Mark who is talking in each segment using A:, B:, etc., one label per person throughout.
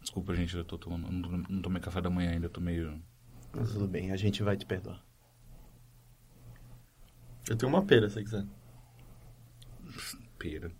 A: Desculpa, gente, eu tô tomando, não, não tomei café da manhã ainda, tô meio.
B: Mas tudo bem, a gente vai te perdoar.
C: Eu tenho uma pera, se você quiser.
A: Pera.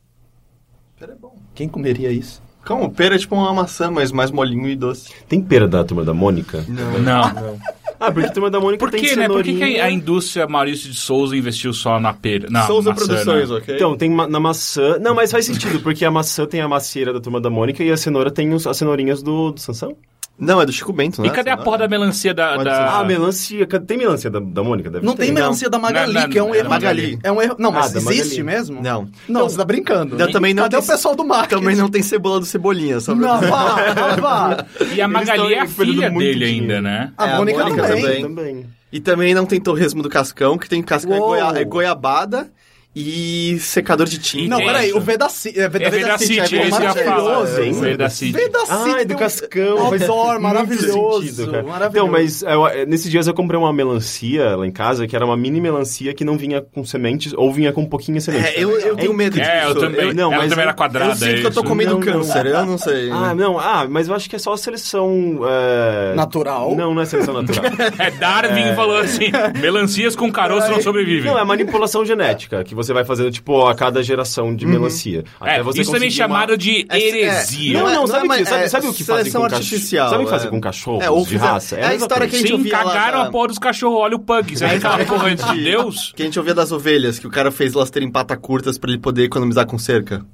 C: Pera é bom.
B: Quem comeria isso?
C: Calma, pera é tipo uma maçã, mas mais molinho e doce.
D: Tem pera da turma da Mônica?
A: Não.
D: Ah, porque a turma da Mônica
A: Por
D: tem
A: que, né?
D: cenourinha.
A: Por que, que a indústria Maurício de Souza investiu só na pera? Na
C: Souza
A: maçã,
C: Produções,
A: né?
C: ok?
D: Então, tem ma- na maçã. Não, mas faz sentido, porque a maçã tem a macieira da turma da Mônica e a cenoura tem os- as cenourinhas do, do Sansão.
C: Não, é do Chico Bento, né?
A: E cadê a
C: Não,
A: porra da melancia da.
C: Pode
A: da-
C: ser.
D: Ah, melancia. Cadê- Tem melancia da, da Mônica? Deve
B: Não
D: ter.
B: tem melancia da Magali,
A: Não, não,
B: que é um
A: não,
B: erro.
C: Magali.
B: É um erro. Não, mas
D: Ah, da Magali.
B: existe mesmo?
C: Não.
B: Não, você tá brincando.
C: Não, também não
B: Cadê
C: tem-
B: o pessoal do marketing?
C: Também não tem cebola do Cebolinha, sabe?
B: Não, vá, vá, vá.
A: E a Magali é a
D: Eles tão
A: filha
D: perdendo muito
A: dele
D: dinheiro.
A: ainda, né?
B: A
C: É, a
B: Mônica
C: Mônica
B: também.
C: também.
D: também.
C: E também não tem torresmo do Cascão, que tem cascão é,
B: Uou.
C: goia- é goiabada e secador de tinta.
B: Não,
A: Tem
B: peraí,
A: essa.
B: o Vedacity. É
A: É Vedacity, é
B: Vedacity,
A: isso que eu ia
B: maravilhoso.
D: falar.
A: falar. É
D: hein?
A: Vedacity.
B: Vedacity.
D: Ah, é do
B: tem um-
D: Cascão. faz
B: Outdoor,
D: muito
B: maravilhoso.
D: sentido, cara.
B: maravilhoso.
D: Então, mas eu- nesses dias eu comprei uma melancia lá em casa, que era uma mini melancia que não vinha com sementes, ou vinha com pouquinha semente. né?
C: É, eu, eu tenho medo disso.
A: É, eu também.
D: eu- não,
A: ela
D: mas
A: também
D: eu-
A: era quadrada.
C: eu sinto que eu tô
A: isso.
C: comendo
D: Não, não.
C: câncer, eu não sei.
D: Ah, não, ah, mas eu acho que é só a seleção. é,
B: Natural?
D: Não, não é seleção natural.
A: É Darwin falando assim: melancias com caroço não sobrevivem.
D: Não, é manipulação genética que você vai fazendo, tipo, a cada geração de melancia. Até
A: É,
D: você
A: isso também
D: conseguir uma-
A: chamado de
C: É,
A: heresia.
D: Não,
C: é-
D: não, sabe,
C: é,
D: o que,
C: mas
D: sabe,
C: é
D: sabe o que fazem com
C: seleção
D: cachorro?
C: artificial,
D: Sabe o que fazem
C: é.
D: com cachorros
C: É, ou
D: de
C: fizer-
D: raça?
C: é a
D: mesma
C: história
D: coisa.
C: que a gente
A: Sim,
C: ouvia lá
A: cagaram
C: na-
A: a porra dos cachorros, olha o pug. Você vai aquela porra antes de Deus?
C: Que a gente ouvia das ovelhas, que o cara fez elas terem pata curtas pra ele poder economizar com cerca.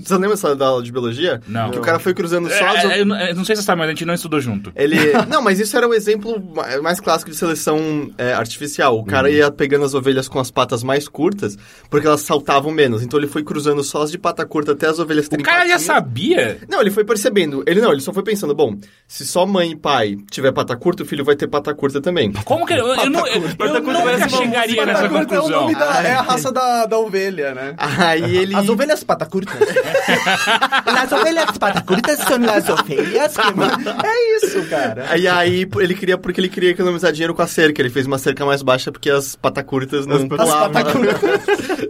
C: Você lembra essa da aula de biologia?
A: Não.
C: Que o cara foi cruzando só as...
A: É, é, eu não- eu não sei se você sabe, mas a gente não estudou junto.
C: Ele... não, mas isso era o exemplo ma- mais clássico de seleção é, artificial. O
B: Uhum.
C: cara ia pegando as ovelhas com as patas mais curtas, porque elas saltavam menos. Então ele foi cruzando só as de pata curta até as ovelhas
A: O
C: terem
A: cara já
C: patinhas.
A: sabia.
C: Não, ele foi percebendo. Ele não, ele só foi pensando, bom, se só mãe e pai tiver pata curta, o filho vai ter pata curta também.
A: Como que. Eu, eu, não, eu, eu nunca chegaria nessa
B: Patacurta é, o
A: conclusão.
B: nome da, é a raça da, da ovelha, né?
C: Aí ele...
B: As ovelhas patacurtas. as ovelhas patacurtas são as ovelhas que... ma- É isso, cara.
C: Aí, aí pô, ele queria, porque ele queria economizar dinheiro com a cerca. Ele fez uma cerca mais baixa porque as patacurtas não
B: As
C: pulavam.
B: patacurtas.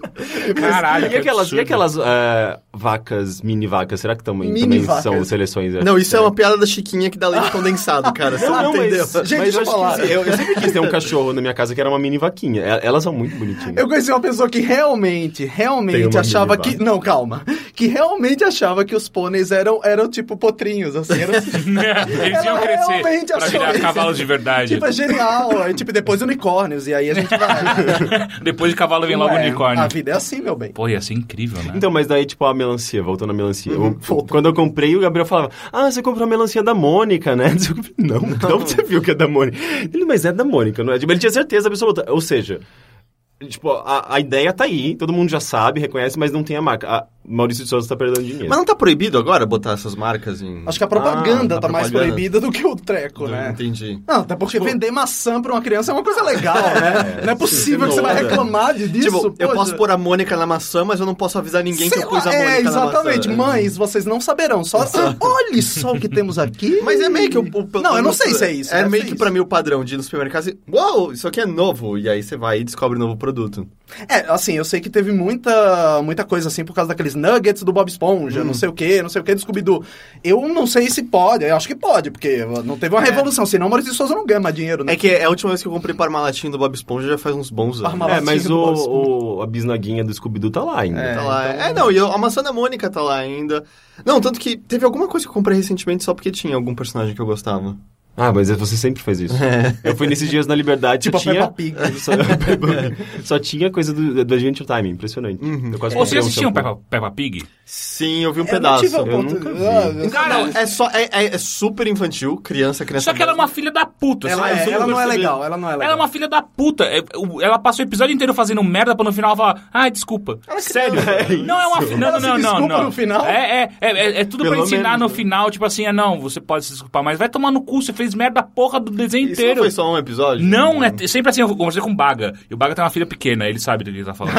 A: Caralho.
D: E aquelas, e
A: que Ah, absurdo.
D: aquelas é, vacas, mini vacas, será que também,
B: Mini
D: também
B: vacas.
D: são seleções?
C: Não, isso é uma piada da Chiquinha que dá leite condensado, cara. Você
D: Não,
C: não,
D: não,
C: entendeu?
D: mas,
B: Gente,
D: mas
B: deixa eu
D: eu, acho
B: falar.
D: que eu, eu sempre quis ter um cachorro na minha casa que era uma mini vaquinha. E- Elas são muito bonitinhas.
B: Eu conheci uma pessoa que realmente,
D: Tem uma
B: realmente
D: mini
B: achava
D: vaca.
B: que... Não, calma. Que realmente achava que os pôneis eram, eram tipo potrinhos, assim. Eram...
A: Eles iam
B: Ela
A: crescer
B: realmente
A: pra
B: achou
A: virar
B: isso.
A: cavalos de verdade.
B: Tipo, é genial. Aí, tipo, depois unicórnios. E aí a gente vai...
A: Depois de cavalo vem logo
B: Ué,
A: unicórnio.
B: A vida é assim, meu bem.
A: Pô, ia ser incrível, né?
D: Então, mas daí, tipo, a melancia, voltando à melancia.
B: Uhum,
D: Eu-
B: voltando.
D: quando eu comprei, o Gabriel falava, ah, você comprou a melancia da Mônica, né? Eu falei, não, não, você viu que é da Mônica. Ele, mas é da Mônica, não é? Tipo, ele tinha certeza absoluta. Ou seja, tipo, a, a ideia tá aí, todo mundo já sabe, reconhece, mas não tem a marca. A- Maurício de Souza tá perdendo dinheiro.
C: Mas não tá proibido agora botar essas marcas em...
B: Acho que a propaganda
C: Ah, a
B: tá mais
C: propaganda.
B: proibida do que o
C: é
B: treco, né?
C: Entendi.
B: Não, até porque
C: Tipo,
B: vender maçã pra uma criança é uma coisa legal, né? não é possível que você vai reclamar de- disso.
C: tipo, eu
B: poxa.
C: posso pôr a Mônica na maçã, mas eu não posso avisar ninguém
B: Sei
C: que eu pus
B: lá,
C: a Mônica
B: É, exatamente.
C: na maçã. né?
B: Mães, vocês não saberão. Só, Ah, olhe só o que temos aqui.
C: Mas é meio que... O, o- pelo
B: Não, eu não
C: menos-
B: sei se é isso.
C: É
B: deve
C: meio
B: ser
C: que
B: isso.
C: pra mim o padrão de ir no supermercado e... Uou, isso aqui é novo. E aí você vai e descobre um novo produto.
B: É, assim, eu sei que teve muita, muita coisa assim por causa daqueles nuggets do Bob Esponja,
C: Hum.
B: não sei o que, não sei o que, do Scooby-Doo. Eu não sei se pode, eu acho que pode, porque não teve uma revolução, senão Maurício de Souza não ganha mais dinheiro, né?
C: É que é a última vez que eu comprei parmalatinho do Bob Esponja já faz uns bons anos.
B: Parmalat-
D: É, mas
B: Melancia assim do Bob
D: o, o- a bisnaguinha do Scooby-Doo tá lá ainda.
B: É.
C: Tá lá.
B: então-
C: É, não, e eu- a maçã da Mônica tá lá ainda. Não, tanto que teve alguma coisa que eu comprei recentemente só porque tinha algum personagem que eu gostava.
D: Ah, mas você sempre faz isso. Eu fui nesses dias na Liberdade,
B: É. Tipo
D: só
B: a
D: tinha...
B: Peppa Pig.
D: Só, só tinha coisa do, do Adventure Time, impressionante.
B: Uhum.
D: Eu quase
A: Ou vocês
D: comprei um
A: assistiam
D: shampoo.
A: Peppa, Peppa Pig?
C: Sim, eu vi um
B: Eu não
C: pedaço.
B: tive a
D: Eu
B: oportun-
D: nunca vi.
B: Ah,
A: Cara,
C: É só é, é- é super infantil, criança, criança.
A: só que ela é uma filha da puta.
B: Ela,
A: sabe?
B: é,
A: Isso eu
B: ela não é
A: percebi.
B: legal, ela não é legal.
A: Ela é uma filha da puta. É, o- Ela passa o episódio inteiro fazendo merda pra no final ela falar, ah, desculpa. Sério? não é uma filha. Não, não,
B: Ela se
A: não, não.
B: desculpa
A: não.
B: no final?
A: É, é, é, é- é tudo pra
D: Pelo
A: ensinar no
D: menos,
A: final, tipo assim, é não, você pode se desculpar, mas vai tomar no cu, você fez merda a porra do desenho
C: Isso não
A: inteiro.
C: foi só um episódio?
A: Não, é sempre assim, eu conversei com o Baga. E o Baga tem uma filha pequena, ele sabe do que ele tá falando.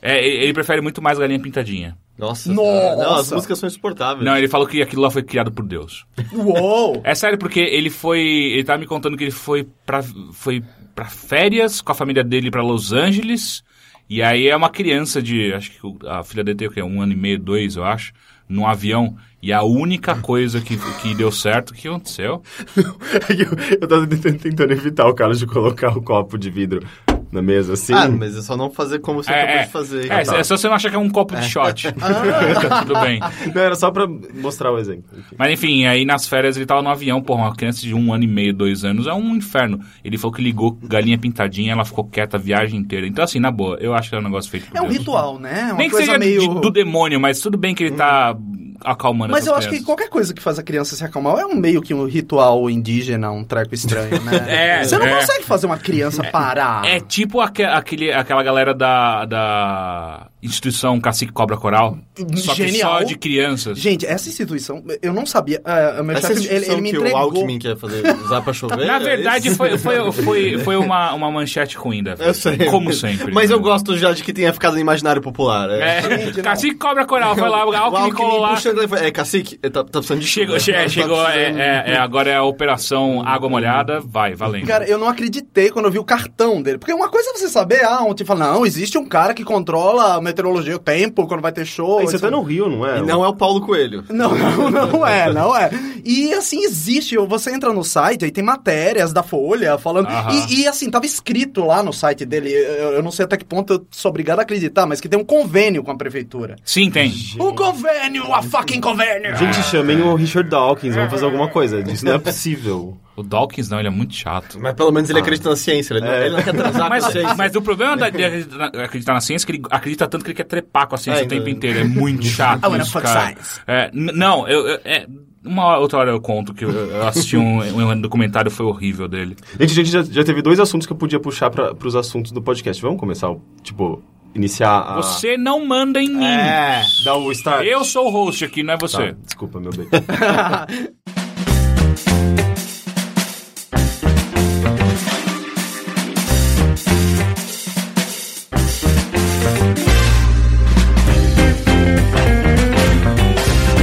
A: É, ele ele prefere muito mais galinha pintadinha.
C: Nossa.
B: Nossa.
C: Não, as músicas são insuportáveis.
A: Não, ele falou que aquilo lá foi criado por Deus.
B: Uou!
A: É sério, porque ele foi. Ele tava me contando que ele foi pra, foi pra férias com a família dele pra Los Angeles. E aí é uma criança de. Acho que o- a filha dele tem o quê? Um ano e meio, dois, eu acho. Num avião. E a única coisa que, que deu certo, o que aconteceu?
D: eu, eu tava tentando, tentando evitar o Carlos de colocar o copo de vidro na mesa, assim.
C: Ah, mas é só não fazer como você acabou
A: É, é,
C: de fazer. Tá.
A: é, é só você não achar que é um copo de shot. Tá Tudo bem.
D: Não, era só pra mostrar o exemplo. enfim.
A: Mas enfim, aí nas férias ele tava no avião, porra, uma criança de um ano e meio, dois anos, é um inferno. Ele falou que ligou galinha pintadinha, ela ficou quieta a viagem inteira. Então, assim, na boa, eu acho que é um negócio feito por
B: É um
A: Deus.
B: ritual, né? Uma
A: Nem que
B: coisa
A: seja
B: meio.
A: de- do demônio, mas tudo bem que ele tá acalmando
B: Mas
A: essas
B: eu acho que
A: crianças.
B: qualquer coisa que faz a criança se acalmar é um meio que um ritual indígena, um treco estranho, né?
A: É,
B: Você não
A: é.
B: consegue fazer uma criança parar.
A: É tipo aque- aquele, aquela galera da, da instituição Cacique Cobra Coral. Só que
B: Genial.
A: só de crianças.
B: Gente, essa instituição, eu não sabia. ah, o meu
C: Essa
B: chefe, ele,
C: instituição
B: ele me
C: que
B: entregou.
C: o Alckmin quer fazer, usar pra chover?
A: Na
C: é
A: verdade,
C: isso?
A: foi, foi, foi, foi uma, uma manchete ruim da vida.
C: Eu sei.
A: Como sempre.
C: Mas
A: né?
C: eu gosto já de que tenha ficado no imaginário popular.
A: É,
B: Gente, não.
A: Cacique Cobra Coral, foi lá, o
C: O
A: Alckmin colou lá.
C: puxando o telefone. É, cacique, é, tá, tá precisando de
A: Chegou,
B: né?
C: chuva.
A: che-
C: Tá
A: chegou é,
C: precisando-
A: é- é, agora é a operação água molhada, vai, valendo.
B: Cara, eu não acreditei quando eu vi o cartão dele. Porque uma coisa é você saber, ah, ontem fala, não, existe um cara que controla a meteorologia, o tempo, quando vai ter show.
D: Isso
A: tá
B: etc.
D: até no Rio, não é?
C: E não é o Paulo Coelho.
B: Não, não, não é, não é. E assim, existe. Você entra no site, aí tem matérias da Folha falando.
A: Aham.
B: E, e, assim, tava escrito lá no site dele. Eu, eu não sei até que ponto eu sou obrigado a acreditar, mas que tem um convênio com a prefeitura.
A: Sim, tem.
B: Um convênio, a fucking convênio!
C: Ah,
D: Gente, chamem o Richard Dawkins, vamos fazer alguma coisa. Isso não é possível.
A: O Dawkins não, ele é muito chato.
C: Mas pelo menos ele acredita na ciência. Ele, não-
D: É.
C: ele não quer transar
A: Mas,
C: com a ciência.
A: mas o problema da- de acreditar na- acreditar na ciência é que ele acredita tanto que ele quer trepar com a ciência
C: É,
A: o tempo
C: ainda-
A: inteiro. É muito chato.
B: I wanna
A: isso,
B: Ah, fuck
A: cara.
B: science.
A: É, n- não, eu, eu- é, uma hora- outra hora eu conto que eu, eu assisti um, um documentário, foi horrível dele.
D: Gente, a gente já, já teve dois assuntos que eu podia puxar para os assuntos do podcast. Vamos começar, o- tipo, iniciar
C: Ah.
D: a...
A: Você não manda em mim.
D: É, dá o start.
A: Eu sou o host aqui, não é
D: Tá,
A: você.
D: desculpa, meu bem.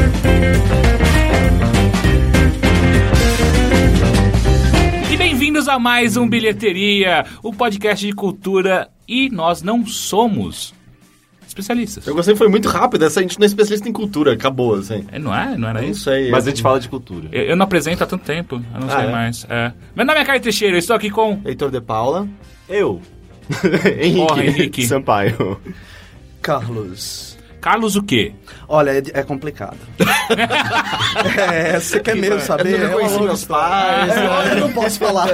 C: Tá.
A: E bem-vindos a mais um Bilheteria, o podcast de cultura. E nós não somos especialistas.
C: Eu gostei que foi muito rápido. Essa, a gente não é especialista em cultura. Acabou, assim.
A: É, não é? Não era
C: Não
A: isso?
C: sei.
D: Mas a gente fala de cultura.
A: Eu, eu não apresento há tanto tempo, eu não
C: Ah,
A: sei
C: é?
A: mais. É. Meu nome é Caio Teixeira, eu estou aqui com.
C: Heitor de Paula.
D: Eu. Henrique.
A: Porra, Henrique.
D: Sampaio.
B: Carlos.
A: Carlos o quê?
B: Olha, é, é complicado. é, você quer mesmo saber? É
C: Eu nunca
B: uma
C: conheci
B: longa
C: meus pais.
B: É, eu não posso falar.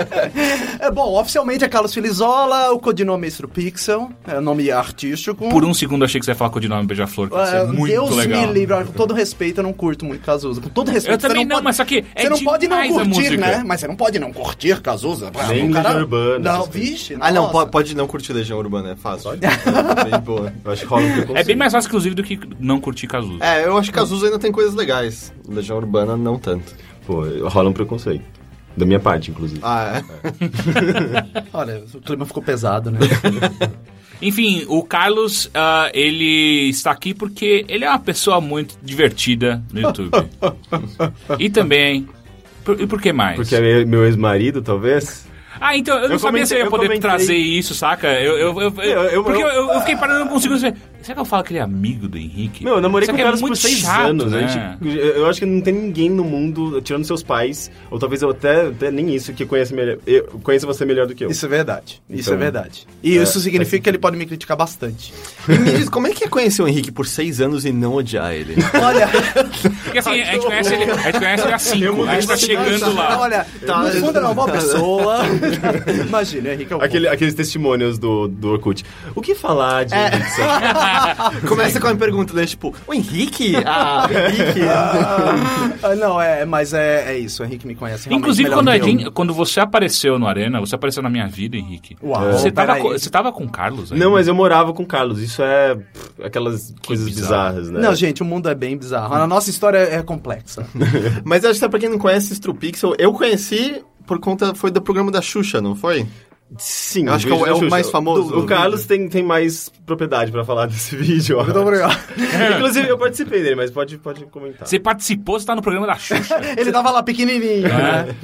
B: É bom, oficialmente é Carlos Filizola, o codinome é Pixel, é nome artístico.
A: Por um segundo eu achei que você ia falar com o Dinamo Beija-Flor, que isso
B: É,
A: é muito
B: Deus
A: legal.
B: me livre, olha, com todo respeito, eu não curto muito Cazuza. Com todo respeito,
A: Eu também
B: você
A: não,
B: pode-
A: mas só que é
B: Você não pode não
A: demais a
B: curtir,
A: música.
B: né? Mas você não pode não curtir Cazuza. Ah,
D: Nem
B: o
D: Legião Urbana,
B: Não,
D: essas coisas.
B: vixe.
C: Ah, não.
B: nossa.
C: Pode, pode não curtir Legião Urbana. É fácil. É bem boa.
D: Eu acho que rola um
A: É
D: preconceito.
A: bem mais fácil, inclusive, do que não curtir Cazuza.
C: É, eu acho que Cazuza ainda tem coisas legais. Legião Urbana, não tanto.
D: Pô, rola um preconceito. Da minha parte, inclusive.
C: Ah, é.
B: Olha, o clima ficou pesado, né?
A: Enfim, o Carlos, ah, ele está aqui porque ele é uma pessoa muito divertida no YouTube. e também. por- e por que mais?
D: Porque é meu ex-marido, talvez.
A: Ah, então, eu não
D: Eu
A: sabia se eu
D: comentei-
A: ia
D: eu
A: poder
D: comentei.
A: trazer isso, saca? Eu, eu, eu- eu-
D: Eu- eu-
A: porque eu,
D: eu-
A: eu fiquei parando, eu não consigo saber. Será que eu falo que ele é amigo do Henrique?
D: Meu, eu namorei
A: Só
D: com
A: que é
D: caras por
A: muito
D: seis
A: chato,
D: anos.
A: né?
D: a gente- eu eu acho que não tem ninguém no mundo, tirando seus pais, ou talvez eu até, até nem isso, que conheça, melhor, eu, conheça você melhor do que eu.
B: Isso é verdade. Isso
D: Então,
B: é verdade. E
D: é,
B: isso significa
D: faz
B: que ele pode me criticar bastante.
C: E me diz, como é que é conhecer o Henrique por seis anos e não odiar ele?
B: Olha,
A: Porque assim, a gente conhece ele, a gente conhece ele há cinco, a gente tá chegando lá.
B: olha,
C: Tá,
B: no fundo era uma boa pessoa. Imagina, Henrique é um
D: Aquele- aqueles testemunhos do, do Orkut. O que falar
C: É.
D: de Henrique?
C: Começa com uma pergunta, né? Tipo, o Henrique? Ah, Henrique.
B: Ah, não, é, mas é, é isso. O Henrique me conhece. realmente
A: Inclusive,
B: melhor
A: quando, a
B: do que eu.
A: gente- quando você apareceu no Arena, você apareceu na minha vida, Henrique.
B: Uau,
A: você, tava
B: peraí. é-
A: com, você tava com o Carlos aí?
D: Não, mas eu morava com o Carlos. Isso é pff, aquelas coisas
A: bizarro.
D: bizarras, né?
B: Não, gente, o mundo é bem bizarro. A nossa história é complexa.
C: Mas acho que pra quem não conhece Strupixel, eu conheci por conta, foi do programa da Xuxa, não foi?
D: Sim,
C: Eu acho que é o-
D: vídeo da
C: é o
D: Xuxa.
C: mais famoso
D: O, o
C: do
D: Carlos tem, tem mais propriedade pra falar desse vídeo. ó.
B: Muito obrigado.
D: Inclusive, eu participei dele, mas pode, pode comentar.
A: Você participou, você tá no programa da Xuxa.
B: Ele tava lá
A: É.
B: pequenininho. né?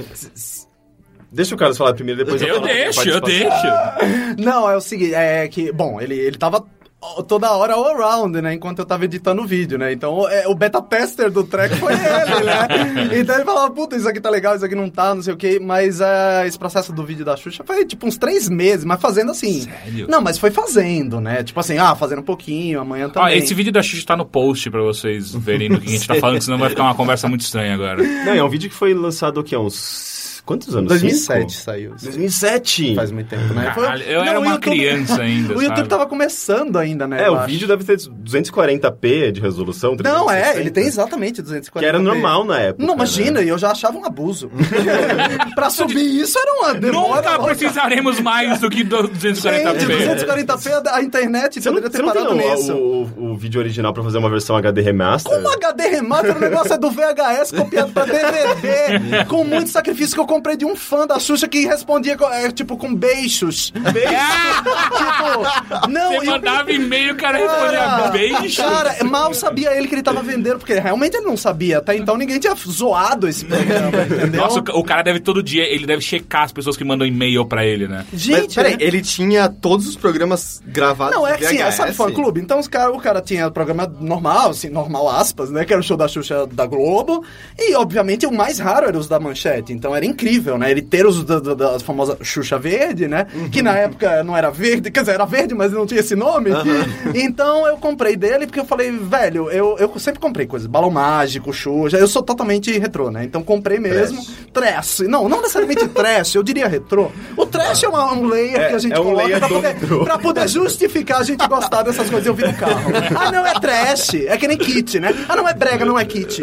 D: Deixa o Carlos falar primeiro, depois eu
A: eu
D: falo da minha
B: Ah,
A: deixo, eu
D: participação.
A: deixo.
B: Não, é o seguinte, é que, bom, ele, ele tava ó, toda hora all around, né? Enquanto eu tava editando o vídeo, né? Então o- é, o beta tester do track foi ele, né? Então ele falava, puta, isso aqui tá legal, isso aqui não tá, não sei o quê. Mas ah, esse processo do vídeo da Xuxa foi tipo uns três meses, mas fazendo assim.
A: Sério?
B: Não, mas foi fazendo, né? Tipo assim, ah, fazendo um pouquinho, amanhã
A: Ó,
B: também.
A: esse vídeo da Xuxa tá no post pra vocês verem do que a gente tá falando, senão vai ficar uma conversa muito estranha agora.
D: Não, é um vídeo que foi lançado aqui há uns. Quantos anos?
B: 2007
D: Cinco?
B: saiu.
D: 2007!
B: Faz muito tempo, né?
A: Caralho, eu era
B: o
A: uma criança ainda,
B: O YouTube
A: sabe?
B: tava começando ainda, né?
D: É,
B: eu
D: o
B: acho.
D: vídeo deve ter 240p de resolução.
B: Não, é,
D: 360.
B: ele tem exatamente 240.
D: Que era normal na época.
B: Não, imagina,
D: né?
B: e eu já achava um abuso. pra subir isso era uma demora.
A: Nunca
B: louca.
A: precisaremos mais do que do
B: Gente,
A: 240p.
B: 240p, a- a internet
D: Você não,
B: poderia
D: você
B: ter
D: não tem
B: parado
D: o, é.
B: nisso.
D: o, o vídeo original pra fazer uma versão HD remaster?
B: Como assim? HD remaster, o negócio é do VHS copiado pra DVD, com muito sacrifício que eu comprei de um fã da Xuxa que respondia, co- é, tipo, com beijos. Tipo, não,
A: Você
B: e-
A: mandava e-mail, o cara respondia beijo.
B: Cara, mal sabia ele que ele tava vendendo, porque realmente ele não sabia. Até então ninguém tinha zoado esse programa, entendeu?
A: Nossa, o ca- o cara deve todo dia, ele deve checar as pessoas que mandam e-mail pra ele, né?
B: gente,
C: Mas, peraí,
B: né?
C: ele tinha todos os programas gravados
B: Não, é que
C: em
B: assim, é,
C: VHS?
B: sabe fã-clube? Então os cara, o cara tinha programa normal, assim, normal aspas, né? Que era o show da Xuxa da Globo. E, obviamente, o mais raro era os da Manchete. Então era incrível, né? Ele ter os da, da- da famosa Xuxa Verde, né? Que na época não era verde, quer dizer, era verde, mas não tinha esse nome. Então eu comprei dele porque eu falei, velho, eu, eu sempre comprei coisas, balão mágico, Xuxa. Eu sou totalmente retrô, né? Então comprei mesmo. Trash. Não, não necessariamente trash, eu diria retrô. O trash é uma- um layer que a gente
D: é um
B: coloca
D: layer
B: pra
D: do
B: poder,
D: retrô.
B: pra poder justificar a gente gostar dessas coisas e ouvir no carro. Ah, não, é trash. É que nem kit, né? Ah, não, é brega, não é kit.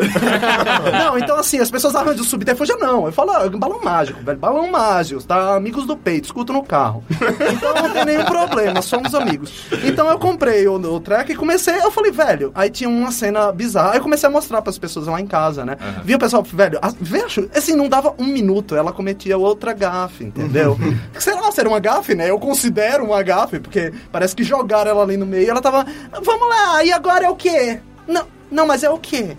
B: Não, então assim, as pessoas arranjam subterfúgio, não. Eu falo, ah, balão mágico, velho. Balão mágico, tá? Amigos do peito, escuto no carro. Então não tem nenhum problema, somos amigos. Então eu comprei o, o track e comecei, eu falei, velho, aí tinha uma cena bizarra. Aí eu comecei a mostrar pras pessoas lá em casa, né? Vi o pessoal, velho, a, vejo, assim, não dava um minuto, ela cometia outra gafe, entendeu? Sei lá, se era uma gafe, né? Eu considero uma gafe, porque parece que jogaram ela ali no meio e ela tava, vamos lá, e agora é o quê? Não, não, mas é o quê?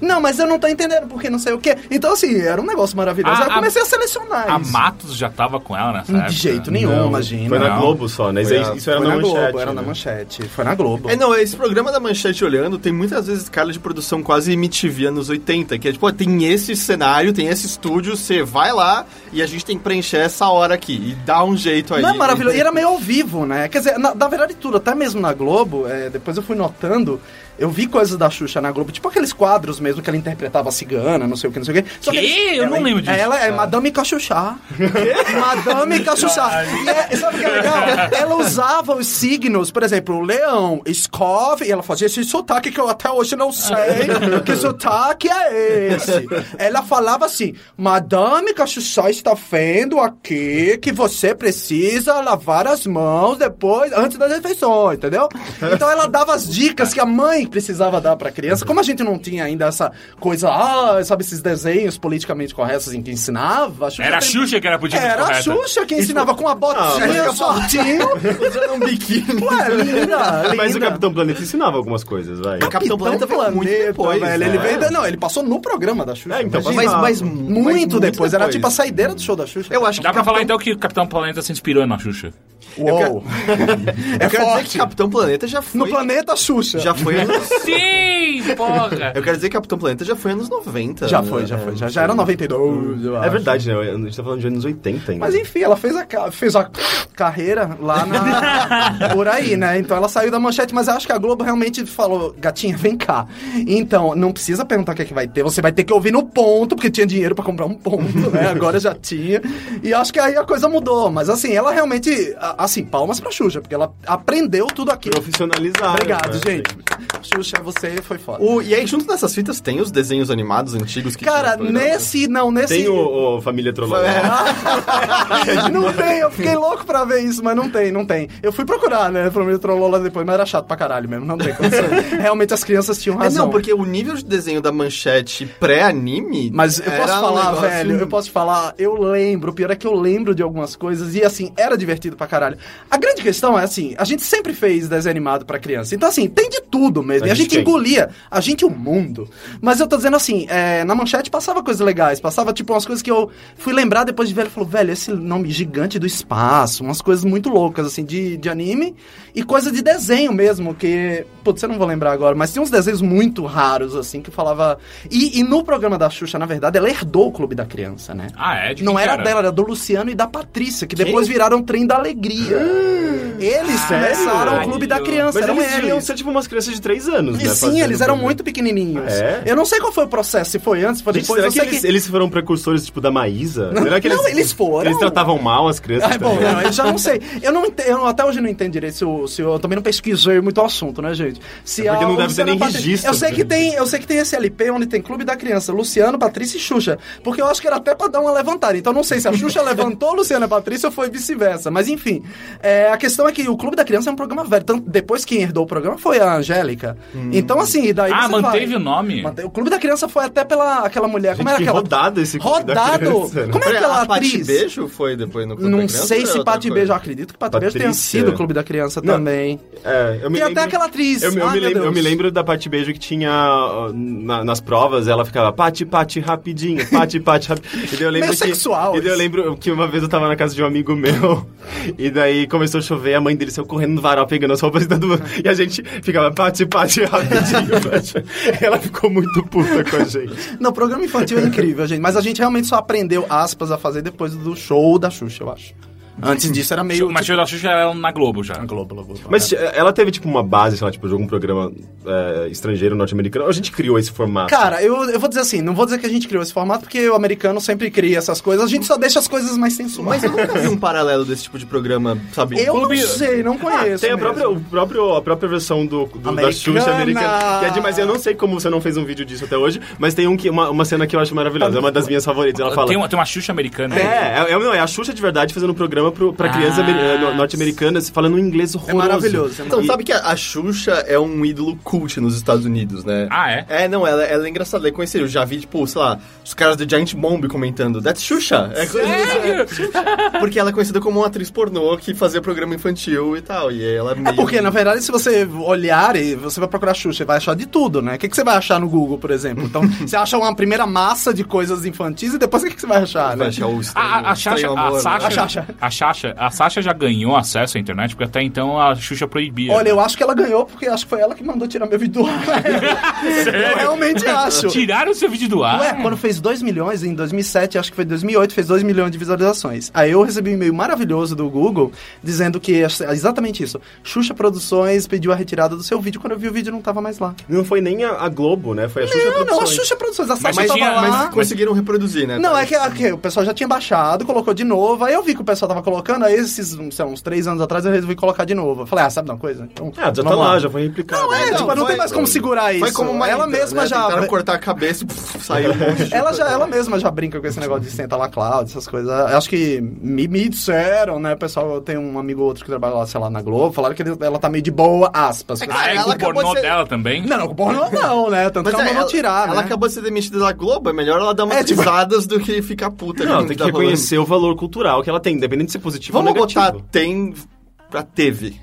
B: não, mas eu não tô entendendo porque não sei o quê. Então, assim, era um negócio maravilhoso.
A: A-
B: Aí eu
A: a-
B: comecei a selecionar
A: A
B: isso.
A: Matos já tava com ela nessa
B: De
A: época.
B: jeito nenhum, imagina.
D: Foi na
A: Não.
D: Globo só, né? Isso,
C: Foi
D: aí-
C: na-
D: isso era
B: foi
D: na,
B: na Globo,
D: manchete.
B: era na
D: né?
B: manchete. Foi na Globo.
C: É, não, esse programa da Manchete Olhando tem muitas vezes cara de produção quase MTV anos 80, que é tipo, ó, tem esse cenário, tem esse estúdio, você vai lá e a gente tem que preencher essa hora aqui. E dá um jeito aí.
B: Não é maravilhoso. E era meio ao vivo, né? Quer dizer, na, na verdade, tudo, até mesmo na Globo, é, depois eu fui notando, eu vi coisas da Xuxa na Globo, tipo aqueles quadros mesmo que ela interpretava cigana, não sei o que, não sei o que. Só
A: Quê?
B: eles-
A: Eu
B: ela-
A: não lembro disso.
B: Ela é Madame Cachuchá. Madame Cachuchá. E é- sabe o que é legal? Ela usava os signos, por exemplo, leão, escove, e ela fazia esse sotaque que eu até hoje não sei
A: Ah.
B: que sotaque é esse. Ela falava assim, Madame Cachuchá está vendo aqui que você precisa lavar as mãos depois, antes das refeições, entendeu? Então ela dava as dicas que a mãe precisava dar pra criança. Como a gente não tinha ainda essa coisa, ah, sabe, esses desenhos politicamente corretos em que ensinava. a Xuxa
A: Era a
B: tem-
A: Xuxa que era política
B: era a
A: correta.
B: Xuxa que ensinava com a botinha,
D: mas-
B: shortinho.
C: Usando um biquíni.
B: Ué, linda, linda.
D: Ah, Mas o Capitão Planeta ensinava algumas coisas, vai.
C: Capitão Planeta veio muito depois,
B: velho. Ele
C: né?
B: veio, não, ele passou no programa da Xuxa.
D: É, então,
B: imagina.
C: Mas, mas
B: muito,
C: muito,
B: depois. Era tipo a saideira do show da Xuxa.
C: Eu acho que
A: Dá pra
C: Capitão-
A: falar então que o Capitão Planeta se inspirou na Xuxa.
B: Uou.
C: Eu
B: é
C: quero dizer que
B: forte.
C: Capitão Planeta já foi.
B: No planeta Xuxa.
C: Já foi anos.
A: Sim, porra!
C: Eu quero dizer que Capitão Planeta já foi anos 90.
B: Já
C: né?
B: foi, já foi. Já, já era 92, eu
D: É
B: acho.
D: verdade, né? A gente tá falando de anos 80 ainda.
B: Mas enfim, ela fez a, ca- fez a carreira lá na. por aí, né? Então ela saiu da manchete, mas eu acho que a Globo realmente falou: gatinha, vem cá. Então, não precisa perguntar o que é que vai ter, você vai ter que ouvir no ponto, porque tinha dinheiro pra comprar um ponto, né? Agora já tinha. E acho que aí a coisa mudou. Mas assim, ela realmente. a- Assim, palmas pra Xuxa, porque ela aprendeu tudo aquilo.
D: Profissionalizar.
B: Obrigado,
D: né?
B: gente. Xuxa, você foi foda.
C: O- e aí, junto dessas fitas, tem os desenhos animados antigos que
B: Cara,
C: tinha no programa?
B: nesse. Não, nesse.
D: Tem o, o Família Trolloló.
B: É. não tem, eu fiquei louco pra ver isso, mas não tem, não tem. Eu fui procurar, né? Pelo menos trollou lá depois, mas era chato pra caralho mesmo, não tem condição. Realmente as crianças tinham
C: É,
B: razão.
C: não, porque o nível de desenho da manchete pré-anime.
B: Mas eu posso
C: era um
B: falar,
C: negócio-
B: velho, eu posso falar, eu lembro, o pior é que eu lembro de algumas coisas e assim, era divertido pra caralho. A grande questão é assim, a gente sempre fez desenho animado pra criança. Então assim, tem de tudo mesmo.
D: A
B: e a
D: gente
B: gente
D: quem?
B: engolia. A gente, o mundo. Mas eu tô dizendo assim, é, na manchete passava coisas legais. Passava, tipo, umas coisas que eu fui lembrar depois de velho. Falou, velho, esse nome gigante do espaço. Umas coisas muito loucas, assim, de, de anime. E coisa de desenho mesmo, que... Putz, eu não vou lembrar agora. Mas tinha uns desenhos muito raros, assim, que falava... E, e no programa da Xuxa, na verdade, ela herdou o Clube da Criança, né?
A: Ah, é? De
B: Não
A: quem
B: era
A: que
B: dela, era do Luciano e da Patrícia, que depois viraram Trem da Alegria. Eles
A: Sério?
B: começaram o Clube da
D: Mas
B: Criança, eram
D: eles deviam
B: eles.
D: ser tipo umas crianças de 3 anos,
B: E
D: né?
B: sim, eles
D: fazendo
B: eram
D: programa.
B: muito pequenininhos.
D: É?
B: Eu não sei qual foi o processo, se foi antes, se foi
D: Gente,
B: depois.
D: será
B: Eu
D: que
B: sei
D: eles,
B: que...
D: eles foram precursores, tipo, da Maísa?
B: Não,
D: Será que
B: não, eles foram.
D: Eles tratavam mal as crianças
B: Ai, Ah, bom,
D: também?
B: não, eu já não sei. Eu, não ente- eu até hoje não entendo direito se eu, se eu, eu também não pesquisei muito o assunto, né, gente? Se
D: É porque
B: a
D: não deve
B: Luciana
D: ter nem
B: Patrícia-
D: registro.
B: Eu sei, que tem, eu sei que tem esse LP onde tem Clube da Criança, Luciano, Patrícia e Xuxa. Porque eu acho que era até pra dar uma levantada. Então não sei se a Xuxa levantou a Luciana e a Patrícia ou foi vice-versa. Mas enfim, é, a questão é que o Clube da Criança é um programa velho. Tanto depois quem herdou o programa foi a Angélica.
D: Hum.
B: Então assim, e daí
A: Ah,
B: você
A: manteve
B: vai-
A: o nome?
B: Mante- O Clube da Criança foi até pela aquela mulher. como
D: Gente,
B: era
D: que
B: aquela?
D: rodado esse Clube da
B: Rodado!
D: Criança, né?
B: Como é que aquela
C: a Pati
B: atriz?
C: Beijo foi depois no Clube da
B: Não
C: Criança,
B: sei
C: ou
B: se
C: outra
B: Pati
C: coisa?
B: Beijo, eu acredito que Pati Beijo tenha
D: Patrícia.
B: sido o Clube da Criança
D: Não.
B: também.
D: É, eu me
B: Tem até
D: lembro-
B: aquela atriz.
D: Eu, eu
B: Ai,
D: me
B: meu
D: lembro, eu
B: Deus.
D: me lembro da Pati Beijo que tinha ó, na- nas provas, ela ficava Pati, Pati, rapidinho, Pati, Pati, rapidinho. E daí eu lembro
B: Meio
D: que,
B: sexual
D: E daí eu
B: isso.
D: lembro que uma vez eu tava na casa de um amigo meu, e daí começou a chover, a mãe dele saiu correndo no varal, pegando as roupas e dando... E a gente ficava Pati, Pati, rapidinho, Pati. Ela ficou muito puta com a gente.
B: Não, o programa infantil é incrível, gente. Mas a gente realmente só aprendeu, aspas, a fazer depois do show da Xuxa, eu acho. Antes disso era meio. tipo
A: Mas Tio da Xuxa era na Globo já.
B: Globo, Globo.
D: Mas eh, ela teve, tipo, uma base, sei lá, tipo, de algum programa eh, estrangeiro, norte-americano. A gente criou esse formato.
B: Cara, eu, eu vou dizer assim, não vou dizer que a gente criou esse formato, porque o americano sempre cria essas coisas, a gente só deixa as coisas mais
C: Mas
B: sensuais.
C: eu nunca vi um paralelo desse tipo de programa, sabe?
B: eu
A: clube-
B: não sei, não
D: Ah,
C: É,
B: conheço.
D: tem a
B: mesmo.
D: própria, o próprio, a própria versão do, do da
B: Americana.
D: Xuxa americana. Que é demais. Eu não sei como você não fez um vídeo disso até hoje, mas tem um que, uma, uma cena que eu acho maravilhosa. É uma das minhas favoritas. Ela fala.
A: Tem uma, tem uma Xuxa americana.
D: É, é, é- não, é a Xuxa de verdade fazendo um programa pro, pra
A: Ah.
D: crianças amer- eh, no- norte-americanas falando um inglês horroroso.
B: maravilhoso, é
D: E-
C: Então, sabe que a, a Xuxa é um ídolo cult nos Estados Unidos, né?
A: Ah, é?
C: É, não, ela, ela é engraçada, ela é conhecida. Eu já vi, tipo, sei lá, os caras do Giant Bomb comentando, that's Xuxa! É,
A: Sério?
C: porque ela é conhecida como uma atriz pornô que fazia programa infantil e tal, e ela é
B: É
C: meio...
B: porque, na verdade, se você olhar e você vai procurar Xuxa, vai achar de tudo, né? O que, que você vai achar no Google, por exemplo? Então, você acha uma primeira massa de coisas infantis e depois o que, que você vai achar, né?
C: Vai achar o
A: Ah, A, a,
C: estranho-
A: a,
C: estranho
A: Xaxa-
C: amor,
A: a,
C: né?
A: Sasha,
B: A Xaxa.
A: a Xaxa- a Sasha já ganhou acesso à internet, porque até então a Xuxa proibia.
B: Olha,
A: né?
B: eu acho que ela ganhou porque acho que foi ela que mandou tirar meu vídeo do ar. Eu realmente acho. é
A: Tiraram o seu vídeo do ar?
B: Ué, quando fez 2 milhões, em 2007, acho que foi 2008, fez 2 milhões de visualizações. Aí eu recebi um e-mail maravilhoso do Google dizendo que é exatamente isso. Xuxa Produções pediu a retirada do seu vídeo. Quando eu vi o vídeo, não tava mais lá. É,
D: Não foi nem a, a Globo, né? Foi a Xuxa
B: Não, não, a
D: Produções.
B: Xuxa Produções. A
A: Mas
B: Sasha
A: tinha-
B: tava lá.
A: mas
C: Conseguiram reproduzir, né?
B: Não, é que, é que o pessoal já tinha baixado, colocou de novo. Aí eu vi que o pessoal tava colocando, aí esses, não sei, uns três anos atrás eu resolvi colocar de novo. Eu falei, ah, sabe de uma coisa? Então,
D: Ah, já tá
B: vamos
D: lá, já foi replicado.
B: Não, é,
C: Então,
B: tipo, não
C: foi-
B: tem mais como segurar isso.
C: Foi como uma
B: ela
C: ida,
B: mesma
C: né?
B: já.
C: Tentaram cortar a cabeça e pff, saiu um monte de
B: Ela, já, ela mesma já brinca com esse negócio de sentar lá, Cláudio, essas coisas. Eu Acho que me, me disseram, né, pessoal? Eu tenho um amigo ou outro que trabalha lá, sei lá, na Globo. Falaram que ele- ela tá meio de boa, aspas.
A: Ah, é
C: Ela
A: com o
C: acabou
A: pornô
C: de ser-
A: dela também?
B: Não, não, pornô não, né? Tanto
C: Mas
B: que ela
C: é,
B: mandou tirar,
C: ela
B: né?
C: acabou de ser demitida da Globo, é melhor ela dar umas
B: É, tipo-
C: risadas do que ficar puta.
D: Não,
C: com o
D: tem que
C: tá rolando.
D: reconhecer o valor cultural que ela tem, independente de ser positivo
C: Vamos
D: ou negativo.
C: botar tem pra teve.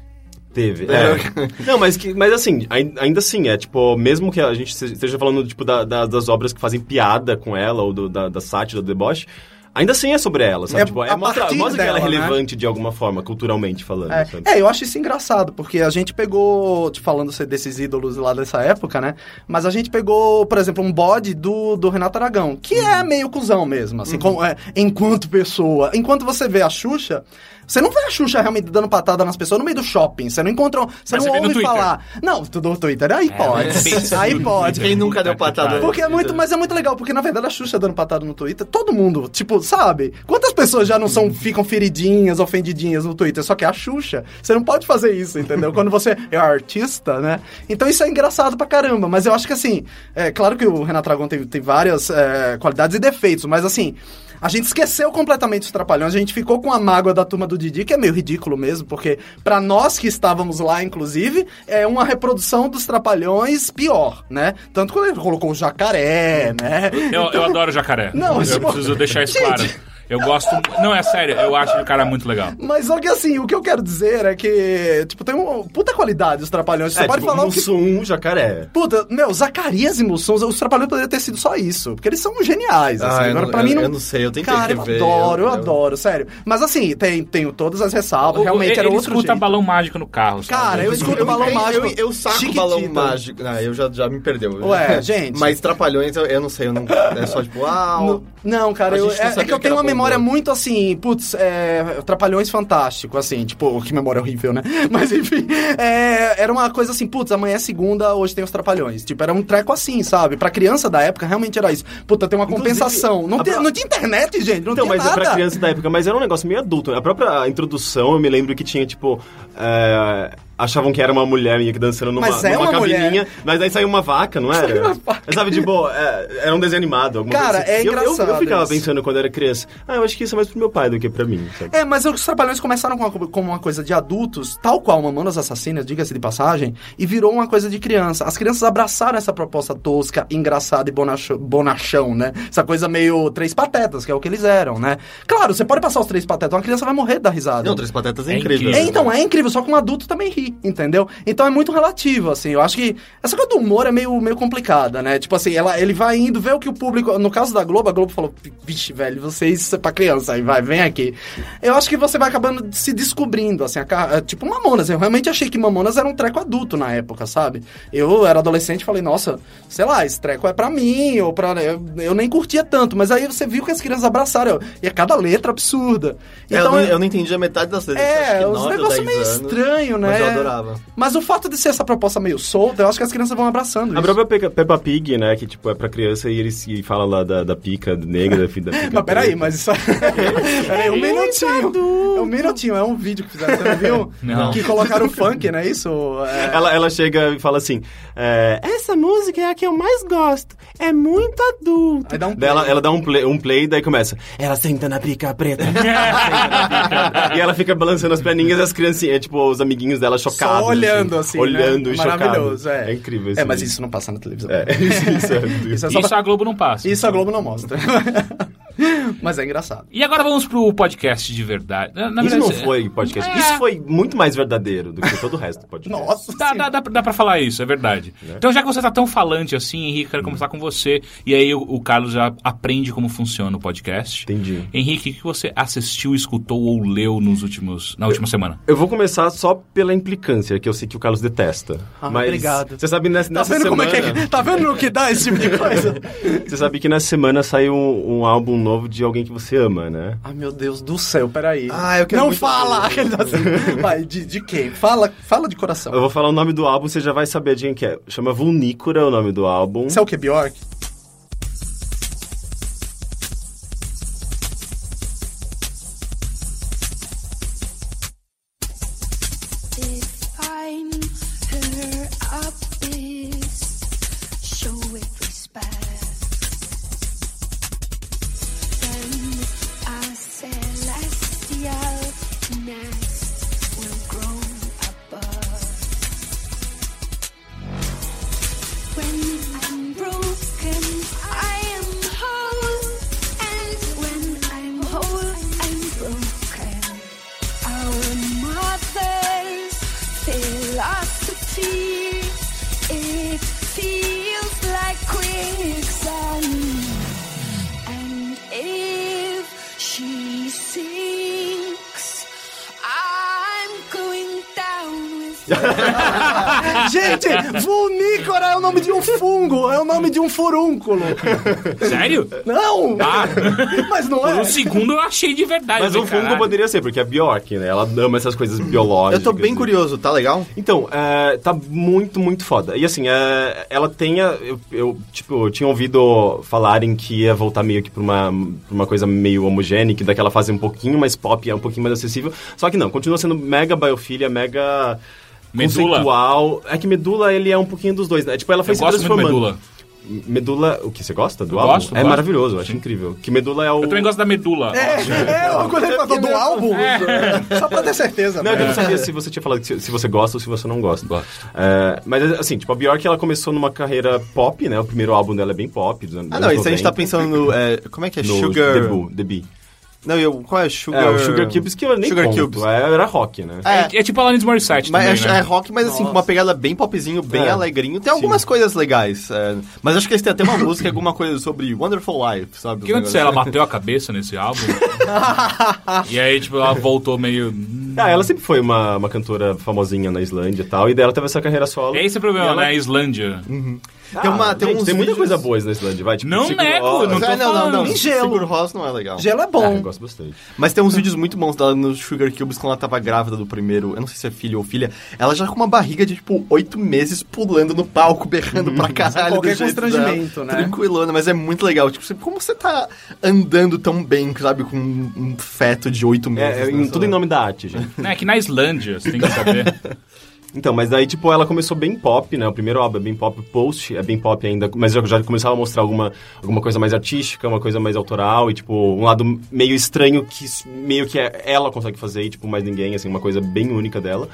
D: Teve.
C: É.
D: É. Não, mas, que, mas assim, ai- ainda assim, é tipo, mesmo que a gente se- esteja falando tipo, da- da- das obras que fazem piada com ela, ou do, da, da sátira, do deboche, ainda assim é sobre ela, sabe?
B: É
D: tipo, é,
B: a
D: mostra,
B: partir
D: mostra que ela é
B: dela, né?
D: relevante de alguma forma, culturalmente falando,
B: É.
D: sabe?
B: É, eu acho isso engraçado, porque a gente pegou, te falando se- desses ídolos lá dessa época, né? Mas a gente pegou, por exemplo, um bode do, do Renato Aragão, que é
A: Uhum.
B: meio cuzão mesmo, assim, como, é, enquanto pessoa. Enquanto você vê a Xuxa, você não vê a Xuxa realmente dando patada nas pessoas no meio do shopping. Você não encontra. Você
A: Mas você
B: não
A: vê no
B: ouve
A: Twitter. É,
B: falar. Não, tudo no Twitter. Aí pode.
A: mas- assim,
B: Aí
A: né?
B: pode.
C: Quem nunca deu patada?
B: Porque é muito, mas é muito legal, porque na verdade a Xuxa dando patada no Twitter, todo mundo, tipo, sabe? Quantas pessoas já não são, ficam feridinhas, ofendidinhas no Twitter? Só que é a Xuxa, você não pode fazer isso, entendeu? Quando você é artista, né? Então isso é engraçado pra caramba, mas eu acho que assim, é claro que o Renato Aragão tem, tem várias é, qualidades e defeitos, mas assim. A gente esqueceu completamente os trapalhões, a gente ficou com a mágoa da turma do Didi, que é meio ridículo mesmo, porque pra nós que estávamos lá, inclusive, é uma reprodução dos trapalhões pior, né? Tanto quando ele colocou o jacaré, né?
A: Eu, eu adoro jacaré.
B: Não,
A: eu
B: tipo-
A: preciso deixar isso
B: Gente.
A: claro. Eu gosto. Não, é sério, eu acho ele um cara muito legal.
B: Mas só que assim, o que eu quero dizer é que, tipo, tem uma puta qualidade os Trapalhões. Você
D: é,
B: pode
D: tipo,
B: falar o que...
D: Mussum, jacaré.
B: Puta, meu, Zacarias e Mussum, os Trapalhões poderiam ter sido só isso. Porque eles são geniais, assim.
C: Ah, eu
B: Agora,
C: não-
B: pra mim,
C: eu-
B: não...
C: eu não sei, eu tentei
B: Cara, eu
C: rever,
B: adoro, eu,
C: eu-
B: adoro, sério. Mas assim, tem, tenho todas as ressalvas. Realmente
A: ele
B: era outro
A: escuta
B: jeito.
A: balão mágico no carro. sabe?
B: Cara, eu escuto balão
C: entendo,
B: mágico.
C: Eu, eu saco
B: Chiquitita.
C: balão mágico. Ah, eu já, já me perdeu.
B: Ué, gente.
C: Mas trapalhões, eu, eu não sei, eu não. É só tipo, uau.
B: No- não, cara,
C: A
B: eu-
C: gente não
B: é, é
C: sabia
B: que eu
C: que
B: tenho
C: era
B: uma
C: bom
B: memória
C: gosto.
B: muito assim, putz, é, Trapalhões Fantástico, assim, tipo, que memória horrível, né? Mas enfim, é, era uma coisa assim, putz, amanhã é segunda, hoje tem os Trapalhões. Tipo, era um treco assim, sabe? Pra criança da época, realmente era isso. Puta, tem uma
D: Inclusive,
B: compensação. Não,
D: a
B: tem-
D: pro-
B: não tinha internet, gente, não
D: Então,
B: tinha
D: mas é
B: nada.
D: pra criança da época, mas era um negócio meio adulto. A própria introdução, eu me lembro que tinha, tipo. é, achavam que era uma mulher minha que dançando numa,
B: Mas é
D: numa
B: uma
D: cabininha,
B: mulher.
D: mas aí saiu uma vaca, não era? Mas, sabe, tipo, é, era um desenho animado, alguma
B: Cara,
D: coisa assim.
B: é
D: Eu- eu- Eu,
B: engraçado
D: ficava
B: isso.
D: pensando quando era criança, ah, eu acho que isso é mais pro meu pai do que pra mim, sabe?
B: É, mas os Trapalhões começaram com uma, como uma coisa de adultos, tal qual Mamonas Assassinas, diga-se de passagem, e virou uma coisa de criança. As crianças abraçaram essa proposta tosca, engraçada e bonachão, bonachão, né? Essa coisa meio três patetas, que é o que eles eram, né? Claro, você pode passar os três patetas, uma criança vai morrer da risada.
C: Não, Três Patetas é,
A: É
C: incrível.
A: incrível.
B: É, então, é incrível, só que um adulto também ri, entendeu? Então é muito relativo, assim. Eu acho que essa coisa do humor é meio, meio complicada, né? Tipo assim, ela, ele vai indo, vê o que o público. No caso da Globo, a Globo falou: vixe, velho, vocês isso é pra criança, aí vai, vem aqui. Eu acho que você vai acabando se descobrindo, assim. a ca- é tipo Mamonas. Eu realmente achei que Mamonas era um treco adulto na época, sabe? Eu era adolescente e falei: nossa, sei lá, esse treco é pra mim, ou pra. Eu, eu nem curtia tanto, mas aí você viu que as crianças abraçaram. E é cada letra absurda.
C: É, eu, não, eu não entendi a metade das letras. acho
B: então É,
C: que
B: uns
C: nove ou
B: negócios
C: dez
B: meio
C: anos,
B: estranhos, né?
C: Mas eu adorava.
B: Mas o fato de ser essa proposta meio solta, eu acho que as crianças vão abraçando
D: A
B: isso.
D: própria Peppa- Peppa Pig, né, que, tipo, é pra criança e ele se fala lá da, da pica negra, da filha da pica
B: Mas peraí,
D: preta.
B: mas isso Peraí, um minutinho. É um minutinho, é um vídeo que fizeram, você não viu?
A: Não.
B: Que colocaram funk, não é isso? É...
D: Ela, ela chega e fala assim: é, Essa música é a que eu mais gosto. É muito adulto.
B: Aí dá um
D: Daí Ela, ela dá um play, um play, daí começa. Ela senta na pica preta. ela senta na pica preta." e ela fica balançando as perninhas e as criancinhas, tipo, os amiguinhos dela chocados.
B: Só olhando, assim, né?
D: Olhando e chocados.
B: Maravilhoso, é.
D: É incrível
B: É, mas isso não passa na televisão.
D: É, isso, isso é-
B: Isso é só
A: Isso
B: pra-
A: a Globo não passa.
B: Isso a Globo não mostra. mas é engraçado.
A: E agora vamos pro podcast de verdade. Na, na
D: Isso
A: verdade,
D: não
A: é-
D: foi podcast. Isso foi muito mais verdadeiro do que todo o resto do podcast.
B: Nossa
A: Dá,
B: senhora.
A: dá, dá, pra- dá pra falar isso, é verdade. Então, já que você tá tão falante assim, Henrique, quero começar com você. E aí o, o Carlos já aprende como funciona o podcast.
D: Entendi.
A: Henrique, o que você assistiu, escutou ou leu nos últimos, na última semana?
D: Eu vou começar só pela implicância, que eu sei que o Carlos detesta.
B: Ah,
D: mas
B: obrigado.
D: Você sabe, nessa,
B: Tá
D: nessa
B: vendo como é
D: semana...
B: que é? Tá vendo o que dá esse tipo de coisa?
D: Você sabe que nessa semana saiu um, um álbum novo de alguém que você ama, né?
B: Ai, meu Deus do céu, peraí.
C: Ah, eu quero
B: Não
C: muito
B: fala!
C: ver.
B: Aquele assim. Vai, de, de quem? Fala, fala de coração.
D: Eu vou falar o nome do álbum, você já vai saber de quem é. Chama Vulnícora o nome do álbum.
B: Isso é o que, Bjork?
E: Define her up is show it respect. Then our celestial nest will grow above. When I'm broken, I am whole, and when I'm whole, I'm broken. Our mother's philosophy. It feels like quicksand. And if she sinks, I'm going down with
B: Gente, vulnícora é o nome de um fungo, é o nome de um furúnculo.
A: Sério?
B: É. Não!
A: Ah.
B: Mas não
A: Por
B: é.
A: um segundo eu achei de
C: é
A: verdade.
D: Mas
A: eu
D: o
A: falei,
D: fungo
A: "Caralho".
D: poderia ser, porque a Bjork, né? Ela ama essas coisas biológicas.
C: um Eu tô bem
D: né?
C: curioso, tá legal?
D: Então, é, tá muito, muito foda. E assim, é, ela tem. a- Eu, eu, tipo, eu tinha ouvido falarem que ia voltar meio que pra uma, pra uma coisa meio homogênea, que daquela fase um pouquinho mais pop, é um pouquinho mais acessível. Só que não, continua sendo mega biofilia, mega.
A: Medula?
D: Conceitual. É que medula, ele é um pouquinho dos dois, né? Tipo, ela foi
A: Eu
D: se
A: gosto muito de
D: transformando.
A: medula.
D: Medula, o que você gosta do
A: Eu
D: álbum?
A: gosto,
D: é
A: gosto.
D: maravilhoso, eu acho incrível. Que Medula é o.
A: Eu também gosto da medula.
B: É, é, quando ele falou do álbum, só pra ter certeza.
D: Não, é que eu
B: né?
D: não sabia se você tinha falado que se, se você gosta ou se você não gosta.
A: Gosto.
D: É, mas assim, tipo, a Bjork ela começou numa carreira pop, né? O primeiro álbum dela é bem pop. Dos anos
C: Ah, não, Ah, isso a gente tá
D: 90,
C: pensando no. é, como é que é?
D: no
C: Sugar.
D: The Boo, The Bee.
C: Não, eu, qual é? Sugar...
D: É, o Sugar Cubes que eu nem
C: Sugar
D: conto.
C: Cubes.
D: É, era rock, né?
C: É,
A: É, é tipo Alanis Morissette
C: mas
A: também,
C: é,
A: né?
C: é rock, mas assim, com uma pegada bem popzinho, bem
D: É.
C: alegrinho. Tem algumas coisas legais. é, mas acho que eles têm até uma música, alguma coisa sobre Wonderful Life, sabe? Um assim.
A: O que aconteceu? Ela bateu a cabeça nesse álbum. e aí, tipo, ela voltou meio. "Hum".
D: Ah, ela sempre foi uma, uma cantora famosinha na Islândia e tal, e daí ela teve essa carreira solo.
A: É esse o problema,
D: E ela-
A: né? A Islândia.
D: Ah,
C: Tem uma- tem
D: gente,
C: uns
D: tem muita
C: vídeos-
D: coisa boa na Islândia, vai. Tipo,
A: Não
D: Sigur
A: nego,
D: Rós.
A: não
C: Mas,
A: tô
C: é, não, não, não.
A: falando.
B: Gelo.
C: Sigur Rós não é legal.
B: Gelo é
D: Ah, eu
B: bom.
D: gosto bastante.
C: Mas tem uns vídeos muito bons dela no Sugar Cubes quando ela tava grávida do primeiro. Eu não sei se é filho ou filha. Ela já com uma barriga de tipo oito meses pulando no palco, berrando
D: Hum.
C: pra caralho.
B: é qualquer
C: do jeito
B: constrangimento,
C: dela.
B: né?
C: Tranquilona, mas é muito legal. Tipo, você- como você tá andando tão bem, sabe, com um um feto de oito meses?
D: É, é,
C: né,
D: em-
C: sabe?
D: tudo em nome da arte, gente.
A: É que na Islândia, você tem que saber.
D: Então, mas daí, tipo, ela começou bem pop, né? O primeiro álbum é bem pop, o post é bem pop ainda, mas já, já começava a mostrar alguma, alguma coisa mais artística, uma coisa mais autoral e, tipo, um lado meio estranho que s- meio que é- ela consegue fazer e, tipo, mais ninguém, assim, uma coisa bem única dela.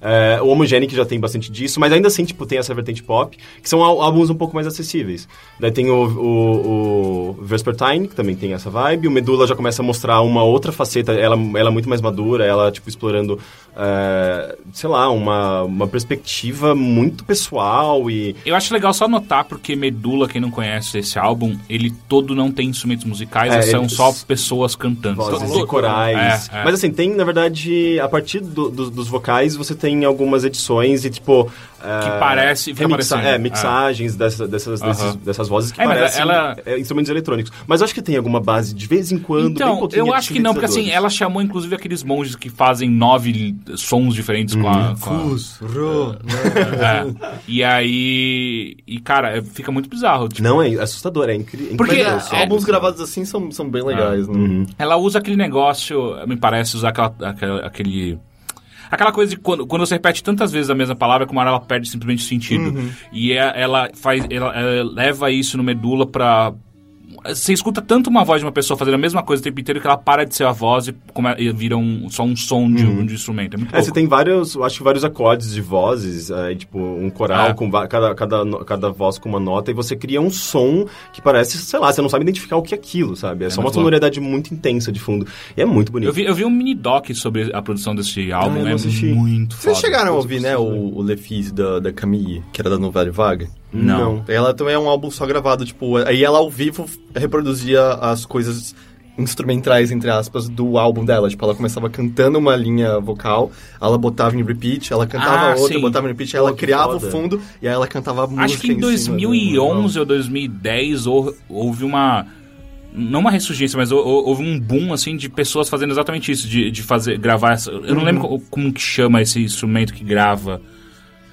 D: É, o Homogenic já tem bastante disso, mas ainda assim, tipo, tem essa vertente pop, que são al- álbuns um pouco mais acessíveis. Daí tem o, o, o Vespertine, que também tem essa vibe, o Medula já começa a mostrar uma outra faceta, ela, ela é muito mais madura, ela, tipo, explorando, é, sei lá, uma, uma perspectiva muito pessoal e...
A: Eu acho legal só notar, porque Medula, quem não conhece esse álbum, ele todo não tem instrumentos musicais,
D: É,
A: são
D: eles-
A: só pessoas cantando.
D: Vozes
A: Todo-
D: e corais.
A: né? É, é.
D: Mas assim, tem, na verdade, a partir do- do- dos vocais, você tem algumas edições e, tipo...
A: Que parece- fica
D: é, mixa-
A: parecendo.
D: é, mixagens dessas, dessas,
A: Aham.
D: desses- dessas vozes que
A: É, mas
D: parecem
A: ela-
D: é, instrumentos eletrônicos. Mas eu acho que tem alguma base, de vez em quando, bem
A: Então,
D: pouquinho
A: eu
D: de
A: acho que não, porque assim,
D: sintetizadores.
A: ela chamou inclusive aqueles monges que fazem nove li- sons diferentes com a. com a- É. E aí. E cara, é- fica muito bizarro. tipo,
D: Não, é assustador, é incrível.
A: Porque-
C: Mas,
A: é,
C: é, álbuns
A: é.
C: gravados assim são, são bem legais, né?
D: Uhum.
A: Ela usa aquele negócio, me parece, usar aquela, aquela- aquele. Aquela coisa de quando, quando você repete tantas vezes a mesma palavra que uma hora ela perde simplesmente o sentido. E é- ela faz. Ela, ela leva isso no medula pra. Você escuta tanto uma voz de uma pessoa fazendo a mesma coisa o tempo inteiro que ela para de ser a voz e, come- e vira um- só um som de um de instrumento. É muito
D: É,
A: louco.
D: você tem vários, eu acho, vários acordes de vozes, é, tipo, um coral
A: É.
D: com va- cada, cada, no- cada voz com uma nota, e você cria um som que parece, sei lá, você não sabe identificar o que é aquilo, sabe? É, só uma
A: muito louco.
D: sonoridade muito intensa de fundo. E é muito bonito.
A: Eu vi, eu vi um mini doc sobre a produção desse álbum,
D: eu não
A: é
D: assisti.
A: muito foda.
C: Vocês chegaram a ouvir, né, o, o Le Fils da, da Camille, que era da Nouvelle Vague?
A: Não.
C: Ela também é um álbum só gravado, tipo, aí ela ao vivo reproduzia as coisas instrumentais, entre aspas, do álbum dela. Tipo, ela começava cantando uma linha vocal, ela botava em repeat, ela cantava
A: Ah,
C: outra,
A: sim.
C: botava em repeat, aí ela
D: Pô, que
C: criava o
D: foda.
C: fundo e aí ela cantava a música.
A: Acho que em
C: cima, né?
A: 2011 ou 2010 hou- houve uma. Não uma ressurgência, mas hou- hou- houve um boom, assim, de pessoas fazendo exatamente isso, de, de fazer, gravar essa. Eu não lembro co- como que chama esse instrumento que grava.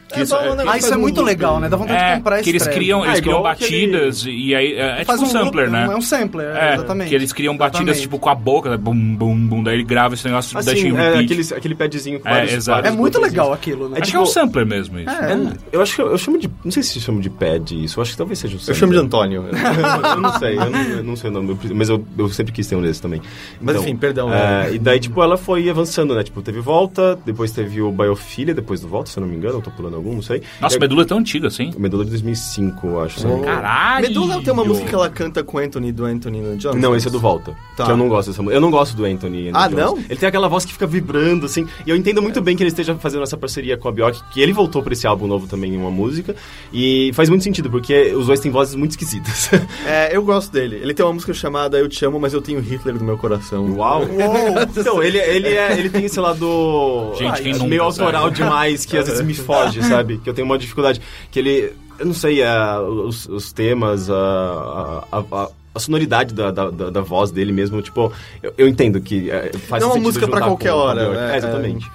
A: Que isso-
C: só um negócio
B: Ah, isso é muito legal, né? Dá vontade de
A: é,
B: comprar
A: que eles
B: estreia.
A: criam, eles
D: Ah,
A: criam
D: igual aquele-
A: batidas e aí. É, é tipo um sampler, né?
B: É um sampler,
A: É,
B: exatamente.
A: que eles criam batidas
B: Exatamente.
A: tipo com a boca, né? bum, bum, bum, daí ele grava esse negócio tipo, deixa em
D: Assim, é,
A: repeat.
D: aquele, aquele padzinho com
A: É,
D: vários,
A: exato.
B: É
D: vários
B: muito
D: botõezinhos.
B: legal aquilo, né?
A: Acho que
D: tipo-
A: é um sampler mesmo isso.
B: É.
D: Eu acho que eu, eu chamo de. Não sei se chamo de pad isso. Eu acho que talvez seja o
C: Eu chamo de Antônio.
D: eu não sei, eu não, eu não sei o nome, eu pre- mas eu, eu sempre quis ter um desses também.
C: Mas enfim, perdão,
D: é,
C: né?
D: E daí, tipo, ela foi avançando, né? Tipo, teve Volta, depois teve o Biofilia, depois do Volta, se eu não me engano, eu tô pulando algum, não sei.
A: Nossa,
D: é,
A: o Medula é tão antigo assim.
D: Medula de 2005, eu acho. se eu não me engano.
A: Caralho!
C: Medula tem uma música que ela canta com o Anthony, do Anthony Johnson.
D: Não, esse é do Volta.
C: Tá.
D: Que eu não gosto dessa música. Eu não gosto do Anthony.
C: Ah,
D: Johnson.
C: não? É.
D: Ele tem aquela voz que fica vibrando, assim. E eu entendo muito bem que ele esteja fazendo essa parceria com a Bjork, que ele voltou pra esse álbum novo também em uma música. E faz muito sentido, porque os dois têm vozes muito esquisitas.
C: É, eu gosto dele. Ele tem uma música chamada Eu Te Amo, Mas Eu Tenho Hitler no Meu Coração.
D: Uau! Então, ele, ele, é, ele tem esse lado ah,
A: Gente, quem
D: meio
A: nunca, sabe?
D: autoral demais que às vezes me foge, sabe? Que eu tenho uma dificuldade. Que ele. Eu não sei, a- os, os temas, a. a, a- a sonoridade da, da, da- da voz dele mesmo, tipo, eu, eu entendo que é, faz
C: Não é uma
D: sentido
C: música pra
D: juntar
C: qualquer
D: com- com a
C: hora,
D: Bjork.
C: né?
D: É, exatamente.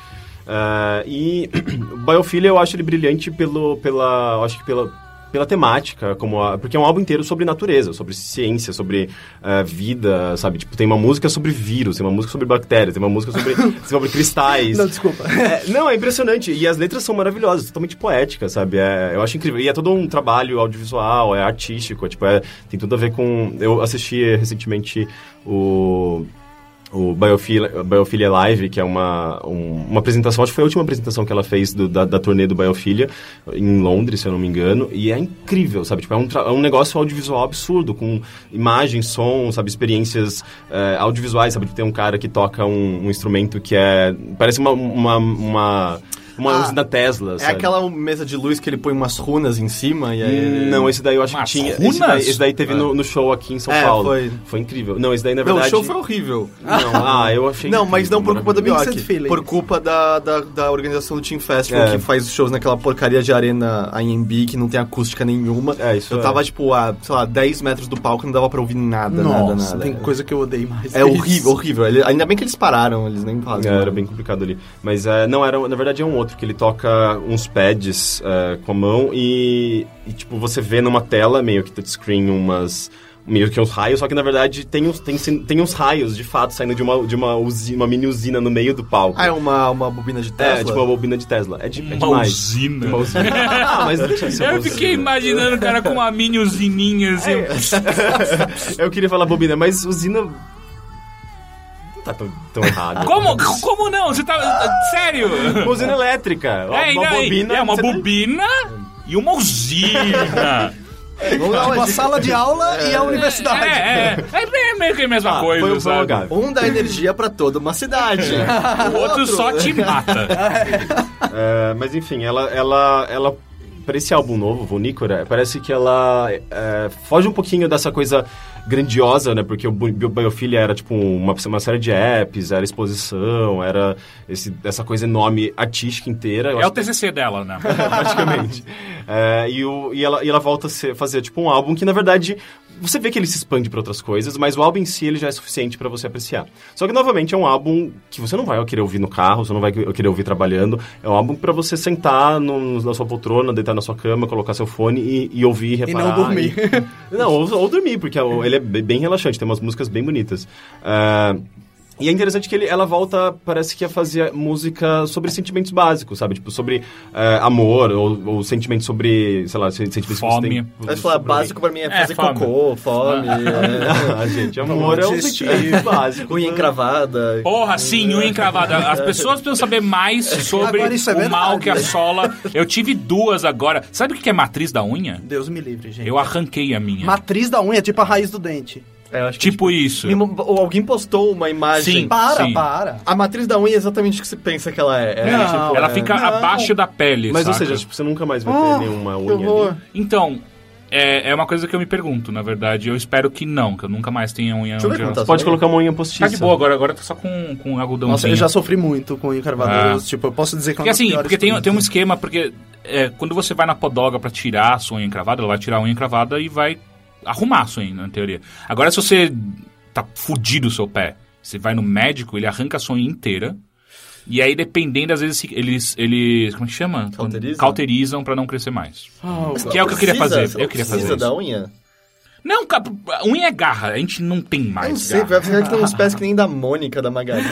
D: Ah, e o Biofilia eu acho ele brilhante pelo, pela, eu acho que pela, pela temática, como a- porque é um álbum inteiro sobre natureza, sobre ciência, sobre ah, vida, sabe? Tipo, tem uma música sobre vírus, tem uma música sobre bactérias, tem uma música sobre, sobre cristais.
B: Não, desculpa.
D: É, não, é impressionante. E as letras são maravilhosas, totalmente poéticas, sabe? É, eu acho incrível. E é todo um trabalho audiovisual, é artístico, é, tipo, é, tem tudo a ver com. Eu assisti recentemente o. o Biophilia, Biophilia Live, que é uma, um- uma apresentação, acho que foi a última apresentação que ela fez do- da, da turnê do Biophilia, em Londres, se eu não me engano, e é incrível, sabe? Tipo, é, um tra- é um negócio audiovisual absurdo, com imagem, som, sabe? Experiências eh, audiovisuais, sabe? Tem um cara que toca um, um instrumento que é... parece uma... uma, uma uma
C: Ah,
D: luz da Tesla,
C: É
D: sabe?
C: aquela mesa de luz que ele põe umas runas em cima e aí...
D: Não, esse daí eu acho
A: Mas
D: que tinha.
A: runas?
D: Esse daí, esse daí teve no, no show aqui em São
C: É,
D: Paulo.
C: foi.
D: incrível. Não, esse daí na
C: Ah. Não,
D: verdade.
C: o show foi um- horrível.
D: Não, ah, eu achei.
C: Não, mas
D: incrível,
C: não por culpa da
B: Vincent
C: Bjork,
B: Feelings.
C: por culpa da, da, da organização do Team Festival,
D: É.
C: que faz os shows naquela porcaria de arena IMB, que não tem acústica nenhuma.
D: É, isso
C: Eu
D: é.
C: tava, tipo, a, sei lá, 10 metros do palco, não dava pra ouvir nada, nada,
B: Nossa,
C: nada.
B: tem coisa que eu odeio mais.
C: É horrível, horrível. Ele- ainda bem que eles pararam, eles nem
D: É,
C: fazem.
D: era bem complicado ali. Mas é, não, era, na verdade é um outro, que ele toca uns pads é, com a mão e, e, tipo, você vê numa tela, meio que touchscreen, umas. Meio que uns raios, só que na verdade tem uns, tem, sin- tem uns raios, de fato, saindo de uma, de uma usina, uma mini usina no meio do palco.
C: Ah, é uma, uma bobina de Tesla?
D: É, tipo uma bobina de Tesla. É, de, é
A: Uma
D: demais.
A: usina.
D: Uma usina. ah, mas não tinha que ser uma
A: Eu fiquei
D: usina. É.
A: imaginando o cara com uma mini usininha assim.
D: Eu queria falar bobina, mas usina. Não tá tão, tão errado.
A: Como, como não? Você tá. Sério?
D: Uma usina elétrica.
A: É,
D: uma
A: não, é,
D: bobina.
A: é uma
D: você tá-
A: bobina e uma usina.
C: Vamos dar uma
B: Uma
C: dica.
B: sala de aula e a universidade.
A: É, é. É meio- meio que a mesma
D: Tá, tipo- Ah,
A: coisa,
D: foi o
A: sabe?
D: Gabi.
C: Um dá energia pra toda uma cidade.
A: O outro só te mata.
D: É, mas enfim, ela, ela, ela para esse álbum novo, Vunícora, parece que ela é, foge um pouquinho dessa coisa grandiosa, né? Porque o Bi- Bi- Biophilia era tipo uma, uma série de apps, era exposição, era esse, essa coisa enorme artística inteira. Eu
A: É
D: acho
A: o TCC dela, né?
D: praticamente. É, e, o- e ela, e ela volta a ser- fazer tipo um álbum que, na verdade, você vê que ele se expande pra outras coisas, mas o álbum em si ele já é suficiente pra você apreciar. Só que, novamente, é um álbum que você não vai querer ouvir no carro, você não vai querer ouvir trabalhando. É um álbum pra você sentar no- na sua poltrona, deitar na sua cama, colocar seu fone e, e ouvir,
B: E
D: reparar.
B: não dormir.
D: Não, ou, ou dormir, porque o- ele é be- bem relaxante, tem umas músicas bem bonitas. Ah, e é interessante que ele, ela volta, parece que a fazer música sobre sentimentos básicos, sabe? Tipo, sobre eh, amor, ou, ou sentimentos sobre, sei lá, se- sentimentos
A: Fome.
D: que
C: Vai falar, básico pra mim é
A: É,
C: fazer
A: fome.
C: cocô, fome,
D: você
C: é,
D: tem. Ah, gente, amor é um
B: Digestivo.
D: sentimento básico.
C: unha encravada.
A: Porra, sim, unha encravada. As pessoas precisam saber mais sobre
B: Agora isso é
A: o mal
B: verdade.
A: que assola. Eu tive duas agora. Sabe o que é matriz da unha?
B: Deus me livre, gente.
A: Eu arranquei a minha.
B: Matriz da unha é tipo a raiz do dente.
C: É, eu acho que
A: Tipo isso.
C: Me mo- ou alguém postou uma imagem.
A: Sim.
B: Para, para.
C: A matriz da unha é exatamente o que você pensa que ela é. É,
B: Não.
C: tipo,
A: Ela
C: é-
A: fica
B: Não.
A: abaixo da pele,
D: Mas, ou
A: saca?
D: seja, tipo, você nunca mais vai ter
B: Ah,
D: nenhuma
B: que
D: unha
B: horror.
D: ali.
A: Então, é, é uma coisa que eu me pergunto, na verdade. Eu espero que não, que eu nunca mais tenha unha
C: Deixa eu ver
A: onde
C: quanto
A: ela-
C: tá.
D: Pode colocar uma unha postiça.
A: Tá de boa agora, agora tá só com, com algodãozinho.
B: Nossa, eu já sofri muito com o
A: Ah.
B: encravador. Tipo, eu posso dizer que é uma
A: Porque
B: das
A: assim,
B: piores
A: porque tem,
B: coisas.
A: tem um esquema, porque é, quando você vai na podóloga pra tirar a sua unha encravada, ela vai tirar a unha encravada e vai arrumar a sua unha, na teoria. Agora, se você tá fudido o seu pé, você vai no médico, ele arranca a sua unha inteira. E aí, dependendo, às vezes, se- eles. eles como é que chama?
C: Cauterizam?
A: Cauterizam pra não crescer mais.
B: Ah,
A: Que é o que eu queria
C: Precisa?
A: fazer.
C: Você não
A: Eu queria fazer.
C: precisa
A: Isso.
C: da unha?
A: Não, cara, unha é garra. A gente não tem mais.
C: Eu não sei,
A: garra.
C: vai ficar que tem uns pés que nem da Mônica, da Magali.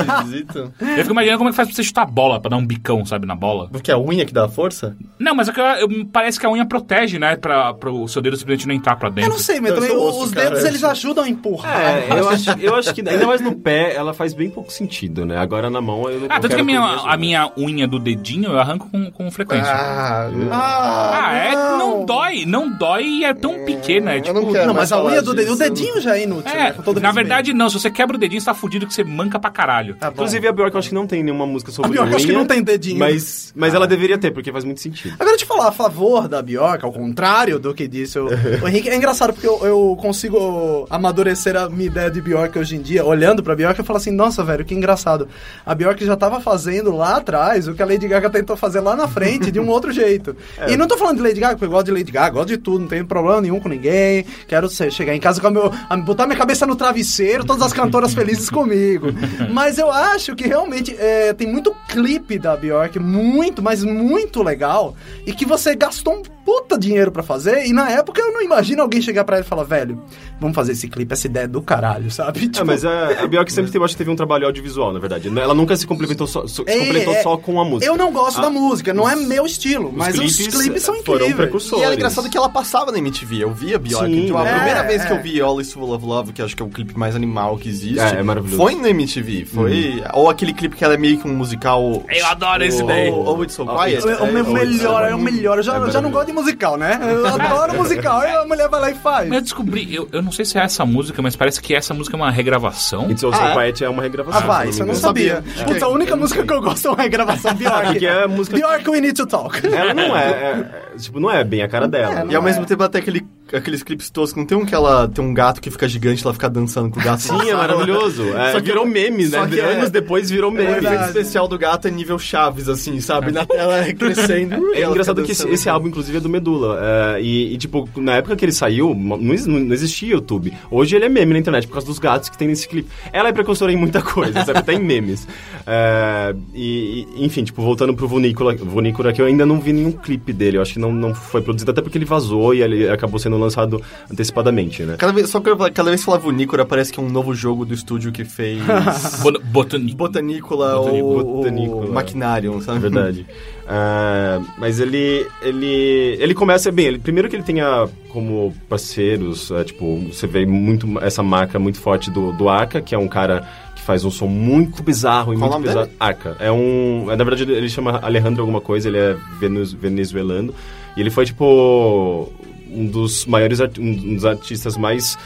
C: Esquisito.
A: Eu fico imaginando como é que faz pra você chutar a bola, pra dar um bicão, sabe, na bola.
C: Porque é a unha que dá a força?
A: Não, mas é que ela- eu- parece que a unha protege, né? Pra, pro seu dedo simplesmente não entrar pra dentro.
B: Eu não sei, mas
C: Não,
B: também
C: isso é
B: o-
C: osso,
B: os
C: cara,
B: dedos
C: é
B: eles
C: isso.
B: ajudam a empurrar.
D: É, eu acho, eu acho que ainda mais no pé ela faz bem pouco sentido, né? Agora na mão eu não
A: Ah,
D: eu
A: tanto
D: quero
A: que a minha,
D: comer as unhas.
A: a minha unha do dedinho eu arranco com, com frequência.
C: Ah,
A: Ah, é? Não dói, não dói e é tão pequena. É
C: eu
A: tipo.
C: não quero
B: Não, mas
C: mais
B: a
C: falar
B: unha do dedinho,
C: disso.
B: o dedinho já é inútil.
A: É,
B: né, com todo
A: na
B: respeito.
A: verdade não. Se você quebra o dedinho, você tá fudido que você manca pra caralho.
B: Tá bom.
D: Inclusive, a Bjork eu acho que não tem nenhuma música sobre
B: A Bjork eu acho que
D: unha,
B: não tem dedinho. Ah.
D: Mas, mas ela deveria ter, porque faz muito sentido.
B: Agora te falar a favor da Bjork, ao contrário do que disse o, o Henrique, é engraçado porque eu, eu consigo amadurecer a minha ideia de Bjork hoje em dia, olhando pra Bjork, eu falo assim, nossa, velho, que engraçado. A Bjork já tava fazendo lá atrás o que a Lady Gaga tentou fazer lá na frente, de um outro jeito. E não tô falando de Lady Gaga, porque eu gosto de Lady Gaga, gosto de tudo, não tenho problema nenhum com ninguém, quero ser- chegar em casa com a meu, a- botar minha cabeça no travesseiro, todas as cantoras felizes comigo. Mas eu acho que realmente é, tem muito clipe da Bjork, muito, mas muito legal, e que você gastou um puta dinheiro pra fazer, e na época eu não imagino alguém chegar pra ele e falar, velho, vamos fazer esse clipe, essa ideia é do caralho, sabe?
D: É, mas a, a Bjork
B: né?
D: sempre teve, acho que teve um trabalho audiovisual, na verdade. Ela nunca se complementou só, só- se
B: É,
D: completou
B: é,
D: só com a música.
B: Eu não gosto
D: Ah,
B: da música, não é meu estilo, mas os
D: clipes
B: clipes um são
D: foram
B: incríveis.
D: precursores.
C: E era engraçado que ela passava na MTV. Eu via a Bjork lá. Que,
D: Sim.
C: tipo, a
D: É,
C: primeira vez que
B: é.
C: eu vi All Is Full of Love, que acho que é o clipe mais animal que existe,
D: É, é maravilhoso. Uhum.
C: foi na MTV. Foi... Ou aquele clipe que ela é meio que um musical...
A: Eu adoro esse
C: ou-
A: daí.
C: Ou ou It's So
D: Ah,
C: Quiet.
D: isso
B: É o meu
C: ou It's So
B: melhor, é o
C: Quiet.
B: melhor. Eu já, eu já não gosto de musical, né? Eu adoro musical. Aí a mulher vai lá e faz.
A: Mas eu descobri, eu, eu não sei se é essa música, mas parece que essa música é uma regravação.
D: It's Also
C: Ah, é?
D: Quiet é uma regravação.
B: Ah, vai,
D: se
B: isso eu não
D: me engano.
B: sabia.
C: sabia. Acho
B: Putz,
C: que-
B: a única música que eu gosto é uma regravação Bjork.
D: Que é a música-
B: Bjork, we need to talk.
D: Ela não é, é- é- Tipo, não é bem a cara dela.
C: E ao mesmo tempo até aquele, aqueles clipes toscos. Não tem um que ela tem um gato que fica gigante, ela fica dançando com o gato.
D: Sim, é maravilhoso. É,
C: Só que-
D: virou meme, né?
C: só que é-
D: Anos depois virou
C: O
D: meme.
C: efeito
B: verdade.
C: especial do gato é nível Chaves, assim, sabe? Na tela crescendo. e
D: É
C: ela
D: engraçado
C: fica
D: que esse,
C: dançando. assim.
D: esse álbum, inclusive, é do Medula. É, e, e, tipo, na época que ele saiu, não, ex- não existia YouTube. Hoje ele é meme na internet por causa dos gatos que tem nesse clipe. Ela é precursora em muita coisa, sabe? Até em memes. É, e, e, enfim, tipo, voltando pro Vunícola, Vunícola, que eu ainda não vi nenhum clipe dele. Eu acho que não, não foi produzido, até porque ele vazou e ele acabou sendo lançado antecipadamente, né?
C: Cada vez, só que eu- cada vez que falava Unícora, parece que é um novo jogo do estúdio que fez
A: Bot- Botani-
C: Botanícola
D: Botani-
C: ou,
D: Botanícola.
C: ou Maquinarium, sabe?
D: É verdade. Ah, mas ele, ele, ele começa bem. Ele, primeiro que ele tenha como parceiros, é, tipo, você vê muito essa marca muito forte do, do Arca, que é um cara que faz um som muito bizarro e
C: Qual o
D: muito
C: nome
D: pesado. Arca. É um, é, na verdade ele chama Alejandro alguma coisa, ele é venez- venezuelano e ele foi tipo um dos maiores art- um dos artistas mais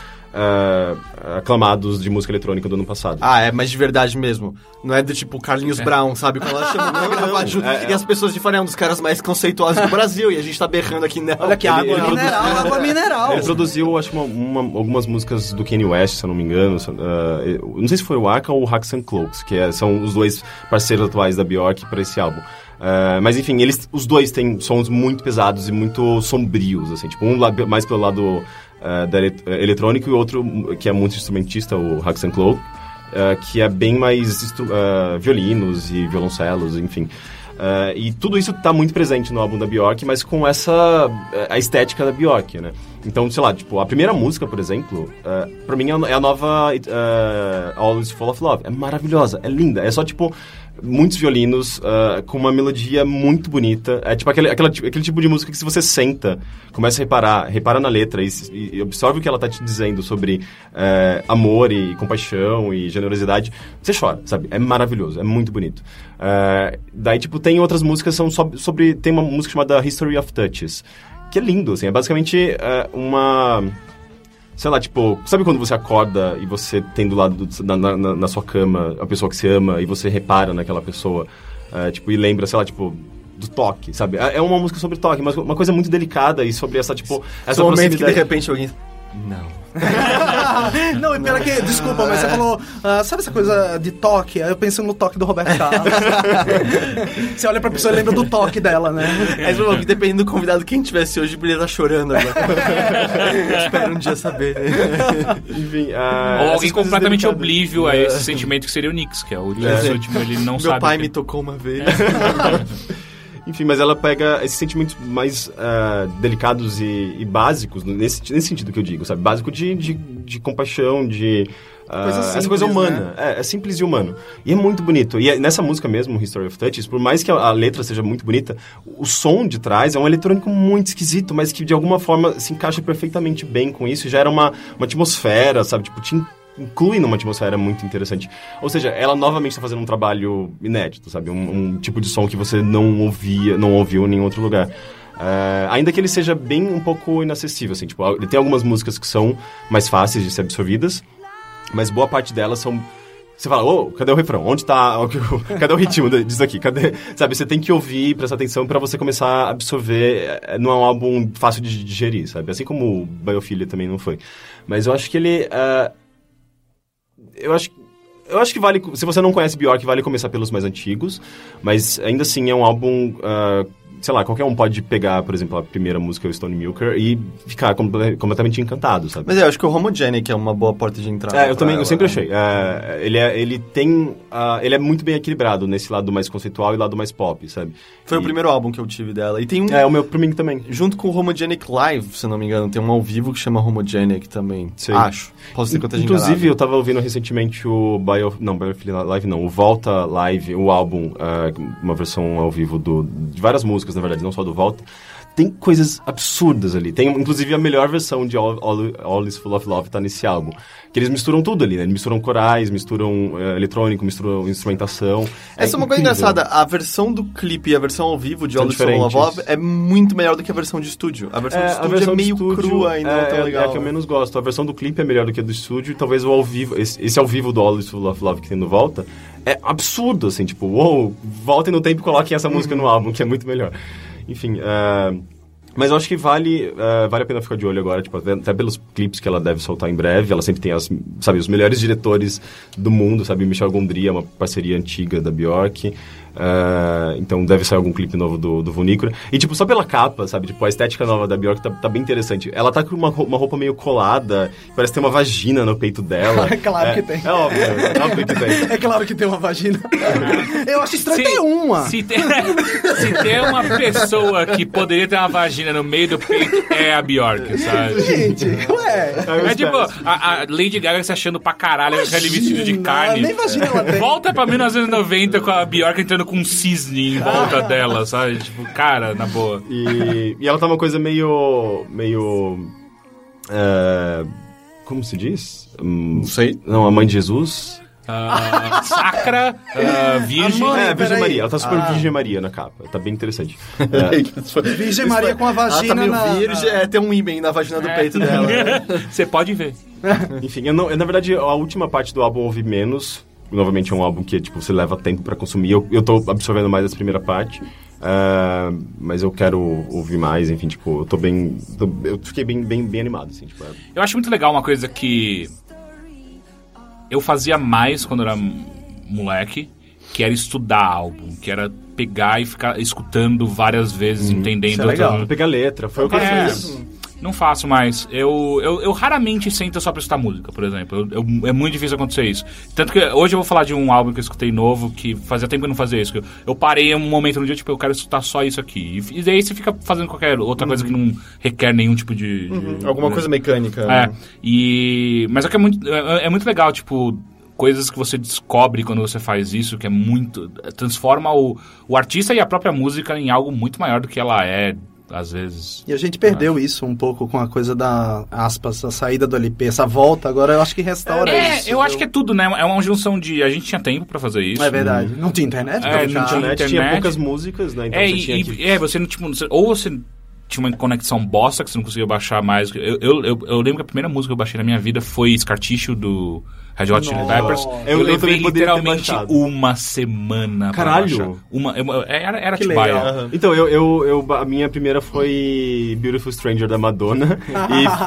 D: ah, aclamados de música eletrônica do ano passado.
C: Ah, é, mas de verdade mesmo. Não é do tipo Carlinhos Brown, sabe? Quando ela chama pra gravar junto.
D: É, é.
C: E as pessoas de fora é um dos caras mais conceituosos do Brasil. E a gente tá berrando aqui, não. Olha que
D: ele
C: água. não.
D: produz-
B: mineral, água mineral.
D: Ele produziu, acho, uma, uma- algumas músicas do Kanye West, se eu não me engano. se- ah, eu- não sei se foi o Aka ou o Hacks and Cloaks, que é- são os dois parceiros atuais da Bjork para esse álbum. Ah, mas enfim, eles, os dois têm sons muito pesados e muito sombrios, assim. Tipo, um lá- mais pelo lado ah, da elet- eh, eletrônico e o outro hum, que é muito instrumentista, o Hacks and Cloak, ah, que é bem mais instru- ah, violinos e violoncelos, enfim. Ah, e tudo isso tá muito presente no álbum da Bjork, mas com essa eh, a estética da Bjork, né? Então, sei lá, tipo, a primeira música, por exemplo, eh, pra mim é a- é a nova eh, All Is Full of Love. É maravilhosa, é linda. É só, tipo, muitos violinos eh, com uma melodia muito bonita. É tipo aquele, aquela, aquele tipo de música que se você senta, começa a reparar, repara na letra e, se- e absorve o que ela tá te dizendo sobre eh, amor e compaixão e generosidade, você chora, sabe? É maravilhoso, é muito bonito. Eh, daí, tipo, tem outras músicas que são sob- sobre... Tem uma música chamada History of Touches, que é lindo, assim. É basicamente eh, uma... Sei lá, tipo, sabe quando você acorda e você tem do lado, do- na, na- na- na sua cama, a pessoa que você ama e você repara naquela pessoa, eh, tipo, e lembra, sei lá, tipo, do toque, sabe? É é uma música sobre toque, mas uma coisa muito delicada e sobre essa, tipo,
C: Esse
D: essa
C: momento que de
D: proximidade.
C: repente alguém. Não.
B: Não, e pela que. Desculpa, mas você falou. ah, sabe essa coisa de toque? Aí eu penso no toque do Roberto Carlos. você olha pra pessoa e lembra do toque dela, né?
D: É.
C: Mas, meu, dependendo do convidado, quem tivesse hoje poderia estar chorando agora. Espero um dia saber.
D: Enfim,
A: Ou
D: ah, essas
A: alguém
D: coisas
A: completamente
D: delicadas. É.
A: oblívio a esse sentimento que seria o Nix, que é o
C: É.
A: último, ele não
C: Meu
A: sabe.
C: pai
A: que-
D: é.
C: me tocou uma vez.
D: Enfim, mas ela pega esses sentimentos mais ah, delicados e, e básicos, nesse, nesse sentido que eu digo, sabe? Básico de, de, de compaixão, de. ah,
C: Coisa simples, né?
D: essa coisa humana. É, é simples e humano. E é muito bonito. E é- nessa música mesmo, History of Touches, por mais que a, a letra seja muito bonita, o som de trás é um eletrônico muito esquisito, mas que de alguma forma se encaixa perfeitamente bem com isso e gera uma, uma atmosfera, sabe? Tipo, te in- inclui numa atmosfera muito interessante. Ou seja, ela novamente está fazendo um trabalho inédito, sabe? Um, um tipo de som que você não ouvia, não ouviu em nenhum outro lugar. Ah, ainda que ele seja bem um pouco inacessível, assim, tipo, ele tem algumas músicas que são mais fáceis de ser absorvidas, mas boa parte delas são. Você fala, ô, cadê o refrão? Onde tá. o que- o- Cadê o ritmo de- disso aqui? Cadê? Sabe, você tem que ouvir, prestar atenção pra você começar a absorver. É, Não é um álbum fácil de digerir, sabe? Assim como o Biofilia também não foi. Mas eu acho que ele. ah, eu acho eu acho que vale. Se você não conhece Bjork, vale começar pelos mais antigos. Mas ainda assim é um álbum. ah, sei lá, qualquer um pode pegar, por exemplo, a primeira música, o Stone Milker, e ficar comple- completamente encantado, sabe?
C: Mas eu acho que o Homogenic é uma boa porta de entrada.
D: É, eu
C: pra
D: também, eu
C: ela,
D: sempre
C: né?
D: achei. É, ele, é, ele tem. ah, ele é muito bem equilibrado nesse lado mais conceitual e lado mais pop, sabe?
C: Foi
D: E-
C: o primeiro álbum que eu tive dela. E tem um.
D: É, o meu pra mim também.
C: Junto com o Homogenic Live, se eu não me engano, tem um ao vivo que chama Homogenic também.
D: Sim.
C: Acho. Posso ter que eu esteja
D: Inclusive,
C: enganado.
D: eu tava ouvindo recentemente o Bio... Não, Biophile Live não, o Volta é, Live, o álbum, ah, uma versão ao vivo do, de várias músicas, na verdade, não só do Volta. tem coisas absurdas ali. Tem, inclusive, a melhor versão de All, All, All Is Full of Love tá nesse álbum. Que eles misturam tudo ali, né? Eles misturam corais, misturam eh, eletrônico, misturam instrumentação.
C: Essa é uma coisa
D: incrível.
C: engraçada. A versão do clipe e a versão ao vivo de
D: São
C: All This Soul Love
D: diferentes.
C: Love é muito melhor do que a versão de estúdio. A versão de
D: a
C: estúdio
D: versão
C: é
D: do
C: meio
D: estúdio
C: crua e não
D: é,
C: tão
D: é-
C: legal.
D: É a que eu menos gosto. A versão do clipe é melhor do que a do estúdio. e Talvez o ao vivo, esse, esse ao vivo do All Is Full of Love que tem no Volta, é absurdo, assim, tipo, uou, voltem no tempo e coloquem essa música no álbum, que é muito melhor. Enfim, é, mas eu acho que vale, é, vale a pena ficar de olho agora, tipo, até, até pelos clipes que ela deve soltar em breve. Ela sempre tem, as, sabe, os melhores diretores do mundo, sabe? Michel Gondry é uma parceria antiga da Bjork. É, então deve sair algum clipe novo do, do Vunícola. E, tipo, só pela capa, sabe? Tipo, a estética nova da Bjork tá, tá bem interessante. Ela tá com uma, ro- uma roupa meio colada, parece ter uma vagina no peito dela.
B: É claro
D: É,
B: que tem.
D: É óbvio, é óbvio que tem.
B: É claro que tem uma vagina. Eu acho estranho ter uma.
A: Se tem, se tem uma pessoa que poderia ter uma vagina no meio do peito, é a Bjork, sabe?
B: Gente, ué.
D: Eu
A: É tipo,
D: espero.
A: a, a Lady Gaga se achando pra caralho com aquele vestido de carne.
B: Nem vagina ela tem.
A: Volta pra 1990 com a Bjork entrando com um cisne em volta dela, sabe? Tipo, cara, na boa.
D: E, e ela tá uma coisa meio. meio. é, como se diz? Hum,
C: Não sei.
D: não, a mãe de Jesus.
A: Ah, sacra, ah, virgem.
B: A mãe-
D: é, Virgem
B: peraí.
D: Maria. Ela tá super
B: Ah.
D: Virgem Maria na capa. Tá bem interessante. É,
B: Virgem Maria com a
C: Ela
B: vagina
C: tá meio
B: na-
C: virgem, é, tem um ímã na vagina do peito dela.
A: Você pode ver.
D: enfim, eu não, eu, na verdade, a última parte do álbum eu ouvi menos. Novamente é um álbum que tipo, você leva tempo pra consumir. Eu, eu tô absorvendo mais essa primeira parte. é, mas eu quero ouvir mais, enfim, tipo, eu tô bem. tô- eu fiquei bem, bem, bem animado, assim, tipo, é-
A: Eu acho muito legal uma coisa que eu fazia mais quando era moleque, que era estudar álbum, que era pegar e ficar escutando várias vezes, entendendo.
B: isso é legal.
A: outras-
D: pegar letra, foi o que eu
A: Tá É,
D: fiz.
A: não faço mais. Eu, eu, eu raramente sento só pra escutar música, por exemplo. Eu- eu- é muito difícil acontecer isso. Tanto que hoje eu vou falar de um álbum que eu escutei novo, que fazia tempo que eu não fazia isso. que eu, eu parei um momento no dia, tipo, eu quero escutar só isso aqui. E, e daí você fica fazendo qualquer
B: Uhum.
A: outra coisa que não requer nenhum tipo de. de-
C: Alguma coisa mecânica.
D: né?
A: É. E. Mas é que é muito, é, é muito legal, tipo. Coisas que você descobre quando você faz isso, que é muito. Transforma o, o artista e a própria música em algo muito maior do que ela é, às vezes.
B: E a gente perdeu isso um pouco com a coisa da, aspas, a saída do LP, essa volta, agora eu acho que restaura
A: É,
B: isso.
A: eu acho que é tudo, né? É uma junção de. A gente tinha tempo pra fazer isso.
B: É verdade. Não tinha internet?
A: É,
B: pra
A: não
B: puxar.
A: tinha
D: internet, tinha
A: Internet.
D: poucas músicas, né? Então
A: É,
D: você
A: e,
D: tinha
A: e-
D: que...
A: é, você não, tipo, você- ou você tinha uma conexão bosta que você não conseguia baixar mais. Eu, eu, eu, eu lembro que a primeira música que eu baixei na minha vida foi Scarticho do Red Hot Chili Peppers.
D: Eu- eu
A: levei
D: também poderia ter
A: literalmente
D: baixado.
A: uma semana
D: Caralho.
A: pra baixar. Uma, eu- eu- era era tipo
B: Que
A: Atibaia.
B: legal.
C: Aham.
D: Então, eu, eu, eu- a minha primeira foi Beautiful Stranger da Madonna.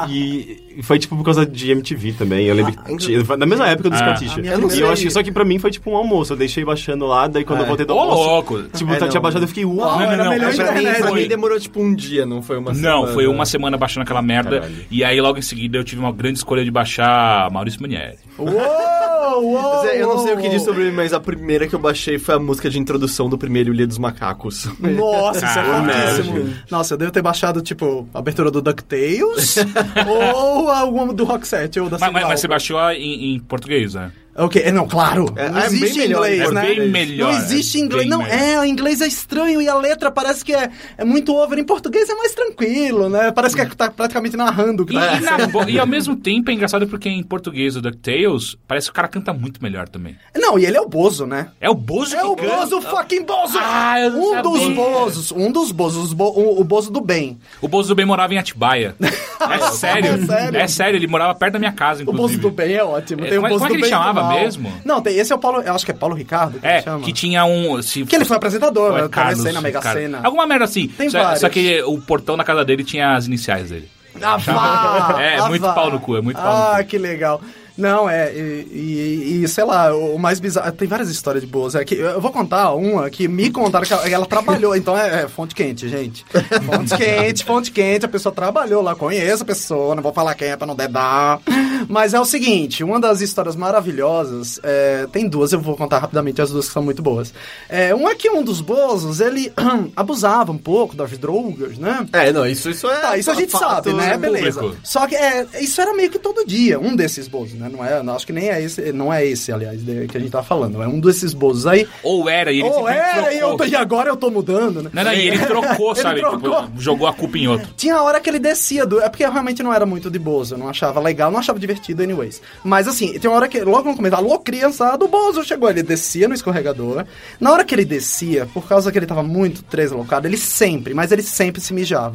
D: e, e foi tipo por causa de MTV também. Eu lembro que tinha- na mesma época do
A: Ah,
D: Scottish.
B: a minha
D: E
B: primeira-
D: eu achei, só que pra mim foi tipo um almoço. Eu deixei baixando lá, daí quando eu voltei do
A: Ô,
D: almoço.
A: louco!
D: Tipo,
C: É,
D: tá- tinha
C: não.
D: baixado, eu fiquei, uau,
A: Não, não,
D: era
A: não,
B: melhor
A: é pra
C: Pra mim,
A: mim
C: pra
A: foi-
C: mim demorou tipo um dia, não foi uma semana.
A: Não, foi
B: um
A: uma semana baixando aquela merda.
D: Caralho.
A: E aí, logo em seguida, eu tive uma grande escolha de baixar Maurício Manieri.
B: Uou, uou,
C: Mas é, eu não sei o que
B: uou.
C: diz sobre mim, mas a primeira que eu baixei foi a música de introdução do primeiro Ilha dos Macacos.
B: Nossa, isso é
A: Caralho.
B: fortíssimo. Nossa, eu devo ter baixado, tipo, a abertura do DuckTales ou alguma do Rock Set ou da
A: Mas, mas,
B: Cinderela.
A: mas você baixou em, em português, né?
B: Ok, é, não, claro.
C: É,
B: não
C: é bem
B: existe
C: melhor,
B: inglês,
A: É
B: né?
A: bem melhor.
B: Não existe
A: é
B: inglês.
A: bem
B: Não,
A: melhor.
B: é, o inglês é estranho e a letra parece que é, é muito over. Em português é mais tranquilo, né? Parece que é- tá praticamente narrando o que
A: E,
B: tá
A: e na bo- e ao mesmo tempo é engraçado porque em português o DuckTales parece que o cara canta muito melhor também.
B: Não, e ele é o Bozo, né?
A: É o Bozo
B: É
A: que
B: o
A: canta.
B: Bozo fucking Bozo!
A: Ah, eu não
B: um dos
A: sabia.
B: Bozos, um dos Bozos, bo- o, o Bozo do bem.
A: O Bozo do Bem morava em Atibaia. É sério.
B: É sério.
A: É sério, ele morava perto da minha casa,
B: O Bozo
A: inclusive.
B: do bem é ótimo.
A: É,
B: Tem o
A: como é- como
B: Bozo
A: é
B: do
A: que ele
B: bem e do
A: chamava
B: mal.
A: mesmo?
B: Não, tem, esse é o Paulo, eu acho que é Paulo Ricardo que
A: É,
B: ele chama.
A: que tinha um... Se,
B: Que ele foi apresentador,
A: Foi
B: né?
A: Carlos,
B: Comecei na Mega
A: Carlos.
B: Sena.
A: Alguma merda assim.
B: Tem
A: só, só
B: vários.
A: que o portão na casa dele tinha as iniciais dele.
B: Ah, vá,
A: É,
B: ah,
A: muito
B: vá.
A: pau no cu, é muito pau no
B: Ah,
A: cu.
B: que legal. Não, é, e, e- e, sei lá, o o mais bizarro. Tem várias histórias de boas. É que, eu vou contar uma que me contaram que ela, ela trabalhou, então é, é fonte quente, gente. Fonte quente, fonte quente, a pessoa trabalhou lá, conheço a pessoa, não vou falar quem é pra não dedar. Mas é o seguinte, uma das histórias maravilhosas, é, tem duas, eu vou contar rapidamente as duas que são muito boas. É, um é que um dos bozos, ele abusava um pouco das drogas, né?
C: É, não, isso, isso é.
A: Ah,
B: Tá, isso a gente
C: fato,
B: sabe, né? Beleza.
A: público.
B: Só que é, isso era meio que todo dia, um desses bozos, né? Não é, não, acho que nem é esse, não é esse, aliás, de- que a gente tá falando. É um desses bozos aí.
A: Ou era, e ele
B: Ou
A: simplesmente
B: era, e, eu tô-
A: trocou.
B: e agora eu tô mudando, né?
A: Não, não, e ele trocou,
B: Ele
A: sabe?
B: trocou.
A: Tipo, jogou a culpa em outro.
B: Tinha a hora que ele descia do. É porque eu realmente não era muito de Bozo, eu não achava legal, não achava divertido, anyways. Mas assim, tem uma hora que. Logo no começo, alô, criançada, o Bozo chegou. Ele descia no escorregador. Na hora que ele descia, por causa que ele tava muito deslocado, ele sempre, mas ele sempre se mijava.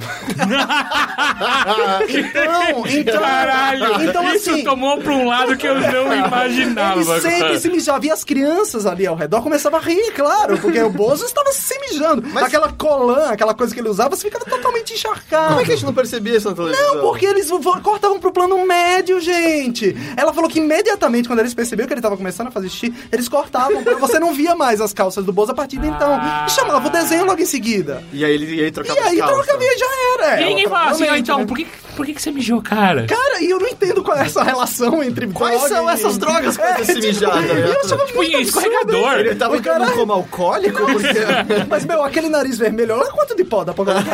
B: então, então.
A: Caralho!
B: então
A: isso
B: assim.
A: tomou pra um lado que eu não imaginava.
B: Ele sempre se mijava. E as crianças ali ao redor começavam a rir, claro, porque o Bozo estava se mijando. Aquela colã, aquela coisa que ele usava, você ficava totalmente encharcado.
C: Como é que a gente não percebia isso na televisão?
B: Não, porque eles vo- cortavam pro plano médio, gente. Ela falou que imediatamente, quando eles perceberam que ele tava começando a fazer xixi, eles cortavam. pra- Você não via mais as calças do Bozo a partir de então. E chamava o desenho logo em seguida.
C: E aí ele e aí
B: E
C: trocava de
B: aí,
C: calça.
B: troca via, já era.
A: E
B: Ela
A: ninguém fala assim, ah,
B: provavelmente,
A: então,
B: né?
A: por que, por que, que você mijou, cara?
B: Cara, e eu não entendo qual é essa relação entre
C: Quais
B: droga
C: são
B: e-
C: essas drogas pra ter se mijado? né?
B: E eu achava
A: Tipo, e escorregador.
C: É, tipo, Ele tava
B: O cara-
C: entrando como alcoólico? Porque...
B: Mas, meu, aquele nariz vermelho, olha quanto de pó dá pra colocar.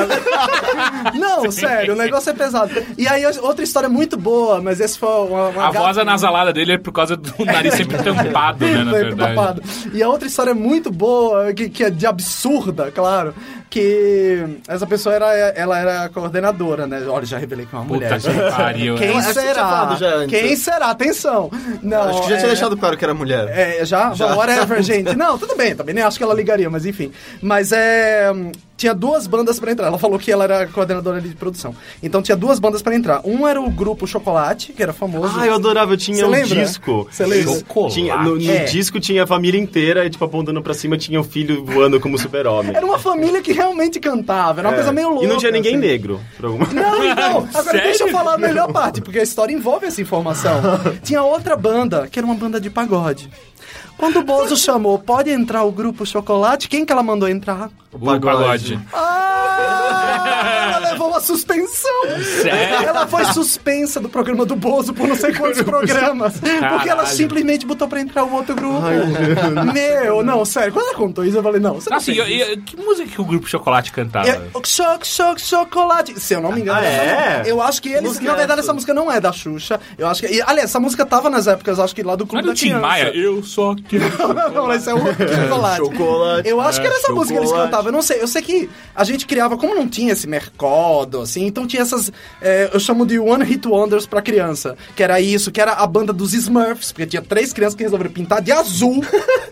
B: Não, sério, o negócio é pesado. E aí, outra história muito boa, mas esse foi uma, uma
A: A
B: gata-
A: voz anasalada dele é por causa do nariz sempre tampado, né, na
B: Foi
A: verdade.
B: tapado. E a outra história muito boa, que, que é de absurda, claro, que essa pessoa era, ela era coordenadora, né? Olha, já revelei que é uma
A: Puta
B: mulher.
A: que pariu. né?
B: Quem é
C: Acho que você tinha
B: será?
C: falado já antes.
B: Quem será? Atenção. Não,
C: Acho que já tinha
B: é-
C: deixado claro que era mulher.
B: é, já?
C: Já.
B: Whatever, gente. Não, tudo bem, também nem acho que ela ligaria, mas enfim. Mas é. hum, Tinha duas bandas pra entrar. Ela falou que ela era coordenadora ali de produção. Então tinha duas bandas pra entrar. Um era o grupo Chocolate, que era famoso.
D: Ah, eu adorava, eu tinha
B: Cê
D: um
B: lembra?
D: disco.
B: Cê lembra?
A: Chocolate.
D: Tinha, no no
B: É.
D: disco tinha a família inteira, e, tipo, apontando pra cima, tinha o filho voando como super-homem.
B: Era uma família que realmente cantava, era uma
D: É.
B: coisa meio louca.
D: E não tinha ninguém
B: assim.
D: negro. Por alguma...
B: Não, então, agora
A: Sério?
B: deixa eu falar a melhor parte, porque a história envolve essa informação. Tinha outra banda, que era uma banda de pagode. Quando o Bozo chamou, pode entrar o grupo Chocolate, quem que ela mandou entrar?
A: O pagode.
B: Ah, ela levou uma suspensão.
A: Sério?
B: Ela foi suspensa do programa do Bozo por não sei quantos programas. Porque ela
A: Caralho.
B: simplesmente botou pra entrar um outro grupo. Meu, não, sério. Quando ela contou isso, eu falei, não, você não
A: Assim,
B: fez
A: eu- eu- que música que o grupo Chocolate
C: Ah,
A: cantava?
B: eu, choc, choc, chocolate. Se eu não me engano,
D: Ah,
B: essa-
D: é?
B: eu acho que eles.
C: Música
B: na verdade,
C: essa.
B: essa música não é da Xuxa. Eu acho que. e, aliás, essa música tava nas épocas, acho que lá do
A: Não
B: Clube
A: era do
B: da
A: Tim
B: Criança.
A: Maia? Eu só que...
B: um Não, não, esse é o outro chocolate.
C: Chocolate.
B: Eu acho que era essa
C: É,
B: música que eles
C: chocolate.
B: cantavam. Eu não sei. Eu sei que a gente criava, como não tinha esse mercado, assim, então tinha essas. é, eu chamo de One Hit Wonders pra criança. Que era isso, que era a banda dos Smurfs, porque tinha três crianças que resolveram pintar de azul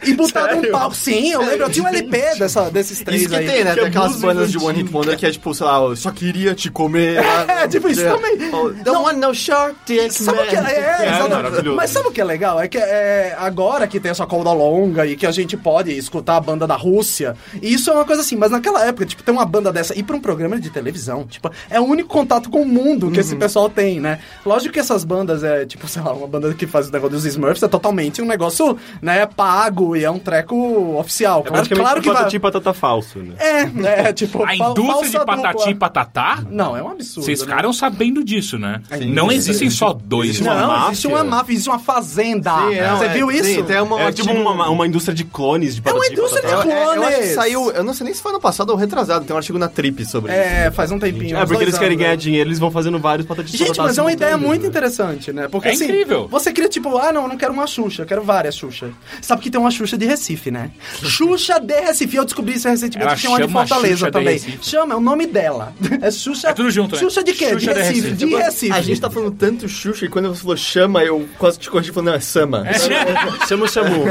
B: e botar num
D: Sério?
B: palco. Sim, eu lembro. Eu tinha um LP dessa, desses três
C: Isso que
B: aí.
C: tem, né?
D: Que
C: Tem aquelas
D: abuso
C: bandas de One
D: infantil,
C: Hit Wonder que é tipo, sei lá, eu só queria te comer. Ah,
B: tipo isso
C: é.
B: também.
C: Oh, Don't
B: Não.
C: want no short dick,
B: Sabe o que é,
C: man.
B: é, exatamente.
D: maravilhoso.
B: Mas sabe o que é legal? É que é, agora que tem essa cauda longa e que a gente pode escutar a banda da Rússia, e isso é uma coisa assim, mas naquela época, tipo, ter uma banda dessa ir pra um programa de televisão, tipo, é o único contato com o mundo que esse pessoal tem, né? Lógico que essas bandas, é, tipo, sei lá, uma banda que faz o negócio dos Smurfs é totalmente um negócio, né, pago e é um treco oficial.
D: É
B: claro,
D: praticamente
B: claro que vai...
D: patati patata falso, né?
B: É, é, tipo,
A: um A
B: fal-
A: indústria
B: falsa
A: de patati e
B: dupla.
A: patatá?
B: Não, é um absurdo.
A: Vocês
B: né?
A: ficaram sabendo disso, né?
C: Sim.
A: não
C: Sim.
A: existem só dois.
D: Existe
A: né?
D: uma
B: não, é
D: máfia.
B: existe uma máfia, existe uma fazenda.
C: Sim, é,
B: Você
C: é,
B: viu isso?
C: Sim, tem uma,
D: É tipo uma, tipo uma indústria de clones de patati
B: indústria
D: patata.
C: Eu, é, eu acho que
B: Clones.
C: saiu, eu não sei nem se foi ano passado ou retrasado, tem um artigo na Trip sobre isso.
B: É, faz um tempinho.
D: É,
B: uns
D: porque
B: dois
D: eles querem
B: anos, né?
D: ganhar assim dinheiro, eles vão fazendo vários patatas
B: Gente, mas é uma ideia muito interessante, né? Porque
A: É
B: assim,
A: incrível.
B: você cria tipo, ah, não, eu não quero uma Xuxa, eu quero várias Xuxa. Sabe que tem uma Xuxa de Recife, né? Xuxa de Recife. Eu descobri isso recentemente,
A: Ela
B: que tem uma de
A: chama
B: Fortaleza
A: Xuxa de
B: também.
A: Recife.
B: chama, é o nome dela. É Xuxa.
A: É tudo junto, né?
B: Xuxa de quê?
A: Xuxa
B: de
A: de
B: Recife.
A: Recife.
B: De Recife.
C: A gente tá falando tanto Xuxa e quando você falou chama, eu quase te corrigi falando, não, é Sama.
D: Chama o Chamu.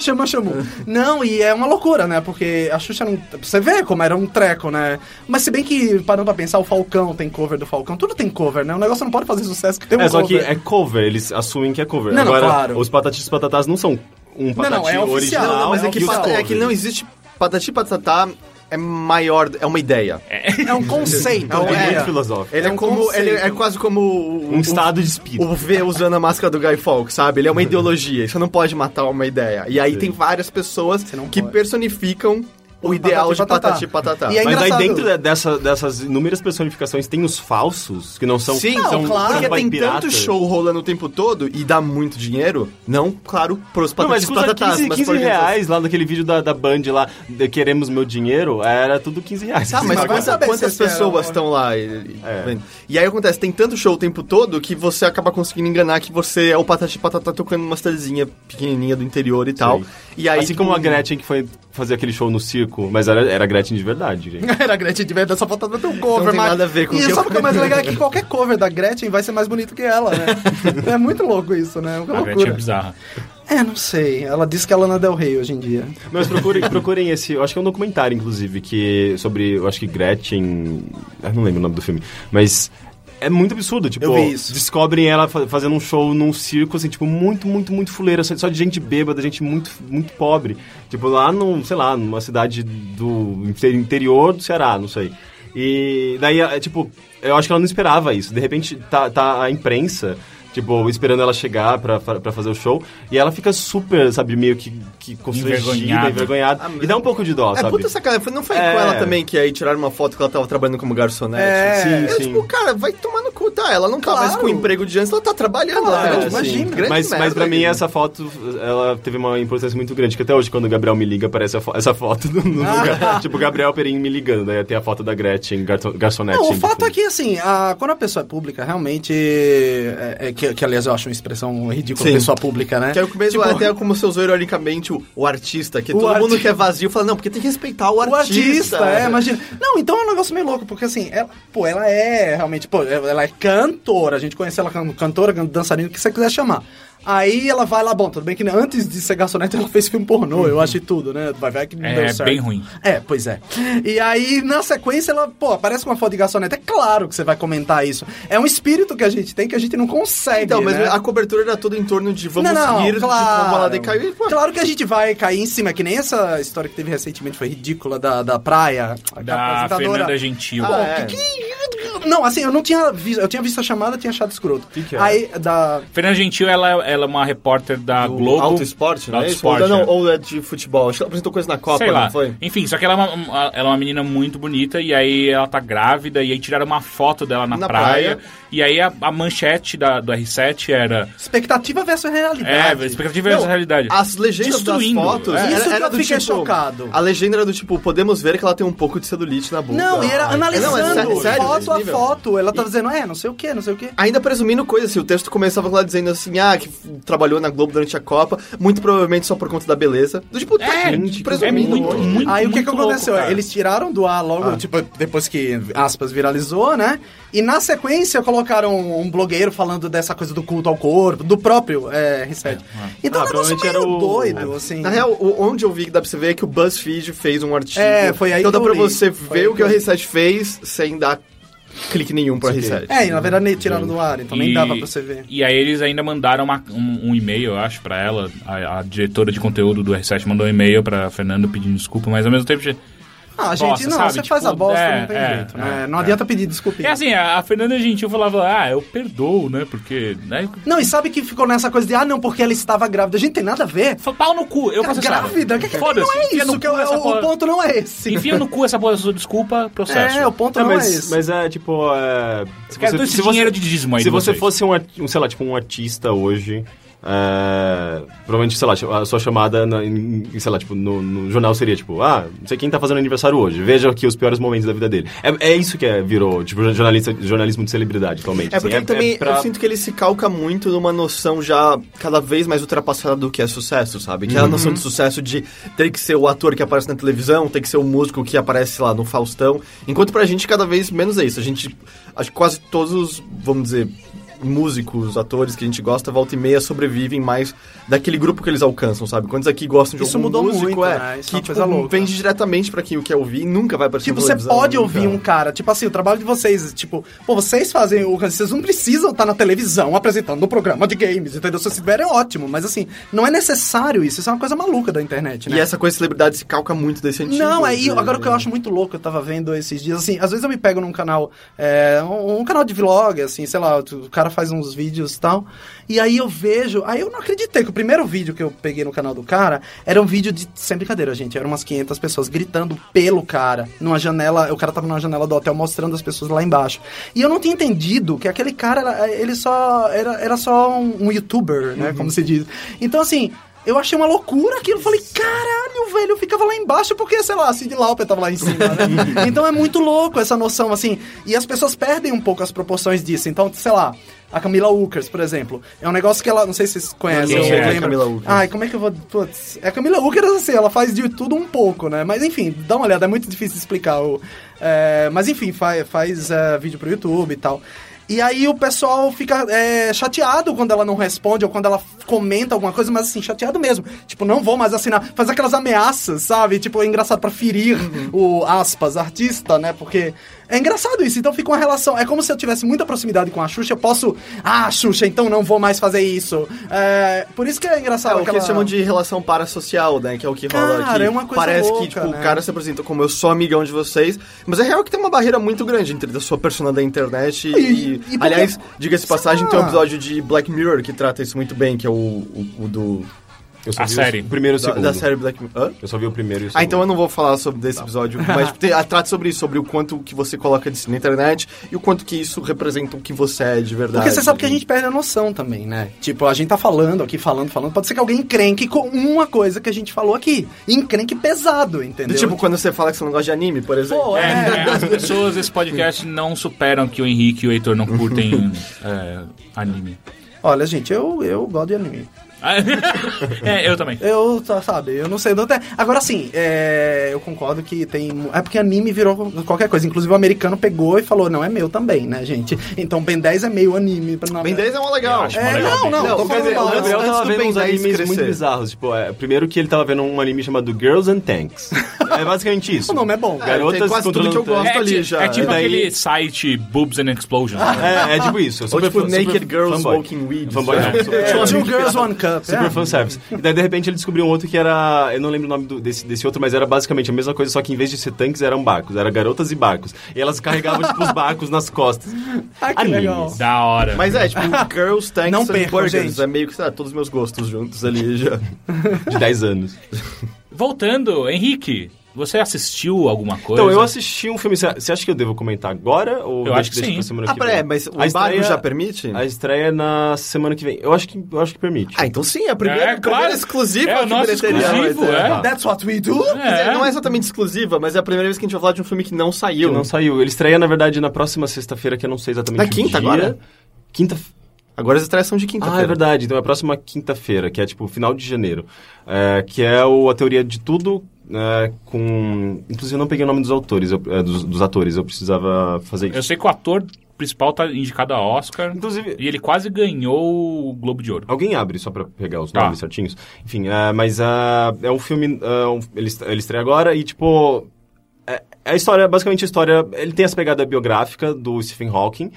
B: Chama, chamou. Não, e é uma loucura, né? Porque a Xuxa não. Você vê como era um treco, né? Mas se bem que, parando pra pensar, o Falcão tem cover do Falcão. Tudo tem cover, né? O negócio não pode fazer sucesso que tem um
D: É, só que
B: cover.
D: é cover, eles assumem que é cover.
B: Não, não,
D: Agora,
B: claro.
D: os patatis e patatas não são um patati
B: não, é oficial,
D: original, um
B: não,
C: mas é
D: e
C: que,
D: os
B: oficial.
C: pata- é que
D: covers.
C: não existe patati patatá é maior, é uma ideia.
B: É um conceito.
C: É um-
D: É
B: né?
D: muito
C: É.
D: filosófico.
C: Ele é,
B: É um
C: como, ele é
B: conceito.
C: quase como o-
D: Um estado de espírito.
C: o V usando a máscara do Guy Fawkes, sabe? Ele é uma ideologia, isso não pode matar uma ideia. E aí tem várias pessoas
B: não
C: que
B: pode.
C: personificam O ideal de patati
B: patati
C: e patatá.
B: E é
D: Mas aí
B: engraçado.
D: dentro de- dessa- dessas inúmeras personificações tem os falsos, que não são...
C: Sim,
D: são
C: são
B: claro.
C: porque
D: samba
C: tem
D: pirata.
C: tanto show rolando o tempo todo e dá muito dinheiro. Não, claro, pros
D: Não,
C: patatas
D: mas custa
C: patatás,
D: 15,
C: tá, mas
D: 15
C: por exemplo,
D: reais lá daquele vídeo da, da Band lá, de Queremos Meu Dinheiro, era tudo 15 reais. Assim
C: Tá, mas,
B: Mas vai
C: quanta-
B: saber
C: quantas
B: se esse era
C: pessoas
B: o-
C: estão lá? E, e-
D: É.
C: vendo? E aí acontece, tem tanto show o tempo todo que você acaba conseguindo enganar que você é o Patati Patatá tocando uma cidadezinha pequenininha do interior e tal. E aí,
D: assim
C: tipo,
D: como a Gretchen que foi fazer aquele show no circo, mas era, era Gretchen de verdade, gente.
B: Era a Gretchen de verdade, só faltava ter um cover.
C: Não tem
B: mas-
C: nada a ver com o
B: E
C: que eu-
B: sabe o que é mais legal? É que qualquer cover da Gretchen vai ser mais bonito que ela, né? é muito louco isso, né? Que
A: A Gretchen é
B: loucura.
A: bizarra.
B: É, não sei. Ela disse que ela é Lana Del Rey hoje em dia.
D: Mas procurem, procurem esse. Eu acho que é um documentário, inclusive, que. Sobre. Eu acho que Gretchen. Eu não lembro o nome do filme. Mas. É muito absurdo, tipo,
B: Eu vi isso.
D: descobrem ela fa- fazendo um show num circo, assim, tipo, muito, muito, muito fuleira, assim, só só de gente bêbada, gente muito, muito pobre. Tipo, lá num, sei lá, numa cidade do inter- interior do Ceará, não sei. E daí, é, tipo, eu acho que ela não esperava isso. De repente, tá, tá a imprensa, tipo, esperando ela chegar pra, pra pra fazer o show, e ela fica super, sabe, meio que, que constrangida,
A: Envergonhada.
D: envergonhado. e dá um pouco de dó,
C: É
D: sabe?
C: puta sacanagem. Foi- Não foi
D: É.
C: com ela também que aí tiraram uma foto que ela tava trabalhando como garçonete?
B: É.
C: assim?
D: Sim,
C: Eu,
D: sim.
C: tipo, cara, vai tomar no cu, tá? Ela não tá mais
B: Claro.
C: com o emprego de antes, ela tá trabalhando.
B: Claro,
C: ela tá,
B: é, imagina.
C: sim. Grande
D: mas, mas
C: merda,
D: pra mim
C: né?
D: essa foto, ela teve uma importância muito grande, que até hoje quando o Gabriel me liga, aparece a fo- essa foto no, no lugar. tipo, o Gabriel Perim me ligando, daí tem a foto da Gretchen, garto- garçonete. tipo,
B: Não, o
D: de
B: fato é
D: fundo.
B: que, assim, a- quando a pessoa é pública, realmente. É, é que, que, aliás, eu acho uma expressão ridícula,
C: Sim.
B: pessoa pública, né?
C: Que é o que mesmo
B: Tipo,
C: até como se usou ironicamente o, o artista, que
B: O
C: todo mundo
B: arti-
C: que é vazio fala, não, porque tem que respeitar o
B: O
C: artista.
B: artista, é, imagina. Não, então é um negócio meio louco, porque assim, ela, pô, ela é realmente, pô, ela é cantora, a gente conhece ela como cantora, can- dançarina, o que você quiser chamar. Aí ela vai lá, bom, tudo bem que antes de ser garçonete ela fez filme pornô,
C: Uhum.
B: eu acho e tudo, né? Vai ver que não
A: É,
B: deu certo.
A: bem ruim.
B: É, pois é. E aí, na sequência, ela, pô, aparece com uma foto de garçonete. É claro que você vai comentar isso. É um espírito que a gente tem que a gente não consegue.
C: Então, mas
B: né?
C: a cobertura era toda em torno de vamos rir, de como ela decaiu. E, pô,
B: Claro que a gente vai cair em cima, que nem essa história que teve recentemente foi ridícula da, da praia. a
A: Da
B: apresentadora.
A: Fernanda Gentil.
B: Pô,
C: Ah, é.
B: que- que- Não, assim, eu não tinha visto. Eu tinha visto a chamada e tinha achado escroto.
D: Que
C: é?
D: que era?
B: Aí, da.
A: Fernanda Gentil, ela, ela é uma repórter da Globo.
C: Alto esporte, não
A: Alto
C: é isso?
A: Esporte,
C: ou, não,
A: é.
C: ou é de futebol. Acho que ela apresentou coisa na Copa,
A: Sei lá.
C: não foi?
A: Enfim, só que ela é, uma, uma- ela é uma menina muito bonita e aí ela tá grávida e aí tiraram uma foto dela na,
C: Na
A: praia,
C: praia.
A: E aí a, a manchete da, do R7 era...
B: Expectativa versus
A: É,
B: realidade.
A: expectativa versus
C: Não,
A: realidade.
C: As legendas
A: Destruindo.
C: das fotos...
A: É.
C: era-
B: Isso que
C: era
B: eu
C: do
B: fiquei
C: tipo-
B: chocado.
C: A legenda era do tipo, podemos ver que ela tem um pouco de celulite na bunda.
B: Não, e era
C: Ai,
B: analisando
C: não, é sério, sério,
B: foto a
C: nível.
B: foto. Ela tá dizendo, é, não sei o que, não sei o que.
C: Ainda presumindo coisa, assim, o texto começava com ela dizendo assim, ah, que f- trabalhou na Globo durante a Copa, muito provavelmente só por conta da beleza. Do tipo, tá,
A: É,
C: gente,
A: tipo, é muito, muito,
B: Aí o
A: muito
B: que, que aconteceu?
A: louco, cara. Ah.
B: Eles tiraram do ar logo, tipo, depois que, aspas, viralizou, né? E na sequência colocaram um blogueiro falando dessa coisa do culto ao corpo, do próprio é, reset. Então
D: Ah,
B: o negócio
D: provavelmente
B: meio
D: era o-
A: é.
B: doido, assim.
C: Na real, o- onde eu vi que dá pra você ver é que o BuzzFeed fez um artigo.
B: É, foi aí
C: Então
B: que
C: dá
B: eu
C: pra
B: li.
C: você
B: Foi aí
C: ver o
B: que
C: que o
B: eu li.
C: Reset fez sem dar clique nenhum pra Reset.
B: É, e na verdade nem tiraram do ar, então nem
A: E-
B: dava pra você ver.
A: E aí eles ainda mandaram uma- um, um e-mail, eu acho, pra ela. A, a diretora de conteúdo do R7 mandou um e-mail pra Fernando pedindo desculpa, mas ao mesmo tempo...
B: Ah, gente,
A: Bosta,
B: não,
A: sabe?
B: você
A: Tipo,
B: faz a bosta,
A: é,
B: não tem
A: é,
B: jeito, né?
A: é,
B: não
A: é.
B: adianta pedir desculpa.
A: É assim, a, a Fernanda Gentil falava, ah, eu perdoo, né, porque... Né,
B: Não, e sabe que ficou nessa coisa de, ah, não, porque ela estava grávida. Gente, tem nada a ver.
A: Foi pau no cu, eu
B: Cara,
A: processava.
B: Tá grávida? O que, que
A: Foda-se,
B: não é
A: enfia no
B: isso?
A: cu
B: Que é o,
A: essa
B: o
A: porra.
B: ponto não é esse.
A: Enfia no cu essa porra da sua desculpa, processo.
B: É, o ponto
D: É,
B: não é
D: mas,
B: esse.
D: mas é tipo. É, se
A: Quero esse dinheiro de dízimo aí
D: Se
A: de
D: você
A: vocês.
D: fosse um, ar- um, sei lá, tipo, um artista hoje. é, provavelmente, sei lá, a sua chamada, na, em- em, sei lá, tipo, no, no jornal seria tipo, ah, não sei quem tá fazendo aniversário hoje, veja aqui os piores momentos da vida dele. É, é isso que é, virou, tipo, jornalista, jornalismo de celebridade atualmente.
C: É porque
D: assim,
C: ele também
D: pra-
C: eu sinto que ele se calca muito numa noção já cada vez mais ultrapassada do que é sucesso, sabe? Que é a
B: Uhum.
C: noção de sucesso de ter que ser o ator que aparece na televisão, ter que ser o músico que aparece lá no Faustão. Enquanto pra gente cada vez menos é isso. A gente acho que quase todos, os, vamos dizer, músicos, atores que a gente gosta, volta e meia sobrevivem mais daquele grupo que eles alcançam, sabe? Quantos aqui gostam de
B: Isso
C: algum
B: mudou
C: músico
B: muito, né?
C: é,
B: Isso é
C: que
B: uma
C: tipo,
B: coisa louca.
C: vende diretamente pra quem o quer ouvir e nunca vai aparecer
B: Tipo,
C: na
B: você
C: televisão,
B: pode
C: nunca.
B: ouvir um cara, tipo assim, o trabalho de vocês, tipo, pô, vocês fazem o vocês não precisam estar na televisão apresentando um programa de games, entendeu? Se vocês tiverem, é ótimo, mas assim, não é necessário isso, isso é uma coisa maluca da internet, né?
C: E é essa coisa de celebridade se calca muito desse antigo.
B: Não,
D: É.
B: aí, agora o que eu
C: né?
B: acho muito louco, eu tava vendo esses dias, assim, às vezes eu me pego num canal, é, um, um canal de vlog, assim, sei lá, o cara cara faz uns vídeos e tal. E aí eu vejo, aí eu não acreditei que o primeiro vídeo que eu peguei no canal do cara era um vídeo de, sem brincadeira, gente, eram umas 500 pessoas gritando pelo cara, numa janela, o cara tava numa janela do hotel mostrando as pessoas lá embaixo. E eu não tinha entendido que aquele cara, era- ele só, era, era só um, um youtuber, né, como se diz. Então assim, eu achei uma loucura aquilo. Falei, caralho, velho, eu ficava lá embaixo porque, sei lá, Cid Lauper tava lá em cima, né? então é muito louco essa noção, assim. E as pessoas perdem um pouco as proporções disso. Então, sei lá, a Camila Ukers, por exemplo. É um negócio que ela. Não sei se vocês conhecem.
A: Quem
B: ou
A: é a
B: lembram.
C: Camila Ukers?
B: Ai, como é que eu vou. Putz. É a Camila Ukers, assim, ela faz de tudo um pouco, né? Mas enfim, dá uma olhada, é muito difícil de explicar. O, é, mas enfim, fa- faz é, vídeo pro YouTube e tal. E aí o pessoal fica é, chateado quando ela não responde ou quando ela f- comenta alguma coisa, mas assim, chateado mesmo. Tipo, não vou mais assinar. Faz aquelas ameaças, sabe? Tipo, é engraçado pra ferir o, aspas, artista, né? Porque é engraçado isso. Então fica uma relação... É como se eu tivesse muita proximidade com a Xuxa. Eu posso... Ah, Xuxa, então não vou mais fazer isso. É, por isso que é
C: É,
B: engraçado
C: o que
B: aquela...
C: eles chamam de relação parasocial, né? Que é o que rola
B: Cara,
C: aqui.
B: é uma coisa
C: Parece
B: louca,
C: que, tipo,
B: né?
C: o cara se apresenta como eu sou amigão de vocês, mas é real que tem uma barreira muito grande entre a sua persona da internet e...
B: E- e porque-
C: aliás, diga-se de
B: sei
C: passagem,
B: lá.
C: tem um episódio de Black Mirror que trata isso muito bem, que é o, o- o do...
D: Eu só
A: A
D: vi
A: série.
D: O primeiro e o
C: Da,
D: segundo.
C: da série Black Mirror. Hã?
D: Eu só vi o primeiro e o segundo.
C: Ah, então eu não vou falar sobre desse episódio,
B: Tá.
C: mas tem- ah, trata sobre isso, sobre o quanto que você coloca de si na internet e o quanto que isso representa o que você é de verdade.
B: Porque você sabe que a gente perde a noção também, né? Tipo, a gente tá falando aqui, falando, falando. Pode ser que alguém encrenque com uma coisa que a gente falou aqui. E Encrenque pesado,
C: Do
B: entendeu?
C: tipo, quando você fala que você não gosta de anime, por exemplo.
B: Pô,
A: É,
B: é.
A: é, as pessoas desse podcast não superam que o Henrique e o Heitor não curtem é, anime.
B: Olha, gente, eu, eu gosto de anime.
A: é, eu também.
B: Eu, tá, sabe, eu não sei. eu Até... Agora sim, é, eu concordo que tem. É porque anime virou qualquer coisa. Inclusive o americano pegou e falou, não, é meu também, né, gente? Então Ben 10 é meio anime. pra não-
C: Ben 10 é uma legal.
A: acho
B: É,
A: legal.
B: não, não,
C: Não,
B: tô
C: quer
B: falando
C: dizer,
B: mal,
C: o
D: O Gabriel
B: não.
C: antes
D: tava
C: do
D: vendo
C: Ben
D: uns
C: 10
D: animes muito
C: crescer.
D: bizarros. Tipo, é, primeiro que ele tava vendo um anime chamado Girls and Tanks. É basicamente isso.
B: O nome é bom.
D: Garotas
C: tem quase tudo
D: controlando
C: que eu gosto.
D: tanques.
A: É, ti-
C: ali já.
A: é tipo
D: E daí-
A: aquele site Boobs and Explosion.
B: Ah.
A: né?
D: É, é tipo isso. eu
C: Ou
D: super
C: tipo
D: fã- super
C: Naked Girls né?
D: fanboy.
C: Smoking Weed.
D: Fanboy,
C: sabe?
D: não, super-
B: É, Two Girls One Cup.
D: Super
B: é.
D: fanservice. E daí, de repente, ele descobriu um outro que era. Eu não lembro o nome do- desse, desse outro, mas era basicamente a mesma coisa, só que em vez de ser tanques, eram barcos. Era garotas e barcos. E elas carregavam, tipo, os barcos nas costas.
B: Ah, que
D: Animes.
B: legal.
A: Da hora.
C: Mas é, tipo, Girls, Tanks
B: Não
C: and
B: percam,
C: Burgers.
B: gente.
C: É meio que, sei lá, todos os meus gostos juntos ali já.
D: De 10 anos.
A: Voltando, Henrique, você assistiu alguma coisa?
D: Então, eu assisti um filme. Você você acha que eu devo comentar agora? Ou
A: é. Eu
D: deixa-
A: acho que
D: deixa
A: sim.
D: pra semana
C: Ah,
D: que
C: peraí,
D: vem?
C: mas o
D: A
C: barco
D: estreia-
C: já permite?
D: A estreia é na semana que vem. Eu acho que, eu acho que permite.
C: Ah, então sim, é a primeira,
A: É,
C: a primeira
A: claro.
C: exclusiva
A: É o
C: que
A: nosso
C: bilheteria vai
A: exclusivo,
C: ter.
A: é.
B: That's what we do.
C: Quer dizer,
A: É.
C: Não é exatamente exclusiva, mas é a primeira vez que a gente vai falar de um filme que não saiu.
D: Que não saiu. Ele estreia, na verdade, na próxima sexta-feira, que eu não sei exatamente
C: Na
D: o
C: quinta
D: dia.
C: agora?
D: Quinta.
C: Agora as estreias são de
D: Ah,
C: quinta-feira.
D: é verdade. Então é a próxima quinta-feira, que é tipo final de janeiro. É, que é o, a teoria de tudo. é, com. Inclusive, eu não peguei o nome dos autores, eu- é, dos, dos atores, eu precisava fazer isso.
A: Eu sei que o ator principal tá indicado a Oscar.
D: Inclusive,
A: E ele quase ganhou o Globo de Ouro.
D: Alguém abre só pra pegar os
A: Tá.
D: nomes certinhos? Enfim, é, mas ah, é um filme. ah, um- ele, est- ele estreia agora e, tipo. É, é a história, basicamente a história. Ele tem essa pegada biográfica do Stephen Hawking.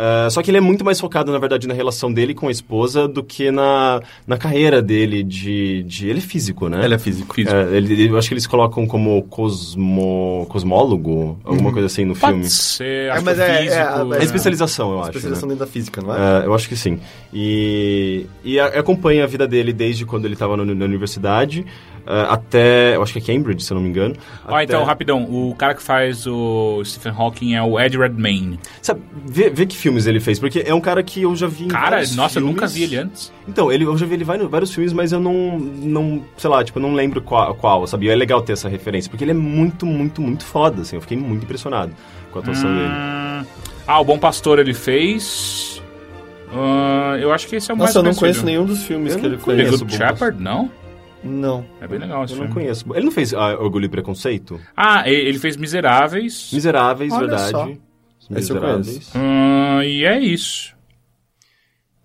D: ah, só que ele é muito mais focado, na verdade, na relação dele com a esposa do que na, na carreira dele de, de. Ele é físico, né?
C: Ele é físico.
D: É, ele- eu acho que eles colocam como cosmo, cosmólogo, alguma coisa assim no filme.
A: Pode ser
C: É, mas é-
A: astrofísico.
C: é, é-
D: É especialização, eu acho. né?
C: Especialização dentro da física, não é?
D: Ah, eu acho que sim. E, e a- acompanha a vida dele desde quando ele estava na universidade ah, até. Eu acho que é Cambridge, se eu não me engano.
A: Ó,
D: Até-
A: então, rapidão. O cara que faz o Stephen Hawking é o Ed Redmayne.
D: Sabe, vê, vê que filmes ele fez, porque é um cara que eu já vi. em
A: Cara,
D: vários
A: nossa, eu nunca
D: filmes.
A: vi ele é. antes.
D: Então, ele, eu já vi ele vai em vários filmes, mas eu não, não. Sei lá, tipo, eu não lembro qual, qual, sabe? E É legal ter essa referência, porque ele é muito, muito, muito foda, assim. Eu fiquei muito impressionado com a atuação dele.
A: Hum, Ah, o Bom Pastor ele fez. Ah, eu acho que esse é o mais
C: Nossa, eu não
A: conhecido.
C: conheço nenhum dos filmes
D: Eu
C: que
D: não
C: ele
A: The
C: fez.
D: conheço.
A: Good
D: Bom Pastor.
A: Shepherd, não?
C: Não.
A: É bem legal esse
D: Eu não
A: filme.
D: conheço. Ele não fez ah, Orgulho e Preconceito?
A: Ah, e- ele fez Miseráveis.
D: Miseráveis,
B: Olha
D: verdade.
B: só.
C: Esse eu
D: Miseráveis.
A: Ah, e é isso.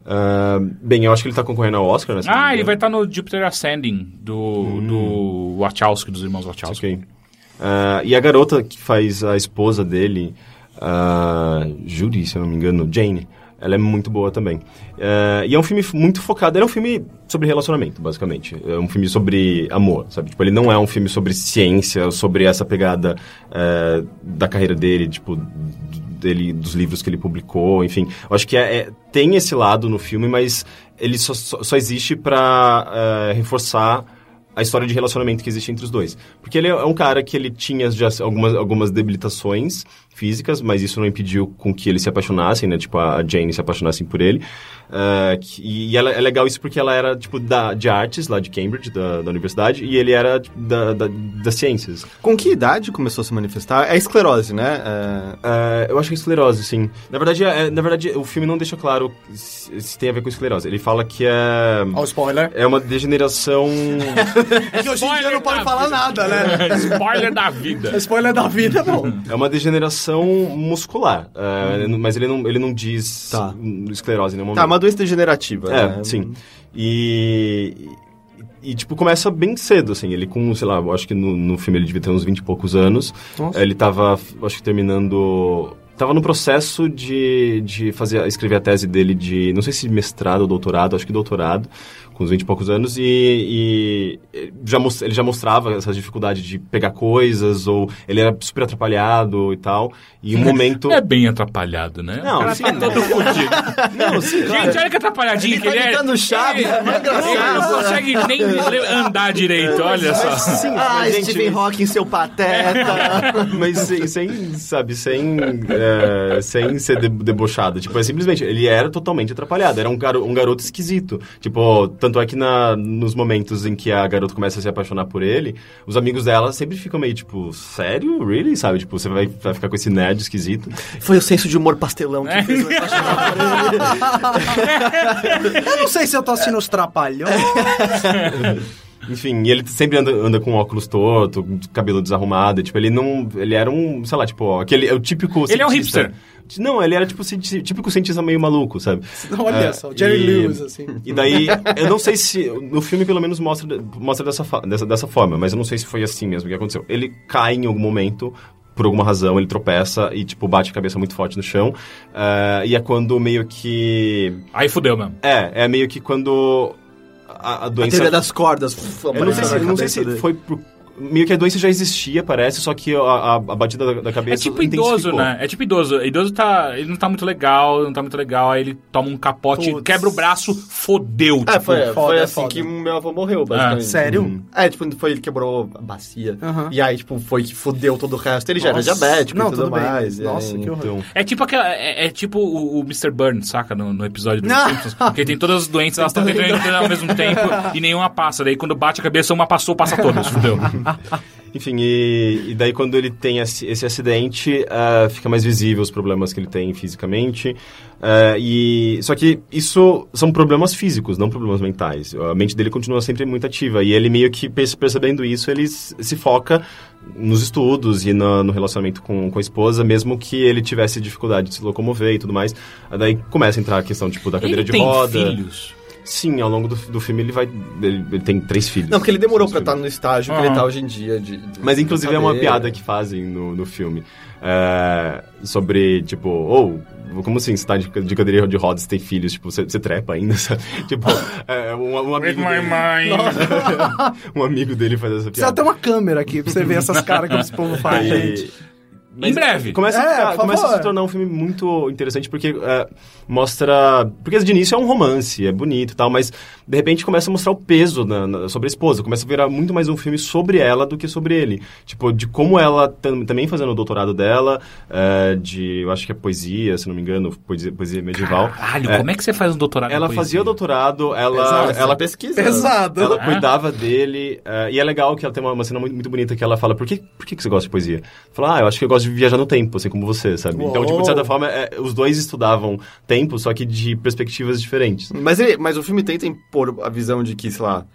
D: Ah, bem, eu acho que ele tá concorrendo ao Oscar, né? se não
A: Ah,
D: me
A: ele vai
D: engano.
A: estar no Jupiter Ascending do, do Wachowski, dos irmãos Wachowski.
D: Ok. Ah, e a garota que faz a esposa dele, ah, Judy, se eu não me engano, Jane, Ela é muito boa também. É, e é um filme f- muito focado. Ele é um filme sobre relacionamento, basicamente. É um filme sobre amor, sabe? Tipo, ele não é um filme sobre ciência, sobre essa pegada é, da carreira dele, tipo, d- dele, dos livros que ele publicou, enfim. Eu acho que é- é- tem esse lado no filme, mas ele só, só, só existe pra é, reforçar a história de relacionamento que existe entre os dois. Porque ele é um cara que ele tinha já algumas, algumas debilitações físicas, mas isso não impediu com que eles se apaixonassem, né? Tipo, a a Jane se apaixonassem por ele. Ah, que- e ela, é legal isso porque ela era, tipo, da, de artes, lá de Cambridge, da, da universidade, e ele era tipo, da, da, das ciências.
C: Com que idade começou a se manifestar? É esclerose, né?
D: Ah, eu acho que é esclerose, sim. Na verdade, é- na verdade, o filme não deixa claro se, se tem a ver com esclerose. Ele fala que é...
B: Ó, o spoiler.
D: É uma degeneração...
B: É que hoje em dia
A: Spoiler
B: não pode
A: da
B: falar
A: vida.
B: nada, né?
A: é Spoiler da vida.
B: Spoiler da vida é bom.
D: É uma degeneração muscular, é, mas ele não, ele não diz
C: Uhum. Tá.
D: esclerose em nenhum
C: É...
D: momento.
C: Tá, uma doença degenerativa.
D: É,
C: né?
D: sim. E, e, e, tipo, começa bem cedo, assim. Ele com, sei lá, eu acho que no, no filme ele devia ter uns 20 e poucos anos.
B: Nossa.
D: Ele tava, eu acho que terminando... Tava no processo de, de fazer, escrever a tese dele de, não sei se mestrado ou doutorado, acho que doutorado, com uns 20 e poucos anos, e, e já, mos- ele já mostrava essa dificuldade de pegar coisas, ou ele era super atrapalhado e tal, e um momento...
A: É bem atrapalhado, né?
D: Não,
A: o cara
D: sim,
A: tá
D: não.
A: todo fudido.
D: Não, sim, claro.
A: Gente, olha que atrapalhadinho que ele é.
C: imitando o Chaves,
A: Ele- tá
C: mas é engraçado.
A: Ele não consegue nem le- andar direito, olha só.
D: Sim,
C: Ah,
D: mas, gente,
C: Stephen Hawking, seu pateta.
D: Mas sem, sem, sabe, sem, é, sem ser de- debochado. Tipo, é simplesmente, ele era totalmente atrapalhado. Era um, garo, um garoto esquisito. Tipo, tanto é que na, nos momentos em que a garota começa a se apaixonar por ele, os amigos dela sempre ficam meio, tipo, sério? Really? Sabe? Tipo, você vai, vai ficar com esse nerd esquisito.
C: Foi o senso de humor pastelão que
B: É.
C: fez eu apaixonar por ele.
B: Eu não sei se eu tô assistindo os trapalhões.
D: Enfim, e ele sempre anda, anda com óculos torto, cabelo desarrumado. Tipo, ele não... Ele era um, sei lá, tipo, aquele... É o típico
A: Ele é um
D: cientista.
A: hipster.
D: Não, ele era, tipo, cienti- típico cientista meio maluco, sabe?
B: Olha
D: É,
B: só, Jerry
D: e-
B: Lewis, assim.
D: E daí, eu não sei se. No filme, pelo menos, mostra, mostra dessa, fa- dessa, dessa forma, mas eu não sei se foi assim mesmo que aconteceu. Ele cai em algum momento, por alguma razão, ele tropeça e, tipo, bate a cabeça muito forte no chão. ah, e é quando meio que.
A: Aí fudeu mesmo.
D: É, é meio que quando a, a
C: A
D: doença.
C: teoria das cordas. pff,
D: é- eu não sei
C: apareceu
D: se,
C: na
D: eu não sei
C: cabeça
D: se
C: dele.
D: foi por. Meio que a doença já existia, parece, só que a, a, a batida da, da
A: É
D: cabeça.
A: tipo idoso,
D: intensificou.
A: né? É tipo idoso. Idoso tá. Ele não tá muito legal, não tá muito legal. Aí ele toma um capote,
B: Putz.
A: quebra o braço, fodeu.
C: É,
A: tipo,
C: foi, foi
B: foda, é
C: assim
B: foda.
C: que meu avô morreu, basicamente.
B: Ah, Sério?
D: Uhum.
C: É, tipo, foi ele que quebrou a bacia.
B: Aham.
C: E aí, tipo, foi que fudeu todo o resto. Ele já era
B: Nossa.
C: diabético
B: Não,
C: e tudo,
B: tudo bem.
C: mais. e
B: Nossa,
C: aí,
B: que horror.
D: Então,
A: É tipo aquela. É, é tipo o, o Mr. Burns, saca? No, no episódio do
B: Não.
A: Simpsons. Porque tem todas as doenças, elas
D: Então
A: estão tentando ao mesmo tempo e nenhuma passa. Daí quando bate a cabeça, uma passou, passa todas. Fudeu.
D: Enfim, e, e daí quando ele tem esse, esse acidente, ah, fica mais visível os problemas que ele tem fisicamente. ah, e Só que isso são problemas físicos, não problemas mentais. A mente dele continua sempre muito ativa. E ele meio que perce- percebendo isso, ele s- se foca nos estudos e na- no, relacionamento com, com a esposa, mesmo que ele tivesse dificuldade de se locomover e tudo mais. Ah, Daí começa a entrar a questão, tipo, da cadeira
A: ele
D: de
A: tem
D: roda.
A: filhos.
D: Sim, ao longo do, do filme ele vai... Ele, ele tem três filhos.
C: Não, porque ele demorou
D: Três
C: pra
D: filhos.
C: estar no estágio que
A: Aham.
C: ele tá hoje em dia. De, de-
D: Mas inclusive é uma
C: cadeira.
D: piada que fazem no, no filme. É, sobre, tipo, ou. como assim, você tá de, de cadeira de rodas, tem filhos, tipo, você, você trepa ainda, sabe? Tipo, é, um, um
A: With
D: amigo.
A: my
D: Dele,
A: mind.
D: um amigo dele faz essa
B: Precisa
D: piada.
B: ter uma câmera aqui pra você ver essas caras que esse povo faz,
D: E-
B: gente.
A: Em breve.
D: Começa,
B: É,
D: a, ficar-
B: por
D: começa a
B: favor.
D: se tornar um filme muito interessante, porque é, mostra... Porque de início é um romance, é bonito e tal, mas de repente começa a mostrar o peso na- na- sobre a esposa. Começa a virar muito mais um filme sobre ela do que sobre ele. Tipo, de como ela, tam- também fazendo o doutorado dela, é, de... Eu acho que é poesia, se não me engano, poesia, poesia medieval.
A: Caralho,
D: É.
A: como é que você faz um doutorado? em
D: Ela
A: poesia?
D: fazia o doutorado, ela,
C: Pesado,
D: ela
C: pesquisa.
B: Pesado.
D: ela
A: Ah.
D: cuidava dele. eh, e é legal que ela tem uma, uma cena muito, muito bonita que ela fala: Por que, por que, que você gosta de poesia? Fala, ah, eu acho que eu gosto de viajar no tempo, assim como você, sabe? Então, tipo, de certa forma, eh, os dois estudavam tempo, só que de perspectivas diferentes.
C: Mas, ele, mas o filme tenta impor a visão de que, sei lá,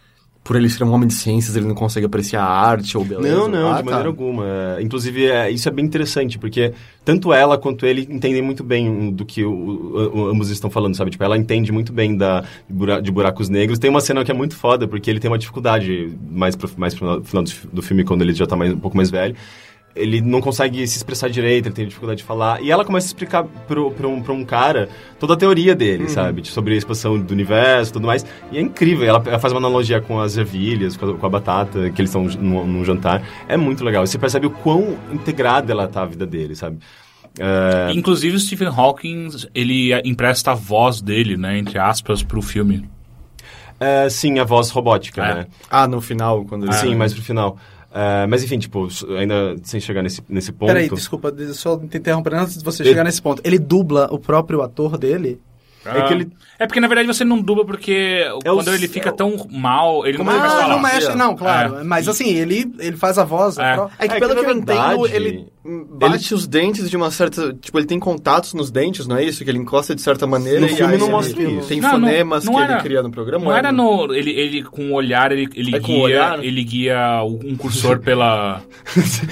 C: por ele ser um homem de ciências, ele não consegue apreciar a arte ou beleza.
D: Não, não,
C: Ah,
D: de
C: tá.
D: maneira alguma. Eh, Inclusive, eh, isso é bem interessante, porque tanto ela quanto ele entendem muito bem o- do que o- o- o- ambos estão falando, sabe? Tipo, ela entende muito bem da, bura- de buracos negros. Tem uma cena que é muito foda, porque ele tem uma dificuldade mais pro mais pro final do fi- do filme, quando ele já tá mais, um pouco mais velho. ele não consegue se expressar direito, ele tem dificuldade de falar. E ela começa a explicar pro, pra, um, pra um cara toda a teoria dele, sabe? De- Sobre a expansão do universo e tudo mais. E é incrível. Ela, ela faz uma analogia com as ervilhas, com a, com a batata, que eles estão num num jantar. É muito legal. E você percebe o quão integrada ela tá à vida dele, sabe?
A: É. Inclusive, o Stephen Hawking, ele eh, empresta a voz dele, né, entre aspas, pro filme.
D: É, sim, a voz robótica,
A: É.
D: né?
C: Ah, no final, quando ele...
D: Sim, mais pro final. É, mas enfim, tipo, ainda sem chegar nesse, nesse ponto.
B: Peraí, desculpa, deixa eu só te interromper antes de você chegar nesse ponto. Ele dubla o próprio ator dele?
D: É que ele-
A: É porque, na verdade, você não dubla porque
D: É o é
A: quando ele
D: céu.
A: fica tão mal, ele não
B: Mas
A: consegue mais
B: ah,
A: falar.
B: não mexe, não, claro.
A: É.
B: Mas assim, ele, ele faz a voz.
A: É.
B: a pró-
C: É que
D: É,
C: pelo
D: que
C: que,
D: na
C: eu entendo,
D: verdade-
C: ele bate os dentes de uma certa... Tipo, ele tem contatos nos dentes, não é isso? Que ele encosta de certa maneira
D: No
C: e
D: filme
C: aí
D: não
C: ele
D: mostra isso.
C: Tem
A: Não, não-
C: fonemas
A: não
C: que
A: era-
C: ele cria no programa.
A: Não
C: ou
A: era no. Ele, ele com o olhar, ele, ele
C: É com o
A: guia.
C: olhar?
A: Ele guia um cursor pela.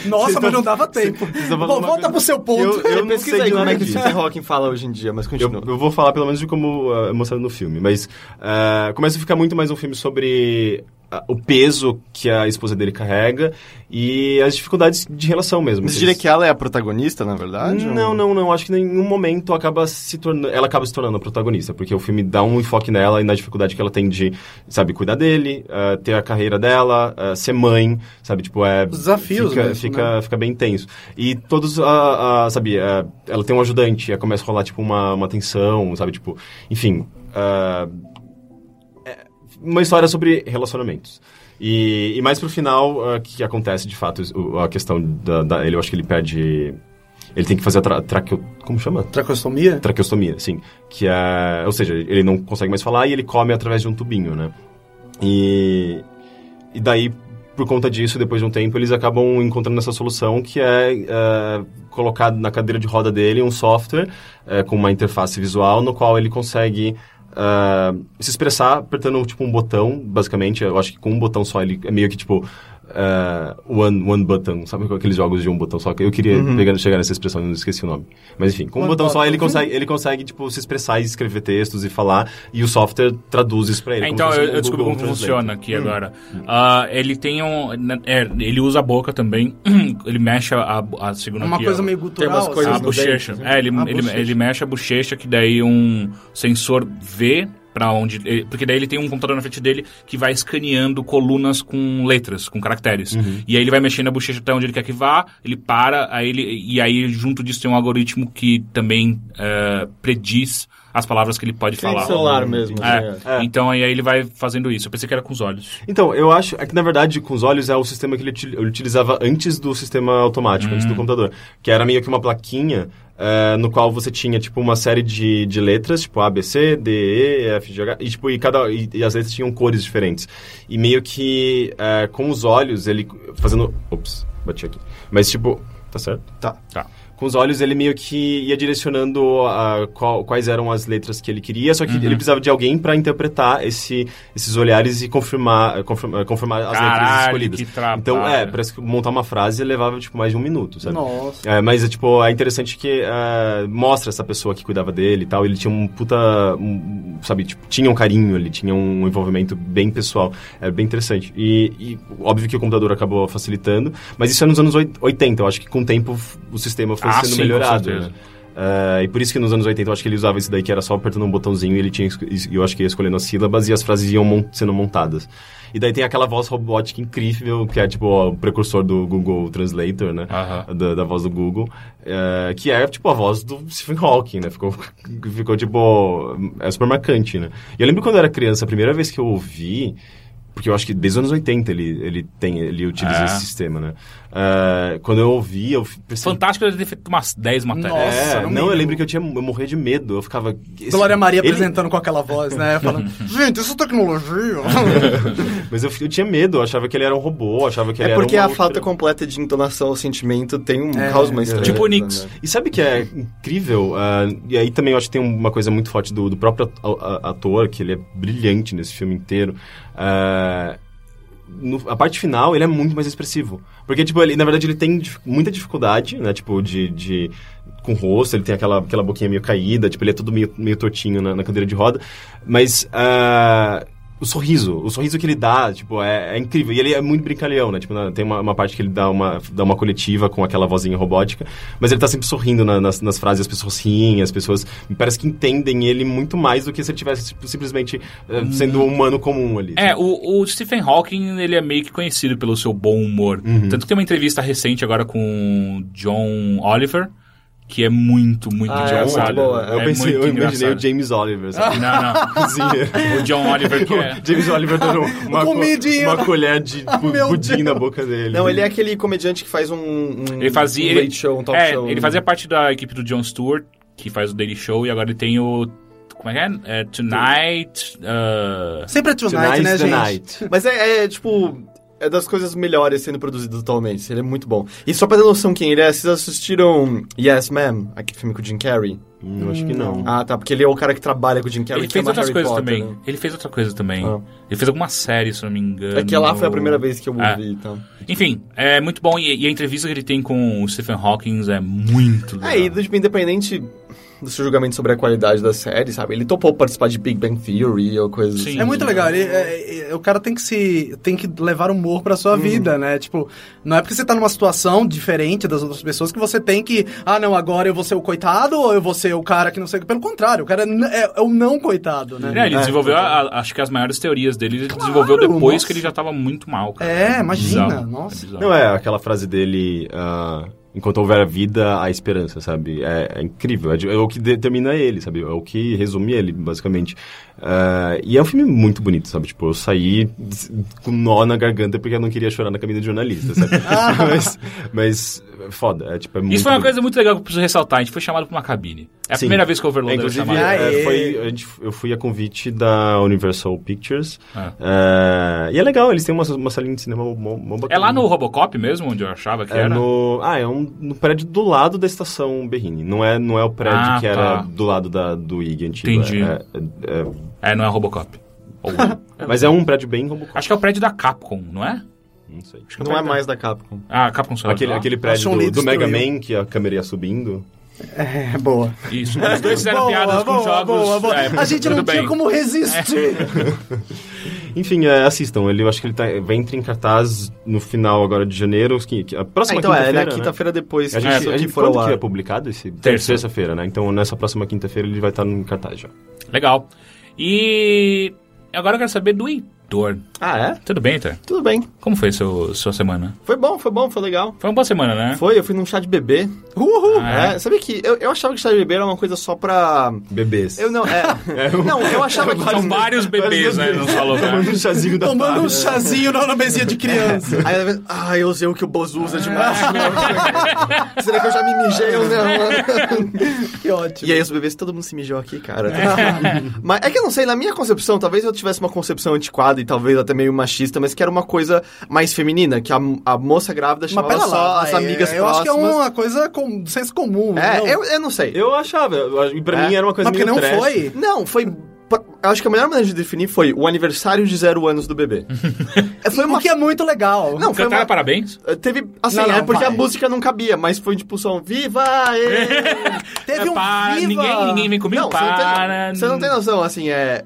B: Nossa, mas
D: Vocês
B: não
D: tão-
B: dava tempo.
D: vocês tão falando
B: Bom,
D: uma
B: volta
D: coisa-
B: pro seu ponto.
D: Eu- eu-
C: Eu pesquisei
D: pensei
C: como é que o
D: nisso.
C: Stephen Hawking fala hoje em dia, mas
D: Eu,
C: continua.
D: eu vou falar pelo menos de como ah, é mostrado no filme, mas ah, começa a ficar muito mais um filme sobre ah, o peso que a esposa dele carrega e as dificuldades de relação mesmo.
C: Mas você diria que ela é a protagonista, na verdade?
D: Não,
C: Ou-
D: não, não. Acho que em nenhum momento acaba se tornando, ela acaba se tornando a protagonista, porque o filme dá um enfoque nela e na dificuldade que ela tem de, sabe, cuidar dele, ah, ter a carreira dela, ah, ser mãe, sabe, tipo, é...
B: Os desafios
D: Fica,
B: mesmo,
D: fica, fica bem tenso. E todos, ah, ah, sabe, ah, ela tem um ajudante, aí começa a rolar, tipo, uma, uma tensão, sabe, tipo... Enfim, ah, é uma história sobre relacionamentos. E, e mais pro final, ah, que acontece, de fato, o- a questão da, da- Ele, eu acho que ele perde... Ele tem que fazer a tra traqueo... Como chama?
B: Tracostomia?
D: Traqueostomia, sim. Que é... Ou seja, ele não consegue mais falar e ele come através de um tubinho, né? E... E daí, por conta disso, depois de um tempo, eles acabam encontrando essa solução que é, é, colocar na cadeira de roda dele um software é, com uma interface visual no qual ele consegue... é, se expressar apertando tipo um botão basicamente eu acho que com um botão só ele é meio que tipo é, one, one button sabe aqueles jogos de um botão só eu queria pegar, chegar nessa expressão eu não esqueci o nome mas enfim com um
B: Uhum. One
D: botão só
B: button.
D: ele consegue ele consegue tipo se expressar e escrever textos e falar e o software traduz isso pra ele
A: É,
D: como
A: então,
D: se
A: eu,
D: fosse um
A: eu descobri
D: Google
A: como
D: Translate. Hum.
A: funciona aqui agora. Ah, ele tem um. na- é, ele usa a boca também. ele mexe a, a segunda
B: É Uma
A: aqui,
B: coisa
A: ó,
B: meio gutural. assim, né?
C: umas coisas assim.
A: A
C: no
A: bochecha.
C: dente,
A: É, ele,
B: A
A: ele,
B: bochecha.
A: ele mexe a bochecha, que daí um sensor vê pra onde. ele- Porque daí ele tem um computador na frente dele que vai escaneando colunas com letras, com caracteres.
D: Uhum.
A: E aí ele vai mexendo a bochecha até onde ele quer que vá, ele para, aí ele, e aí junto disso tem um algoritmo que também eh, prediz as palavras que ele pode
C: Que nem
A: falar.
C: celular mesmo. né?
A: É. Então aí aí ele vai fazendo isso. Eu pensei que era com os olhos.
D: Então, eu acho é que na verdade com os olhos é o sistema que ele, util- ele utilizava antes do sistema automático, antes do computador, que era meio que uma plaquinha eh, no qual você tinha tipo uma série de, de letras, tipo A, B, C, D, E, F, G, H, e tipo e cada e, e as letras tinham cores diferentes. E meio que eh, com os olhos ele fazendo, ops, bati aqui. Mas tipo, tá certo?
C: Tá.
A: Tá.
D: com os olhos ele meio que ia direcionando ah, qual- quais eram as letras que ele queria, só que
A: Uhum.
D: ele precisava de alguém para interpretar esse- esses olhares e confirmar, confirmar, confirmar as letras
A: Caralho,
D: escolhidas.
A: que trabalho.
D: então, é, parece que montar uma frase levava tipo mais de um minuto, sabe?
B: Nossa.
D: É, mas é, tipo, é interessante que é, mostra essa pessoa que cuidava dele e tal. Ele tinha um puta. um, sabe, tipo, tinha um carinho, ele tinha um envolvimento bem pessoal. É bem interessante. E, e óbvio que o computador acabou facilitando, mas isso é nos anos oit- 80. Eu acho que com o tempo f- o sistema foi
A: Ah,
D: sendo
A: sim, com
D: melhorado.
A: certeza.
D: né? É, e por isso que nos anos 80 eu acho que ele usava isso daí, que era só apertando um botãozinho e ele tinha, es- eu acho que ia escolhendo as sílabas e as frases iam mon- sendo montadas. E daí tem aquela voz robótica incrível, que é tipo ó, o precursor do Google Translator, né?
A: Aham.
D: da, da voz do Google, eh, que é tipo a voz do Stephen Hawking, né? Ficou, ficou tipo. É super marcante, né? E eu lembro quando eu era criança, a primeira vez que eu ouvi. Porque eu acho que desde os anos 80 ele, ele, tem, ele utiliza
A: É.
D: esse sistema, né? Eh, quando eu ouvi, eu percebi.
A: Fantástico ele ter feito umas 10 matérias.
B: Nossa,
D: É,
B: no
D: não, eu
B: mínimo.
D: lembro que eu, tinha, eu morria de medo. Eu ficava. esse-
B: Glória Maria
D: ele-
B: apresentando com aquela voz, né? Falando, gente, essa tecnologia.
D: Mas eu, fi- eu tinha medo, eu achava que ele era um robô, eu achava que ele
C: É
D: era um
C: porque
D: uma
C: a
D: outra- É.
C: falta completa de entonação ao sentimento tem um caos mais estranho.
A: Tipo o Nix.
D: E sabe que é incrível? Ah, e aí também eu acho que tem uma coisa muito forte do, do próprio at- a- a- ator, que ele é brilhante nesse filme inteiro. Ah, no- a parte final, ele é muito mais expressivo. Porque, tipo, ele, na verdade, ele tem dif- muita dificuldade, né? Tipo, de... de- com o rosto, ele tem aquela, aquela boquinha meio caída, tipo, ele é todo meio, meio tortinho na, na cadeira de roda. Mas... ah, o sorriso, o sorriso que ele dá, tipo, é, é incrível. E ele é muito brincalhão, né? Tipo, na- tem uma, uma parte que ele dá uma, dá uma coletiva com aquela vozinha robótica, mas ele tá sempre sorrindo na- nas, nas frases, as pessoas riem, as pessoas me parece que entendem ele muito mais do que se ele tivesse tipo, simplesmente eh, sendo um humano comum ali.
A: É, o, o Stephen Hawking, ele é meio que conhecido pelo seu bom humor. Tanto que tem uma entrevista recente agora com o John Oliver, que é muito, muito
C: Ah, é
A: engraçada.
C: muito boa.
D: Eu pensei, eu imaginei o James Oliver, sabe?
A: Não, não.
D: Cozinha.
A: O John Oliver que é...
D: James Oliver dando uma, co-
B: comidinho.
D: uma colher de bu-
B: Meu
D: pudim
B: Deus.
D: na boca dele.
C: Não, ele é aquele comediante que faz um, um-
A: Ele fazia.
C: um
A: ele-
C: late show, um talk
A: é,
C: show.
A: ele fazia parte da equipe do Jon Stewart, que faz o Daily Show, e agora ele tem o. Como é que é? É, Tonight. uh,
B: Sempre é Tonight,
D: Tonight's
B: né,
D: the
B: gente?
D: night.
C: Mas é, é, tipo. É das coisas melhores sendo produzidas atualmente. Ele é muito bom. E só pra ter noção quem ele é, vocês assistiram Yes, Ma'am? Aquele filme com o Jim Carrey?
D: Hum, eu acho que não.
C: Ah, tá. Porque ele é o cara que trabalha com o Jim Carrey.
A: ele
C: que
A: fez
C: ama
A: outras
C: Harry
A: coisas
C: Potter,
A: também.
C: né?
A: Ele fez outra coisa também.
C: Ah.
A: Ele fez alguma série, se eu não me engano.
C: É que lá foi a primeira vez que eu
A: É.
C: ouvi, então.
A: Enfim, é muito bom. E, e a entrevista que ele tem com o Stephen Hawking é muito legal.
C: É, e tipo, independente do seu julgamento sobre a qualidade da série, sabe? Ele topou participar de Big Bang Theory ou coisas
A: Sim.
C: assim.
B: É muito legal. Ele, é- é- o cara tem que se tem que levar humor pra
D: Uhum.
B: sua vida, né? Tipo, não é porque você tá numa situação diferente das outras pessoas que você tem que, ah, não, agora eu vou ser o coitado ou eu vou ser o cara que não sei o que. Pelo contrário, o cara é, n- é- é o não coitado, né?
A: É, ele desenvolveu, a- a- acho que as maiores teorias dele, ele desenvolveu depois que ele já tava muito mal, cara.
B: É, imagina,
A: Bizarro,
B: nossa.
A: bizarro.
D: Não, é aquela frase dele. ah, Enquanto houver a vida, há esperança, sabe? É, é incrível. É, de- é o que determina ele, sabe? É o que resume ele, basicamente. Ah, e é um filme muito bonito, sabe? Tipo, eu saí des- com nó na garganta porque eu não queria chorar na cabine de jornalista, sabe? mas, mas, é foda. É, tipo, é muito
A: Isso foi uma
D: bonito.
A: coisa muito legal que eu preciso ressaltar. A gente foi chamado pra uma cabine. É a
D: Sim.
A: primeira vez que o Overloader é,
D: É, inclusive,
A: chamado.
B: Aê.
D: é, foi, a gente- eu fui a convite da Universal Pictures.
A: Ah.
D: É, e é legal, eles têm uma, uma salinha de cinema mó, mó
A: É
D: bacana.
A: lá no Robocop mesmo, onde eu achava que
D: É
A: era?
D: no, ah, é um, no prédio do lado da estação Berrini. Não é, não é o prédio
A: Ah,
D: que era
A: tá.
D: do lado da, do IG antigo.
A: Entendi.
D: É- é- é-
A: É, não é Robocop. Ou-
D: mas é um prédio bem robocop.
A: Acho que é o prédio da Capcom, não é?
D: Não sei.
A: Acho que
C: Não
A: o
C: é
A: prédio
C: mais da Capcom.
A: da- Ah, a Capcom saiu de
D: Aquele,
A: lá.
D: aquele prédio
B: Chun-Li
D: do, do Mega
B: destruiu.
D: Man que a câmera ia subindo.
B: É, boa.
A: Isso, os dois fizeram piadas com jogos.
B: boa, boa.
A: é,
B: a gente
A: tudo
B: não
A: bem.
B: tinha como resistir.
D: Enfim, é, assistam. Ele, eu acho que ele tá, vai entrar em cartaz no final agora de janeiro. que- que- A
C: Ah,
D: próxima
C: então é, na
D: quinta-feira, né?
C: quinta-feira depois
D: A gente,
C: que,
D: a
C: que
D: gente
C: for ao
D: quando que é
C: ar.
D: publicado esse?
A: Terça.
D: Terça-feira, né? Então nessa próxima quinta-feira ele vai estar no cartaz já.
A: Legal. E agora eu quero saber do Heitor.
C: Ah, é?
A: Tudo bem, Heitor?
C: Tudo bem.
A: Como foi seu, sua semana?
C: Foi bom, foi bom, foi legal.
A: Foi uma boa semana, né?
C: Foi, eu fui num chá de bebê.
B: Uhul!
A: Ah,
C: É, sabia que eu, eu achava que chá de bebê era uma coisa só pra.
D: Bebês.
C: Eu não, é. não, eu achava que.
A: um- São vários bebês, né? Não falou
D: Tomando um chazinho
A: tá.
D: da
B: Tomando um
D: tarde.
B: chazinho na mesinha de criança.
C: Aí, ela vem, ah, eu usei o que o Bozo usa demais. Será que eu já me mijei ou não?
B: que ótimo.
C: e aí os bebês, todo mundo se mijou aqui, cara. mas é que eu não sei, na minha concepção, talvez eu tivesse uma concepção antiquada e talvez até meio machista, mas que era uma coisa mais feminina, que a, a moça grávida
B: Mas
C: chamava
B: pera
C: só
B: lá,
C: as
B: vai,
C: amigas
B: eu acho que é
C: próximas.
B: uma coisa com senso comum.
C: É,
B: não?
C: eu, eu não sei.
D: Eu achava, eu acho- e pra
C: É.
D: mim era uma coisa
B: Mas porque
D: meio
B: não
D: trash.
B: foi.
C: Não, foi. Eu acho que a melhor maneira de definir foi o aniversário de zero anos do bebê. É, foi uma.
B: O que é muito legal.
C: Não, foi
A: Cantaram
C: uma...
A: parabéns?
C: Teve. Assim,
B: Não, não,
C: é porque a
B: vai.
C: música não cabia, mas foi tipo som. Viva! ê!"
B: teve
A: É,
B: um
A: para,
B: viva.
A: Ninguém, ninguém vem comigo?
C: não,
A: para.
C: Você não tem noção, assim, é.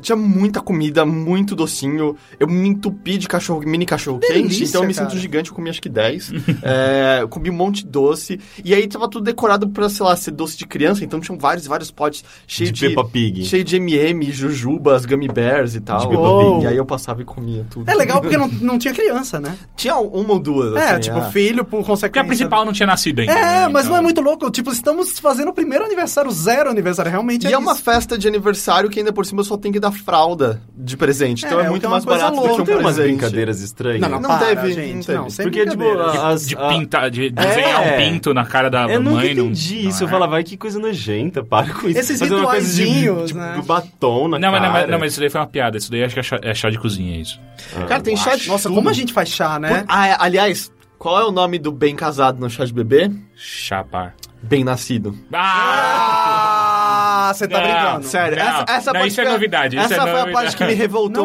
C: Tinha muita comida, muito docinho. Eu me entupi de cachorro, mini cachorro quente,
B: Delícia,
C: então eu me
B: cara.
C: sinto gigante, eu comi acho que 10. É, eu comi um monte de doce. E aí tava tudo decorado pra, sei lá, ser doce de criança, então tinham vários, vários potes
D: De,
C: cheios
D: de Peppa Pig.
C: Cheio de MM, jujubas, gummy bears e tal.
D: De Peppa
C: Oh.
D: Pig.
C: E aí eu passava e comia tudo.
B: É legal porque não, não tinha criança, né?
C: Tinha uma ou duas,
B: É,
C: assim,
B: tipo, filho por
A: Porque é
B: consequência.
A: a principal não tinha nascido ainda.
B: É,
A: né?
B: mas
A: Então-
B: não é muito louco. Tipo, estamos fazendo o primeiro aniversário, zero aniversário. Realmente
C: E
B: é,
C: é uma
B: isso.
C: festa de aniversário que ainda por cima eu só tem que dar fralda de presente. Então
B: É, o
C: é,
B: que
C: muito
B: é uma
C: mais
B: coisa
C: barato do
B: louca.
C: que um
D: Não tem umas
C: presente.
D: brincadeiras estranhas.
B: Não, não,
C: Não
B: não para,
C: teve,
B: gente.
C: não teve.
B: Não, sem
D: Porque, tipo,
B: brincadeiras.
D: as,
A: De
D: a-
A: pintar, de desenhar um pinto na cara da
D: Eu nunca
A: mãe. não-
D: entendi
A: não
D: isso. eu
A: é.
D: falava, ai, que coisa nojenta, para com isso.
B: Esses
D: Fazer uma coisa de,
B: rituaizinhos,
D: de,
B: né?
D: do batom na
A: Não, mas,
D: cara.
A: não, mas- não, mas isso daí foi uma piada. Isso daí acho que é chá, é chá de cozinha, isso.
C: Cara, tem chá de
B: Nossa, como a gente faz chá, né?
C: Ah, é, aliás, qual é o nome do bem casado no chá de bebê?
A: Chapar.
C: Bem nascido.
A: Ah!
B: Ah, você tá
A: Não,
B: brincando.
C: Sério, Ah,
A: Não,
C: essa, essa
A: não,
C: parte
A: isso é
C: que eu-
A: novidade, isso
C: Essa
A: é
C: foi a
A: novidade.
C: parte que me revoltou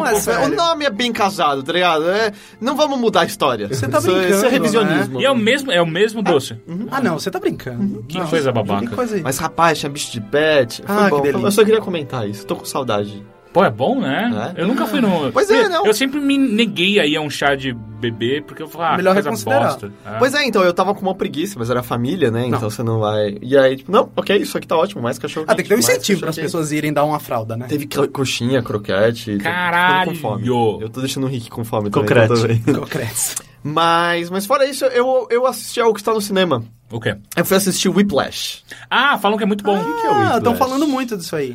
B: Não, é
C: um pouco. o
B: sério.
C: nome é bem casado, tá ligado? É, não vamos mudar a história. Você
B: tá
C: Isso é
B: brincando, né?
C: revisionismo.
A: E
B: um
A: é o mesmo, é o mesmo doce.
B: Ah, não, você tá brincando.
A: Que
B: Não,
A: coisa
B: que
A: babaca.
B: coisa aí.
C: Mas rapaz, tinha bicho de pet. Foi
B: Ah, que
C: bom.
B: delícia.
C: Eu só queria comentar isso. Tô com saudade.
A: Pô, é bom, né?
C: É.
A: Eu nunca fui num.
C: Pois é,
A: Eu-
C: não.
A: Eu sempre me neguei aí a um chá de bebê, porque eu falava, ah,
B: Melhor
A: coisa
B: reconsiderar.
A: bosta. É.
C: Pois é, então, eu tava com uma preguiça, mas era família, né? Então você não vai... E aí, tipo, não, ok, isso aqui tá ótimo, mais cachorro
B: Ah, tem que ter um
C: mais
B: incentivo para
C: cachorro
B: as
C: quente.
B: pessoas irem dar uma fralda, né?
C: Teve cro- coxinha, croquete. tô- tô ficando
A: Caralho!
C: Com fome. Eu tô deixando o Rick com fome
D: Concreto.
C: também. Concreto.
B: Cresce.
C: Mas, mas fora isso, eu, eu assisti algo que está no cinema.
A: O quê?
C: Eu fui assistir Whiplash.
A: Ah, falam que é muito bom.
B: Ah, estão
C: Whiplash?
B: falando muito disso aí.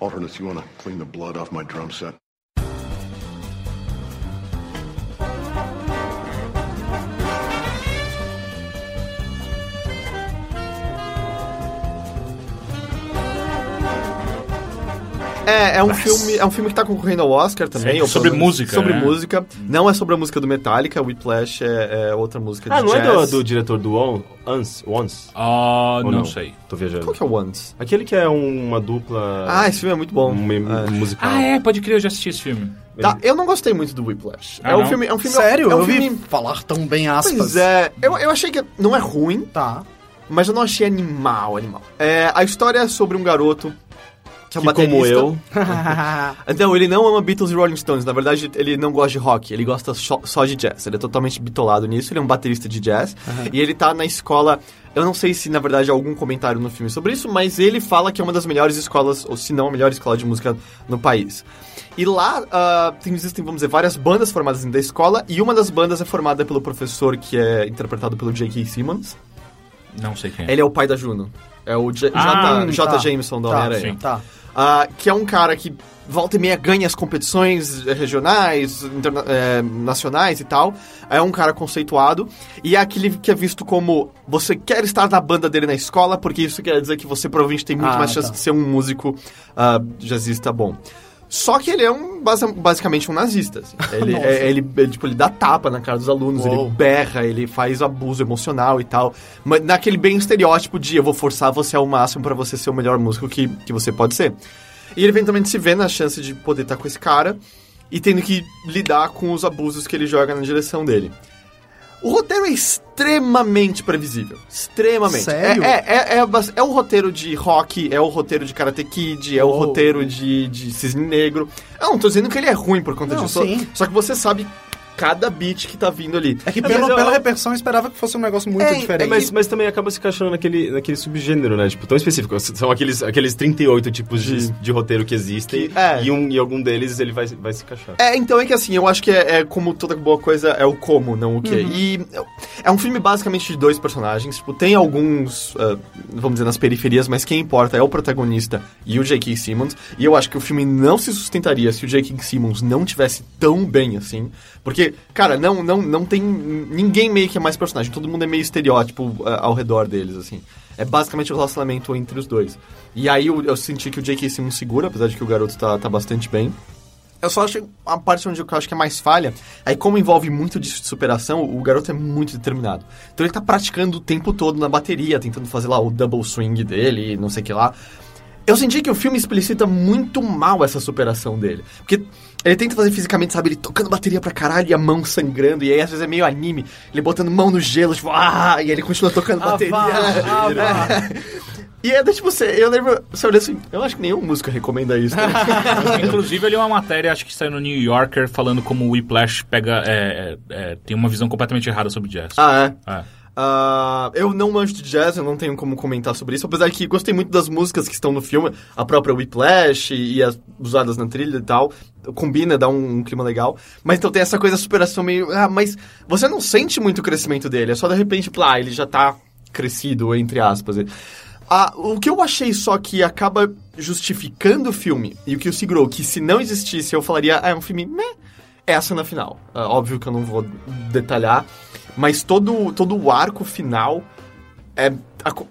F: Alternates, you want to clean the blood off my drum set?
C: É, é um filme, é um filme que tá concorrendo ao Oscar também.
A: Sim,
C: ou pelo
A: sobre
C: menos
A: música,
C: Sobre
A: né?
C: música. Não é sobre a música do Metallica, Whiplash é, é outra música
D: Ah,
C: de
D: não é do,
C: jazz.
D: do diretor do On, Once? Once?
A: Ah,
D: Ou
A: não, sei.
D: Tô viajando.
C: Qual que é o Once?
D: Aquele que é uma dupla.
C: Ah, esse filme é muito bom.
D: um meio
C: É.
D: musical.
A: Ah, é, pode crer, eu já assisti esse filme.
C: Tá, eu não gostei muito do Whiplash.
A: Ah,
C: é, um
A: não?
C: filme, é um filme...
B: Sério?
C: É um
B: eu
C: filme...
B: vi falar tão bem aspas.
C: Pois é, eu, eu achei que não é ruim,
B: Tá.
C: Mas eu não achei animal, animal. É, a história é sobre um garoto que é um
D: Que como
C: baterista.
D: eu.
B: Tá,
C: Não, Então, ele não ama Beatles e Rolling Stones. Na verdade, ele não gosta de rock. Ele gosta só, só de jazz. Ele é totalmente bitolado nisso. Ele é um baterista de jazz. E ele tá na escola... Eu não sei se, na verdade, há algum comentário no filme sobre isso, mas ele fala que é uma das melhores escolas, ou se não a melhor escola de música no país. E lá ah, tem- existem, vamos dizer, várias bandas formadas dentro da escola, e uma das bandas é formada pelo professor que é interpretado pelo J.K. Simmons.
A: Não sei quem é.
C: Ele é o pai da Juno. É o J.
A: Ah,
C: J. J.
B: tá.
C: Jameson da
B: Tá,
C: Homem-Aranha.
A: sim.
B: Tá.
C: Ah, que é um cara que volta e meia ganha as competições eh, regionais, interna- eh, nacionais e tal. É um cara conceituado. E é aquele que é visto como você quer estar na banda dele na escola, porque isso quer dizer que você provavelmente tem muito
B: Ah,
C: mais chance
B: tá.
C: de ser um músico ah, jazzista bom. Só que ele é um basa- basicamente um nazista. assim. Ele,
B: Nossa.
C: é- ele, é, tipo, ele dá tapa na cara dos alunos,
B: Uou.
C: ele berra, ele faz abuso emocional e tal. Mas naquele bem estereótipo de eu vou forçar você ao máximo pra você ser o melhor músico que, que você pode ser. E ele eventualmente se vê na chance de poder estar com esse cara e tendo que lidar com os abusos que ele joga na direção dele. O roteiro é extremamente previsível. Extremamente.
B: Sério?
C: É, é, é, é, bas- é o roteiro de rock, é o roteiro de Karate Kid, é o
B: Uou.
C: roteiro de, de Cisne Negro. Eu não tô dizendo que ele é ruim por conta
B: Não,
C: disso. só-
B: sim.
C: Só que você sabe cada beat que tá vindo ali.
B: É que
D: mas
B: pelo,
D: eu-
B: pela repercussão eu esperava que fosse um negócio muito
C: É, é,
B: diferente.
D: mas, mas também acaba se encaixando naquele, naquele subgênero, né? Tipo, tão específico. São aqueles, aqueles 38 tipos de, de roteiro que existem.
C: Que- é.
D: E, um, e algum deles ele vai, vai se encaixar.
C: É, então é que assim, eu acho que é, é como toda boa coisa, é o como, não o que. E é um filme basicamente de dois personagens. Tipo, tem alguns, ah, vamos dizer, nas periferias, mas quem importa é o protagonista e o J.K. Simmons. E eu acho que o filme não se sustentaria se o J.K. Simmons não tivesse tão bem assim. Porque, cara, não, não, não tem. Ninguém meio que é mais personagem. Todo mundo é meio estereótipo ah, ao redor deles, assim. É basicamente o relacionamento entre os dois. E aí eu, eu senti que o J.K. Simmons segura, apesar de que o garoto tá, tá bastante bem. Eu só acho a parte onde eu acho que é mais falha. Aí, como envolve muito disso de superação, o garoto é muito determinado. Então, ele tá praticando o tempo todo na bateria, tentando fazer lá o double swing dele, não sei o que lá. Eu senti que o filme explicita muito mal essa superação dele. Porque ele tenta fazer fisicamente, sabe? Ele tocando bateria pra caralho e a mão sangrando. E aí, às vezes, é meio anime. Ele botando mão no gelo, tipo, ah! E ele continua tocando bateria. E é, tipo, você, eu lembro, você olha assim, eu acho que nenhum músico recomenda isso. né?
A: Inclusive, eu li uma matéria, acho que saiu no New Yorker, falando como o Whiplash pega, é, é, é, tem uma visão completamente errada sobre jazz.
C: ah, é.
A: É.
C: Ah, eu não manjo de jazz, eu não tenho como comentar sobre isso, apesar que gostei muito das músicas que estão no filme, a própria Whiplash e, e as usadas na trilha e tal. Combina, dá um, um clima legal. Mas então tem essa coisa da superação meio. Ah, mas você não sente muito o crescimento dele, é só de repente, tipo, ah, ele já tá crescido, entre aspas. Ah, o que eu achei só que acaba justificando o filme, e o que o segurou, que se não existisse eu falaria, ah, é um filme meh, é a cena final. É óbvio que eu não vou detalhar, mas todo, todo o arco final é. A, co-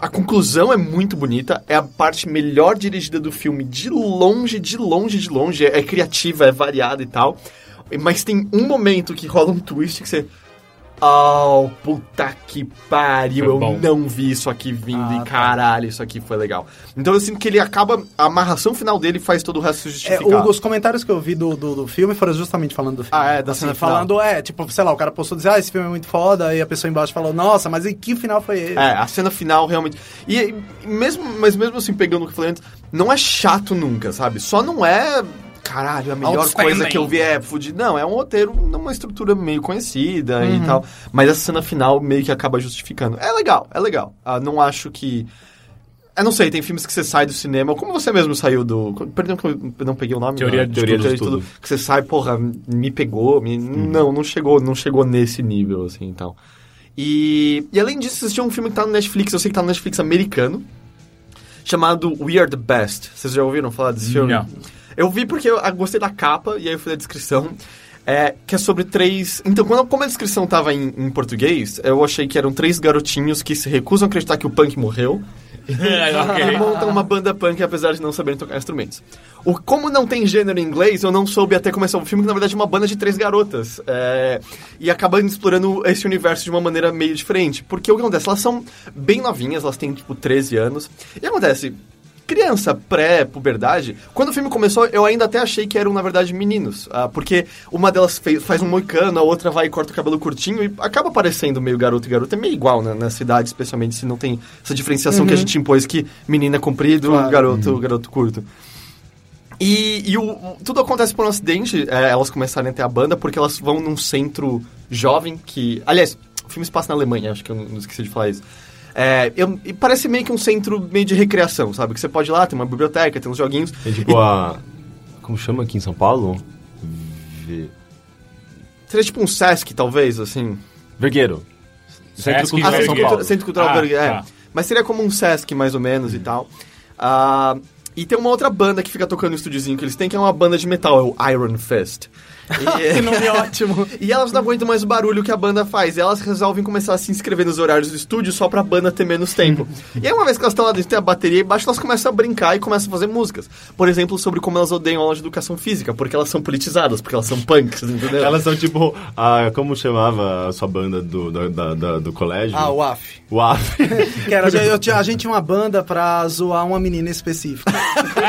C: a conclusão é muito bonita, é a parte melhor dirigida do filme, de longe, de longe, de longe. É, é criativa, é variada e tal. Mas tem um momento que rola um twist que você. Oh, puta que pariu,
A: Foi
C: eu
A: bom.
C: não vi isso aqui vindo
B: Ah,
C: e
B: tá.
C: caralho, isso aqui foi legal. Então eu sinto que ele acaba, a amarração final dele faz todo o resto se
B: É,
C: justificar.
B: o- os comentários que eu vi do, do, do filme foram justamente falando do filme.
C: Ah, é, da cena final.
B: Falando, é, tipo, sei lá, o cara postou dizer, ah, esse filme é muito foda, e a pessoa embaixo falou, nossa, mas e que final foi esse?
C: É, a cena final realmente. E, e mesmo, mas mesmo assim, pegando o que eu falei antes, não é chato nunca, sabe? Só não é. Caralho, a melhor
A: Outstanding.
C: coisa que eu vi é fudido. Não, é um roteiro numa estrutura meio conhecida e tal. Mas essa cena final meio que acaba justificando. É legal, é legal. Ah, não acho que. Eu não sei, tem filmes que você sai do cinema, como você mesmo saiu do. Perdão que eu não peguei o nome. né,
A: Teoria-
C: não,
D: Teoria de Tudo.
C: Que você sai, porra, me pegou. me- Não, não chegou, não chegou nesse nível, assim, então. E, e além disso, existe um filme que tá no Netflix, eu sei que tá no Netflix americano, chamado We Are the Best. Vocês já ouviram falar desse filme?
A: Não.
C: Eu vi porque eu ah, gostei da capa e aí eu fui na descrição. É, que é sobre três. Então, quando, como a descrição tava em, em português, eu achei que eram três garotinhos que se recusam a acreditar que o punk morreu. E
A: É. ok.
C: montam uma banda punk apesar de não saberem tocar instrumentos. O, como não tem gênero em inglês, eu não soube até começar o filme, que na verdade é uma banda de três garotas. É, e acabando explorando esse universo de uma maneira meio diferente. Porque o que acontece? Elas são bem novinhas, elas têm tipo 13 anos. E acontece, criança pré-puberdade, quando o filme começou, eu ainda até achei que eram, na verdade, meninos. ah, porque uma delas fez- faz um moicano, a outra vai e corta o cabelo curtinho e acaba parecendo meio garoto e garota. É meio igual né, na cidade, especialmente se não tem essa diferenciação que a gente impôs que menina é comprido, garoto, garoto curto. E, e o- o- tudo acontece por um acidente, é, elas começarem a ter a banda, porque elas vão num centro jovem que. Aliás, o filme se passa na Alemanha, acho que eu não não esqueci de falar isso. É, eu- e parece meio que um centro meio de recreação, sabe? Que você pode ir lá, tem uma biblioteca, tem uns joguinhos.
D: É tipo a. Como chama aqui em São Paulo? V-
C: Seria tipo um Sesc, talvez, assim.
D: Vergueiro. Centro
A: Sesc
D: Cultural
C: Ah,
A: Vergueiro.
D: São
C: Centro,
D: Paulo.
C: Cultura- Centro Cultural
A: Ah,
C: Berg- é.
A: tá.
C: Mas seria como um Sesc, mais ou menos, e tal. Ah, e tem uma outra banda que fica tocando no estúdiozinho que eles têm, que é uma banda de metal, é o Iron Fist. E-
B: Que nome ótimo.
C: E elas não aguentam mais o barulho que a banda faz. E elas resolvem começar a se inscrever nos horários do estúdio só pra banda ter menos tempo. e aí, uma vez que elas estão lá dentro, tem a bateria embaixo, elas começam a brincar e começam a fazer músicas. Por exemplo, sobre como elas odeiam aula de educação física, porque elas são politizadas, porque elas são punks, entendeu?
D: Elas são tipo. A, como chamava a sua banda do, da- da- da- do colégio?
B: Ah, o AF.
D: O AF.
B: Que era, eu tinha- a gente tinha uma banda pra zoar uma menina específica.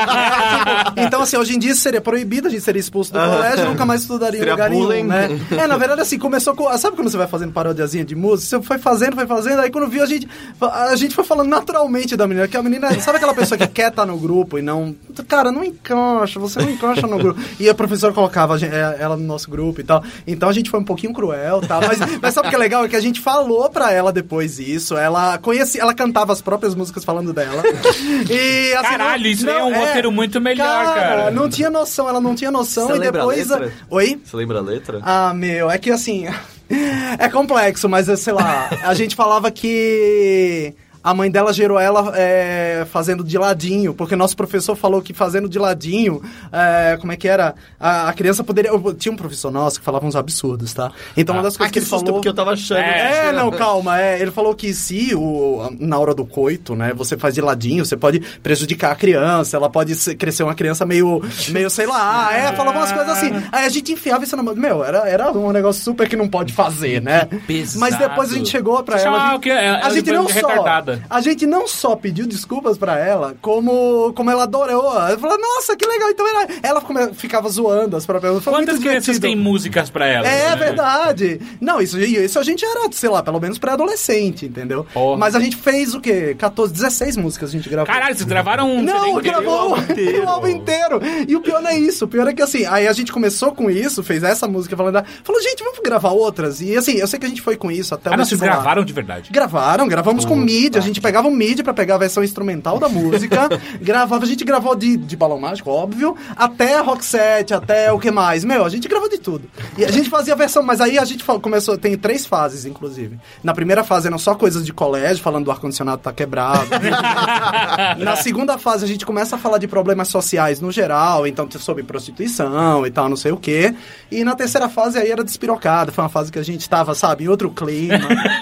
B: Tipo, então, assim, hoje em dia isso seria proibido, a gente seria expulso do colégio, nunca mais estudaria
C: Seria
B: em lugar
C: bullying.
B: nenhum, né? É, na verdade, assim, começou com... Sabe quando você vai fazendo parodiazinha de música? Você foi fazendo, foi fazendo, aí quando viu, a gente, a gente foi falando naturalmente da menina, que a menina... Sabe aquela pessoa que quer estar no grupo e não... Cara, não encaixa, você não encaixa no grupo. E a professora colocava a gen- é, ela no nosso grupo e tal. Então a gente foi um pouquinho cruel, tá? Mas, mas sabe o que é legal? É que a gente falou pra ela depois isso, ela conhecia, ela cantava as próprias músicas falando dela. E, assim,
A: Caralho, isso é um roteiro muito melhor, cara.
B: Não tinha noção, ela não tinha noção
C: Você
B: e
C: lembra a
B: depois... ah,
C: letra?
B: Oi?
C: Você lembra a letra?
B: Ah, meu, é que assim. É complexo, mas eu sei lá. A gente falava que. A mãe dela gerou ela é, fazendo de ladinho, porque nosso professor falou que fazendo de ladinho, é, como é que era? A, a criança poderia. eu- tinha um professor nosso que falava uns absurdos, tá? Então
A: Ah,
B: uma das coisas que ele falou.
C: porque eu tava achando.
A: É.
B: É, não, calma. É, ele falou que se o, na hora do coito, né, você faz de ladinho, você pode prejudicar a criança, ela pode ser- crescer uma criança meio, meio sei lá, é, falava umas coisas assim. Aí a gente enfiava isso na mão. Meu, era, era um negócio super que não pode fazer, né?
A: pesado.
B: Mas depois a gente chegou pra
A: Você
B: ela.
A: chamava
B: a
A: o
B: gente,
A: quê? Ela-
B: a
A: ela
B: gente
A: depois
B: não
A: de
B: só.
A: retardada.
B: A gente não só pediu desculpas pra ela, como, como ela adorou. Ela falou, nossa, que legal. Então era- ela come- ficava zoando as próprias. Foi
A: Quantas
B: muito
A: crianças
B: divertido.
A: têm músicas pra elas?
B: É
A: né?
B: verdade. Não, isso, isso a gente era, sei lá, pelo menos pré-adolescente, entendeu?
A: Porra.
B: Mas a gente fez o quê? 14, 16 músicas a gente gravou.
A: Caralho, vocês gravaram um CD
B: Não,
A: inteiro?
B: gravou o álbum inteiro. E o pior não é isso. O pior é que assim, aí a gente começou com isso, fez essa música falando. Falou, gente, vamos gravar outras. E assim, eu sei que a gente foi com isso até
A: Ah,
B: o
A: não, vocês
B: vestibular.
A: gravaram de verdade.
B: Gravaram, gravamos com mídia, a gente pegava o MIDI pra pegar a versão instrumental da música, gravava, a gente gravou de, de balão mágico, óbvio, até rock set, até o que mais. Meu, a gente gravou de tudo. E a gente fazia a versão, mas aí a gente fa- começou, tem três fases, inclusive. Na primeira fase eram só coisas de colégio, falando do ar-condicionado tá quebrado. Na segunda fase a gente começa a falar de problemas sociais no geral, então sobre prostituição e tal, não sei o quê. E na terceira fase aí era despirocada, foi uma fase que a gente tava, sabe, em outro clima,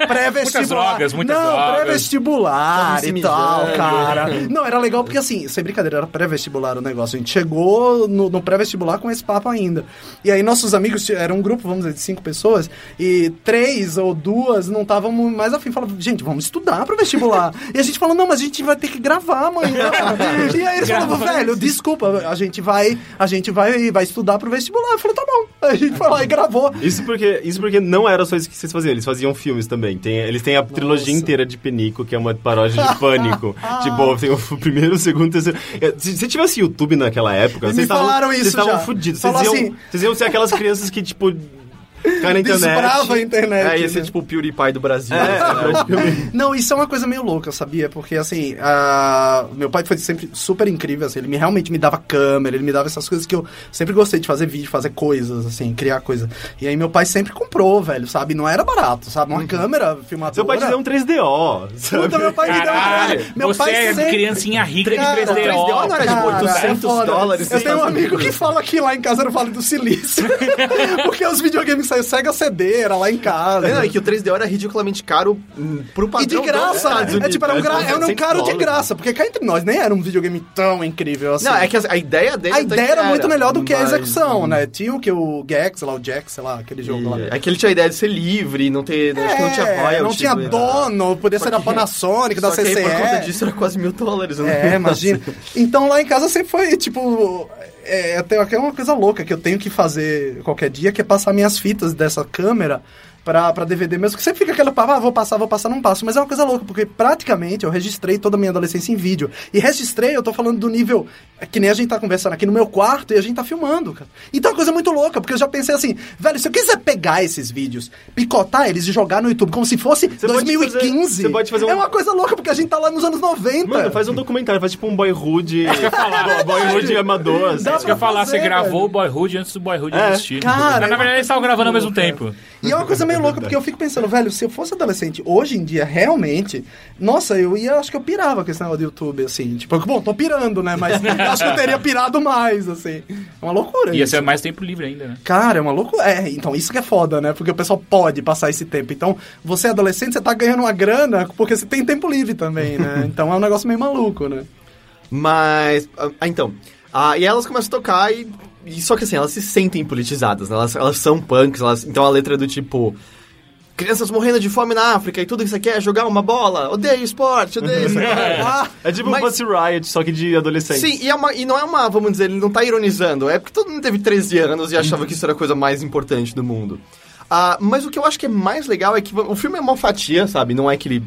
B: pré-vestibular.
A: Muitas drogas, muitas
B: não,
A: drogas.
B: pré-vestibular
C: Tava se
B: e tal,
C: mijando.
B: cara. Não, era legal porque assim, sem brincadeira, era pré-vestibular o negócio. A gente chegou no, no pré-vestibular com esse papo ainda. E aí nossos amigos, era um grupo, vamos dizer, de cinco pessoas, e três ou duas não estavam mais afim. Falavam, gente, vamos estudar pro vestibular. e a gente falou, não, mas a gente vai ter que gravar amanhã. e aí eles falavam, velho, desculpa, a gente vai, a gente vai, vai estudar pro vestibular. Eu falei, tá bom. Aí A gente foi lá e gravou.
D: Isso porque, isso porque não era só isso que vocês faziam, eles faziam filmes também. Tem, eles têm a trilogia inteira de Penico, que é uma paródia de Pânico.
B: Ah.
D: tipo, tem o primeiro, o segundo, o terceiro. É, Se, se tivesse YouTube naquela época,
B: Me
D: vocês estavam-
B: falaram isso
D: Vocês estavam
B: já.
D: fodidos. Vocês,
B: Falou
D: iam-
B: assim-
D: vocês iam ser aquelas crianças que, tipo, caem na internet.
B: Desbrava a internet.
C: É, esse é
B: né?
C: tipo o PewDiePie do Brasil. assim, né? Tipo,
B: Não, isso é uma coisa meio louca, sabia? Porque, assim, ah, meu pai foi sempre super incrível, assim, ele me- realmente me dava câmera, ele me dava essas coisas que eu sempre gostei de fazer vídeo, fazer coisas, assim, criar coisa. E aí meu pai sempre comprou, velho, sabe? Não era barato, sabe? Uma câmera, filmadora...
D: Seu pai te deu um 3DO. sabe?
B: Puta, meu pai me deu um...
A: Caralho,
B: meu
A: você
B: pai
A: é
B: sempre...
A: criancinha rica de
B: Cara, é
A: 3D. ó. tipo,
C: não era de
B: cara,
C: 800
B: é foda.
C: dólares,
B: Eu
C: você
B: tenho um
C: tá-
B: amigo que fala que lá em casa era vale do silício. porque os videogames saíram Sega CD, era lá em casa.
C: É, não, é que o 3DO era ridiculamente caro hum, pro
B: E
C: padrão
B: de
C: dos
B: graça!
C: Estados
B: É tipo, era um, gra...
C: Unidos.
B: era um
C: 400
B: caro de
C: dólares.
B: graça, porque cá entre nós nem era um videogame tão incrível assim.
C: né? Não, é que a a ideia dele...
B: A
C: até
B: ideia
C: que
B: era muito melhor do que a
C: mas-
B: execução, né? Tinha o que o Gex, sei lá, o Jack, sei lá, aquele jogo lá. É,
C: E- É que ele tinha a ideia de ser livre, não ter... acho que É, não tinha royalties.
B: não tinha
C: né?
B: dono, podia ser da Panasonic, da
C: Só que aí,
B: CCE.
C: por conta disso, era quase mil dólares. né?
B: É, imagina. Então lá em casa sempre foi, tipo. É, eu tenho até uma coisa louca que eu tenho que fazer qualquer dia, que é passar minhas fitas dessa câmera pra, pra DVD mesmo. Que sempre fica aquela papo, ah, vou passar, vou passar, não passo. Mas é uma coisa louca, porque praticamente eu registrei toda a minha adolescência em vídeo. E registrei, eu tô falando do nível é que nem a gente tá conversando aqui no meu quarto e a gente tá filmando, cara. Então é uma coisa muito louca, porque eu já pensei assim, velho, se eu quiser pegar esses vídeos, picotar eles e jogar no YouTube como se fosse
D: pode fazer-
B: 2015,
D: você pode fazer um-
B: é uma coisa louca, porque a gente tá lá nos anos 90.
D: Mano, faz um documentário, faz tipo um boyhood.
A: falar.
D: boyhood é amador.
B: Dá
D: assim, sabe?
A: Isso que eu ia falar,
B: fazer,
A: você gravou
B: velho.
A: o Boyhood antes do Boyhood
D: É,
A: existir.
B: cara,
A: Mas, na
B: é uma
A: verdade, eles estavam gravando ao mesmo tempo.
B: E é uma coisa meio louca, porque eu fico pensando, velho, se eu fosse adolescente hoje em dia, realmente, nossa, eu ia, acho que eu pirava com esse negócio do YouTube, assim. Tipo, bom, tô pirando, né? Mas acho que eu teria pirado mais, assim. É uma loucura
A: Ia
B: isso.
A: ser mais tempo livre ainda, né?
B: Cara, é uma loucura. É, então isso que é foda, né? Porque o pessoal pode passar esse tempo. Então, você é adolescente, você tá ganhando uma grana porque você tem tempo livre também, né? Então é um negócio meio maluco, né?
C: Mas. Ah, então. Ah, e elas começam a tocar e. e só que assim, elas se sentem politizadas, né? Elas, elas são punks, elas, então a letra é do tipo. Crianças morrendo de fome na África e tudo que você quer é jogar uma bola. Odeio esporte, odeio isso. Ah,
D: É tipo um
C: mas-
D: Pussy Riot, só que de adolescente.
C: Sim, e, é uma- e não é uma, vamos dizer, ele não tá ironizando. É porque todo mundo teve 13 anos e achava que isso era a coisa mais importante do mundo. Ah, mas o que eu acho que é mais legal é que o filme é uma fatia, sabe? Não é que ele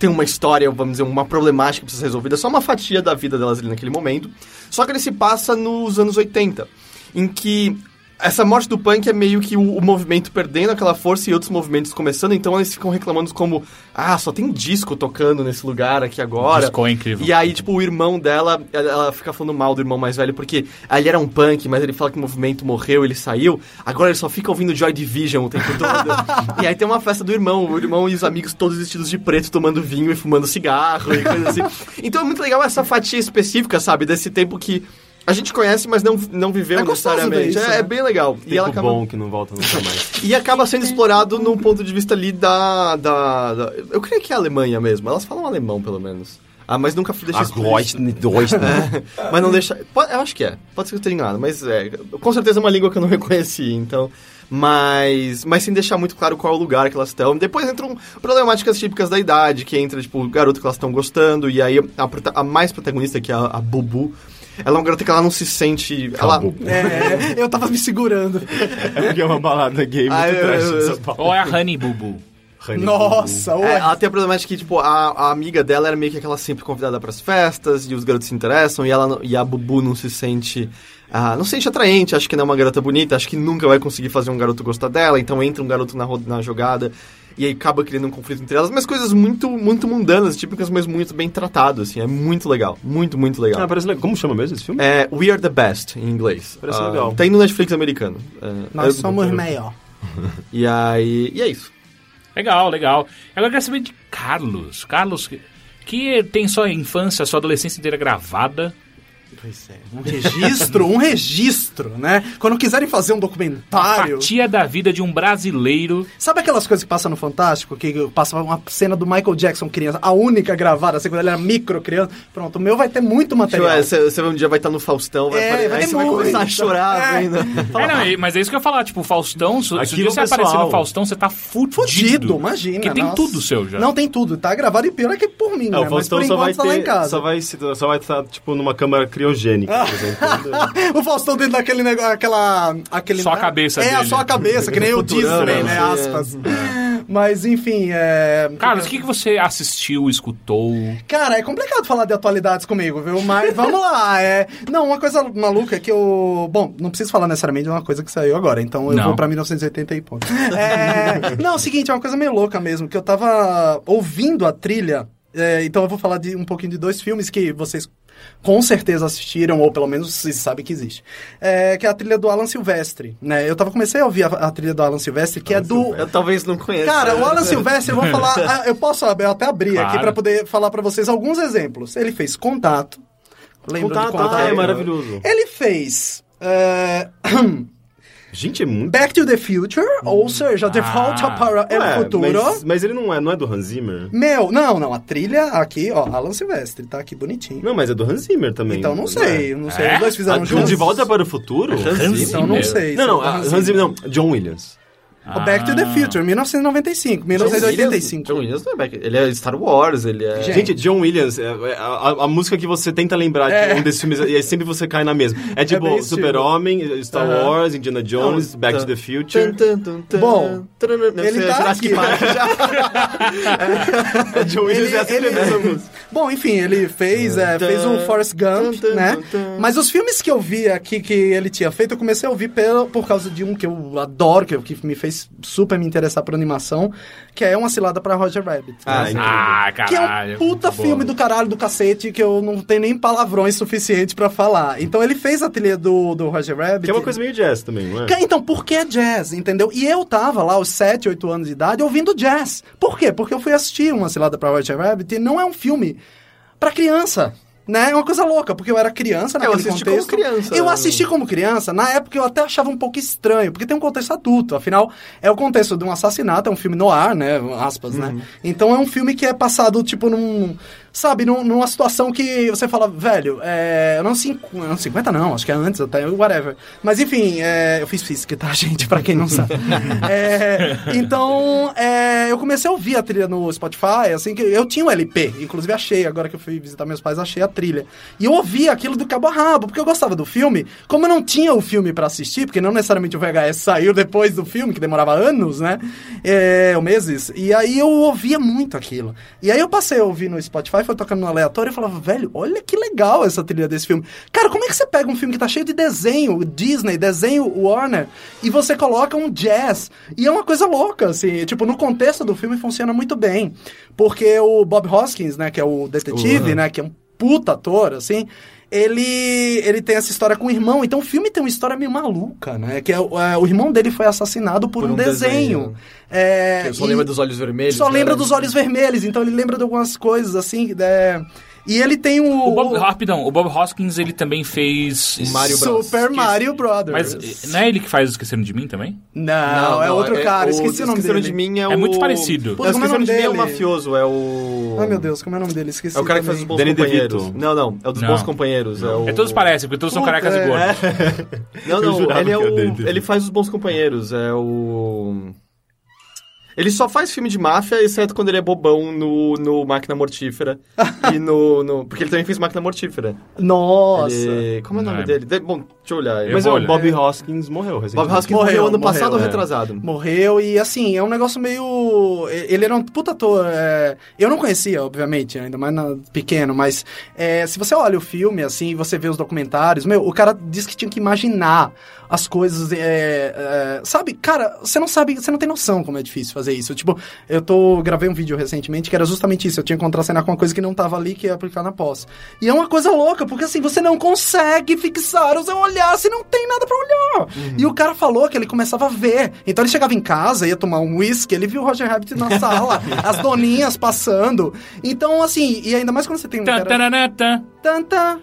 C: tem uma história, vamos dizer, uma problemática que precisa ser resolvida. É só uma fatia da vida delas ali naquele momento. Só que ele se passa nos anos 80, em que essa morte do punk é meio que o, o movimento perdendo aquela força e outros movimentos começando. Então eles ficam reclamando como, ah, só tem disco tocando nesse lugar aqui agora.
A: Disco é incrível.
C: E aí, tipo, o irmão dela, ela- ela fica falando mal do irmão mais velho, porque ele era um punk, mas ele fala que o movimento morreu, ele saiu. Agora ele só fica ouvindo Joy Division o tempo todo. e aí tem uma festa do irmão, o irmão e os amigos todos vestidos de preto, tomando vinho e fumando cigarro e coisa assim. Então é muito legal essa fatia específica, sabe, desse tempo que a gente conhece, mas não, não viveu
B: É gostoso ver
C: necessariamente.
B: isso,
C: é,
B: né?
C: é bem legal.
D: Tempo bom que não volta nunca mais.
C: E acaba sendo explorado no ponto de vista ali da, da, da- Eu creio que é a Alemanha mesmo. Elas falam alemão, pelo menos. Ah, mas nunca deixa explícito. É, mas não deixa... po- Eu acho que é. Pode ser que eu tenha enganado. Mas é, com certeza é uma língua que eu não reconheci, então... Mas, mas sem deixar muito claro qual é o lugar que elas estão. Depois entram problemáticas típicas da idade, que entra, tipo, o garoto que elas estão gostando. E aí a, prota- a mais protagonista, que é a, a Bubu, ela é uma garota que ela não se sente... Ela,
B: É, eu tava me segurando.
D: É porque é uma balada gay muito
C: Ah, eu-
D: trash
C: eu-
D: de São
C: eu-
D: Paulo.
A: Ou é a Honey Bubu?
B: Nossa, ué.
C: É, ela tem a problemática que, tipo, a, a amiga dela era meio que aquela sempre convidada pras festas, e os garotos se interessam, e, ela, não- e a Bubu não se sente. ah, não se sente atraente, acho que não é uma garota bonita, acho que nunca vai conseguir fazer um garoto gostar dela, então entra um garoto na, ro- na jogada, e aí acaba criando um conflito entre elas, mas coisas muito, muito mundanas, típicas, mas muito bem tratado, assim, é muito legal, muito, muito legal.
D: Ah, parece legal. Como chama mesmo esse filme?
C: É We Are The Best, em inglês.
D: Parece
C: Ah,
D: legal.
C: Tem no Netflix americano. É,
B: Nós
C: eu-
B: somos melhor.
C: E aí... E é isso.
A: Legal, legal. Agora eu quero saber de Carlos. Carlos, que- que tem sua infância, sua adolescência inteira gravada.
B: Um registro, um registro, né? Quando quiserem fazer um documentário.
A: Fatia da vida de um brasileiro.
B: Sabe aquelas coisas que passam no Fantástico? Que passa uma cena do Michael Jackson criança, a única gravada, assim, quando ele era micro criança. Pronto, o meu vai ter muito material.
C: Você um dia vai estar no Faustão, vai,
B: É,
C: aparecer-
B: vai
C: aí
B: ter
C: você vai começar a
B: muito.
C: chorar
B: É.
C: ainda.
A: É, não, e- mas é isso que eu ia falar. Tipo, o Faustão, se, se um
D: Aquilo
A: dia você
D: pessoal.
A: aparecer no Faustão, você tá fudido.
B: Fudido, imagina.
A: Porque tem
B: nossa.
A: tudo seu já.
B: Não tem tudo, tá gravado e pior é que por mim,
D: Não,
B: né?
D: o Faustão
B: Mas por
D: só vai
B: enquanto tá lá em
D: ter.
B: casa. Ah.
D: Só vai, se- só vai estar, tipo, numa câmara criogênica, por exemplo.
B: O Faustão dentro daquele negócio, aquela... Aquele,
A: Só a cabeça
B: É,
A: dele.
B: só a cabeça, que nem o
C: Futurama,
B: Disney, né?
C: é.
B: Aspas. Mas, enfim, é...
A: Carlos, o que, que você assistiu, escutou?
B: Cara, é complicado falar de atualidades comigo, viu? Mas vamos lá. É... Não, uma coisa maluca é que eu. Bom, não preciso falar necessariamente de uma coisa que saiu agora, então eu
A: Não.
B: vou pra 1980 e ponto. É... não, é o seguinte, é uma coisa meio louca mesmo, que eu tava ouvindo a trilha. é, então eu vou falar de um pouquinho de dois filmes que vocês com certeza assistiram, ou pelo menos vocês sabem que existe. É, que é a trilha do Alan Silvestre, né? Eu tava comecei a ouvir a, a trilha do Alan Silvestre, que é do.
C: Eu talvez não conheça.
B: Cara, o Alan Silvestre, eu vou falar. ah, Eu posso ab- eu até abrir
A: Claro.
B: aqui pra poder falar pra vocês alguns exemplos. Ele fez Contato. Lembra
D: Contato,
B: de Contato? um
D: ah, é maravilhoso.
B: Ele fez. eh,
D: Gente, é muito.
B: Back to the Future, ou seja, De Volta para
D: Ah. Ué,
B: o Futuro.
D: é, Mas, mas ele não é, não é do Hans Zimmer?
B: Meu, não, não, a trilha aqui, ó, Alan Silvestre, tá aqui bonitinho.
D: Não, mas é do Hans Zimmer também.
B: então não sei, não sei, os dois
D: É. Ah,
B: fizeram
D: o
B: juntos.
D: De Volta para o Futuro?
C: É,
A: Hans
B: Então não sei.
D: Não, não,
B: se é
D: ah,
B: Hans
D: Hans Ah.
B: Zimmer.
D: Zimmer não. John Williams.
B: O Back to the Future, 1995, 1985.
C: É. John Williams não é Beck. Ele é Star Wars, ele é...
B: Gente,
D: Gente, John Williams, é- é a, a- a música que você tenta lembrar de
B: É.
D: um desses filmes, e aí sempre você cai na mesma. É tipo
B: bem esse estilo.
D: Super-Homem, Star
B: Aham.
D: Wars, Indiana Jones,
C: Não,
D: Back
C: tá.
D: to the Future.
C: Tum, tum, tum,
B: Bom,
C: tum, tum, tum.
B: ele
C: Você-
B: tá
C: Jurassic
B: aqui.
C: Park já.
D: É John Williams é sempre a mesma música.
B: Bom, enfim, ele fez, é, fez o Forrest Gump,
C: Tum, tum,
B: né?
C: tum, tum.
B: Mas os filmes que eu vi aqui que ele tinha feito, eu comecei a ouvir pelo, por causa de um que eu adoro, que, eu- que me fez super me interessar por animação, que é Uma Cilada pra Roger Rabbit. Né?
D: Ah, incrível.
A: Ah,
B: Que é
A: caralho.
B: um puta
A: muito bom.
D: né?
B: filme do caralho do cacete que eu não tenho nem palavrões suficientes pra falar. Então ele fez a trilha do, do Roger Rabbit.
D: Que é uma coisa meio jazz também, não é?
B: Ca- Então, por que jazz, entendeu? E eu tava lá, aos 7, 8 anos de idade, ouvindo jazz. Por quê? Porque eu fui assistir Uma Cilada pra Roger Rabbit e não é um filme pra criança. Né? É uma coisa louca, porque eu era criança naquele
C: assisti como
B: contexto.
C: criança. né,
B: Eu assisti como criança, na época eu até achava um pouco estranho, porque tem um contexto adulto, afinal, é o contexto de um assassinato, é um filme no ar, né? Aspas,
C: Uhum.
B: né? Então é um filme que é passado, tipo, num. Sabe, num- numa situação que você fala, velho, é. Não, cinco, não 50 não, acho que é antes até, whatever. Mas enfim, é, eu fiz física, tá, gente? Pra quem não sabe. É, então, é, eu comecei a ouvir a trilha no Spotify, assim, que eu tinha um LP, inclusive achei, agora que eu fui visitar meus pais, achei a trilha. E eu ouvia aquilo do cabo a rabo, porque eu gostava do filme. Como eu não tinha o filme pra assistir, porque não necessariamente o VHS saiu depois do filme, que demorava anos, né? É, ou meses. E aí eu ouvia muito aquilo. E aí eu passei a ouvir no Spotify, foi tocando no aleatório e falava, velho, olha que legal essa trilha desse filme. Cara, como é que você pega um filme que tá cheio de desenho, Disney, desenho Warner, e você coloca um jazz? E é uma coisa louca, assim. Tipo, no contexto do filme funciona muito bem. Porque o Bob Hoskins, né, que é o detetive, né, que é um puta ator, assim. Ele, ele tem essa história com o irmão, então o filme tem uma história meio maluca, né? Que é, o- é, o irmão dele foi assassinado por, um, desenho. É,
C: Eu só
B: e-
C: lembro dos olhos vermelhos.
B: só
C: né?
B: lembra dos olhos vermelhos, então ele lembra de algumas coisas, assim. é, E ele tem o.
A: O Bob, rapidão, o Bob Hoskins, ele também fez...
C: Mario Bros.
B: Super Mario Brothers.
A: Mas
C: né?
A: eh, não é ele que faz Esqueceram de Mim também?
B: Não, é outro cara,
C: o-
B: esqueci o nome
C: Esqueceram
B: dele.
C: de mim é o...
A: É muito parecido.
C: Não,
B: Puta, como é o
C: Esqueceram
B: nome
C: de mim é o
B: dele?
C: mafioso, é o...
B: Ai meu Deus, como é o nome dele? Esqueci.
C: É o cara que faz os
B: também.
C: bons
D: Danny
C: companheiros.
D: DeVito.
C: Não, não. É o dos
A: Não.
C: bons companheiros. É, o...
A: É, todos parecem, porque todos são
B: Puta,
A: carecas e
B: é.
A: gordos.
C: Não,
D: Eu
C: não,
D: jurava
C: ele é
D: que era
C: o.
D: dele, dele.
C: Ele faz os bons companheiros, é o. Ele só faz filme de máfia, exceto quando ele é bobão no, no Máquina Mortífera. e no, no- Porque ele também fez Máquina Mortífera.
B: Nossa.
C: Ele- Como é o
A: Não
C: nome
A: é.
C: dele? De- Bom, Deixa eu olhar. aí.
A: Eu
D: Ah, Mas é
A: vou
D: o
A: olhar.
D: Bob Hoskins morreu
C: Bob
D: recentemente.
C: Hoskins
B: Morreu,
C: morreu, ano
B: morreu,
C: passado ou
B: é.
C: retrasado?
B: Morreu e, assim, é um negócio meio... e- Ele era um puta ator. é, Eu não conhecia, obviamente, ainda mais na- pequeno, mas é, se você olha o filme, assim, e você vê os documentários, meu, o cara disse que tinha que imaginar as coisas, é, é, sabe? Cara, você não sabe, você não tem noção como é difícil fazer isso. Tipo, eu tô gravei um vídeo recentemente que era justamente isso, eu tinha que contracenar com uma coisa que não tava ali, que ia aplicar na pós. E é uma coisa louca, porque assim, você não consegue fixar o seu olhar, você não tem nada pra olhar. E o cara falou que ele começava a ver. Então ele chegava em casa, ia tomar um uísque, ele viu o Roger Rabbit na sala, as doninhas passando. Então, assim, e ainda mais quando você tem um
A: Tan,
B: cara...
A: tan, tan, Uh,
B: Tanta...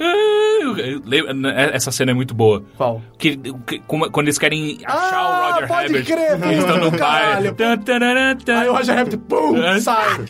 A: Eu lembro- Essa cena é muito boa.
B: Qual?
A: Que, que- como- quando eles querem achar
B: Ah,
A: o Roger
B: pode
A: Rabbit.
B: crer,
A: eles estão no
B: caralho.
A: bar. Tan, tarará, tan.
B: Aí o Roger Rabbit, pum,
A: É.
B: sai.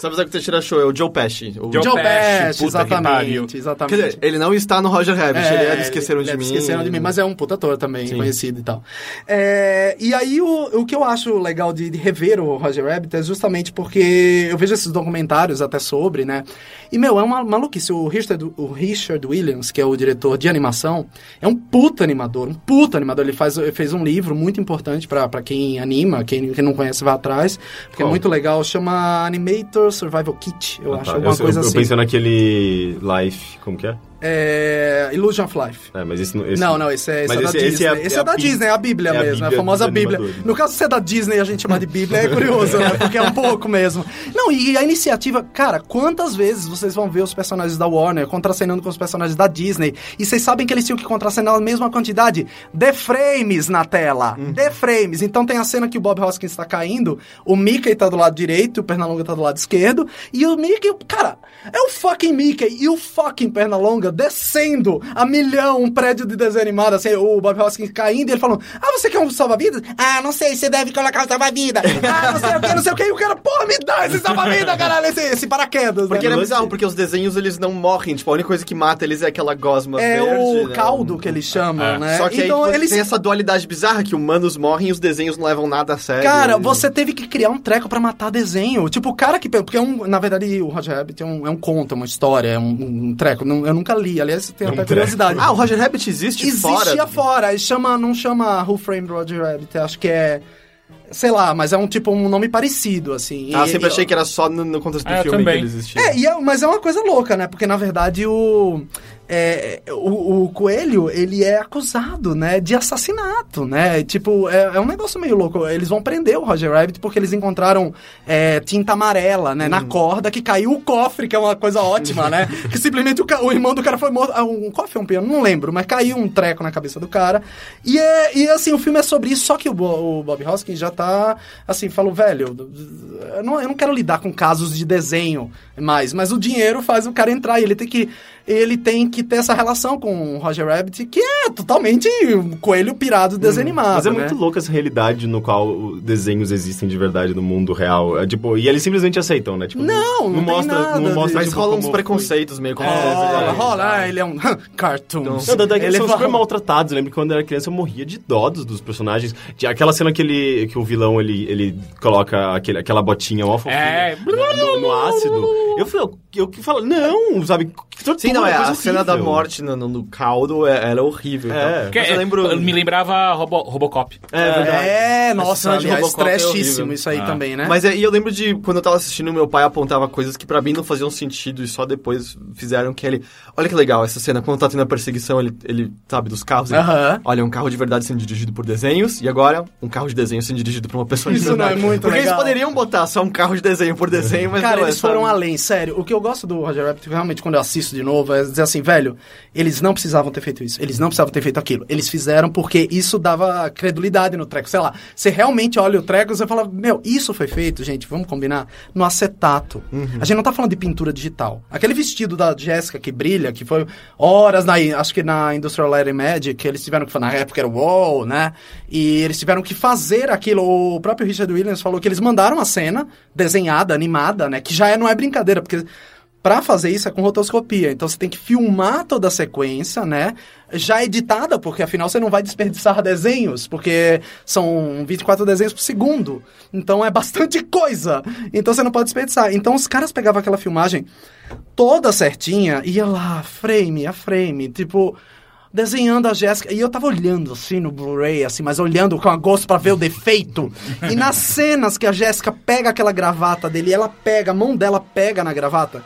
C: Sabe o que você tira show? É o Joe Pesci. O
A: Joe
B: Joe
A: Pesci, puta
B: Pesci,
A: que pariu.
B: exatamente,
C: Quer
B: exatamente.
C: dizer, ele não está no Roger Rabbit, ele é do Esqueceram
B: ele
C: de
B: Tá é do
C: Mim.
B: Esqueceram de mim, mas é um puta ator também, conhecido e tal. É, e aí, o, o que eu acho legal de, de rever o Roger Rabbit é justamente porque eu vejo esses documentários até sobre, né? E, meu, é uma maluquice. O Richard, o Richard Williams, que é o diretor de animação, é um puta animador, um puta animador. Ele faz, ele fez um livro muito importante pra pra quem anima, quem, quem não conhece, vai atrás, porque é muito legal. Chama Animator Survival Kit, eu
D: Ah,
B: acho,
D: tá.
B: alguma
D: eu,
B: coisa
D: eu,
B: assim.
D: Eu pensei naquele Life, como que é?
B: É, Illusion of Life.
D: É, mas esse... não- esse
B: Não, não, esse é, esse
D: mas
B: é da Disney.
D: a-
B: esse é, da
D: a
B: Disney, é a Bíblia
D: é a
B: mesmo, é a
D: Bíblia
B: famosa
D: dos
B: Bíblia.
D: animadores.
B: No caso, se é da Disney e a gente chama de Bíblia, é curioso, né? Porque é um pouco mesmo. Não, e a iniciativa, cara, quantas vezes vocês vão ver os personagens da Warner contracenando com os personagens da Disney e vocês sabem que eles tinham que contracenar a mesma quantidade de frames na tela.
D: Uhum.
B: De frames. Então tem a cena que o Bob Hoskins tá caindo, o Mickey tá do lado direito, o Pernalonga tá do lado esquerdo, e o Mickey, cara, é o fucking Mickey e o fucking Pernalonga descendo a milhão um prédio de desenho animado, assim, o Bob Hoskins caindo e ele falando: Ah, você quer um salva-vidas? Ah, não sei, você deve colocar um salva-vida. Ah, não sei o que, não sei o que. E o cara, porra, me dá esse salva-vida, caralho, esse, esse paraquedas.
C: Porque é
B: né?
C: era bizarro, porque os desenhos eles não morrem. Tipo, a única coisa que mata eles é aquela gosma
B: É
C: verde.
B: o
C: né?
B: caldo que eles chamam,
A: É.
B: né?
C: Só que
B: então
C: aí tipo,
B: eles
C: tem essa dualidade bizarra que humanos morrem e os desenhos não levam nada a sério.
B: Cara,
C: E-
B: você teve que criar um treco pra matar desenho. Tipo, o cara que. Porque, é um, na verdade, o Roger Rabbit é um, é um conto, é uma história, é um, um treco. Não- eu nunca li. Aliás, eu tenho até curiosidade.
C: Ah, o Roger Rabbit existe, fora?
B: Existia fora. e chama, não chama Who Framed Roger Rabbit. Acho que é. Sei lá, mas é um tipo um nome parecido, assim.
C: Ah, eu
B: E-
C: sempre
B: e-
C: achei que era só no, no contexto do
A: Ah, eu
C: filme
A: também.
C: que ele existia.
B: é, e é- mas é uma coisa louca, né? Porque, na verdade, o, é, o, o Coelho, ele é acusado, né? De assassinato, né? Tipo, é, é um negócio meio louco. Eles vão prender o Roger Rabbit porque eles encontraram é, tinta amarela, né? Na corda que caiu o cofre, que é uma coisa ótima, né? Que simplesmente o, ca- o irmão do cara foi morto. Ah, um cofre ou um piano? Não lembro, mas caiu um treco na cabeça do cara. E, é, e assim, o filme é sobre isso, só que o, Bo- o Bob Hoskins já tá, assim, falou, velho, eu não, eu não quero lidar com casos de desenho mais, mas o dinheiro faz o cara entrar e ele tem que, ele tem que ter essa relação com o Roger Rabbit, que é totalmente um coelho pirado desanimado,
D: Mas é
B: né?
D: muito louca essa realidade no qual o- desenhos existem de verdade no mundo real. É, tipo, e eles simplesmente aceitam, né? Tipo,
B: Não, não tem nada
D: não mostra
C: Mas
D: tipo,
C: rola uns
D: como- É,
C: preconceitos meio como...
B: Rola, rola, ah, ele é um cartoon.
D: Não, da, da,
B: Ele
D: eles são
B: fala-
D: super maltratados. Eu lembro que quando eu era criança eu morria de dó dos, dos personagens. Tinha Aquela cena que, ele, que o vilão ele, ele coloca aquele, aquela botinha mó fofinha né,
A: É.
D: no, no ácido. Eu falei, eu, eu que falo, não, sabe? Que tortura,
C: Sim, não, é, a
D: coisa
C: cena da
D: horrível.
C: morte no, no- no caldo, é, ela é horrível.
D: É.
C: então.
A: Que-
C: Mas eu lembro...
A: Me lembrava Robo- Robocop.
D: É verdade.
B: É, nossa,
C: cena de
B: aliás,
C: Robocop é horrível.
B: trashíssimo isso aí também, né?
C: Mas é, e eu lembro de quando eu tava assistindo, meu pai apontava coisas que pra mim não faziam sentido e só depois fizeram que ele. Olha que legal essa cena, quando tá tendo a perseguição, ele, ele sabe dos carros. ele,
B: Aham.
C: Olha, um carro de verdade sendo dirigido por desenhos e agora um carro de desenho sendo dirigido por uma pessoa de
B: Isso não
C: verdade.
B: é muito
C: Porque
B: legal.
C: eles poderiam botar só um carro de desenho por desenho, mas
B: Cara,
C: não,
B: eles
C: é, sabe?
B: foram além, sério. O que eu gosto do Roger Rabbit, realmente, quando eu assisto de novo, é dizer assim, velho, eles não precisavam ter feito isso, eles não precisavam ter feito aquilo. Eles fizeram porque isso dava credulidade no treco. Sei lá, você realmente olha o treco e você fala, meu, isso foi feito, gente, vamos combinar, no acetato. A gente não tá falando de pintura digital. Aquele vestido da Jéssica que brilha, que foi horas na. Acho que na Industrial Light and Magic, eles tiveram que. Na época era o wow, né? E eles tiveram que fazer aquilo. O próprio Richard Williams falou que eles mandaram a cena desenhada, animada, né? Que já é- não é brincadeira, porque. Pra fazer isso é com rotoscopia, então você tem que filmar toda a sequência, né? Já editada, porque afinal você não vai desperdiçar desenhos, porque são 24 desenhos por segundo. Então é bastante coisa. Então você não pode desperdiçar. Então os caras pegavam aquela filmagem toda certinha, ia lá, frame a frame, tipo. desenhando a Jéssica. E eu tava olhando assim no Blu-ray, assim, mas olhando com agosto pra ver o defeito. E nas cenas que a Jéssica pega aquela gravata dele, ela pega, a mão dela pega na gravata.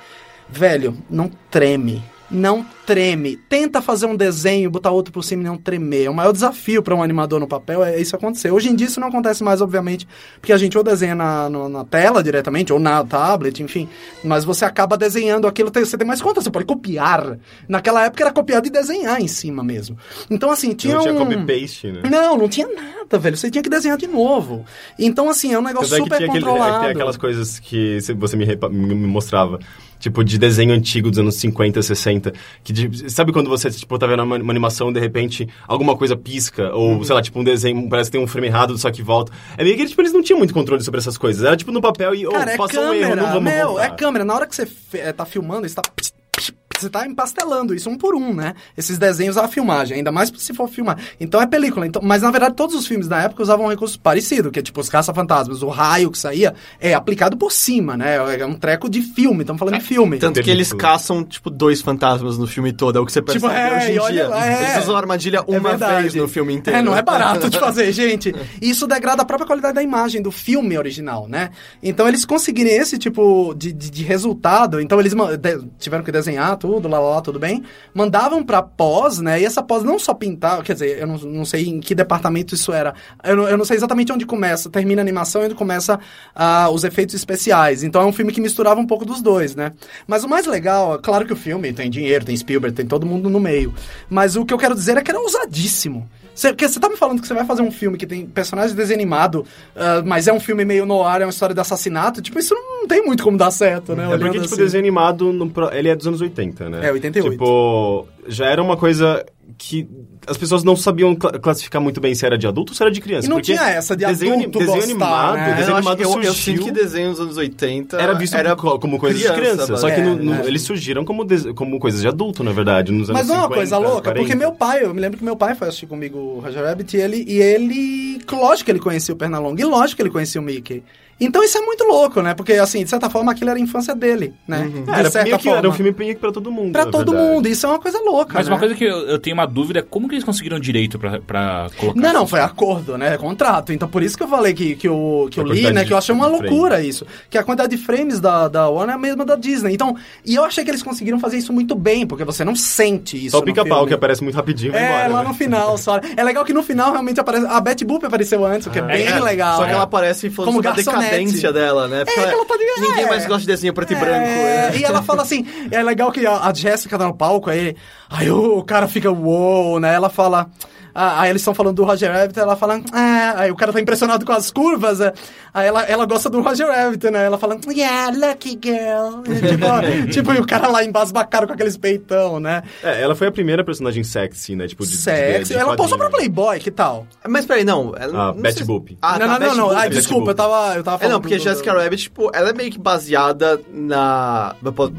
B: Velho, não treme. Não treme. Tenta fazer um desenho, botar outro por cima e não tremer. O maior desafio pra um animador no papel é isso acontecer. Hoje em dia isso não acontece mais, obviamente, porque a gente ou desenha na, no- na tela diretamente, ou na tablet, enfim. Mas você acaba desenhando aquilo, tem- você tem mais conta, você pode copiar. Naquela época era copiar e desenhar em cima mesmo. Então, assim, tinha.
D: Não tinha
B: um...
D: copy-paste, né?
B: Não, não tinha nada, velho. Você tinha que desenhar de novo. Então, assim, é um negócio
D: Tanto é que
B: super
D: tinha aquele- é que
B: controlado.
D: tem aquelas coisas que se- você me, repa- me- me mostrava. Tipo, de desenho antigo dos anos 50, 60. Que de- sabe quando você, tipo, tá vendo uma, uma animação e de repente alguma coisa pisca? Ou,
B: Uhum.
D: sei lá, tipo, um desenho, parece que tem um frame errado, só que volta. É meio que, tipo, eles não tinham muito controle sobre essas coisas. Era, tipo, no papel e, ô,
B: Cara, é
D: passou um
B: câmera.
D: erro, não vamos
B: meu,
D: voltar.
B: é câmera. Na hora que você fe- eh, tá filmando, você tá. Você tá empastelando isso um por um, né? Esses desenhos à filmagem, ainda mais se for filmar. Então é película. Então, mas na verdade, todos os filmes da época usavam um recurso parecido, que é tipo os caça-fantasmas. O raio que saía é aplicado por cima, né? É um treco de filme, estamos falando de filme.
C: Tanto que
D: Película.
C: eles caçam, tipo, dois fantasmas no filme todo. É o que você percebe
B: é,
C: hoje
B: e
C: em
B: olha
C: dia.
B: lá, é.
C: Eles usam a armadilha
B: É
C: uma
B: verdade.
C: vez no filme inteiro.
B: É, não é barato de fazer, gente. E isso degrada a própria qualidade da imagem do filme original, né? Então eles conseguirem esse tipo de, de, de resultado, então eles ma- de- tiveram que desenhar tudo, lá, lá, lá, tudo bem. Mandavam pra pós, né? E essa pós não só pintar, quer dizer, eu não, não sei em que departamento isso era. Eu não, eu não sei exatamente onde começa, termina a animação e onde começa ah, os efeitos especiais. Então é um filme que misturava um pouco dos dois, né? Mas o mais legal, é claro que o filme tem dinheiro, tem Spielberg, tem todo mundo no meio. Mas o que eu quero dizer é que era ousadíssimo. Você, porque você tá me falando que você vai fazer um filme que tem personagem de desenho animado, ah, mas é um filme meio noir, é uma história de assassinato. Tipo, isso não tem muito como dar certo, né?
D: É porque,
B: Olhando
D: tipo, o
B: assim.
D: desenho animado, no pro- ele é dos anos 80, né?
B: É, 88.
D: Tipo, já era uma coisa que as pessoas não sabiam cla- classificar muito bem se era de adulto ou se era de criança.
B: E não
D: porque
B: tinha essa de
D: desenho,
B: adulto
D: desenho
B: gostar,
D: animado,
B: né?
D: desenho
C: Eu, acho,
D: animado
C: eu, eu
D: surgiu-
C: sinto que um desenho dos anos 80
D: Era visto
C: era
D: co- como coisa de criança, só que
B: né?
D: no- no-
B: É.
D: eles surgiram como, des- como coisas de adulto, na verdade, nos anos
B: Mas não é uma
D: 50,
B: coisa louca,
D: 40.
B: porque meu pai, eu me lembro que meu pai foi assistir comigo o Roger Rabbit e ele, e ele. Lógico que ele conhecia o Pernalonga e lógico que ele conhecia o Mickey. Então isso é muito louco, né? Porque, assim, de certa forma, aquilo era a infância dele, né? De
D: Era,
B: certa
D: meio que era um
B: forma.
D: filme meio que pra todo mundo.
B: Pra
D: na
B: todo
D: verdade.
B: mundo, isso é uma coisa louca.
A: Mas
B: né?
A: uma coisa que eu, eu tenho uma dúvida é como que eles conseguiram direito pra, pra colocar. assim,
B: Não, não, foi acordo, né? É Contrato. Então por isso que eu falei que, que, eu, que eu
D: A
B: li,
D: quantidade
B: né?
D: de-
B: Que eu achei uma
D: de
B: loucura isso. Que a quantidade de frames da, da Warner é a mesma da Disney. Então, e eu achei que eles conseguiram fazer isso muito bem, porque você não sente isso.
D: Só o
B: no
D: pica-pau
B: filme.
D: que aparece muito rapidinho e vai
B: É,
D: embora.
B: lá
D: né?
B: no final só. É legal que no final realmente aparece. A Betty Boop apareceu antes, o
D: Ah,
B: que é bem
C: É,
B: legal.
C: Só que ela aparece falando
B: Como
C: sobre a
B: garçonete.
C: decadência dela, né? Porque
B: que ela tá de-
C: Ninguém
B: é.
C: mais gosta de desenho preto e branco.
B: É,
C: né?
B: E ela fala assim, é legal que a, a Jéssica tá no palco, aí, aí o cara fica, uou, né? Ela fala. ah, Aí eles estão falando do Roger Rabbit, ela fala, ah, aí o cara tá impressionado com as curvas, né? aí ela, ela gosta do Roger Rabbit, né? Ela fala, yeah, lucky girl. tipo, tipo, e o cara lá embasbacado com aqueles peitão, né?
D: É, ela foi a primeira personagem sexy, né? Tipo, de, de-
B: Sexy.
D: de
B: ela posou pra
D: quadrinho.
B: Playboy, que tal?
C: Mas peraí, não.
D: Ah,
C: Ela, não
D: Betty
C: sei-
D: Boop.
C: Ah,
B: não,
C: tá,
B: não,
C: Betty
B: não, não.
C: Boop.
B: Ai,
D: Betty
B: desculpa,
D: Boop.
B: eu tava, eu tava
C: É,
B: falando.
C: não, porque
B: do-
C: Jessica
B: do-
C: Rabbit, tipo, ela é meio que baseada na...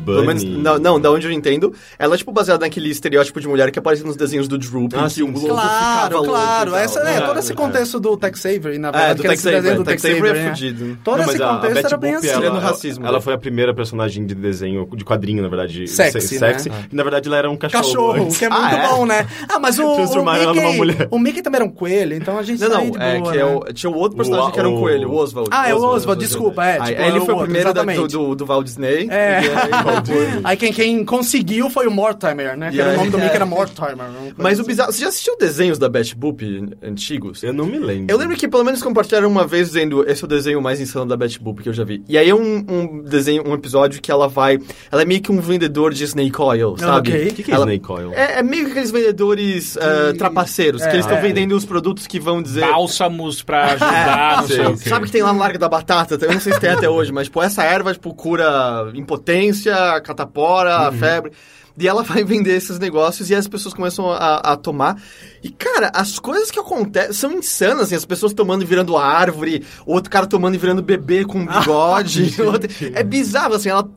C: Pelo menos,
D: Bunny.
C: não, não, da onde eu entendo. Ela é, tipo, baseada naquele estereótipo de mulher que aparece nos desenhos do Droop,
D: Ah,
C: em
D: sim,
C: que o
D: sim.
C: lobo ficava
B: Claro,
C: louco e
B: claro.
C: tal. né?
B: Essa, é,
D: É,
B: todo esse
D: é.
B: contexto do Tex Avery, na verdade.
C: É, do
B: aquele
C: Tex
B: desenho
C: Avery.
B: do
C: Tex Avery é
B: né?
C: fudido.
B: Todo
D: Não,
B: esse
D: mas a- a
B: contexto
D: Betty
B: era bem
D: Boop,
B: assim.
D: ela-
C: Tirando racismo,
D: Ela
C: né?
D: foi a primeira personagem de desenho, de quadrinho, na verdade.
B: Sexy,
D: se-
B: né?
D: sexy. Na verdade, ela era um cachorro.
B: Cachorro,
D: antes.
B: que é muito
C: Ah, é?
B: bom, né? Ah, mas o, o
D: Transformaram ela
B: Mickey...
D: numa mulher.
B: O Mickey também era um coelho, então a gente
C: Não,
B: sai
C: não,
B: de
C: é
B: boa,
C: que
B: né?
C: é o- tinha o outro personagem
D: O-
C: que era um
D: o-
C: coelho, o Oswald.
B: Ah, é o Oswald, desculpa, é,
C: Aí
B: tipo,
C: ele
B: é o
C: foi o
B: outro,
C: primeiro da- do,
B: exatamente.
C: do, do Walt Disney.
B: É.
C: e aí-
B: Aí quem, quem conseguiu foi o Mortimer, né? Que era o
C: Yeah.
B: nome do Mickey era
C: É.
B: Mortimer. uma coisa
C: Mas o
B: assim.
C: bizarro... Você já assistiu desenhos da Betty Boop antigos?
D: Eu não me lembro.
C: Eu lembro que pelo menos compartilharam uma vez dizendo esse é o desenho mais insano da Betty Boop que eu já vi. E aí é um, um desenho, um episódio que ela vai... Ela é meio que um vendedor de snake oil, sabe?
B: Ah, ok.
D: O que, que é
C: Ela-
D: Snake Oil?
C: É, é meio que aqueles vendedores eh, trapaceiros,
B: é,
C: que eles estão
B: é.
C: vendendo os produtos que vão dizer...
A: Bálsamos pra ajudar, não sei o quê.
C: Sabe que tem lá no Largo da Batata? Eu não sei se tem até hoje, mas, pô, essa erva, tipo, cura impotência,
B: Uhum.
C: catapora, febre. E ela vai vender esses negócios e as pessoas começam a, a tomar. E, cara, as coisas que acontecem são insanas, assim, as pessoas tomando e virando árvore, outro cara tomando e virando bebê com bigode. outro- É bizarro, assim, ela t-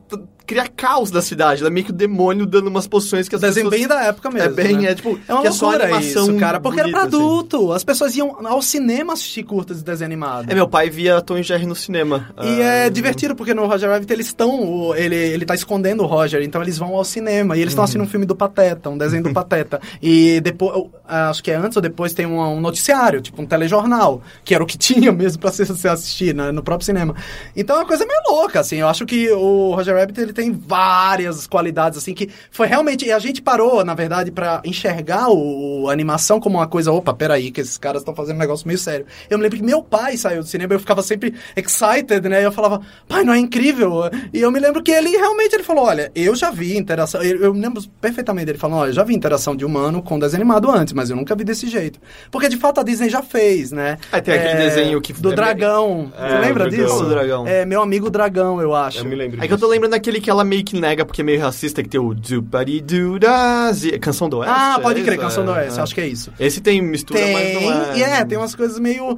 C: cria caos na cidade, ela é meio que o demônio dando umas poções que as
B: Desempenho
C: pessoas...
B: da época é mesmo.
C: É bem,
B: né?
C: é tipo,
B: É uma
C: que é só
B: loucura
C: animação
B: isso, cara. Porque era pra
C: bonita, assim.
B: adulto. As pessoas iam ao cinema assistir curtas de desenho animado.
C: É, meu pai via Tom e Jerry no cinema.
B: E
C: Ah,
B: é divertido, porque no Roger Rabbit eles estão. o- Ele, ele tá escondendo o Roger, então eles vão ao cinema. E eles estão assistindo um filme do Pateta, um desenho do Pateta. E depois, eu- acho que é antes ou depois, tem um, um noticiário, tipo um telejornal, que era o que tinha mesmo pra se, se assistir né, no próprio cinema. Então é uma coisa meio louca, assim. Eu acho que o Roger Rabbit ele tem várias qualidades, assim, que foi realmente. E a gente parou, na verdade, pra enxergar o, a animação como uma coisa. Opa, peraí, que esses caras estão fazendo um negócio meio sério. Eu me lembro que meu pai saiu do cinema, eu ficava sempre excited, né? Eu falava, pai, não é incrível? E eu me lembro que ele realmente ele falou: olha, eu já vi interação. Eu, eu me lembro perfeitamente dele falando: olha, eu já vi interação de humano com desenho animado antes, mas eu nunca vi desse jeito. Porque de fato a Disney já fez, né?
C: Ah, tem aquele desenho que-
B: Do
C: é-
B: dragão.
D: É,
B: Você lembra
D: o dragão.
B: disso?
C: O dragão.
B: É, meu amigo dragão, eu acho.
D: Eu me lembro
C: É que eu tô
D: disso.
C: lembrando daquele que ela meio que nega porque é meio racista, que tem o Dupari Canção do Oeste.
B: Ah, pode
C: é
B: crer,
C: isso?
B: canção do
C: É,
B: Oeste,
C: é.
B: acho que é isso.
C: Esse tem mistura, mas
B: Tem,
C: não é.
B: e é, tem umas coisas meio.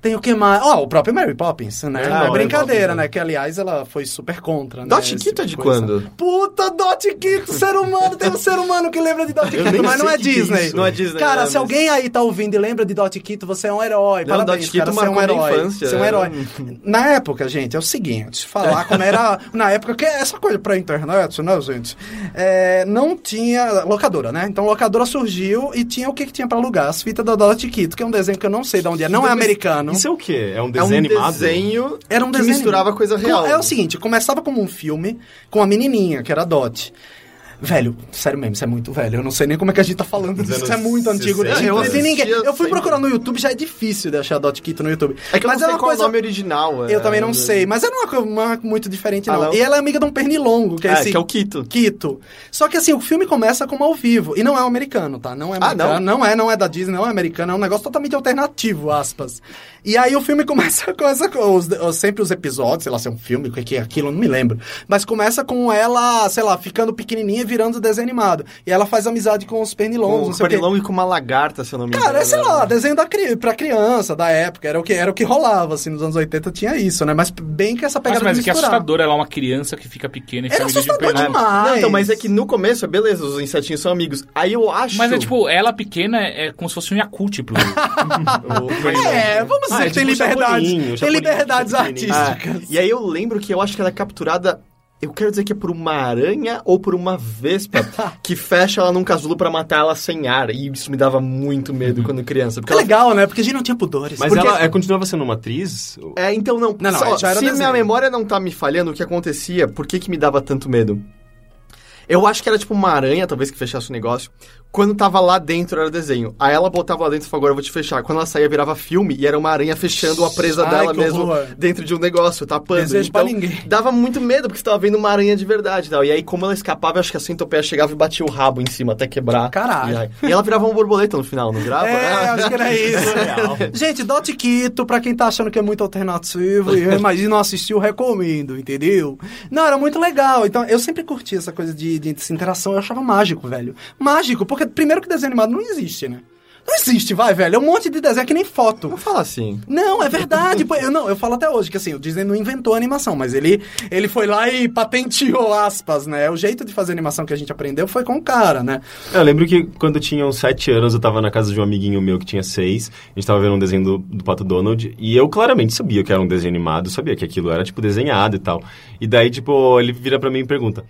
B: Tem o que mais? Ó, o próprio Mary Poppins, né?
C: É,
B: não é
C: Mary
B: brincadeira,
C: Poppins,
B: né? Que aliás ela foi super contra, né?
C: Dot
B: Esse
C: Quito é
B: tipo
C: de
B: coisa.
C: quando?
B: Puta, Dot Quito, ser humano, tem um ser humano que lembra de Dot
C: nem
B: Quito, mas não
C: sei
B: é
C: que que é
B: Disney.
C: isso. Não é Disney,
B: Cara,
C: é,
B: se
C: mas-
B: alguém aí tá ouvindo e lembra de Dot Quito, você é um herói.
C: Não,
B: Parabéns,
C: Dot Quito
B: cara, você é um
C: marcou minha
B: herói.
C: infância,
B: Você é um
C: é.
B: herói. Na época, gente, é o seguinte, falar como era. Na época, que essa coisa pra internet, né, gente? É, não tinha locadora, né? Então locadora surgiu e tinha o que, que tinha pra alugar? As fitas da Dot Kito, que é um desenho que eu não sei de onde é, não é americano.
D: Isso é o quê? É
C: É
D: um
C: um
D: desenho animado?
C: desenho
B: Era um
C: que
B: desenho.
C: misturava coisa
B: Com-
C: real.
B: É o seguinte, começava como um filme com a menininha, que era a Dot. Velho, sério mesmo, isso é muito velho. Eu não sei nem como é que a gente tá falando disso,
D: anos
B: isso é muito antigo.
D: 60,
B: né? Eu, não sei ninguém.
C: assistia
B: eu fui
C: sempre.
B: procurar no YouTube, já é difícil de achar a Dot Kito no YouTube.
C: É que eu
B: Mas
C: não
B: é
C: sei
B: uma
C: qual é
B: coisa...
C: o nome original.
B: Eu
C: é,
B: também não
C: do-
B: sei, mas era uma coisa uma- muito diferente,
C: Ah,
B: não.
C: não?
B: E ela é amiga de um pernilongo, que é,
C: É,
B: esse
C: que é o Quito.
B: Quito. Só que assim, o filme começa como ao vivo. E não é um americano, tá? Não é
C: Ah,
B: americano. não? é, não é da Disney, não é americano. É um negócio totalmente alternativo, aspas. E aí o filme começa com essa coisa. os- Sempre os episódios, sei lá, se é um filme, o que que é aquilo, eu não me lembro. Mas começa com ela, sei lá, ficando pequenininha e virando desenho animado. E ela faz amizade com os pernilongos,
C: Com
B: não
C: um
B: sei o quê.
C: pernilongo e com uma lagarta, se eu não me engano.
B: Cara, é, sei lá, desenho da cri... pra criança, da época, era o que era o que rolava, assim, nos anos 80 tinha isso, né? Mas bem que essa
A: Mas,
B: pegada
A: mas
B: de
A: que
B: misturar.
A: assustador, ela é uma criança que fica pequena e fica
B: Era
A: amiga de um
B: assustador
A: pernilongo.
B: demais.
C: Não, então, mas é que no começo, é beleza, os insetinhos são amigos. Aí eu acho...
A: Mas é tipo, ela pequena é como se fosse um Yakult pro...
C: o pernilongo.
B: É, vamos dizer
D: Ah, é
B: que tem
D: tipo o
B: liberdades.
D: Chapolin, o
B: Tem
D: Chapolin,
B: liberdades
D: o Chapolin.
C: Ah,
B: artísticas.
C: e aí eu lembro que eu acho que ela é capturada. Eu quero dizer que é por uma aranha ou por uma vespa que fecha ela num casulo pra matar ela sem ar. E isso me dava muito
B: Uhum.
C: medo quando criança. Porque
B: Que
C: ela...
B: legal, né? Porque a gente não tinha pudores.
D: Mas
B: Porque-
D: ela é, continuava sendo uma atriz?
C: É, então não.
B: Não, não,
C: Só-
B: já era
C: se
B: desenho.
C: minha memória não tá me falhando, o que acontecia? Por que que me dava tanto medo? Eu acho que era tipo uma aranha, talvez, que fechasse o negócio. Quando tava lá dentro era desenho. Aí ela botava lá dentro e falou, agora eu vou te fechar. Quando ela saía, virava filme e era uma aranha fechando a presa
B: Ai,
C: dela
B: que
C: mesmo
B: horror.
C: dentro de um negócio, tapando. Então,
B: Desejo pra ninguém.
C: Dava muito medo, porque você tava vendo uma aranha de verdade e tal. E aí, como ela escapava, eu acho que a centopeia chegava e batia o rabo em cima até quebrar.
B: Caralho.
C: E, aí- e ela virava uma borboleta no final, não virava?
B: É, acho que era isso. Gente, Dot Quito, pra quem tá achando que é muito alternativo, e eu imagino não assistiu, recomendo, entendeu? Não, era muito legal. Então, eu sempre curti essa coisa de, de, dessa interação, eu achava mágico, velho. Mágico, porque primeiro que desenho animado não existe, né? Não existe, vai, velho. É um monte de desenho que nem foto.
C: Não fala assim.
B: Não, é verdade. pô. eu, não, eu falo até hoje que assim, o Disney não inventou a animação, mas ele, ele foi lá e patenteou aspas, né? O jeito de fazer animação que a gente aprendeu foi com o cara, né?
D: Eu lembro que quando eu tinha uns sete anos, eu tava na casa de um amiguinho meu que tinha seis. A gente tava vendo um desenho do, do Pato Donald. E eu claramente sabia que era um desenho animado, sabia que aquilo era, tipo, desenhado e tal. E daí, tipo, ele vira pra mim e pergunta...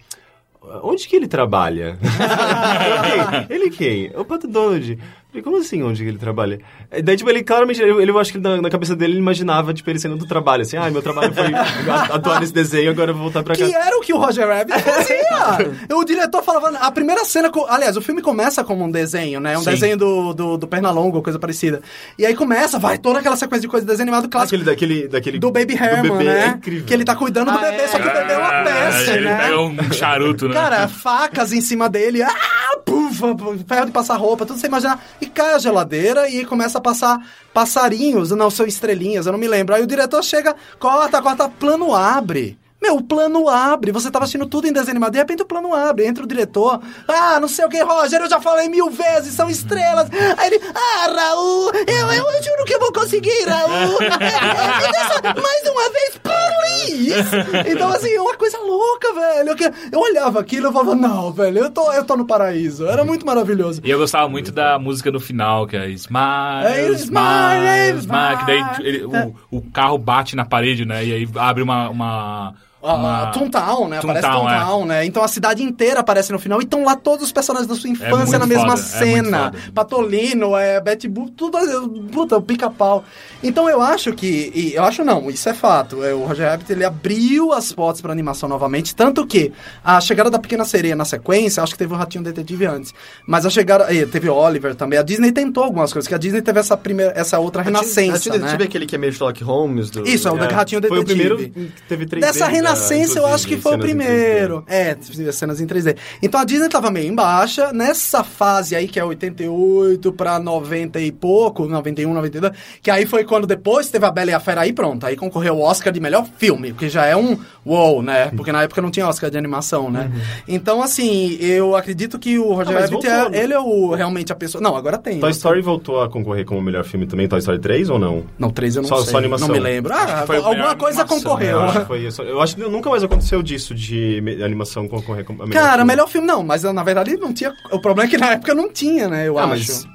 D: Onde que ele trabalha? Eu, quem? Ele quem? O Pato Donald. Eu Falei, como assim, onde que ele trabalha? E daí, tipo, ele claramente, ele, ele- eu acho que na, na cabeça dele, ele imaginava, tipo, ele saindo do trabalho, assim, ai, meu trabalho foi a- atuar nesse desenho, agora eu vou voltar pra
B: Que é
D: casa.
B: era o que o Roger Rabbit fazia. o diretor falava. A primeira cena. co- Aliás, o filme começa como um desenho, né? Um
A: Sim.
B: desenho do, do, do Pernalonga, ou coisa parecida. E aí começa, vai toda aquela sequência de coisa de desenho animado clássico.
D: Aquele, daquele, daquele...
B: Do Baby Herman,
D: bebê,
B: né?
D: É incrível.
B: Que ele tá cuidando do bebê, só que o bebê é uma peste,
A: Ah, ele
B: né?
A: pega um charuto, né?
B: Cara, facas em cima dele, ah, pufa, ferro de passar roupa, tudo sem imaginar. E cai a geladeira e começa a passar passarinhos, não, são estrelinhas, eu não me lembro. Aí o diretor chega, corta, corta, plano abre. Meu, o plano abre. Você tava assistindo tudo em desenho animado, de repente o plano abre. Entra o diretor. Ah, não sei o que, Roger, eu já falei mil vezes, são estrelas. Aí ele, ah, Raul, eu, eu juro que eu vou conseguir, Raul. Deixa mais uma vez, Paris. Então, assim, é uma coisa louca, velho. Eu, que- eu olhava aquilo e falava, não, velho, eu tô, eu tô no paraíso. Era muito maravilhoso.
A: E eu gostava muito da música no final, que é
B: É,
A: Smile, Smile,
B: Smile,
A: Smile,
B: Smile.
A: que daí tipo, ele- o, o carro bate na parede, né? E aí abre uma... uma, uma-
B: Ah, Toontown, né?
A: Toontown, é.
B: aparece Toontown, né? Então a cidade inteira aparece no final e estão lá todos os personagens da sua infância
A: É muito
B: na mesma
A: foda, é muito
B: cena.
A: foda.
B: Patolino, é, Betty Boop, tudo, é, puta, o pica-pau. Então eu acho que, e eu acho não, isso é fato. É, o Roger Rabbit, ele abriu as portas pra animação novamente, tanto que a chegada da Pequena Sereia na sequência, acho que teve o Ratinho Detetive antes, mas a chegada, e teve Oliver também, a Disney tentou algumas coisas, que a Disney teve essa primeira, essa outra renascença,
C: Tive,
B: né?
C: tive aquele que é meio Sherlock Holmes. Do,
B: Isso, é o Ratinho
D: Foi o
B: Detetive.
D: primeiro que teve 3D.
B: Dessa renascença, eu acho que foi o
D: cenas em 3D.
B: primeiro. É, cenas em 3D. Então a Disney tava meio em baixa. Nessa fase aí, que é 88 pra 90 e um, pouco, 91, 92, que aí foi quando depois teve a Bela e a Fera, aí pronto. Aí concorreu o Oscar de melhor filme, que já é um wow, né? Porque na época não tinha Oscar de animação, né? Então, assim, eu acredito que o Roger
D: Uhum. Ah, mas
B: Rabbit,
D: voltou,
B: é,
D: né?
B: ele é o, realmente a pessoa... Não, agora tem.
D: Toy
B: né?
D: Story voltou a concorrer como o melhor filme também, Toy Story 3 ou não?
B: Não, três eu não
D: Só-
B: sei.
D: só animação.
B: Não me lembro. Ah,
A: que foi a
B: alguma
A: melhor
B: coisa
A: animação,
B: concorreu.
D: né? Eu acho que foi isso. Eu acho que nunca mais aconteceu disso de me- animação concorrer com a melhor
B: Cara,
D: filme.
B: melhor filme não, mas na verdade não tinha. O problema é que na época não tinha, né? Eu
D: Ah, mas
B: acho.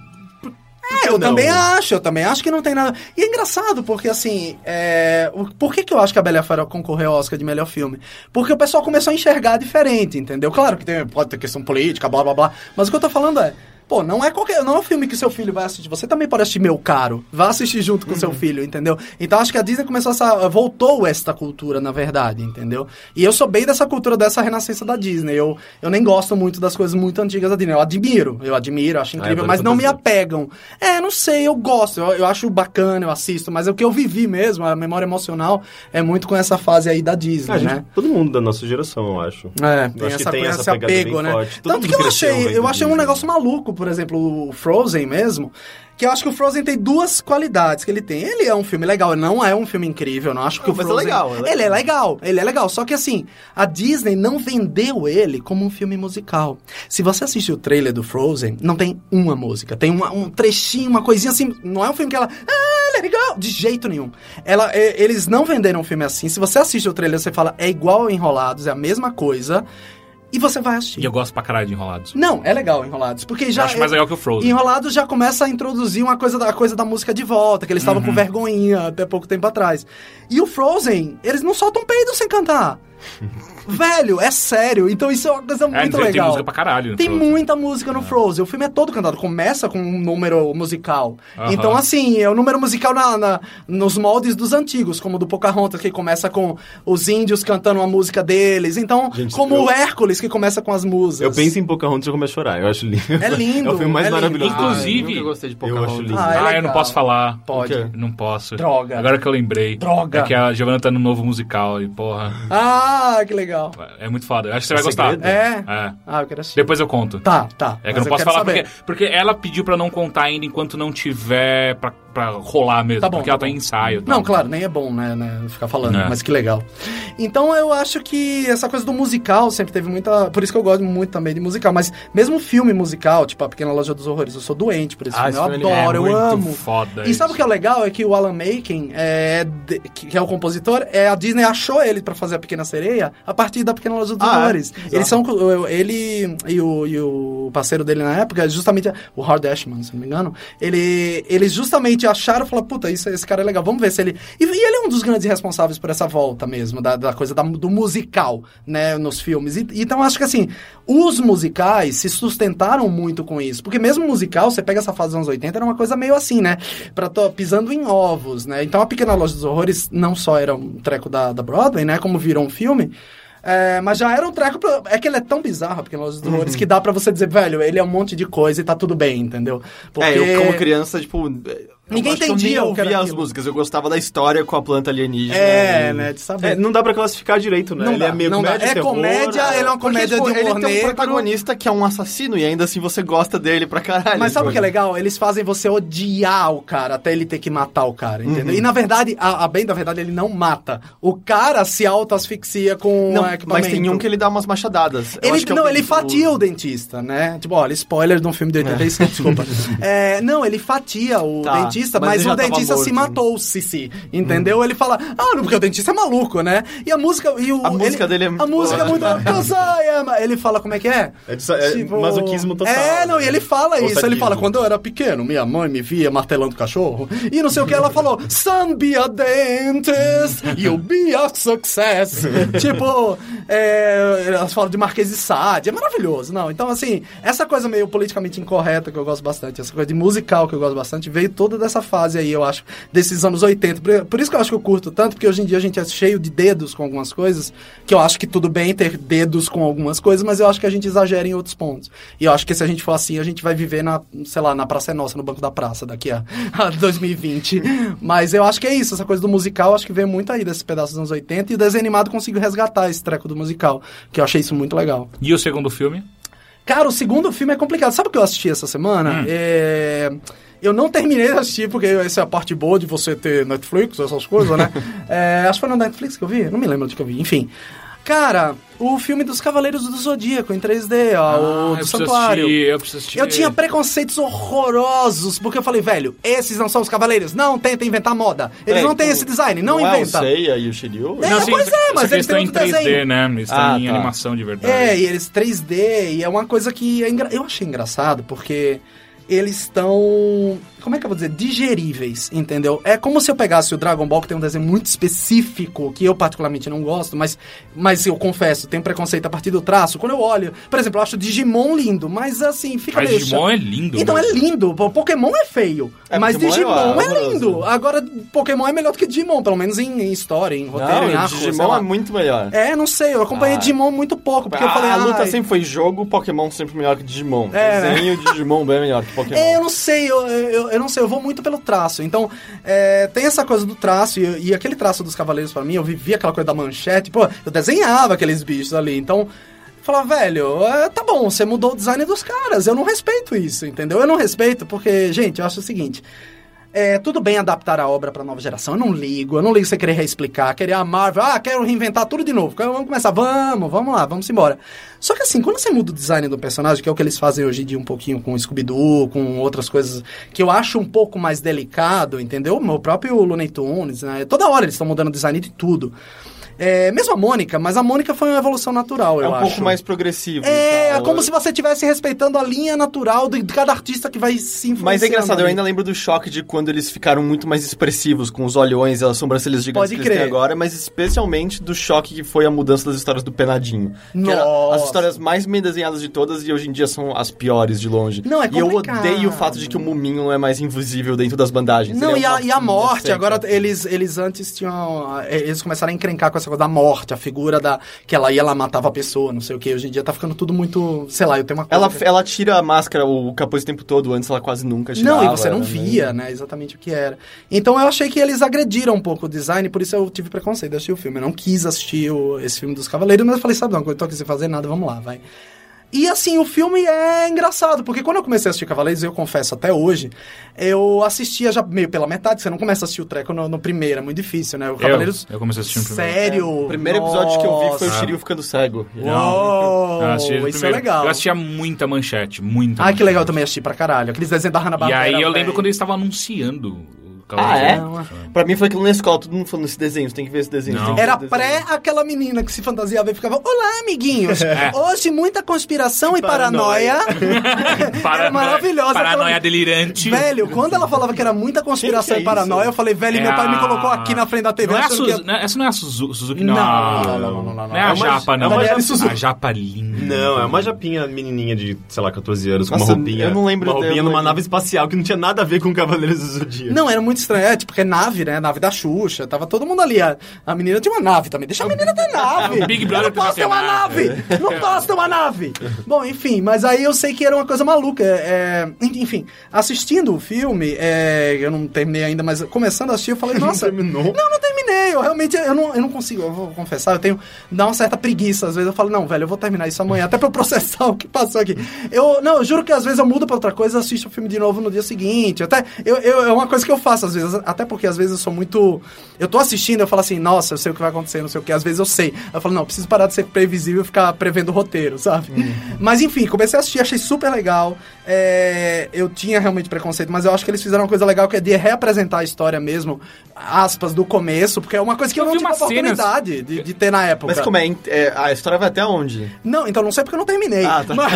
B: É, eu
D: não?
B: também acho, eu também acho que não tem nada. E é engraçado, porque assim, é, o- por que, que eu acho que a Bela e a Fera concorreu ao Oscar de melhor filme? Porque o pessoal começou a enxergar diferente, entendeu? Claro que tem, pode ter questão política, blá blá blá, mas o que eu tô falando é. Pô, não é qualquer. Não é um filme que seu filho vai assistir. Você também pode assistir Meu Caro. Vá assistir junto com seu filho, entendeu? Então acho que a Disney começou essa. voltou esta cultura, na verdade, entendeu? E eu sou bem dessa cultura dessa renascença da Disney. Eu, eu nem gosto muito das coisas muito antigas da Disney. Eu admiro, eu admiro, acho incrível,
D: adoro
B: mas não me
D: fantasia.
B: apego pegam. É, não sei, eu gosto, eu, eu acho bacana, eu assisto, mas é o que eu vivi mesmo, a memória emocional é muito com essa fase aí da Disney,
D: Ah, gente,
B: né?
D: Todo mundo da nossa geração, eu acho.
B: É, tem
D: acho que
B: essa,
D: tem
B: coisa, esse
D: essa pegada
B: apego,
D: bem
B: né?
D: forte. Todo
B: Tanto
D: mundo
B: que eu
D: cresceu
B: achei,
D: vendo
B: eu achei um
D: Disney.
B: negócio maluco, por exemplo, o Frozen mesmo, que eu acho que o Frozen tem duas qualidades que ele tem. Ele é um filme legal, ele não é um filme incrível, eu não acho que
C: Não,
B: o
C: mas é
B: Frozen...
C: legal, é legal.
B: Ele é legal, ele é legal, só que assim, a Disney não vendeu ele como um filme musical. Se você assistir o trailer do Frozen, não tem uma música, tem uma- um trechinho, uma coisinha assim, não é um filme que ela... "Ah, let it go", De jeito nenhum. Ela, e- eles não venderam o filme assim. Se você assiste o trailer, você fala, é igual ao Enrolados, é a mesma coisa. E você vai assistir.
A: E eu gosto pra caralho de Enrolados.
B: Não, é legal Enrolados, porque
A: Eu
B: já... é,
A: acho mais legal que o Frozen.
B: Enrolados já começa a introduzir uma coisa da, a coisa da música de volta, que eles estavam
A: Uhum.
B: com vergonhinha até pouco tempo atrás. E o Frozen, eles não soltam peido sem cantar. Velho, é sério. Então isso é uma coisa
A: É,
B: muito
A: tem- tem
B: legal.
A: música pra caralho. no
B: Tem
A: Frozen. Ah.
B: muita música no Frozen. O filme é todo cantado. Começa com um número musical.
A: Aham.
B: Então, assim, é um número musical na, na- nos moldes dos antigos, como o do Pocahontas, que começa com os índios cantando a música deles. Então,
D: Gente,
B: como
D: eu-
B: o Hércules, que começa com as musas.
D: Eu penso em Pocahontas e eu começo a chorar. Eu acho lindo.
B: É lindo,
D: É o filme mais
B: é lindo.
D: maravilhoso. do mundo.
A: Inclusive-
C: Eu nunca gostei de
D: Eu acho lindo.
C: Pocahontas.
B: Ah, é
A: Ah, eu não
B: legal.
A: posso falar.
B: Pode.
A: Por quê? Não posso.
B: Droga.
A: Agora que eu lembrei.
B: Droga.
A: É que a Giovanna tá no novo musical e, porra,
B: Ah, que legal.
A: é muito foda. Eu acho que você vai
D: É
A: gostar.
D: segredo?
B: É?
A: É.
B: Ah, eu quero assistir.
A: Depois eu conto.
B: Tá, tá.
A: É que eu
B: Mas
A: não posso
B: quero
A: falar
B: saber.
A: porque, porque ela pediu pra não contar ainda enquanto não tiver pra, pra rolar mesmo.
B: Tá bom,
A: porque
B: tá
A: ela tá
B: bom.
A: em ensaio. e tal.
B: Não, claro, nem é bom, né, né, ficar falando,
A: É.
B: mas que legal. Então eu acho que essa coisa do musical sempre teve muita. Por isso que eu gosto muito também de musical, mas mesmo filme musical, tipo A Pequena Loja dos Horrores, eu sou doente por esse
C: Ah, esse
B: filme,
C: filme
B: eu
A: é
B: adoro,
A: muito
B: eu amo.
A: foda.
B: E sabe o que é legal? É que o Alan Makin, é, de- que que é o compositor, é, a Disney achou ele pra fazer a Pequena Sereia a partir da Pequena Loja dos
C: Ah, é?
B: Horrores. Eles são, co- ele e o, e o parceiro dele na época, é justamente o Howard Ashman, se não me engano, ele, eles justamente acharam e falaram, puta, isso, esse cara é legal, vamos ver se ele... E, e ele é um dos grandes responsáveis por essa volta mesmo, da, da coisa da- do musical, né, nos filmes. E- então acho que assim, os musicais se sustentaram muito com isso, porque mesmo musical, você pega essa fase dos anos 80, era uma coisa meio assim, né, pra tô pisando em ovos, né. Então a Pequena Loja dos Horrores não só era um treco da, da Broadway, né, como virou um filme, é, mas já era um treco. Pra... É que ele é tão bizarro, porque Lojas dos Horrores, que dá pra você dizer, velho, ele é um monte de coisa e tá tudo bem, entendeu? Porque...
C: É, eu como criança, tipo,
B: Ninguém
C: acho que
B: entendia
C: eu nem
B: o que era
C: ouvia as
B: aquilo.
C: músicas, eu gostava da história com a planta alienígena.
B: É,
C: e-
B: né? De saber.
D: É, não dá pra classificar direito, né?
B: Não
D: ele
B: dá,
D: é meio
B: não dá.
D: comédia,
B: É
D: terror,
B: comédia,
D: ah,
B: ele é uma
C: Porque,
B: comédia
C: tipo,
B: de
C: ele
B: humor
C: tem um
B: negro.
C: protagonista que é um assassino e ainda assim você gosta dele pra caralho.
B: Mas sabe o
C: tipo,
B: que é legal? Eles fazem você odiar o cara até ele ter que matar o cara, entendeu? E na verdade, a, a bem da verdade, ele não mata. O cara se autoasfixia com
C: Não,
B: o equipamento.
C: mas tem um que ele dá umas machadadas. Eu
B: Ele,
C: acho que é o
B: não,
C: que
B: ele
C: o-
B: fatia o dentista, né? Tipo, olha, spoiler de um filme de 85, desculpa. É, não, ele fatia o
C: Tá,
B: dentista,
C: mas
B: mas,
C: ele já
B: o
C: tava
B: dentista se
C: morto, né?
B: matou, Sissi. Entendeu? Ele fala, ah, não, porque o dentista é maluco, né? E a música. E o,
C: A música
B: ele-
C: dele é
B: A
C: muito
B: música é
C: boa.
B: muito. Kazayama! Ele fala como é que é?
D: É de- é masoquismo total, né?
B: É, não, e ele fala
D: Ou
B: isso. Ele
D: sadismo.
B: fala, quando eu era pequeno, minha mãe me via martelando cachorro. E não sei o que, ela falou, Son be a dentist, you'll be a success. tipo, é, elas falam de Marquês de Sade, é maravilhoso. Não, então assim, essa coisa meio politicamente incorreta que eu gosto bastante, essa coisa de musical que eu gosto bastante, veio toda dessa fase aí, eu acho, desses anos 80. Por, por isso que eu acho que eu curto tanto, porque hoje em dia a gente é cheio de dedos com algumas coisas, que eu acho que tudo bem ter dedos com algumas coisas, mas eu acho que a gente exagera em outros pontos. E eu acho que se a gente for assim, a gente vai viver na, sei lá, na Praça é Nossa, no Banco da Praça, daqui a, a 2020. Mas eu acho que é isso, essa coisa do musical, acho que veio muito aí desse pedaço dos anos 80, e o desenho animado conseguiu resgatar esse treco do musical, que eu achei isso muito legal.
A: E o segundo filme?
B: Cara, o segundo filme é complicado. Sabe o que eu assisti essa semana? É, Eu não terminei de assistir, porque essa é a parte boa de você ter Netflix, essas coisas, né? É, acho que foi no Netflix que eu vi, não me lembro onde que eu vi, enfim. Cara, o filme dos Cavaleiros do Zodíaco em
A: Ah,
B: 3D, ó,
A: eu
B: Ah, o do
A: preciso
B: Santuário.
A: assistir, eu preciso assistir.
B: Eu tinha preconceitos horrorosos, porque eu falei, velho, esses não são os cavaleiros, não tenta inventar moda. Eles
C: É,
B: não têm
C: tipo,
B: esse design, não,
C: é o
B: inventa.
C: Seiya e o Shiryu?
B: É, pois é,
A: essa
B: mas eles
A: questão
B: têm
A: em
B: outro
A: 3D,
B: desenho.
A: né? Eles estão
C: Ah,
A: em
C: tá.
A: animação de verdade.
B: É, e eles 3D, e é uma coisa que é engra- eu achei engraçado, porque eles estão. Como é que eu vou dizer? Digeríveis, entendeu? É como se eu pegasse o Dragon Ball, que tem um desenho muito específico, que eu particularmente não gosto, mas, mas eu confesso, tenho preconceito a partir do traço. Quando eu olho, por exemplo, eu acho o Digimon lindo, mas assim, fica
A: Mas
B: meio chato.
A: Digimon é lindo.
B: Então
A: mano.
B: é lindo. Pô, Pokémon é feio.
C: É,
B: mas
C: Pokémon é
B: Digimon é,
C: horroroso.
B: lindo. Agora, Pokémon é melhor do que Digimon, pelo menos em, em história, em roteiro,
C: Não,
B: em
C: o
B: arco, sei
C: Digimon
B: lá.
C: é muito melhor.
B: É, não sei, eu acompanhei
C: Ah.
B: Digimon muito pouco, porque
C: a,
B: eu falei,
C: a luta
B: ai,
C: sempre foi jogo, Pokémon sempre melhor que Digimon.
B: É, né?
C: Desenho de Digimon bem melhor que Pokémon.
B: É, eu não sei, eu, eu, eu não sei, eu vou muito pelo traço. Então, é, tem essa coisa do traço, e, e aquele traço dos cavaleiros pra mim, eu vivia aquela coisa da manchete, pô, eu desenhava aqueles bichos ali, então. eu Falava, velho, é, tá bom, você mudou o design dos caras, eu não respeito isso, entendeu? Eu não respeito porque, gente, eu acho o seguinte. É, tudo bem adaptar a obra pra nova geração, eu não ligo, eu não ligo você querer reexplicar, querer a Marvel, ah, quero reinventar tudo de novo, vamos começar, vamos, vamos lá, vamos embora. Só que assim, quando você muda o design do personagem, que é o que eles fazem hoje em dia um pouquinho com o Scooby-Doo, com outras coisas que eu acho um pouco mais delicado, entendeu? O próprio Looney Tunes, né? Toda hora eles estão mudando o design de tudo. É, mesmo a Mônica, mas a Mônica foi uma evolução natural,
C: É
B: eu
C: um
B: acho.
C: pouco mais progressivo.
B: É,
C: então.
B: é como se você estivesse respeitando a linha natural de de cada artista que vai se influenciar.
C: Mas é engraçado, eu ainda lembro do choque de quando eles ficaram muito mais expressivos com os olhões e as sobrancelhas gigantes
B: Pode
C: que eles têm
B: crer.
C: agora, mas especialmente do choque que foi a mudança das histórias do Penadinho. Que era as
B: Nossa.
C: histórias mais bem desenhadas de todas e hoje em dia são as piores de longe.
B: Não, é
C: E eu
B: complicado.
C: odeio o fato de que o Muminho não é mais invisível dentro das bandagens.
B: Não,
C: Ele
B: e
C: é
B: a,
C: uma
B: e a morte,
C: inocência.
B: agora é- eles, eles antes tinham. eh, Eles começaram a encrencar com essa coisa da morte, a figura da. que ela ia lá, matava a pessoa, não sei o que. Hoje em dia tá ficando tudo muito. sei lá, eu tenho uma coisa.
C: Ela, ela tira a máscara, o capuz o tempo todo, antes ela quase nunca tirava.
B: Não, e você não
C: né?
B: via, né, exatamente o que era. Então eu achei que eles agrediram um pouco o design, por isso eu tive preconceito de assistir o filme. Eu não quis assistir o- esse filme dos Cavaleiros, mas eu falei, sabe, não, eu tô aqui sem fazer nada, vamos lá, vai. E assim, o filme é engraçado, porque quando eu comecei a assistir Cavaleiros, eu confesso até hoje, eu assistia já meio pela metade, você não começa a assistir o treco no, no primeiro, é muito difícil, né? O Cavaleiros.
A: eu comecei a assistir o primeiro.
B: Sério?
C: É, O primeiro episódio que eu vi foi o
B: Nossa.
C: Shiryu ficando cego.
B: Uou,
A: Eu assisti o
B: isso é
A: primeiro.
B: legal.
A: Eu assistia muita manchete, muita.
B: Ah, que legal, eu
A: manchete.
B: também assisti pra caralho. Aqueles desenhos da
A: E
B: Hanna-Barbera.
A: aí eu lembro
B: velho.
A: quando eles estavam anunciando o
C: Ah, é?
A: Cavaleiro.
C: Pra mim foi aquilo na escola, todo mundo falando esse desenho, você tem que ver esse desenho.
A: Não.
C: você tem que ver
B: Era
C: esse desenho."
B: pré aquela menina que se fantasiava e ficava: Olá, amiguinhos! Hoje muita conspiração e paranoia.
A: Paranoia,
B: Era é maravilhosa.
A: Paranoia
B: aquela-
A: delirante.
B: Velho, quando ela falava que era muita conspiração
C: Gente, é
B: e paranoia,
C: isso?
B: eu falei, velho,
A: É
B: meu pai me
A: a-
B: colocou aqui na frente da TV.
A: Não é a
B: achando que
A: Suzu- não, essa não é a Suzu- Suzuki,
B: Não,
A: não.
B: não, não, não, não, não.
A: é a
D: É uma-
A: Japa,
D: é
A: não.
D: uma
A: a,
D: Japa
A: Japa,
D: Suzuki.
A: linda.
D: Não, é uma japinha menininha de, sei lá, 14 anos, com
C: Nossa,
D: uma roupinha.
C: eu não lembro
D: Uma
C: dela,
D: roupinha numa
C: né?
D: nave espacial que não tinha nada a ver com Cavaleiros do Zodíaco.
B: Não, era muito muito estranho. É, tipo, porque é nave, né? Nave da Xuxa. Tava todo mundo ali. A, a menina tinha uma nave também. Deixa a menina ter nave.
A: O Big Brother É.
B: Eu não posso
A: tem
B: ter
A: uma
B: uma nave. Não posso ter uma nave. Bom, enfim. Mas aí eu sei que era uma coisa maluca. é, en- enfim, assistindo o filme, é, eu não terminei ainda, mas começando a assistir, eu falei, nossa...
C: terminou?
B: Não, eu não terminei. Eu realmente eu não, eu não consigo, eu vou confessar, eu tenho. Dá uma certa preguiça. Às vezes eu falo, não, velho, eu vou terminar isso amanhã, até pra eu processar o que passou aqui. Eu, não, eu juro que às vezes eu mudo pra outra coisa, assisto o filme de novo no dia seguinte. Até, eu, eu- é uma coisa que eu faço às vezes, até porque às vezes eu sou muito. Eu tô assistindo, eu falo assim, nossa, eu sei o que vai acontecer, não sei o que. Às vezes eu sei. Eu falo, não, preciso parar de ser previsível e ficar prevendo o roteiro, sabe?
C: Uhum.
B: Mas enfim, comecei a assistir, achei super legal. É, eu tinha realmente preconceito, mas eu acho que eles fizeram uma coisa legal que é de reapresentar a história mesmo, aspas, do começo, porque é uma coisa que eu,
A: Eu
B: não
A: vi
B: tive
A: umas cenas-
B: oportunidade de, de ter na época.
C: Mas como é? ent- é, A história vai até onde?
B: Não, então não sei porque eu não terminei.
C: Ah, tá.
B: mas,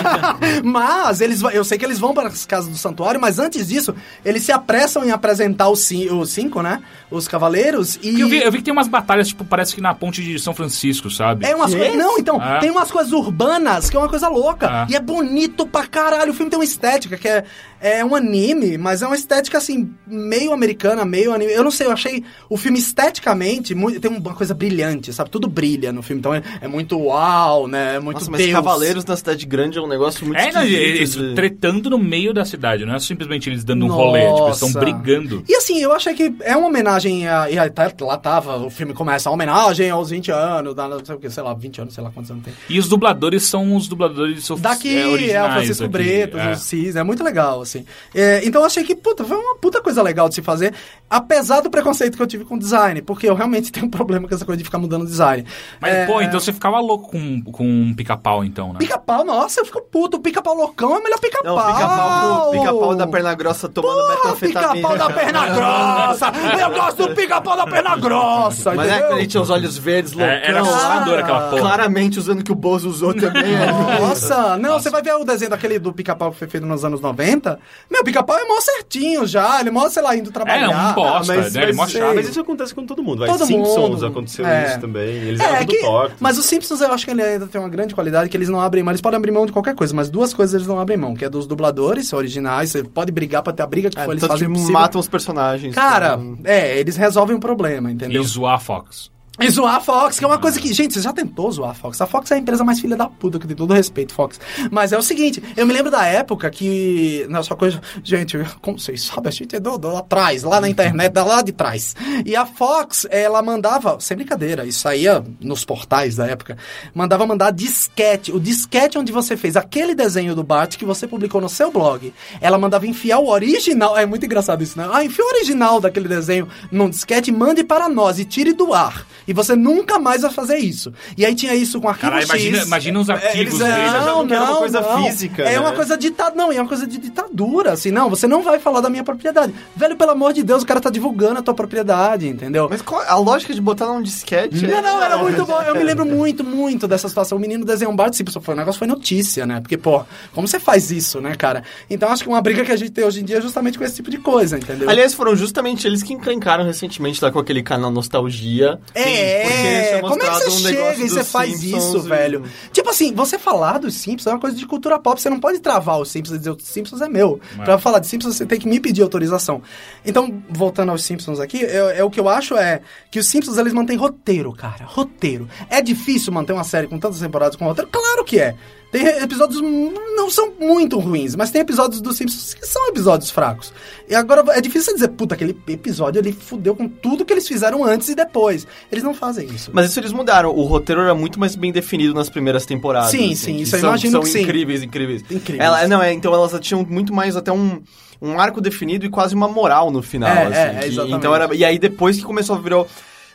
B: mas eles, va- eu sei que eles vão para as casas do santuário, mas antes disso, eles se apressam em apresentar os, cin- os cinco, né? Os cavaleiros e.
A: Eu vi, eu vi que tem umas batalhas, tipo, parece que na ponte de São Francisco, sabe?
B: É umas
C: Que?
B: coisas. Não, então,
A: Ah.
B: tem umas coisas urbanas que é uma coisa louca.
A: Ah.
B: E é bonito pra caralho. O filme tem uma estética que é, é um anime, mas é uma estética assim, meio americana, meio anime. Eu não sei, eu achei o filme esteticamente muito, tem uma coisa brilhante, sabe? Tudo brilha no filme. Então é, é muito uau, né? É muito
C: Nossa, mas
B: Deus.
C: Cavaleiros na cidade grande é um negócio muito
A: É, não,
C: esquisito
A: eles
B: né?
C: de-
A: tretando no meio da cidade, não é simplesmente eles dando um rolê, tipo, eles estão
B: Nossa.
A: brigando.
B: E assim, eu achei que é uma homenagem a. E aí, tá- lá tava, o filme começa, uma homenagem aos 20 anos, da- não sei o que, sei lá, 20 anos, sei lá quantos anos tem.
A: E os dubladores são os dubladores ofici-
B: Daqui
A: é,
B: é,
A: originais
B: o Francisco
A: daqui,
B: Bretas,
A: é.
B: o Cis, é muito legal, assim. É, então eu achei que, puta, foi uma puta coisa legal de se fazer, apesar do preconceito que eu tive com design, porque eu realmente tenho um problema com essa coisa de ficar mudando design.
A: Mas,
B: É,
A: pô, então você ficava louco com, com um pica-pau, então, né?
B: Pica-pau, nossa, eu fico puto. O pica-pau loucão é o melhor pica-pau.
C: Não, pica-pau pro- pica-pau da perna grossa tá tomando
B: Porra,
C: metanfetamina.
B: pica-pau da perna grossa! Eu gosto do pica-pau da perna grossa!
C: Mas é
B: entendeu?
C: quando ele tinha os olhos verdes, loucão.
A: É, era assustador aquela porra.
C: Claramente usando o que o Bozo usou também. né?
B: Nossa, não, você vai ver o desenho daquele do pica-pau que foi feito nos anos 90. Meu, pica-pau é mó certinho já, ele mó, sei lá, indo
A: É,
B: trabalhar.
A: um bosta,
D: mas,
A: né? Ele é mó
D: mas-
A: chato.
D: mas isso acontece com todo mundo. Vai.
B: Todo
D: Simpsons
B: mundo.
D: aconteceu
B: É.
D: isso também. Eles
B: É,
D: eram tudo
B: que-
D: tortos.
B: mas os Simpsons eu acho que ele ainda tem uma grande qualidade que eles não abrem mão. Eles podem abrir mão de qualquer coisa, mas duas coisas eles não abrem mão, que é dos dubladores originais, você pode brigar pra ter a briga que for, eles
C: Tanto que
B: fazem o possível.
C: tipo, matam os personagens.
B: Cara,
C: então-
B: é, eles resolvem o problema,
A: E
B: entendeu?
A: zoar a Fox.
B: E zoar a Fox, que é uma coisa que, gente, você já tentou zoar a Fox. A Fox é a empresa mais filha da puta, que tem todo respeito, Fox. Mas é o seguinte, eu me lembro da época que. Nossa coisa. Gente, como vocês sabem, a gente é do, do, lá atrás, lá na internet, da lá de trás. E a Fox, ela mandava, sem brincadeira, isso saía nos portais da época, mandava mandar disquete. O disquete onde você fez aquele desenho do Bart que você publicou no seu blog. Ela mandava enfiar o original. É muito engraçado isso, né? Ah, enfia o original daquele desenho num disquete, e mande para nós e tire do ar. E você nunca mais vai fazer isso. E aí tinha isso com arquivo
A: Caralho,
B: X.
A: imagina, imagina os
B: É,
A: arquivos
B: eles,
A: dele.
D: já
B: não,
D: não querem uma
B: não,
D: coisa
B: não.
D: física,
B: É
D: né?
B: uma coisa ditada, não, e é uma coisa de ditadura, assim, não, você não vai falar da minha propriedade. Velho, pelo amor de Deus, o cara tá divulgando a tua propriedade, entendeu?
C: Mas qual- a lógica de botar num disquete...
B: Não,
C: é
B: não, era um- muito bom. Eu me lembro muito, muito dessa situação. O menino desenhou um Bart Simpson. Foi, o negócio foi notícia, né? Porque, pô, como você faz isso, né, cara? Então acho que uma briga que a gente tem hoje em dia é justamente com esse tipo de coisa, entendeu?
C: Aliás, foram justamente eles que encrencaram recentemente lá com aquele canal Nostalgia. porque eles
B: É,
C: tinham
B: como é que
C: mostrado um
B: você chega
C: negócio
B: e
C: dos
B: você faz
C: Simpsons
B: isso,
C: e-
B: velho? Tipo assim, você falar dos Simpsons é uma coisa de cultura pop, você não pode travar os Simpsons e dizer, os Simpsons é meu. Pra falar de Simpsons, você tem que me pedir autorização. Então, voltando aos Simpsons aqui, é, é o que eu acho é que os Simpsons, eles mantêm roteiro, cara, roteiro. É difícil manter uma série com tantas temporadas com roteiro? Claro que é. Tem re- episódios mu- não são muito ruins, mas tem episódios dos Simpsons que são episódios fracos. E agora é difícil você dizer, puta, aquele episódio ele fudeu com tudo que eles fizeram antes e depois. Eles não fazem isso.
C: Mas isso eles mudaram. O roteiro era muito mais bem definido nas primeiras temporadas. assim,
B: Sim, sim,
C: que
B: isso eu
C: são,
B: imagino
C: são
B: que sim.
C: incríveis, incríveis.
B: Incríveis.
C: Ela, não, é, então elas tinham muito mais até um, um arco definido e quase uma moral no final.
B: É,
C: assim,
B: é, é,
C: que-
B: exatamente.
C: então era, e aí depois que começou a virar.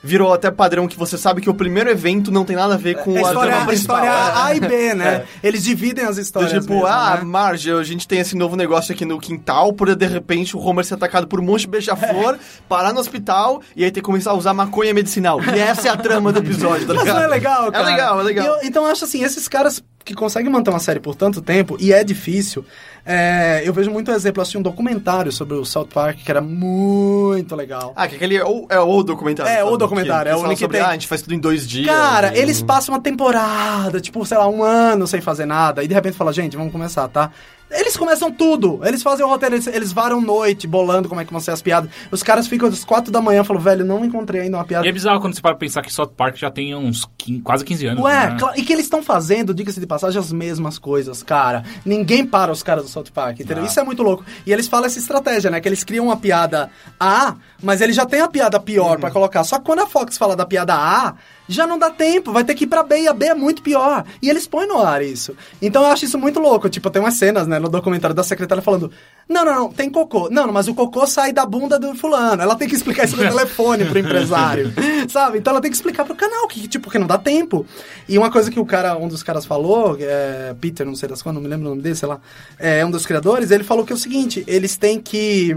C: Virou até padrão que você sabe que o primeiro evento não tem nada a ver com
B: É
C: a
B: história,
C: trama
B: a
C: principal.
B: história
C: É.
B: A e B, né? Eles dividem as
C: Do
B: histórias.
C: tipo,
B: mesmo,
C: ah,
B: né?
C: Marge, a gente tem esse novo negócio aqui no quintal, por de repente o Homer ser atacado por um monte de beija-flor, parar no hospital e aí ter que começar a usar maconha medicinal. E essa é a trama do episódio, tá
B: Mas
C: ligado?
B: não é legal, cara.
C: É legal, é legal.
B: E eu- então eu acho assim, esses caras que conseguem manter uma série por tanto tempo, e é difícil, é, eu vejo muito exemplo, assim, um documentário sobre o South Park, que era muito legal.
C: Ah, que aquele é o, é o documentário.
B: É, o
C: sabe?
B: documentário,
C: Que-
B: é
C: que
B: o
C: fala
B: que
C: sobre,
B: tem.
C: Ah, a gente faz tudo em dois dias.
B: Cara,
C: e-
B: eles passam uma temporada, tipo, sei lá, um ano sem fazer nada, e de repente fala, gente, vamos começar, tá? Eles começam tudo. Eles fazem o roteiro, eles, eles varam noite bolando como é que vão ser as piadas. Os caras ficam às quatro da manhã e falam, velho, não encontrei ainda uma piada.
A: E é bizarro quando você para pra pensar que South Park já tem uns quin- quase 15 anos.
B: Ué,
A: né?
B: cla- e que eles estão fazendo, diga-se de passagem, as mesmas coisas, cara. Ninguém para os caras do South Park, entendeu?
A: Ah.
B: Isso é muito louco. E eles falam essa estratégia, né? Que eles criam uma piada A, mas eles já têm a piada pior
A: Hum.
B: pra colocar. Só que quando a Fox fala da piada A, já não dá tempo, vai ter que ir pra B, e a B é muito pior. E eles põem no ar isso. Então eu acho isso muito louco. Tipo, tem umas cenas, né, no documentário da secretária falando: Não, não, não, tem cocô. Não, mas o cocô sai da bunda do fulano. Ela tem que explicar isso no telefone pro empresário. sabe? Então ela tem que explicar pro canal, que, tipo, que não dá tempo. E uma coisa que o cara, um dos caras falou, é, Peter, não sei das quantas, não me lembro o nome dele, sei lá, é um dos criadores, ele falou que é o seguinte: eles têm que.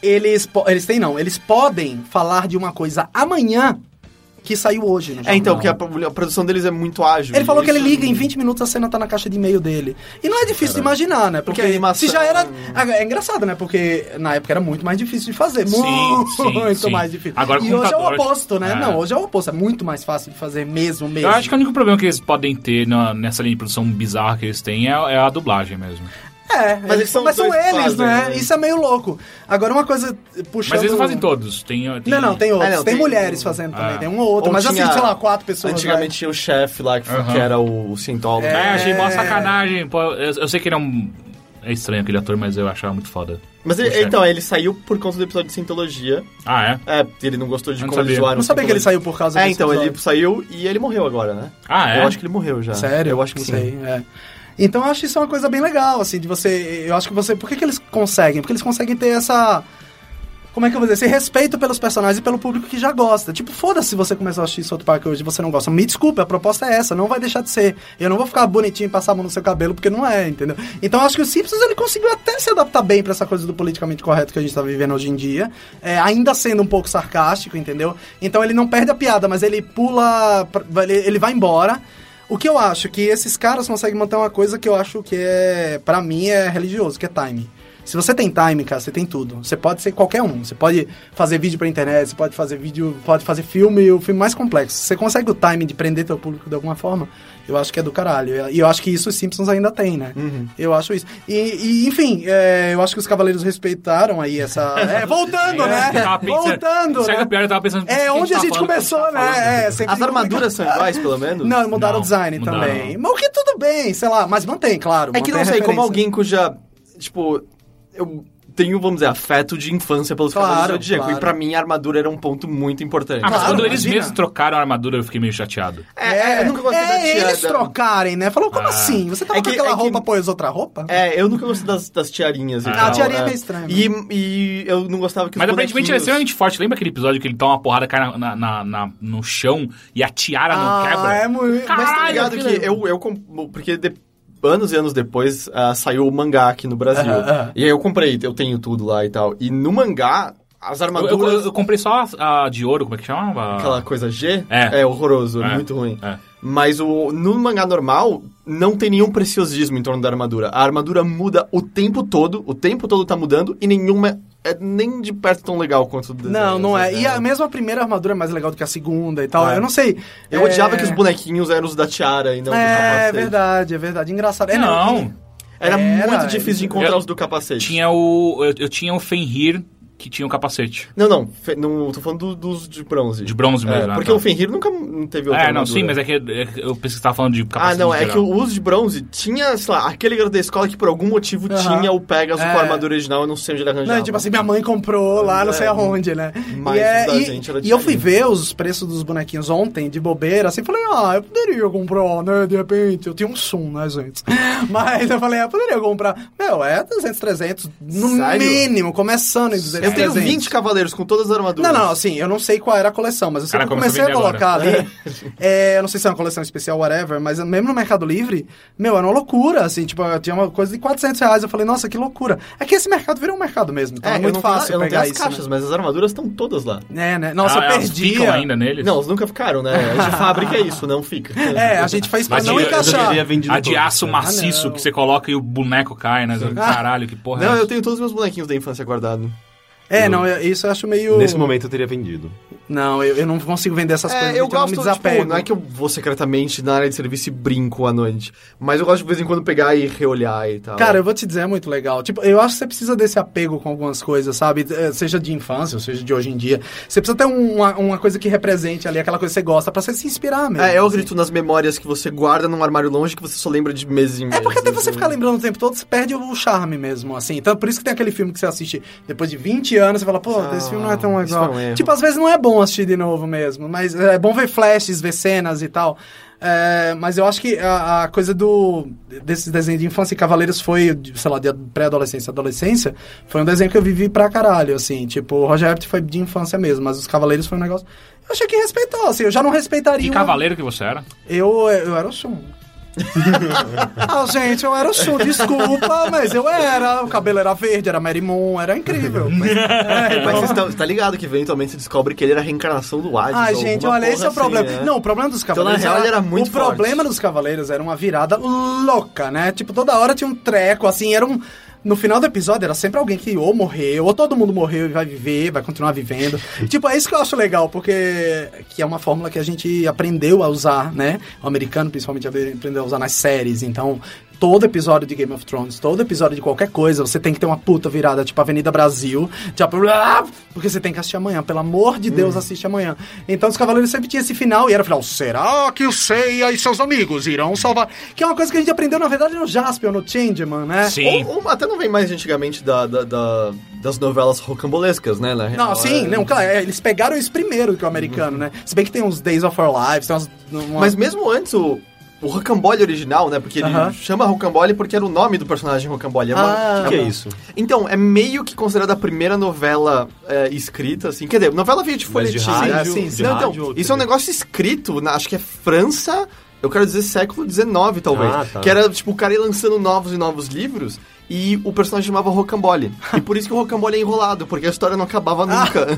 B: Eles, po- eles têm, não, eles podem falar de uma coisa amanhã que saiu hoje. no
C: É, então,
B: jornal.
C: que a, pro- a produção deles é muito ágil.
B: Ele falou que ele
C: Isso- é
B: liga em 20 minutos a cena tá na caixa de e-mail dele. E não é difícil de imaginar, né? Porque,
C: Porque a animação-
B: se já era. Ah, É engraçado, né? Porque na época era muito mais difícil de fazer.
A: Sim,
B: muito
A: sim, sim.
B: mais difícil.
A: Agora com
B: e hoje é o
A: computador.
B: oposto, né?
A: É.
B: Não, hoje é o oposto. É muito mais fácil de fazer mesmo, mesmo.
A: Eu acho que o único problema que eles podem ter na- nessa linha de produção bizarra que eles têm é, é a dublagem mesmo.
B: É, mas,
C: eles
B: eles,
C: são
B: mas são
C: dois que
B: eles,
C: fazem,
B: né?
C: né?
B: Isso é meio louco. Agora uma coisa eh, puxando.
A: Mas eles não fazem todos. Tem, tem-
B: Não, não, tem outros.
C: Ah, não,
B: tem,
C: tem-
B: mulheres fazendo também,
A: Ah.
B: tem um ou outro.
C: Ou
B: mas
C: tinha-
B: assim, sei lá, quatro pessoas. né?
C: Antigamente tinha o chefe lá, que, que era o, o cientólogo.
A: É, achei mó sacanagem. Pô, eu, eu sei que ele é um. É estranho aquele ator, mas eu achava muito foda.
C: Mas
A: O
C: ele,
A: chefe.
C: então, ele saiu por conta do episódio de Cientologia.
A: Ah, é?
C: É, ele não gostou de
A: Eu não
C: como eles
A: sabia.
C: zoaram.
B: Vai. Não sabia que ele saiu por causa
C: É,
B: desse
C: então,
B: episódio.
C: ele saiu e ele morreu agora, né?
A: Ah, é?
C: Eu acho que ele morreu já.
B: Sério?
C: Eu acho que
B: não
C: sim.
B: sei. É. Então eu acho isso uma coisa bem legal, assim, de você. Eu acho que você. Por que, que eles conseguem? Porque eles conseguem ter essa. Como é que eu vou dizer? Esse respeito pelos personagens e pelo público que já gosta. Tipo, foda-se se você começou a assistir South Park hoje e você não gosta. Me desculpa, a proposta é essa, não vai deixar de ser. Eu não vou ficar bonitinho e passar a mão no seu cabelo, porque não é, entendeu? Então eu acho que o Simpsons ele conseguiu até se adaptar bem pra essa coisa do politicamente correto que a gente tá vivendo hoje em dia. É, ainda sendo um pouco sarcástico, entendeu? Então ele não perde a piada, mas ele pula. pra- Ele, ele vai embora. O que eu acho que esses caras conseguem manter uma coisa que eu acho que é, Pra mim, é religioso, que é time. Se você tem time, cara, você tem tudo. Você pode ser qualquer um. Você pode fazer vídeo pra internet, você pode fazer vídeo, pode fazer filme, o filme mais complexo. Se você consegue o time de prender teu público de alguma forma, eu acho que é do caralho. E eu acho que isso os Simpsons ainda tem, né?
A: Uhum.
B: Eu acho isso. E, e, enfim, é, eu acho que os Cavaleiros respeitaram aí essa. É, voltando, né?
A: Eu tava pensando-
B: Voltando.
A: Será que
B: né?
A: tá, pior eu tava pensando.
B: É onde a
A: tá
B: gente
A: falando,
B: começou,
A: tá falando?
B: né? É, sempre
C: As armaduras são iguais, pelo menos?
B: não, mudaram
A: Não,
B: o design
A: mudaram.
B: também. Mas o que tudo bem, sei lá, mas mantém, claro.
C: É que
B: mantém
C: não
B: a
C: sei,
B: referência.
C: como alguém cuja. Tipo, eu tenho, vamos dizer, afeto de infância pelos
B: Claro,
C: Cavaleiros do Zodíaco.
B: claro.
C: E pra mim a armadura era um ponto muito importante.
A: Ah, mas
B: É, Claro,
A: quando eles
B: imagina.
A: mesmos trocaram a armadura, eu fiquei meio chateado.
B: É,
C: É, eu nunca gostei da
B: é eles
C: tiara.
B: trocarem, né? Falou, como
A: Ah.
B: assim? Você tava
C: É que-
B: com aquela
C: é que-
B: roupa, pôs outra roupa?
C: É, eu nunca gostei das, das tiarinhas. e
A: Ah,
C: tal,
A: a
B: tiarinha é
C: né?
B: meio estranha,
C: E, e eu não gostava que os
A: Mas aparentemente ele é
C: bonequinhos-
A: extremamente forte. Lembra aquele episódio que ele toma uma porrada, cai na, na- na- na- no chão e a tiara não
C: Ah,
A: quebra?
B: é muito...
A: Caralho,
C: Mas tá ligado
A: aquilo
C: que
A: é-
C: eu, eu comp- porque de- anos e anos depois ah, saiu o mangá aqui no Brasil.
B: Aham, aham.
C: E aí eu comprei, eu tenho tudo lá e tal. E no mangá, as
A: Eu,
C: armaduras...
A: eu- eu comprei só a, a de ouro, como é que chamava?
C: Aquela coisa G
A: É.
C: horroroso,
A: É.
C: muito ruim.
A: É.
C: Mas o, no mangá normal, não tem nenhum preciosismo em torno da armadura. A armadura muda o tempo todo, o tempo todo tá mudando, e nenhuma é nem de perto tão legal quanto o desenho,
B: Não, não é.
C: sabe?
B: E a mesmo a primeira armadura é mais legal do que a segunda e tal. Eu não sei.
C: Eu
B: É-
C: odiava que os bonequinhos eram os da tiara e não do
B: É,
C: capacete.
B: verdade, é verdade. Engraçado. É,
A: Não,
C: Era,
B: Era,
C: muito difícil de encontrar
A: eu-
C: os do capacete.
A: tinha o. Eu, eu tinha o Fenrir que tinha o capacete.
C: Não, não, fe- não tô falando do- dos de bronze.
A: De bronze mesmo.
C: É,
A: né?
C: porque
A: Tá.
C: o Fenrir nunca m- teve
A: É,
C: outra
A: não,
C: armadura.
A: sim, mas é que é que eu pensei que você tava falando de
C: Ah,
A: capacete.
C: não,
A: no
C: é
A: geral.
C: que o uso de bronze tinha, sei lá, aquele garoto da escola que por algum motivo
B: Aham.
C: tinha o Pegasus
B: É.
C: com a armadura original, eu não sei onde ele
B: Não,
C: arranjava. É.
B: é tipo assim, minha mãe comprou lá, não sei aonde, né?
C: Mas
B: e é-
C: o da
B: e,
C: gente era
B: e eu fui
C: diferente.
B: ver os preços dos bonequinhos ontem, de bobeira, assim, falei, ah, eu poderia comprar, né? De repente, eu tinha um Sum, né, gente? Mas eu falei, ah, eu poderia comprar. Meu, é 200, 300, no
C: Sério?
B: mínimo, começando em 200,
C: Eu tenho
B: 300.
C: 20 cavaleiros com todas as armaduras. É,
B: Não, não, assim, eu não sei qual era a coleção, mas eu sei
A: Cara,
B: que eu
A: começou
B: comecei
A: a
B: a
A: vender
B: colocar ali. é, eu não sei se é uma coleção especial, whatever, mas mesmo no Mercado Livre, meu, era uma loucura, assim, tipo, eu tinha uma coisa de 400 reais, eu falei, nossa, que loucura. É que esse mercado virou um mercado mesmo, então
C: É,
B: é,
C: eu
B: muito
C: não tenho-
B: fácil
C: eu não tenho
B: pegar
C: as
B: isso,
C: caixas, mas as armaduras estão todas lá.
B: né? É, né? Nossa,
A: Ah,
B: eu
A: elas
B: perdi.
A: ficam ainda neles?
C: Não, elas nunca ficaram, né? De fábrica é isso, não fica.
B: É, a gente fez pra
A: Mas
B: não
A: eu- eu
B: encaixar.
D: deveria vendido
A: A de
D: todas,
A: aço
D: né?
B: Ah,
A: maciço
B: não.
A: que você coloca e o boneco cai, né? Caralho, que porra é
C: Não,
A: essa?
C: eu tenho todos os meus bonequinhos da infância guardado.
B: É, não, eu- isso eu acho meio.
D: Nesse momento eu teria vendido.
B: Não, eu, eu não consigo vender essas
C: É,
B: coisas.
C: eu
B: gente, não
C: gosto,
B: me
C: tipo,
B: desapego.
C: não é que eu vou secretamente na área de serviço e brinco à noite. Mas eu gosto de vez em quando pegar e reolhar e tal.
B: Cara, eu vou te dizer, é muito legal. Tipo, eu acho que você precisa desse apego com algumas coisas, sabe? Eh, Seja de infância, ou seja de hoje em dia. Você precisa ter um, uma, uma coisa que represente ali aquela coisa que você gosta, pra você se inspirar mesmo.
C: É, eu acredito nas memórias que você guarda num armário longe que você só lembra de meses em meses.
B: É porque até você
C: né?
B: ficar lembrando o tempo todo, você perde o charme mesmo, assim. Então, por isso que tem aquele filme que você assiste depois de 20 anos, você fala, pô,
C: Ah,
B: esse filme não é tão
C: isso
B: legal.
C: foi um erro.
B: tipo, às vezes não é bom assistir de novo mesmo, mas é bom ver flashes, ver cenas e tal. É, mas eu acho que a, a coisa do desses desenhos de infância e Cavaleiros foi, de, sei lá, de pré-adolescência, adolescência, foi um desenho que eu vivi pra caralho, assim. Tipo, o Roger Rabbit foi de infância mesmo, mas os Cavaleiros foi um negócio. Eu achei que respeitou, assim, eu já não respeitaria.
A: Que
C: um-
B: uma-
A: cavaleiro que você era?
B: eu, eu era o Shun. ah, gente, eu era o Shun, desculpa, mas eu era. O cabelo era verde, era Mary Moon, era incrível.
C: Mas você tá, tá ligado que eventualmente você descobre que ele era a reencarnação do Hades.
B: Ai,
C: ou
B: gente,
C: alguma
B: olha, esse é o
C: porra
B: problema.
C: assim, né?
B: Não, o problema dos
C: na
B: cavaleiros.
C: real, ele era muito
B: O problema
C: forte.
B: dos cavaleiros era uma virada louca, né? Tipo, toda hora tinha um treco, assim, era um. No final do episódio era sempre alguém que ou morreu, ou todo mundo morreu e vai viver, vai continuar vivendo. tipo, é isso que eu acho legal, porque que é uma fórmula que a gente aprendeu a usar, né? O americano principalmente aprendeu a usar nas séries, então todo episódio de Game of Thrones, todo episódio de qualquer coisa, você tem que ter uma puta virada, tipo Avenida Brasil, tipo, "Ah!", porque você tem que assistir amanhã, pelo amor de
C: Hum.
B: Deus, assiste amanhã. Então os Cavaleiros sempre tinham esse final, e era o final, será que o Seiya e seus amigos irão salvar? Que é uma coisa que a gente aprendeu, na verdade, no Jasper, no Changeman, né?
A: Sim.
C: É, Ou, ou até não vem mais antigamente da, da- da- das novelas rocambolescas, né? Na
B: Não,
C: real,
B: sim,
C: é-
B: não, claro, é, eles pegaram isso primeiro que o americano, né? Se bem que tem uns Days of Our Lives, tem umas... uma-
C: Uhum. Mas mesmo antes, o, o Rocambole original, né? Porque ele
B: Aham.
C: chama Rocambole porque era o nome do personagem Rocambole. É uma-
B: Ah.
D: O que é isso?
C: Então, é meio que considerada a primeira novela é, escrita, assim. Quer dizer, novela veio de
D: Mas de
C: folhetim.
D: rádio,
C: né?
B: sim,
D: de
B: sim.
C: Não,
D: rádio
C: então,
D: ou
C: isso é um
D: TV?
C: negócio escrito, na- acho que é França, eu quero dizer século XIX, talvez.
D: Ah, tá.
C: Que era, tipo, o cara ia lançando novos e novos livros e o personagem chamava Rocambole. e por isso que o Rocambole é enrolado, porque a história não acabava nunca.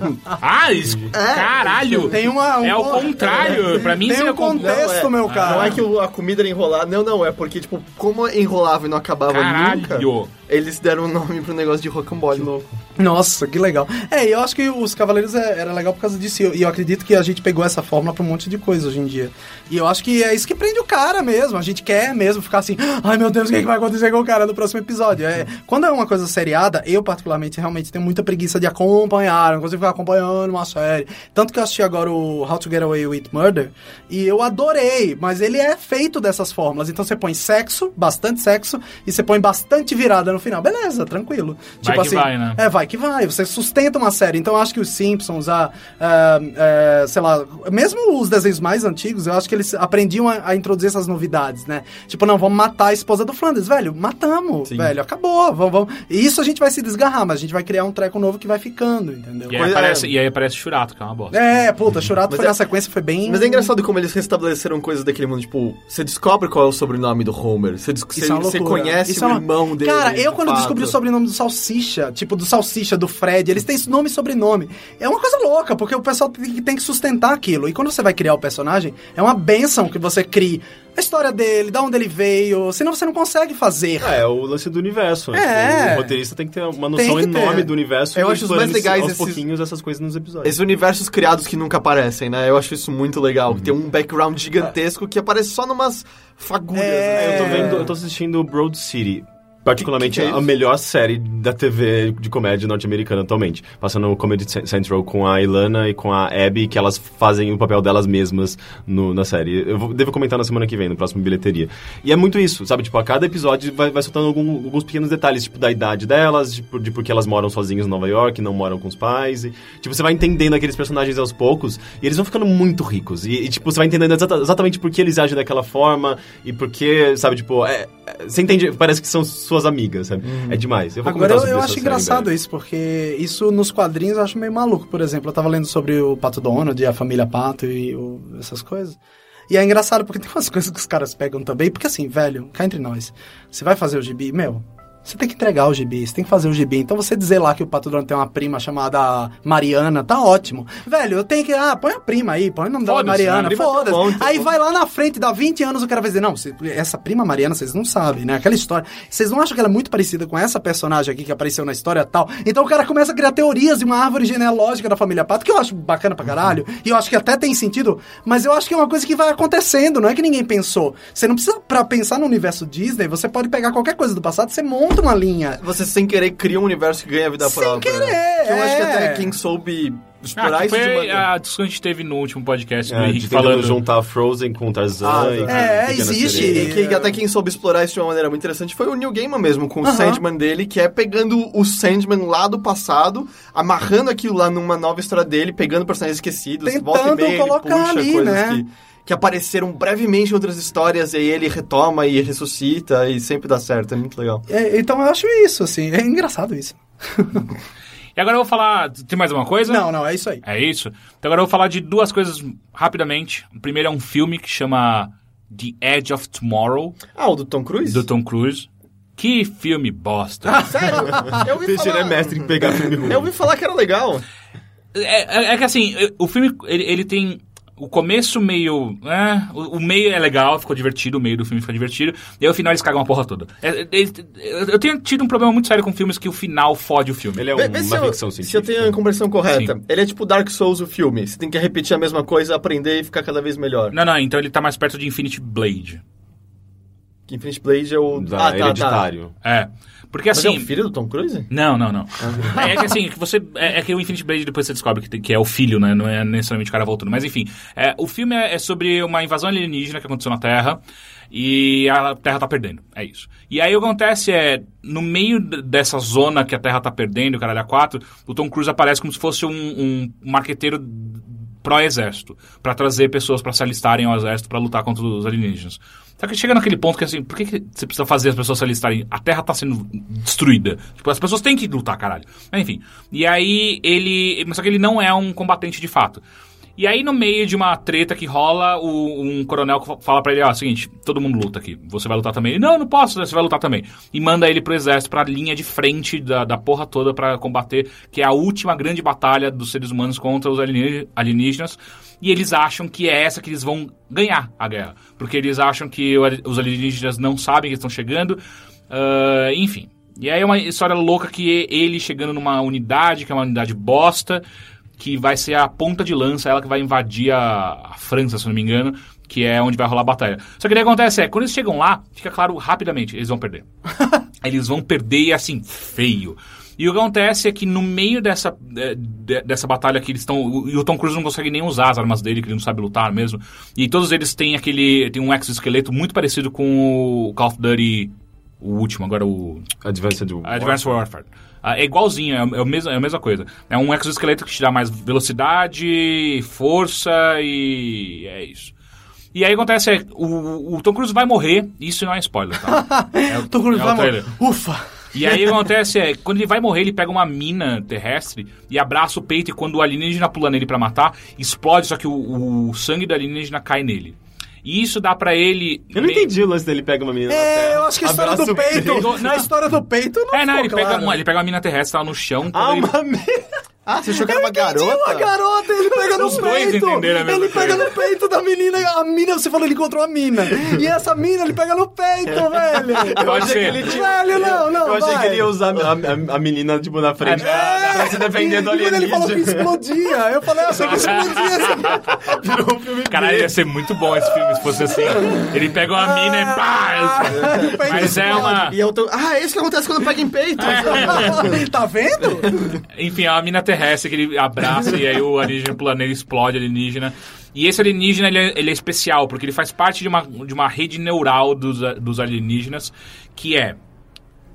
A: Ah, isso- caralho!
B: É, Tem uma... um-
A: É ao contrário, pra mim
B: Tem
A: seria
B: um contexto,
C: Não, é.
B: meu cara.
C: Não é que o- a comida era enrolada, não, não, é porque, tipo, como enrolava e não acabava
A: Caralho.
C: nunca, eles deram um nome pro negócio de rocambole. louco.
B: Nossa, que legal. É, e eu acho que os Cavaleiros é- era legal por causa disso. E eu, e eu acredito que a gente pegou essa fórmula pra um monte de coisa hoje em dia. E eu acho que é isso que prende o cara mesmo. A gente quer mesmo ficar assim, ai meu Deus, o que, é que vai acontecer com o cara no próximo episódio? É, quando é uma coisa seriada, eu particularmente realmente tenho muita preguiça de acompanhar, eu não consigo ficar acompanhando uma série. Tanto que eu assisti agora o How to Get Away with Murder e eu adorei, mas ele é feito dessas fórmulas. Então você põe sexo, bastante sexo, e você põe bastante virada no final. Beleza, tranquilo.
A: Vai que vai, né?
B: É, vai que vai. Você sustenta uma série. Então, eu acho que os Simpsons, a, ah, eh, sei lá, mesmo os desenhos mais antigos, eu acho que eles aprendiam a, a introduzir essas novidades, né? Tipo, não, vamos matar a esposa do Flanders. Velho, matamos.
C: Sim.
B: Velho, acabou. Vamos, vamos. E isso a gente vai se desgarrar, mas a gente vai criar um treco novo que vai ficando, entendeu?
A: E aí,
C: Pois é.
A: aparece, e aí aparece Churato, que é uma bosta.
B: É, puta, Churato
C: Mas
B: foi
C: é-
B: na sequência, foi bem...
C: Mas é engraçado como eles restabeleceram coisas daquele mundo, tipo, você descobre qual é o sobrenome do Homer, você, des-
B: Isso
C: você-
B: é uma
C: você
B: loucura.
C: conhece
B: Isso
C: o
B: é uma-
C: irmão dele.
B: Cara, eu
C: de
B: quando
C: fato.
B: descobri o sobrenome do Salsicha, tipo, do Salsicha, do Fred, eles têm nome e sobrenome. É uma coisa louca, porque o pessoal tem que- tem que sustentar aquilo. E quando você vai criar o personagem, é uma benção que você crie a história dele, da onde ele veio, senão você não consegue fazer.
D: Ah, é o lance do universo. né?
B: É.
D: Tipo, O roteirista tem que ter uma noção
B: Tem que ter.
D: enorme do universo.
C: Eu
D: e
C: acho os
D: explorando
C: mais legais
D: aos
C: esses-
D: pouquinhos essas coisas nos episódios.
C: Esses universos criados que nunca aparecem, né? Eu acho isso muito legal. que Tem um background gigantesco que aparece só numas fagulhas.
B: É.
C: né?
D: Eu tô vendo, eu tô assistindo Broad City. Particularmente
C: Que que é
D: a
C: isso?
D: melhor série da TV de comédia norte-americana atualmente. Passando no Comedy Cen- Central com a Ilana e com a Abby, que elas fazem o papel delas mesmas no- na série. Eu vou- devo comentar na semana que vem, no próximo bilheteria. E é muito isso, sabe? Tipo, a cada episódio vai, vai soltando algum- alguns pequenos detalhes, tipo, da idade delas, tipo, de porque elas moram sozinhas em Nova York, não moram com os pais. E, tipo, você vai entendendo aqueles personagens aos poucos e eles vão ficando muito ricos. E, e, tipo, você vai entendendo exata- exatamente por que eles agem daquela forma e por que, sabe, tipo, é, é, você entende, parece que são suas amigas, sabe? É demais. Eu vou
B: Uhum. Agora
D: comentar
B: eu,
D: sobre
B: eu
D: essa
B: acho
D: série,
B: engraçado
D: velho.
B: isso, porque isso nos quadrinhos eu acho meio maluco. Por exemplo, eu tava lendo sobre o Pato Donald e a família Pato e o- essas coisas. E é engraçado porque tem umas coisas que os caras pegam também, porque assim, velho, cá entre nós, você vai fazer o gibi, meu, Você tem que entregar o gibi, você tem que fazer o gibi. Então você dizer lá que o Pato Donald tem uma prima chamada Mariana, tá ótimo. Velho, eu tenho que. Ah, põe a prima aí, põe o nome dela
A: Foda-se, a
B: Mariana,
A: prima
B: foda-se.
C: tem um monte,
B: aí
C: pô.
B: vai lá na frente, dá 20 anos, o cara vai dizer: Não, cê- essa prima Mariana, vocês não sabem, né? Aquela história. Vocês não acham que ela é muito parecida com essa personagem aqui que apareceu na história tal? Então o cara começa a criar teorias de uma árvore genealógica da família Pato, que eu acho bacana pra caralho,
A: Uhum.
B: e eu acho que até tem sentido, mas eu acho que é uma coisa que vai acontecendo, não é que ninguém pensou. Você não precisa, pra pensar no universo Disney, você pode pegar qualquer coisa do passado, você monta uma linha.
C: Você sem querer cria um universo que ganha vida
B: Sem
C: própria. né?
B: querer,
C: Que eu acho que
B: é.
C: até quem soube explorar
A: Ah, que
C: isso de
A: foi
C: maneira.
A: a discussão que a gente teve no último podcast do
D: É,
A: Henrique
D: de falando...
A: falando.
D: juntar Frozen com Tarzan.
C: Ah,
D: e
C: é,
D: com Pequena
B: existe.
D: Sereia.
C: E que até quem soube explorar isso de uma maneira muito interessante foi o Neil Gaiman mesmo, com o Sandman dele, que é pegando o Sandman lá do passado, amarrando aquilo lá numa nova história dele, pegando personagens esquecidos,
B: Tentando
C: volta e meia, ele
B: colocar
C: puxa
B: ali,
C: coisas
B: né?
C: que, que apareceram brevemente em outras histórias, e aí ele retoma e ressuscita, e sempre dá certo, é muito legal.
B: É, então eu acho isso, assim, é engraçado isso.
A: E agora eu vou falar. Tem mais alguma coisa?
B: Não, não, é isso aí.
A: É isso? Então agora eu vou falar de duas coisas rapidamente. O primeiro é um filme que chama The Edge of Tomorrow,
C: Ah, o do Tom Cruise?
A: do Tom Cruise. Que filme bosta.
C: Sério? Eu ouvi
D: Fischer é
C: falar-
D: mestre em pegar filme ruim.
C: Eu ouvi falar que era legal.
A: É, é- é que assim, eu- o filme ele, ele tem o começo meio. é, o, o meio é legal, ficou divertido, o meio do filme ficou divertido, e aí o final eles cagam a porra toda. É, é, eles- eu, eu tenho tido um problema muito sério com filmes que o final fode o filme.
D: Ele é um-
C: Vê- vê se
D: uma
C: eu-
D: ficção
C: Se eu
D: científica.
C: tenho a conversão correta,
A: Sim.
C: ele é tipo Dark Souls o filme. Você tem que repetir a mesma coisa, aprender e ficar cada vez melhor.
A: Não, não, então ele tá mais perto de Infinity Blade.
C: Que Infinite Blade é
B: Ah,
C: o.
B: tá,
D: Da, hereditário.
A: É. Porque
C: Mas
A: assim.
C: é o filho do Tom Cruise?
A: Não, não, não. É, é que assim, que você, é, é que o Infinite Blade depois você descobre que, tem- que é o filho, né? Não é necessariamente o cara voltando. Mas enfim, é, o filme é, é sobre uma invasão alienígena que aconteceu na Terra e a Terra tá perdendo. É isso. E aí o que acontece é, no meio d- dessa zona que a Terra tá perdendo, o caralho a quatro, o Tom Cruise aparece como se fosse um, um marqueteiro pró-exército, pra trazer pessoas pra se alistarem ao exército pra lutar contra os alienígenas. Só que chega naquele ponto que assim, por que, que você precisa fazer as pessoas se alistarem? A Terra tá sendo destruída. Tipo, as pessoas têm que lutar, caralho. Mas, enfim. E aí ele. Mas só que ele não é um combatente de fato. E aí, no meio de uma treta que rola, o- um coronel fa- fala pra ele: ó, seguinte, todo mundo luta aqui. Você vai lutar também? Ele, não, não posso, você vai lutar também. E manda ele pro exército, pra linha de frente da, da porra toda pra combater, que é a última grande batalha dos seres humanos contra os alieni- alienígenas. E eles acham que é essa que eles vão ganhar a guerra. Porque eles acham que o ali- os alienígenas não sabem que estão chegando. Ah, enfim. E aí é uma história louca que ele chegando numa unidade, que é uma unidade bosta, que vai ser a ponta de lança, ela que vai invadir a, a França, se eu não me engano, que é onde vai rolar a batalha. Só que o que acontece é, quando eles chegam lá, fica claro rapidamente, eles vão perder. eles vão perder e assim, feio. E o que acontece é que no meio dessa, eh, de- dessa batalha que eles estão. o- E o Tom Cruise não consegue nem usar as armas dele, que ele não sabe lutar mesmo. E todos eles têm aquele. Tem um exoesqueleto muito parecido com o Call of Duty, o último, agora o.
D: Advanced War.
A: Advanced Warfare. Ah, É igualzinho, é, o- é, o mesmo, é a mesma coisa. É um exoesqueleto que te dá mais velocidade, força e. é isso. E aí acontece, é, o, o Tom Cruise vai morrer, isso não é spoiler, tá? É, o-
B: Tô com
A: é o trailer.
B: Ufa!
A: E aí o que acontece é, quando ele vai morrer, ele pega uma mina terrestre e abraça o peito, e quando o alienígena pula nele pra matar, explode, só que o, o sangue do alienígena cai nele. E isso dá pra ele.
D: Eu não entendi o lance dele pega uma menina na
B: É,
D: terra.
B: eu acho que a história do
D: abraça o
B: peito.
A: peito. Não.
B: A história do peito não
A: É, não,
B: ficou
A: ele pega,
B: claro.
A: uma, ele pega uma mina terrestre, tá lá no chão.
D: Ah,
A: quando ele-
D: uma merda.
C: Ah, você achou que era uma
B: Entendi,
C: garota?
B: uma garota, ele pega no
A: Os dois
B: peito.
A: entenderam a mesma
B: Ele pega no peito da menina. A mina, você falou, ele encontrou a mina. E essa mina, ele pega no peito, velho.
A: Eu achei que ele
D: tinha-
B: Velho, não, não,
D: eu achei
B: vai.
D: que ele ia usar a, a- a menina, tipo, na frente.
A: É.
D: pra se defender do
B: E quando ele
D: alienígena.
B: falou que explodia, eu falei, ah, achei que explodia. essa-
D: Virou um filme
A: Caralho, ia ser muito bom esse filme se fosse assim. Ele pega uma mina e pá!
B: O peito
A: Mas é uma.
C: E eu tô... Ah, é isso que acontece quando pega em peito.
B: explode. Tá vendo?
A: Enfim, é uma mina terrestre que ele abraça e aí o alienígena pula nele, explode alienígena. E esse alienígena, ele é, ele é especial, porque ele faz parte de uma, de uma rede neural dos, a- dos alienígenas, que é.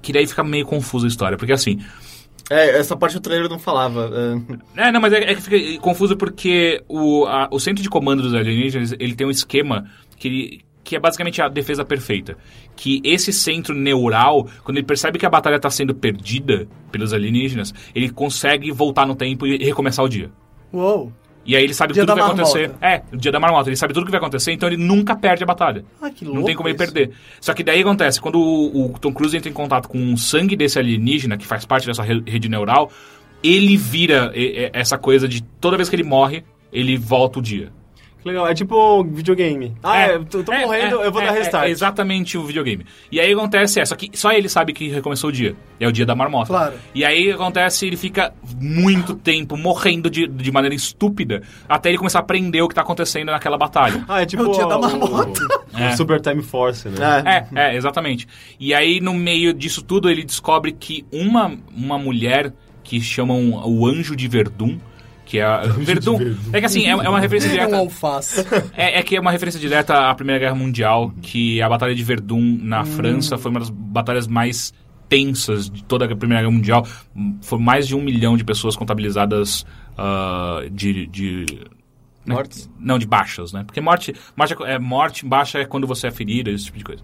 A: Que daí fica meio confusa a história, porque assim.
C: é, essa parte do trailer não falava. é.
A: É, não, mas é, é que fica confuso porque o, a- o centro de comando dos alienígenas, ele tem um esquema que, ele- que é basicamente a defesa perfeita. Que esse centro neural, quando ele percebe que a batalha está sendo perdida pelos alienígenas, ele consegue voltar no tempo e recomeçar o dia.
B: Uou.
A: E aí ele sabe
B: Dia
A: tudo que
B: da
A: vai acontecer.
B: marmota.
A: É, o dia da marmota. Ele sabe tudo que vai acontecer, então ele nunca perde a batalha.
B: Ah, que
A: Não
B: louco
A: tem como ele
B: isso.
A: perder. Só que daí acontece, quando o, o Tom Cruise entra em contato com o sangue desse alienígena, que faz parte dessa re- rede neural, ele vira e- e- essa coisa de toda vez que ele morre, ele volta o dia.
D: Que legal, é tipo videogame. Ah, é, eu tô, tô
A: é,
D: morrendo,
A: é,
D: eu vou
A: é,
D: dar
A: é,
D: restart.
A: É exatamente o videogame. E aí acontece, é, só que só ele sabe que recomeçou o dia. É o dia da marmota.
B: Claro.
A: E aí acontece, ele fica muito tempo morrendo de, de maneira estúpida, até ele começar a aprender o que tá acontecendo naquela batalha.
D: Ah, é tipo.
B: É o dia da
D: ó,
B: marmota.
D: o- o Super Time Force, né?
A: É, é, exatamente. E aí, no meio disso tudo, ele descobre que uma, uma mulher que chamam o Anjo de Verdun, que é a... Verdun. É que assim, é, é uma referência
B: É um
A: direta.
B: alface.
A: É, é que é uma referência direta à Primeira Guerra Mundial, que a Batalha de Verdun na França foi uma das batalhas mais tensas de toda a Primeira Guerra Mundial. Hum, Foi mais de um milhão de pessoas contabilizadas ah, de- de
C: Mortos?
A: Né? não, de baixas, né? Porque morte, morte, é co- é, morte baixa é quando você é ferido, esse tipo de coisa.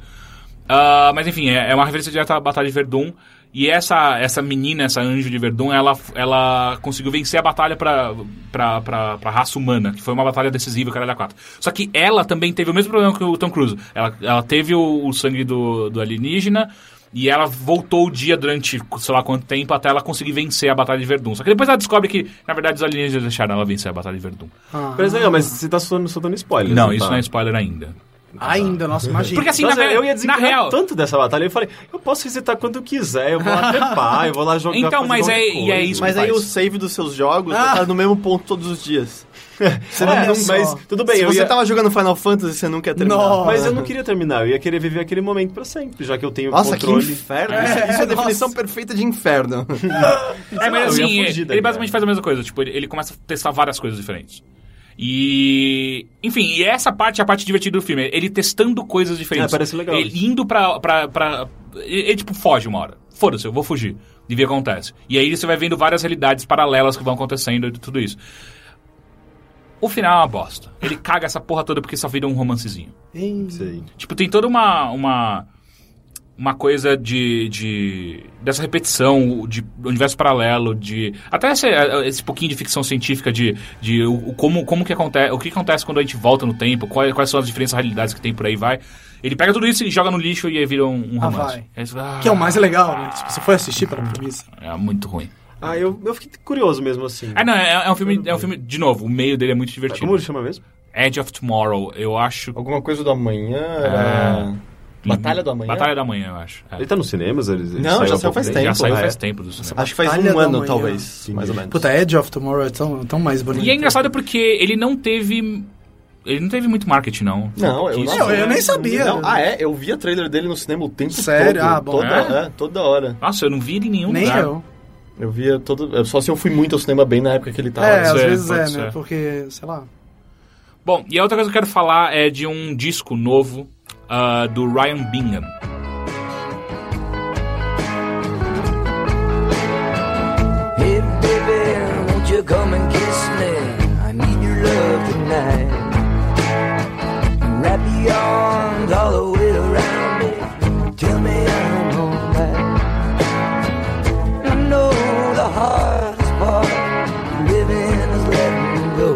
A: Ah, mas enfim, é, é uma referência direta à Batalha de Verdun. E essa, essa menina, essa anjo de Verdun, ela, ela conseguiu vencer a batalha pra, pra, pra, pra raça humana, que foi uma batalha decisiva, caralho, a quatro. Só que ela também teve o mesmo problema que o Tom Cruise. Ela, ela teve o, o sangue do, do alienígena, e ela voltou o dia durante sei lá quanto tempo até ela conseguir vencer a Batalha de Verdun. Só que depois ela descobre que, na verdade, os alienígenas deixaram ela vencer a Batalha de Verdun.
D: Parece Ah. legal, mas você tá soltando, soltando spoiler.
A: Não,
D: né,
A: isso
D: tá?
A: não é spoiler ainda.
B: Ainda, nossa, imagina.
A: Porque assim,
D: Nossa,
A: na,
D: é? eu ia
A: na
D: desencanar
A: real.
D: tanto dessa batalha. Eu falei, eu posso visitar quando eu quiser, eu vou lá trepar, eu vou lá jogar.
A: Então,
D: fazer
A: mas
D: qualquer
A: é- e é
D: coisa.
A: isso
C: Mas
A: que
C: aí
A: faz.
C: o save dos seus jogos tá no mesmo ponto todos os dias. Você
D: É,
C: não,
B: só.
C: mas tudo bem,
D: Se
C: eu
D: você
C: ia...
D: tava
C: tava jogando Final Fantasy e você não quer
B: terminar.
C: terminar.
D: Mas eu não queria terminar, eu ia querer viver aquele momento pra sempre, já que eu tenho
C: Nossa,
D: controle.
C: que inferno. Isso- isso é a definição perfeita de inferno.
A: É, mas
D: eu ia
A: assim,
D: fugir
A: ele,
D: daí,
A: ele basicamente
D: cara.
A: faz a mesma coisa. Tipo, ele, ele começa a testar várias coisas diferentes. E. Enfim, e essa parte é a parte divertida do filme. Ele testando coisas diferentes.
D: É, parece legal
A: Ele indo pra. pra, pra ele, ele, tipo, foge uma hora. Foda-se, eu vou fugir. E ver o que acontece. E aí você vai vendo várias realidades paralelas que vão acontecendo e tudo isso. O final é uma bosta. Ele caga essa porra toda porque só vira um romancezinho.
D: Sei.
A: Tipo, tem toda uma. uma uma coisa de, de dessa repetição de universo paralelo de até esse, esse pouquinho de ficção científica de, de o, o como como que acontece o que acontece quando a gente volta no tempo quais, quais são as diferentes realidades que tem por aí vai ele pega tudo isso e joga no lixo e aí vira um, um
B: Ah,
A: romance
B: vai.
A: Aí você fala,
B: Que é o mais legal, né? Tipo, você foi assistir pela premissa.
A: "Ah, é muito ruim
D: Ah, eu, eu fiquei curioso mesmo assim.
A: ah não é, é um filme é um filme de novo o meio dele é muito
D: Como
A: divertido
D: ele chama mesmo?
A: Edge of Tomorrow eu acho
C: Alguma coisa do amanhã era...
D: Ah.
C: Batalha do amanhã?
A: Batalha da Manhã eu acho É.
D: Ele tá nos cinemas? Ele, ele
C: Não, já
D: há
C: saiu
D: pouco
C: faz
A: já
C: tempo,
B: ah,
A: saiu
C: né?
B: é?
A: faz tempo do cinema.
C: Acho que faz
B: Batalha
C: um
B: do
C: ano,
B: amanhã.
C: talvez, mais ou menos.
B: Puta, Edge of Tomorrow é tão, tão mais bonito.
A: E é engraçado porque ele não teve. Ele não teve muito marketing, não.
C: Não, eu
A: Isso,
C: não.
B: Não, eu nem sabia.
C: Não, ah, é? Eu via trailer dele no cinema o tempo
B: Sério?
C: todo.
B: Ah, bom.
C: Toda, é, toda hora.
A: Nossa, eu não vi ele em nenhum
B: Nem
A: lugar.
B: eu.
C: Eu via todo... eu- Só se eu fui muito ao cinema bem na época que ele tava.
B: é, às
A: ser,
B: vezes
A: pode
B: é,
A: ser.
B: né? Porque, sei lá.
A: Bom, e a outra coisa que eu quero falar é de um disco novo ah, do Ryan Bingham.
G: Hey baby, won't you come and kiss me? I need your love tonight. Wrap your arms all the way around me. Tell me I'm alright. I know the hardest part of living is letting go.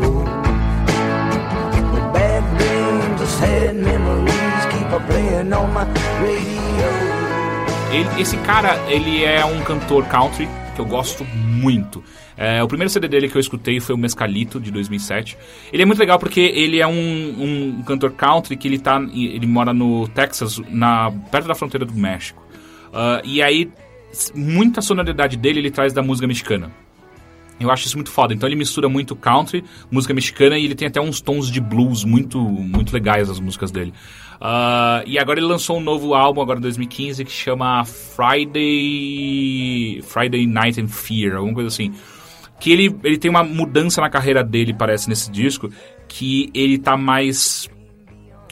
G: The bad dreams, the sad memories keep a playing on my radio.
A: Ele- esse cara, ele é um cantor country que eu gosto muito. É, o primeiro CD dele que eu escutei foi o Mescalito, de 2007. Ele é muito legal porque ele é um, um cantor country que ele, tá, ele mora no Texas, na, perto da fronteira do México. Ah, e aí, s- muita sonoridade dele ele traz da música mexicana. Eu acho isso muito foda. Então ele mistura muito country, música mexicana e ele tem até uns tons de blues muito, muito legais as músicas dele. Ah, e agora ele lançou um novo álbum agora em 2015 que chama Friday Friday Night and Fear, alguma coisa assim. Que ele, ele tem uma mudança na carreira dele, parece, nesse disco, que ele tá mais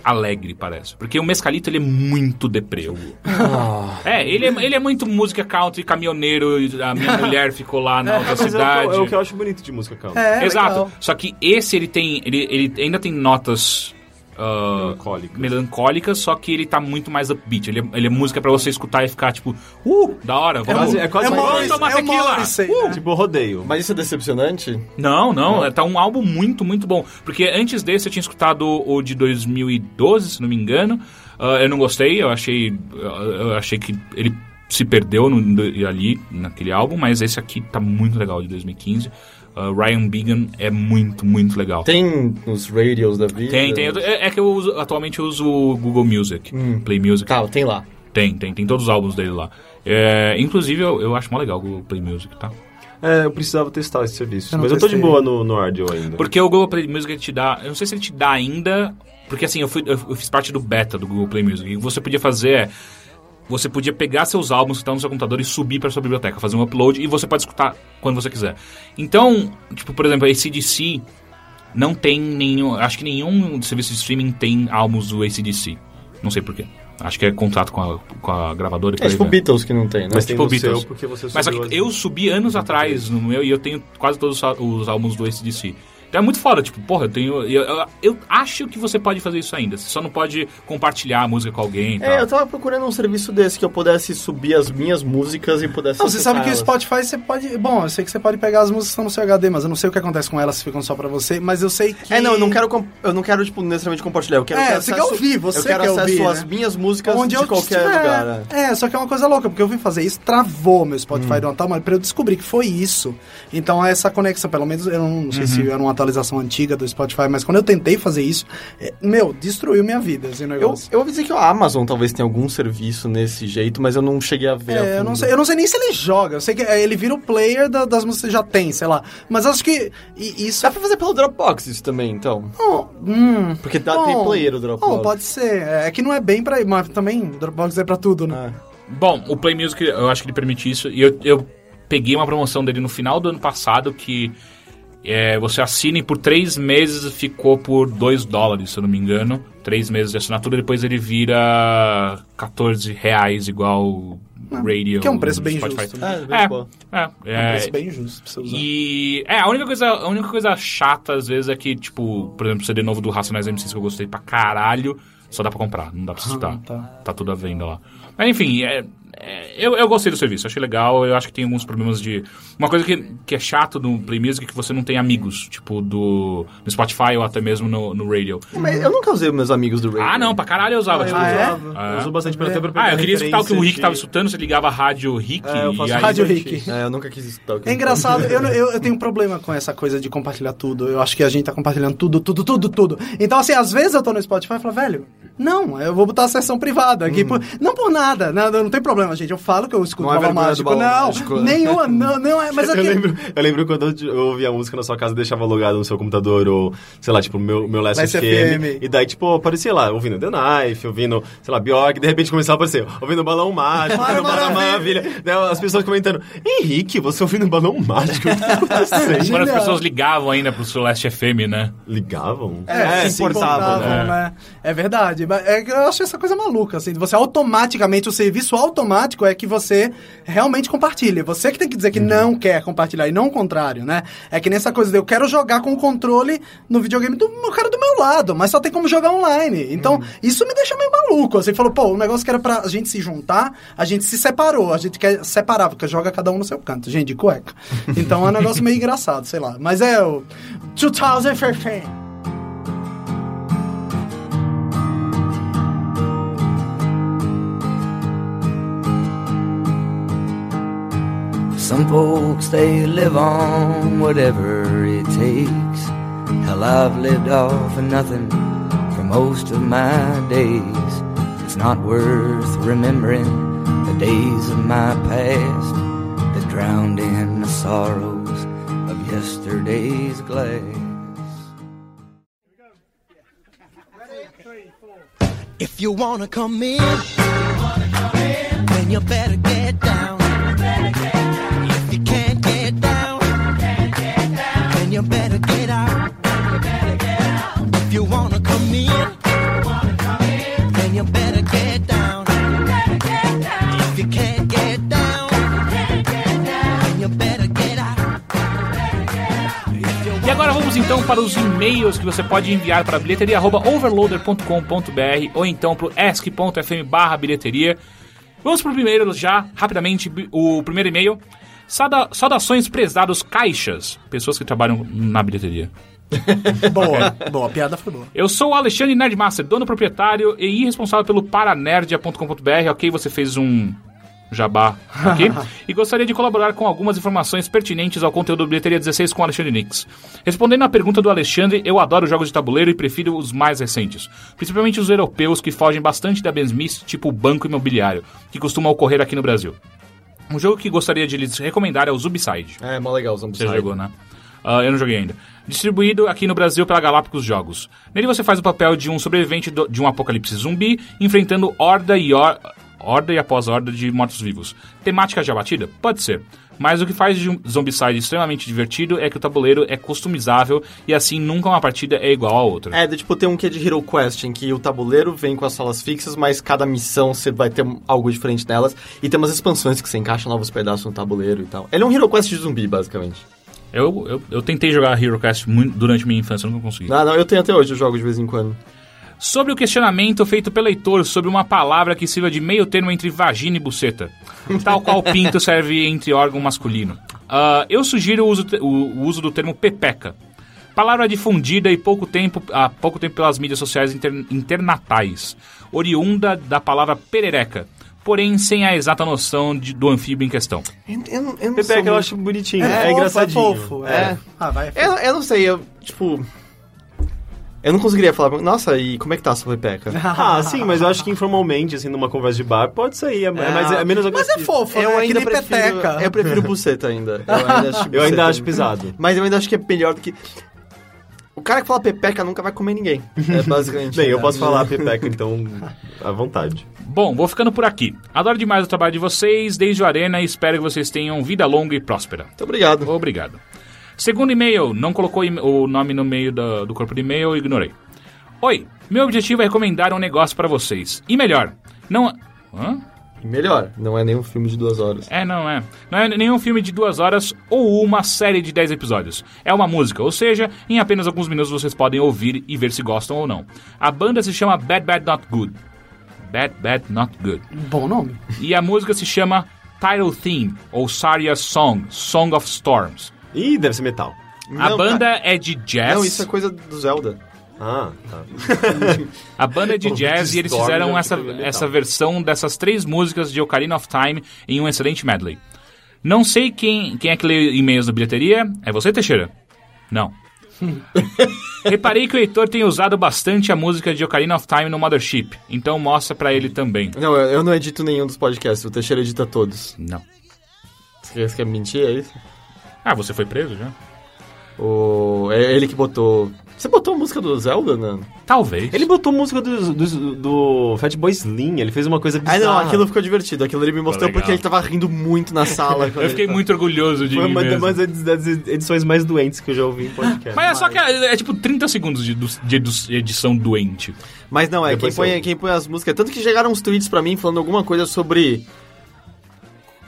A: alegre, parece. Porque o Mescalito, ele é muito deprê.
D: Ah.
A: é, ele é, ele é muito música country, caminhoneiro, a minha mulher ficou lá na outra
D: Mas é o que eu-
A: cidade.
D: É, o que eu acho bonito de música, calma.
B: É,
A: Exato.
B: legal.
A: Só que esse ele tem. Ele, ele ainda tem notas. ah, ah,
D: Melancólicas.
A: melancólicas, só que ele tá muito mais upbeat. Ele é, ele é música pra você escutar e ficar tipo, uh, da hora, vamos.
D: quase- é quase
B: é
D: uma-
A: Vamos tomar
B: é uma
A: tequila.
B: Morrissey,
A: Uh!
B: né?
D: Tipo rodeio.
C: Mas isso é decepcionante?
A: Não, não, tá um álbum muito, muito bom. Porque antes desse eu tinha escutado o o de 2012, se não me engano. Ah, eu não gostei, eu achei, eu achei que ele se perdeu no- ali naquele álbum, mas esse aqui tá muito legal, de 2015. Ah, Ryan Began é muito, muito legal.
C: Tem os radios da vida?
A: Tem, tem. É, é que eu uso, atualmente eu uso o Google Music, Play Music.
C: Tá, tem lá.
A: Tem, tem, tem todos os álbuns dele lá. É, inclusive eu, eu acho mó legal o Google Play Music, tá?
D: É, eu precisava testar esse serviço.
B: Eu não
D: mas eu tô de
B: testei.
D: boa no, no Ardio ainda.
A: Porque o Google Play Music ele te dá. Eu não sei se ele te dá ainda. Porque assim, eu, fui- eu- eu fiz parte do beta do Google Play Music. E o que você podia fazer é. Você podia pegar seus álbuns que estão no seu computador e subir para sua biblioteca, fazer um upload e você pode escutar quando você quiser. Então, tipo, por exemplo, a ACDC não tem nenhum. Acho que nenhum serviço de streaming tem álbuns do ACDC. Não sei porquê. Acho que é contrato com a, com a gravadora. e por
C: É
A: aí
C: tipo
A: vai.
C: Beatles que não tem, né?
D: Mas tem
A: tipo
D: no
A: Beatles.
D: seu, porque você
A: Mas só
D: subiu
A: que
D: as-
A: eu subi anos atrás no meu e eu tenho quase todos os os álbuns do ACDC. Então é muito foda, tipo, porra, eu tenho. Eu, eu, eu acho que você pode fazer isso ainda. Você só não pode compartilhar a música com alguém e tal.
C: É, eu tava procurando um serviço desse que eu pudesse subir as minhas músicas e pudesse.
B: Não, você sabe que o
C: acessá-las.
B: Spotify você pode. Bom, eu sei que você pode pegar as músicas que estão no seu HD, mas eu não sei o que acontece com elas se ficam só pra você, mas eu sei que.
C: É, não, eu não quero, comp- eu não quero tipo, necessariamente compartilhar. Eu quero
B: É,
C: ter
B: você quer ouvir, você
C: Eu quero
B: quer
C: acesso
B: ouvir,
C: às
B: né?
C: minhas músicas de qualquer
B: estiver.
C: lugar. né? Hum.
B: É, só que é uma coisa louca, porque eu vim fazer isso, travou meu Spotify do Natal, mas pra eu descobrir que foi isso. Então essa conexão, pelo menos, eu não, não sei
C: Uhum.
B: se era uma atualização antiga do Spotify, mas quando eu tentei fazer isso, é, meu, destruiu minha vida esse
C: Eu,
B: negócio.
C: eu ouvi dizer que a Amazon talvez tenha algum serviço nesse jeito, mas eu não cheguei a ver. a
B: É, eu não,
C: fundo.
B: sei, eu não sei nem se ele joga. Eu sei que é, ele vira o player da- das músicas que já tem, sei lá. Mas acho que e- isso.
C: Dá pra fazer pelo Dropbox isso também, então.
B: Bom, hum,
C: Porque dá,
B: bom.
C: tem player o Dropbox.
B: Bom, pode ser. É que não é bem pra. Mas também Dropbox é pra tudo, né?
C: Ah.
A: Bom, o Play Music, eu acho que ele permite isso. E eu, eu peguei uma promoção dele no final do ano passado que é, você assina e por três meses ficou por 2 dólares, se eu não me engano. Três meses de assinatura, depois ele vira 14 reais igual radio.
B: que é um preço bem
A: Spotify.
B: justo,
C: né? É, bem bom.
A: É, é, é,
B: Isso é bem justo pra você usar.
A: e é, a única coisa, a única coisa chata às vezes é que, tipo, por exemplo, o CD novo do Racionais MCs que eu gostei pra caralho, só dá pra comprar, não dá pra escutar.
B: tá.
A: Tá tudo à venda lá. Mas enfim, é, é, eu, eu gostei do serviço, achei legal, eu acho que tem alguns problemas de. Uma coisa que, que é chato no Play Music é que você não tem amigos, tipo, do no Spotify ou até mesmo no, no radio.
C: Mas eu nunca usei meus amigos do Radio.
A: Ah, não, pra caralho eu usava, tipo.
B: Ah, é?
D: Eu uso bastante pra até pra pegar
A: Ah, eu queria escutar o que o
D: referência
A: Rick
D: de-
A: tava escutando, você ligava a rádio Rick
D: É, eu faço
A: e aí.
B: Rádio
D: Rick.
B: Rick.
C: É, eu nunca quis escutar o que
B: É engraçado, eu, eu, eu tenho um problema com essa coisa de compartilhar tudo. Eu acho que a gente tá compartilhando tudo, tudo, tudo, tudo. Então, assim, às vezes eu tô no Spotify e falo, velho, não, eu vou botar a sessão privada aqui. por- não por nada, nada, não tem problema, gente. Eu falo que eu escuto
C: Hum. Não é
B: o balão
C: vergonha
B: mágico.
C: do Balão
B: não,
C: Mágico. né?
B: nenhuma, não, não é. Mas
D: Eu
B: aqui.
D: lembro, eu lembro quando eu- eu ouvia a música na sua casa, deixava logado no seu computador, ou, sei lá, tipo, meu, meu Last,
B: Last
D: FM,
B: FM.
D: E daí, tipo, aparecia lá, ouvindo The Knife, ouvindo, sei lá, Bjork, de repente começava a aparecer, ouvindo Balão Mágico, ouvindo Balão Maravilha. Daí as pessoas comentando, Henrique, você ouvindo Balão Mágico? O que tá acontecendo?
A: Quando as
B: Genial.
A: pessoas ligavam ainda pro Celeste FM, né?
D: Ligavam?
B: É, se
D: importavam,
B: importavam, né? É verdade. mas É, que eu acho essa coisa maluca, assim. de Você automaticamente, o serviço automático é que você realmente compartilha. Você que tem que dizer que não quer compartilhar e não o contrário, né? É que nessa coisa de eu quero jogar com o controle no videogame do meu cara do meu lado, mas só tem como jogar online. Então, isso me deixa meio maluco. Assim, falou, pô, o negócio que era pra gente se juntar, a gente se separou. A gente quer separar, porque joga cada um no seu canto. Gente, de cueca. Então é um negócio meio engraçado, sei lá. Mas é o 2015.
G: Some folks they live on whatever it takes. Hell, I've lived off of nothing for most of my days. It's not worth remembering the days of my past that drowned in the sorrows of yesterday's glass.
H: If you wanna come in, then you better get down. If you can't get down, then you better get out. If you wanna come in, then you better get down. If you can't get down, then you better get out.
A: E agora vamos então então para os e-mails que você pode enviar para bilheteria.overloader.com.br ou então para o ask.fm barra bilheteria. Vamos para o primeiro já, rapidamente, bi- o primeiro e-mail. Sauda- Saudações prezados caixas, pessoas que trabalham na bilheteria.
B: Boa, boa, a piada foi boa.
A: Eu sou o Alexandre Nerdmaster, dono proprietário e responsável pelo paranerd.com.br. Ok, você fez um jabá aqui. e gostaria de colaborar com algumas informações pertinentes ao conteúdo do Bilheteria 16 com o Alexandre Nix. Respondendo à pergunta do Alexandre, eu adoro jogos de tabuleiro e prefiro os mais recentes. Principalmente os europeus que fogem bastante da mesmice, tipo o banco imobiliário, que costuma ocorrer aqui no Brasil. Um jogo que gostaria de lhes recomendar é o Zubside.
C: É, mó legal os
A: Você jogou, né? Ah, eu não joguei ainda. Distribuído aqui no Brasil pela Galápagos Jogos. Nele você faz o papel de um sobrevivente do- de um apocalipse zumbi, enfrentando horda e hor- horda e após horda de mortos-vivos. Temática já batida? Pode ser. Mas o que faz de um Zombicide extremamente divertido é que o tabuleiro é customizável e assim nunca uma partida é igual à outra.
C: É, do tipo, tem um que é de Hero Quest, em que o tabuleiro vem com as salas fixas, mas cada missão você vai ter um, algo diferente nelas. E tem umas expansões que você encaixa novos pedaços no tabuleiro e tal. Ele é um Hero Quest de zumbi, basicamente.
A: Eu, eu, eu tentei jogar HeroQuest muito, durante minha infância, nunca consegui.
C: Não, não, eu tenho até hoje, eu jogo de vez em quando.
A: Sobre o questionamento feito pelo leitor sobre uma palavra que sirva de meio termo entre vagina e buceta, tal qual pinto serve entre órgão masculino. Ah, eu sugiro o uso, te- o- o uso do termo pepeca. Palavra difundida e pouco tempo, há pouco tempo pelas mídias sociais inter- internatais, oriunda da palavra perereca, porém sem a exata noção de- do anfíbio em questão.
C: Eu, eu, não- eu não sou
D: Pepeca é eu
C: muito-
D: acho bonitinho,
B: fofo,
D: é, engraçadinho.
B: É fofo, é.
C: É.
B: Ah, vai. é fofo.
C: Eu, eu não sei, eu, tipo... Eu não conseguiria falar, nossa, e como é que tá a sua pepeca?
D: Ah, sim, mas eu acho que informalmente, assim, numa conversa de bar, pode sair. É, é mais, é menos
B: Mas é
D: agressivo.
B: fofo, né? Que nem peteca.
C: Eu prefiro é buceta ainda. Eu ainda acho,
D: Eu ainda
C: buceta-
D: acho pisado.
C: Mas eu ainda acho que é melhor do que... O cara que fala pepeca nunca vai comer ninguém. É basicamente.
D: Bem, eu
C: né?
D: posso falar pepeca, então, à vontade.
A: Bom, vou ficando por aqui. Adoro demais o trabalho de vocês, desde o Arena, e espero que vocês tenham vida longa e próspera.
C: Muito obrigado.
A: Obrigado. Segundo e-mail, não colocou e- o nome no meio da- do corpo de e-mail, ignorei. Oi, meu objetivo é recomendar um negócio pra vocês. E melhor, não. Hã?
C: Melhor, não é nenhum filme de duas horas.
A: É, não é. Não é nenhum filme de duas horas ou uma série de dez episódios. É uma música, ou seja, em apenas alguns minutos vocês podem ouvir e ver se gostam ou não. A banda se chama Bad Bad Not Good. Bad Bad Not Good.
B: Bom nome.
A: E a música se chama Title Theme, ou Saria Song, Song of Storms.
D: Ih, deve ser metal.
A: a
C: Não,
A: banda é de jazz.
C: Não, isso é coisa do Zelda.
D: Ah, tá.
A: A banda é de
C: Pô,
A: jazz e eles
C: Storm é
A: fizeram
C: um
A: essa,
C: tipo legal.
A: essa versão dessas três músicas de Ocarina of Time em um excelente medley. Não sei quem, quem é que lê e-mails da bilheteria. É você, Teixeira? Não. Reparei que o Heitor tem usado bastante a música de Ocarina of Time no Mothership, então mostra pra ele também.
C: Não, eu, eu não edito nenhum dos podcasts, o Teixeira edita todos.
A: Não.
C: Você quer, você quer mentir, é isso?
A: Ah, você foi preso já?
C: O, é ele que botou... Você botou a música do Zelda, né? Nano?
A: Talvez.
D: Ele botou música do, do, do Fatboy Slim, ele fez uma coisa
C: Ah,
D: bizarra.
C: não, aquilo ficou divertido. Aquilo
D: Tá
C: ele me mostrou
A: legal.
C: porque ele tava rindo muito na sala. quando
A: Eu fiquei
C: ele-
A: muito orgulhoso de
D: Foi
A: mim
C: é
D: uma
A: mesmo.
D: das, das edições mais doentes que eu já ouvi em podcast.
A: Mas é só que é, é tipo 30 segundos de, de edu- edição doente.
C: Mas não, é quem
D: Depois
C: põe,
D: eu-
C: quem põe as músicas. Tanto que chegaram uns tweets pra mim falando alguma coisa sobre...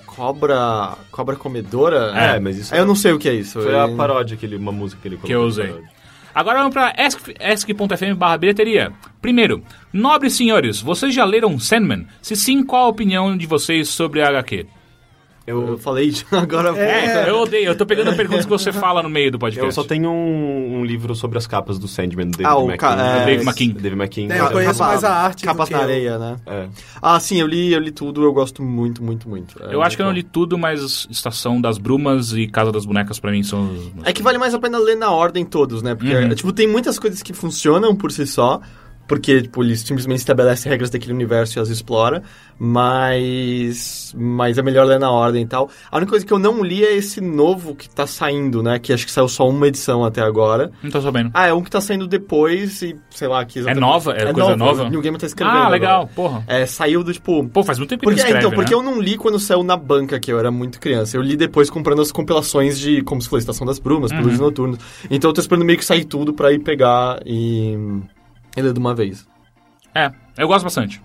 C: Cobra... Cobra comedora?
D: É, mas isso
C: Aí Eu não sei o que é isso.
D: Foi a
C: Eu-
D: paródia, que ele, uma música que ele colocou.
A: que eu usei. Agora vamos para ask.fm barra bilheteria. Primeiro, nobres senhores, vocês já leram Sandman? Se sim, qual a opinião de vocês sobre a HQ?
C: Eu falei de- agora...
A: É, eu odeio, eu tô pegando perguntas que você fala no meio do podcast.
D: Eu só tenho um, um livro sobre as capas do Sandman, do David
C: Ah, o
D: McKean.
C: ca- é,
A: Dave McKean.
D: David McKean.
B: É, eu conheço
C: Capa-
B: mais a arte do
C: Capas
B: que
C: na
B: eu.
C: areia, né?
D: É.
C: Ah, sim, eu li, eu li tudo, eu gosto muito, muito, muito. É
A: Eu acho que eu não
C: muito
A: li tudo, mas Estação das Brumas e Casa das Bonecas pra mim são os...
C: bom. É que vale mais a pena ler na ordem todos, né? Porque,
A: Uhum.
C: tipo, tem muitas coisas que funcionam por si só, porque, tipo, ele simplesmente estabelece regras daquele universo e as explora, mas. Mas é melhor ler na ordem e tal. A única coisa que eu não li é esse novo que tá saindo, né? Que acho que saiu só uma edição até agora.
A: Não tô sabendo.
C: Ah, é um que tá saindo depois e, sei lá, que
A: É nova? É, coisa nova?
C: O New Game tá escrevendo.
A: Ah, legal,
C: agora.
A: porra.
C: É, saiu do, tipo.
A: Pô, faz muito tempo que
C: Porque,
A: ele escreve,
C: então, porque
A: né?
C: eu não li quando saiu na banca, que eu era muito criança. Eu li depois comprando as compilações de como se fosse Estação das Brumas, Peludos
A: Uhum.
C: Noturnos. Então eu tô esperando meio que sair tudo pra ir pegar e, e ler de uma vez.
A: É, eu gosto bastante.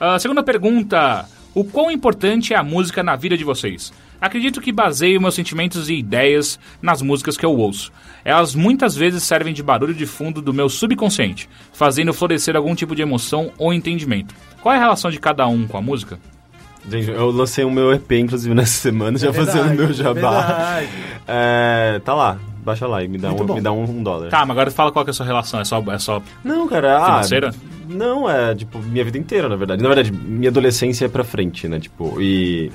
A: Ah, segunda pergunta: O quão importante é a música na vida de vocês? Acredito que baseio meus sentimentos e ideias nas músicas que eu ouço. Elas muitas vezes servem de barulho de fundo do meu subconsciente, fazendo florescer algum tipo de emoção ou entendimento. Qual é a relação de cada um com a música?
D: Gente, eu lancei o meu EP, inclusive, nessa semana, já fazendo o meu jabá.
B: verdade.
D: É, tá lá, baixa lá e me dá,
B: Muito
D: um,
B: bom.
D: me dá um, um dólar.
A: Tá, mas agora fala qual que é a sua relação. É só. É só...
D: Não, cara. ah,
A: Financeira?
D: não, é, tipo, minha vida inteira, na verdade. Na verdade, minha adolescência é pra frente, né? Tipo, e.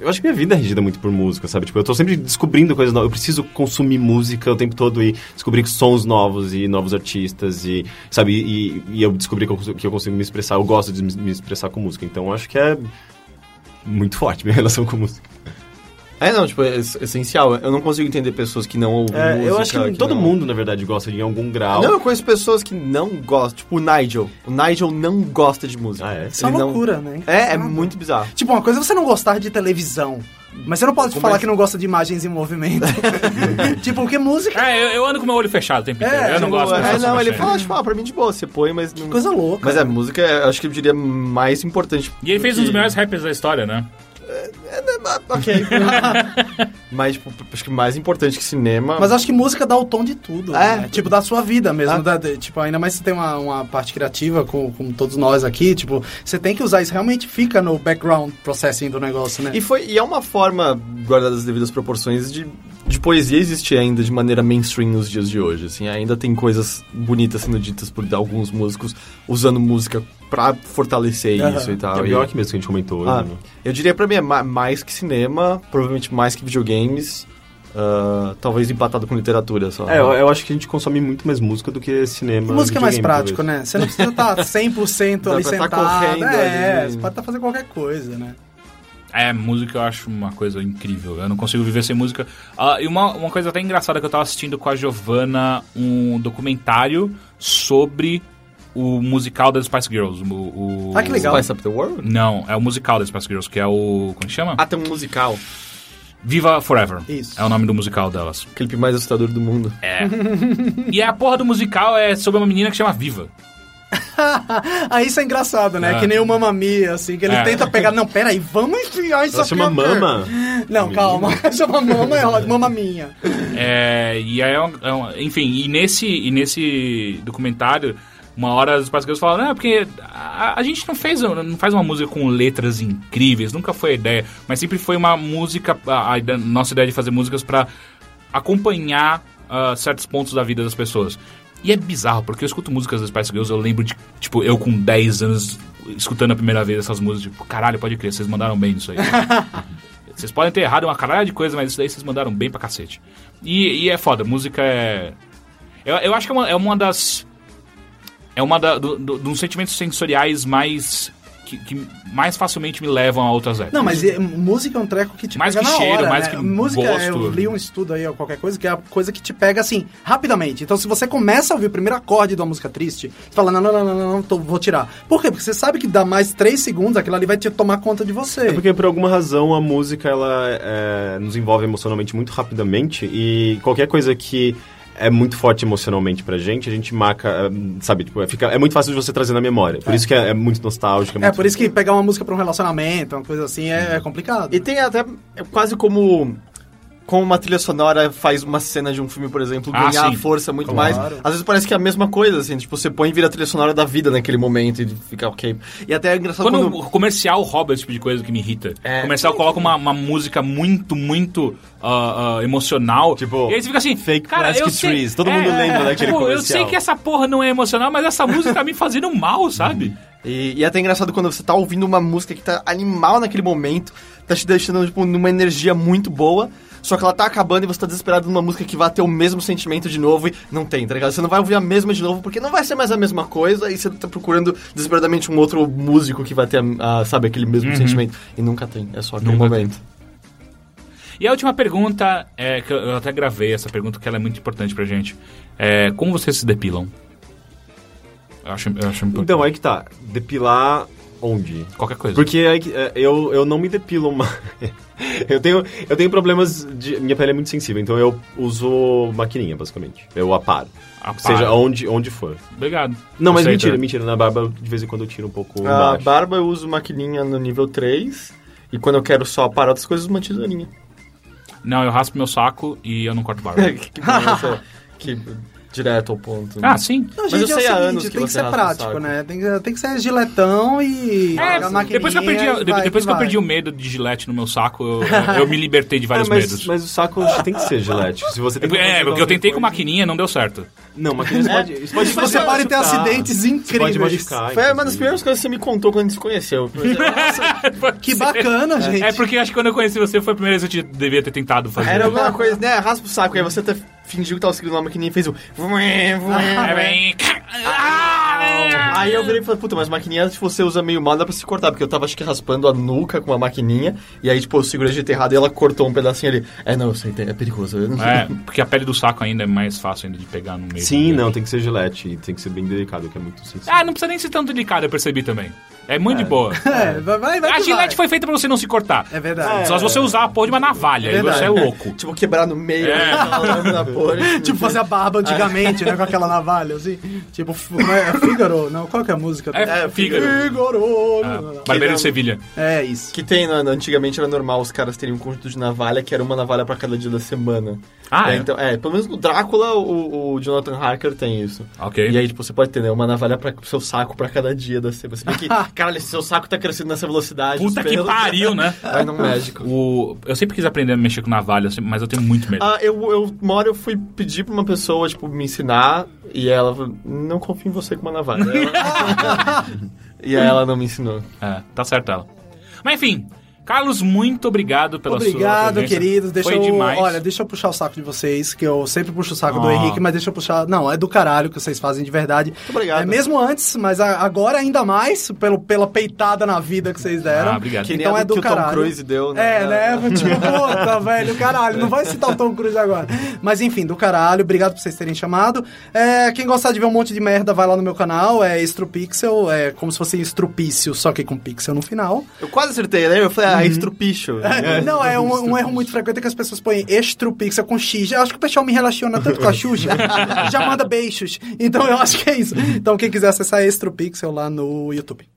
D: Eu acho que minha vida é regida muito por música, sabe? Tipo, eu tô sempre descobrindo coisas novas. Eu preciso consumir música o tempo todo e descobrir sons novos e novos artistas e, sabe? E, e eu descobri que eu, consigo- que eu consigo me expressar. Eu gosto de me me expressar com música. Então, eu acho que é muito forte minha relação com música.
C: É, não, tipo, é es- essencial. Eu não consigo entender pessoas que não ouvem
D: É,
C: música.
D: eu acho que, todo
C: não- Ah,
D: mundo, na verdade, gosta de em algum grau.
C: Não, eu conheço pessoas que não gostam. Tipo, o Nigel. O Nigel não gosta de música.
D: Ah, é?
B: Isso é
C: Ele
B: uma
C: não-
B: loucura, né?
C: É, é muito bizarro.
B: Tipo, uma coisa é você não gostar de televisão. Mas você não pode falar que não gosta de imagens em movimento. tipo, porque música
A: É, eu, eu ando com meu olho fechado o tempo
B: É,
A: inteiro. eu não
B: tipo,
A: gosto de
C: É,
A: pessoas
C: não,
A: se
C: ele
A: mexendo.
C: fala, tipo, ah, pra mim de boa, você põe, mas... Não...
B: coisa louca.
C: Mas a música, eu acho que eu diria mais importante.
A: E ele fez um dos
C: que-
A: melhores rappers da história, né?
C: Ok. mas, tipo, acho que mais importante que cinema...
B: Mas acho que música dá o tom de tudo.
C: É.
B: né? Tipo, da sua vida mesmo.
C: Ah.
B: da- de- tipo, ainda mais se tem uma, uma parte criativa, como, como todos nós aqui, tipo, você tem que usar isso. Realmente fica no background processing do negócio, né?
C: E, foi, e é uma forma, guardadas as devidas proporções, de, de poesia existir ainda de maneira mainstream nos dias de hoje. Assim, ainda tem coisas bonitas sendo ditas por alguns músicos usando música pra fortalecer
B: Aham.
C: isso e tal.
D: É o
C: E-
D: Bjork mesmo que a gente comentou.
C: Ah,
D: né?
C: eu diria pra mim é ma- mais que cinema, provavelmente mais que videogames, ah, talvez empatado com literatura só.
D: É, eu, eu acho que a gente consome muito mais música do que cinema.
B: música é mais
D: videogame,
B: prático,
D: talvez.
B: né? Você não precisa estar 100%
C: Dá
B: ali
C: pra tá
B: sentado.
C: correndo
B: é,
C: ali.
B: você pode estar fazendo qualquer coisa, né?
A: É, música eu acho uma coisa incrível. Eu não consigo viver sem música. Ah, e uma, uma coisa até engraçada que eu tava assistindo com a Giovanna um documentário sobre o musical das Spice Girls. O, o-
B: Ah, que legal.
C: Spice Up the World?
A: Não, é o musical das Spice Girls, que é o. Como que chama?
C: Ah, tem um musical.
A: Viva Forever.
B: Isso.
A: É o nome do musical delas.
C: O clipe mais assustador do mundo.
A: É. e a porra do musical é sobre uma menina que chama Viva.
B: Aí isso é engraçado, né?
A: É.
B: Que nem o mamamia, assim, que ele
A: É.
B: tenta pegar. Não, peraí, vamos enfiar isso
D: Ela
B: aqui.
D: chama
B: aqui."
D: Mama.
B: Não, calma. chama mama é ótimo, mama minha.
A: É, e aí, é um- é um- enfim, e nesse, e nesse documentário, uma hora os parceiros falaram, não, é porque a, a gente não fez, não faz uma música com letras incríveis, nunca foi a ideia, mas sempre foi uma música, a, a ide- nossa ideia de fazer músicas pra acompanhar ah, certos pontos da vida das pessoas. E é bizarro, porque eu escuto músicas das Spice Girls, eu lembro de, tipo, eu com 10 anos escutando a primeira vez essas músicas, tipo, caralho, pode crer, vocês mandaram bem nisso aí. Vocês podem ter errado uma caralhada de coisa, mas isso daí vocês mandaram bem pra cacete. E, e é foda, música é. Eu, eu acho que é uma, é uma das. É uma da, do, do- dos sentimentos sensoriais mais. Que, que mais facilmente me levam a outras épocas.
B: Não, mas é, música é um treco que te
A: Mais
B: pega
A: que
B: na
A: cheiro,
B: hora,
A: mais
B: né?
A: que
B: música,
A: gosto.
B: eu li um estudo aí ou qualquer coisa, que é a coisa que te pega assim, rapidamente. Então, se você começa a ouvir o primeiro acorde de uma música triste, você fala, não, não, não, não, não, não, tô- vou tirar. Por quê? Porque você sabe que dá mais três segundos, aquilo ali vai te tomar conta de você.
D: É porque por alguma razão a música ela é, nos envolve emocionalmente muito rapidamente e qualquer coisa que é muito forte emocionalmente pra gente, a gente marca, é, sabe, tipo, é, fica- é muito fácil de você trazer na memória. Por isso que é, é muito nostálgico.
B: É,
D: muito-
B: por isso que pegar uma música pra um relacionamento, uma coisa assim, é, é
A: Uhum.
B: complicado.
C: E tem até é quase como como uma trilha sonora faz uma cena de um filme, por exemplo,
A: Ah,
C: ganhar
A: sim.
C: força muito
B: Claro.
C: mais. Às vezes parece que é a mesma coisa, assim, tipo, você põe e vira a trilha sonora da vida naquele momento e fica ok. E até é engraçado
A: Quando,
C: quando,
A: o comercial rouba esse tipo de coisa que me irrita.
C: É.
A: O comercial coloca uma, uma música muito, muito ah, ah, emocional.
D: Tipo,
A: e aí você fica assim,
D: Fake
A: cara,
D: Plastic
A: eu sei,
D: Trees. Todo mundo lembra daquele
A: tipo,
D: comercial.
A: Eu sei que essa porra não é emocional, mas essa música tá me fazendo mal,
D: Uhum.
A: sabe?
C: E, e até é engraçado quando você tá ouvindo uma música que tá animal naquele momento, tá te deixando, tipo, numa energia muito boa, só que ela tá acabando e você tá desesperado numa música que vai ter o mesmo sentimento de novo e não tem, tá ligado? Você não vai ouvir a mesma de novo porque não vai ser mais a mesma coisa e você tá procurando desesperadamente um outro músico que vai ter, a, a, sabe, aquele
D: Uhum.
C: mesmo sentimento. E nunca tem, é só aquele
A: Nunca
C: momento.
A: E a última pergunta, é, que eu- eu até gravei essa pergunta, que ela é muito importante pra gente. É, como vocês se depilam? Eu acho, eu acho importante.
D: Então, aí que tá. Depilar onde?
A: Qualquer coisa.
D: Porque aí que- é, eu, eu não me depilo mais. eu, tenho, eu tenho problemas de. Minha pele é muito sensível, então eu uso maquininha, basicamente. Eu aparo.
A: Aparo.
D: Seja onde, onde for.
A: Ah,
D: né?
A: Obrigado. tá.
D: Não, mas
A: Aceito.
C: Ah,
A: Ah,
D: mentira, mentira. Na barba, eu, de vez em quando eu tiro um pouco
C: A
D: embaixo.
C: barba eu uso maquininha no nível 3 E quando eu quero só parar outras coisas, uma tesourinha.
A: Não, eu raspo meu saco e eu não corto barba.
C: que, conversa que direto ao ponto. né?
A: ah, sim.
B: Não,
C: Mas
B: gente,
C: eu sei
B: é
C: há
B: o seguinte,
C: anos que
B: tem que
C: você
B: ser
C: raspa
B: prático,
C: saco.
B: né? Tem que, tem que ser giletão e...
A: É,
B: pegar a
A: depois que eu perdi,
B: maquininha e vai
A: depois que eu
B: vai.
A: perdi o medo de gilete no meu saco, eu, eu- eu me libertei de vários
D: Ah, mas,
A: medos.
D: mas o saco tem que ser gilete. Se você tem que
A: é,
D: fazer
A: porque eu tentei com É.
D: alguma
A: maquininha, não deu certo.
D: coisa- Não, maquininha você pode... Isso pode
B: Você
D: pode
B: pode ter
D: machucar.
B: acidentes
D: Isso Pode
B: incríveis.
D: machucar.
C: Foi uma das
D: inclusive.
C: primeiras coisas que você me contou quando a gente se conheceu.
B: Que bacana, gente.
A: É porque acho que quando eu conheci você foi a primeira vez que eu te- devia ter tentado fazer.
C: Era alguma coisa, né? Raspa o saco, aí você até fingiu que tava escrito na maquininha e fez o.
A: É bem- Ah,
C: Aí eu virei e falei, puta, mas maquininha, se você usa meio mal, dá pra se cortar, porque eu tava acho que raspando a nuca com a maquininha, e aí, tipo, eu segurei de jeito errado e ela cortou um pedacinho ali. É, não, eu sei, é perigoso. Eu não
A: É, porque a pele do saco ainda é mais fácil ainda de pegar no meio.
D: Sim, não, tem que ser gilete. E tem que ser bem delicado, que é muito sensível.
A: Ah, não precisa nem ser tão delicado, eu percebi também. É muito de boa.
B: É, vai, vai, vai
A: A
B: que
A: gilete
B: vai.
A: foi feita pra você não se cortar.
B: É verdade.
A: Só se você usar a porra de uma navalha, aí
B: Verdade.
A: você é louco.
C: Tipo, quebrar no meio,
A: É.
C: né, aquela lâmina podre.
B: Tipo, fazer a barba antigamente, né? Com aquela navalha, assim. Tipo, f- não é Fígaro, não. Qual que é a música?
A: É, Fígaro.
B: Fígaro.
A: Ah,
B: não, não, não.
A: Barbeiro de Sevilha.
B: É isso.
C: Que tem, né, antigamente era normal os caras terem um conjunto de navalha, que era uma navalha pra cada dia da semana.
A: Ah,
C: É,
A: é?
C: Então, é, pelo menos no Drácula o, o Jonathan Harker tem isso.
A: Ok.
C: E aí, tipo, você pode ter, né, uma navalha para seu saco pra cada dia da semana. Você vê que, caralho, esse seu saco tá crescendo nessa velocidade.
A: Puta
C: os
A: que
C: pelos-
A: pariu, né?
C: Vai no médico.
A: O, eu sempre quis aprender a mexer com navalha, assim, mas eu tenho muito medo.
C: Ah, eu, eu, uma hora eu fui pedir pra uma pessoa, tipo, me ensinar, e ela falou, não confio em você com uma navalha. Ela- e aí ela não me ensinou.
A: É, tá certo ela. Mas enfim, Carlos, muito obrigado pela sua
B: Obrigado,
A: presença.
B: queridos. Deixa
A: Foi
B: eu,
A: demais.
B: Olha, deixa eu puxar o saco de vocês, que eu sempre puxo o saco do
A: Ah.
B: Henrique, mas deixa eu puxar. Não, é do caralho que vocês fazem de verdade.
C: obrigado.
B: É mesmo antes, mas a- agora ainda mais, pelo, pela peitada na vida que vocês deram.
A: Ah, obrigado.
C: Que nem
B: Então
C: a
B: é do
C: que o
B: caralho.
C: Tom Cruise deu,
B: É, né? Tipo, puta, velho, caralho. Não vai citar o Tom Cruise agora. Mas enfim, do caralho. Obrigado por vocês terem chamado. É, quem gostar de ver um monte de merda, vai lá no meu canal. É Estrupixel. É como se fosse Estrupício, só que com pixel no final.
C: Eu quase acertei, né? Eu falei, ah, estrupicho.
B: Não, é um, um erro muito frequente que as pessoas põem Estrupixel com X. Eu acho que o pessoal me relaciona tanto com a Xuxa. já manda beijos. Então eu acho que é isso. Então quem quiser acessar Estrupixel lá no YouTube.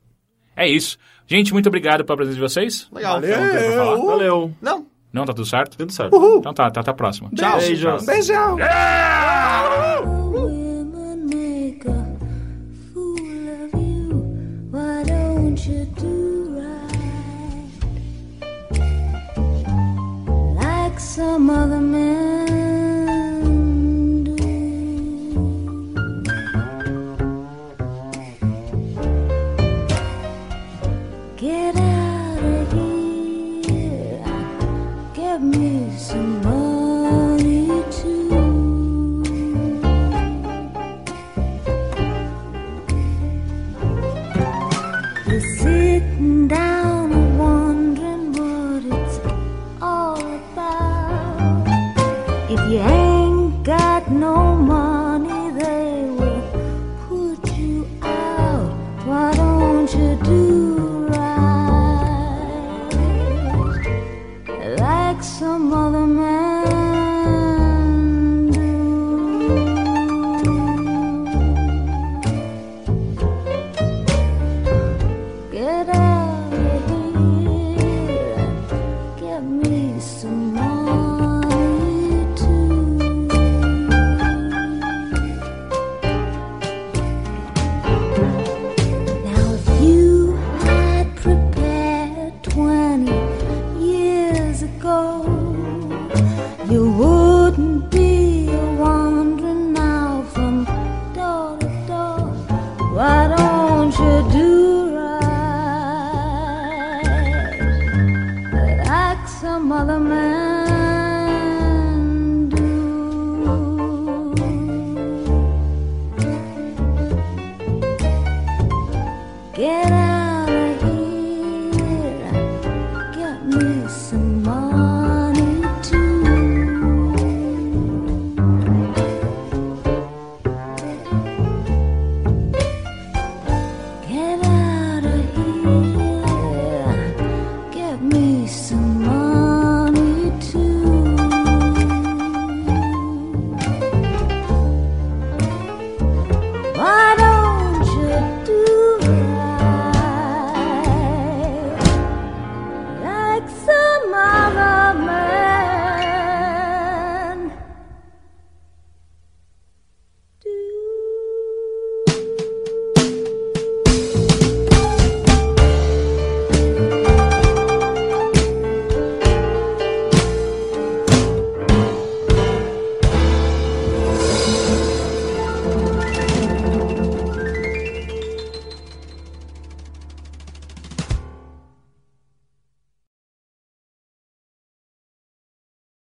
A: É isso. Gente, muito obrigado pela presença de vocês.
C: Legal.
B: então,
A: falar.
B: Valeu!
D: Valeu.
C: Não,
A: Não, tá tudo certo?
D: Tudo certo.
B: Uhul!
A: Então tá, tá, até a próxima.
C: tchau.
D: Beijos.
B: Beijão!
E: Women make a fool of you. Why don't you do right? Like some other men do. Get out of here. Get me some money too. You're sitting down and wondering what it's all about. If you ain't got no money, they will put you out. Why don't you do right like some other man do? Get out of here. Give me some money too. Now if you had prepared twenty years ago, you wouldn't be wandering now from door to door. Why don't you do right like some other man do? Get out.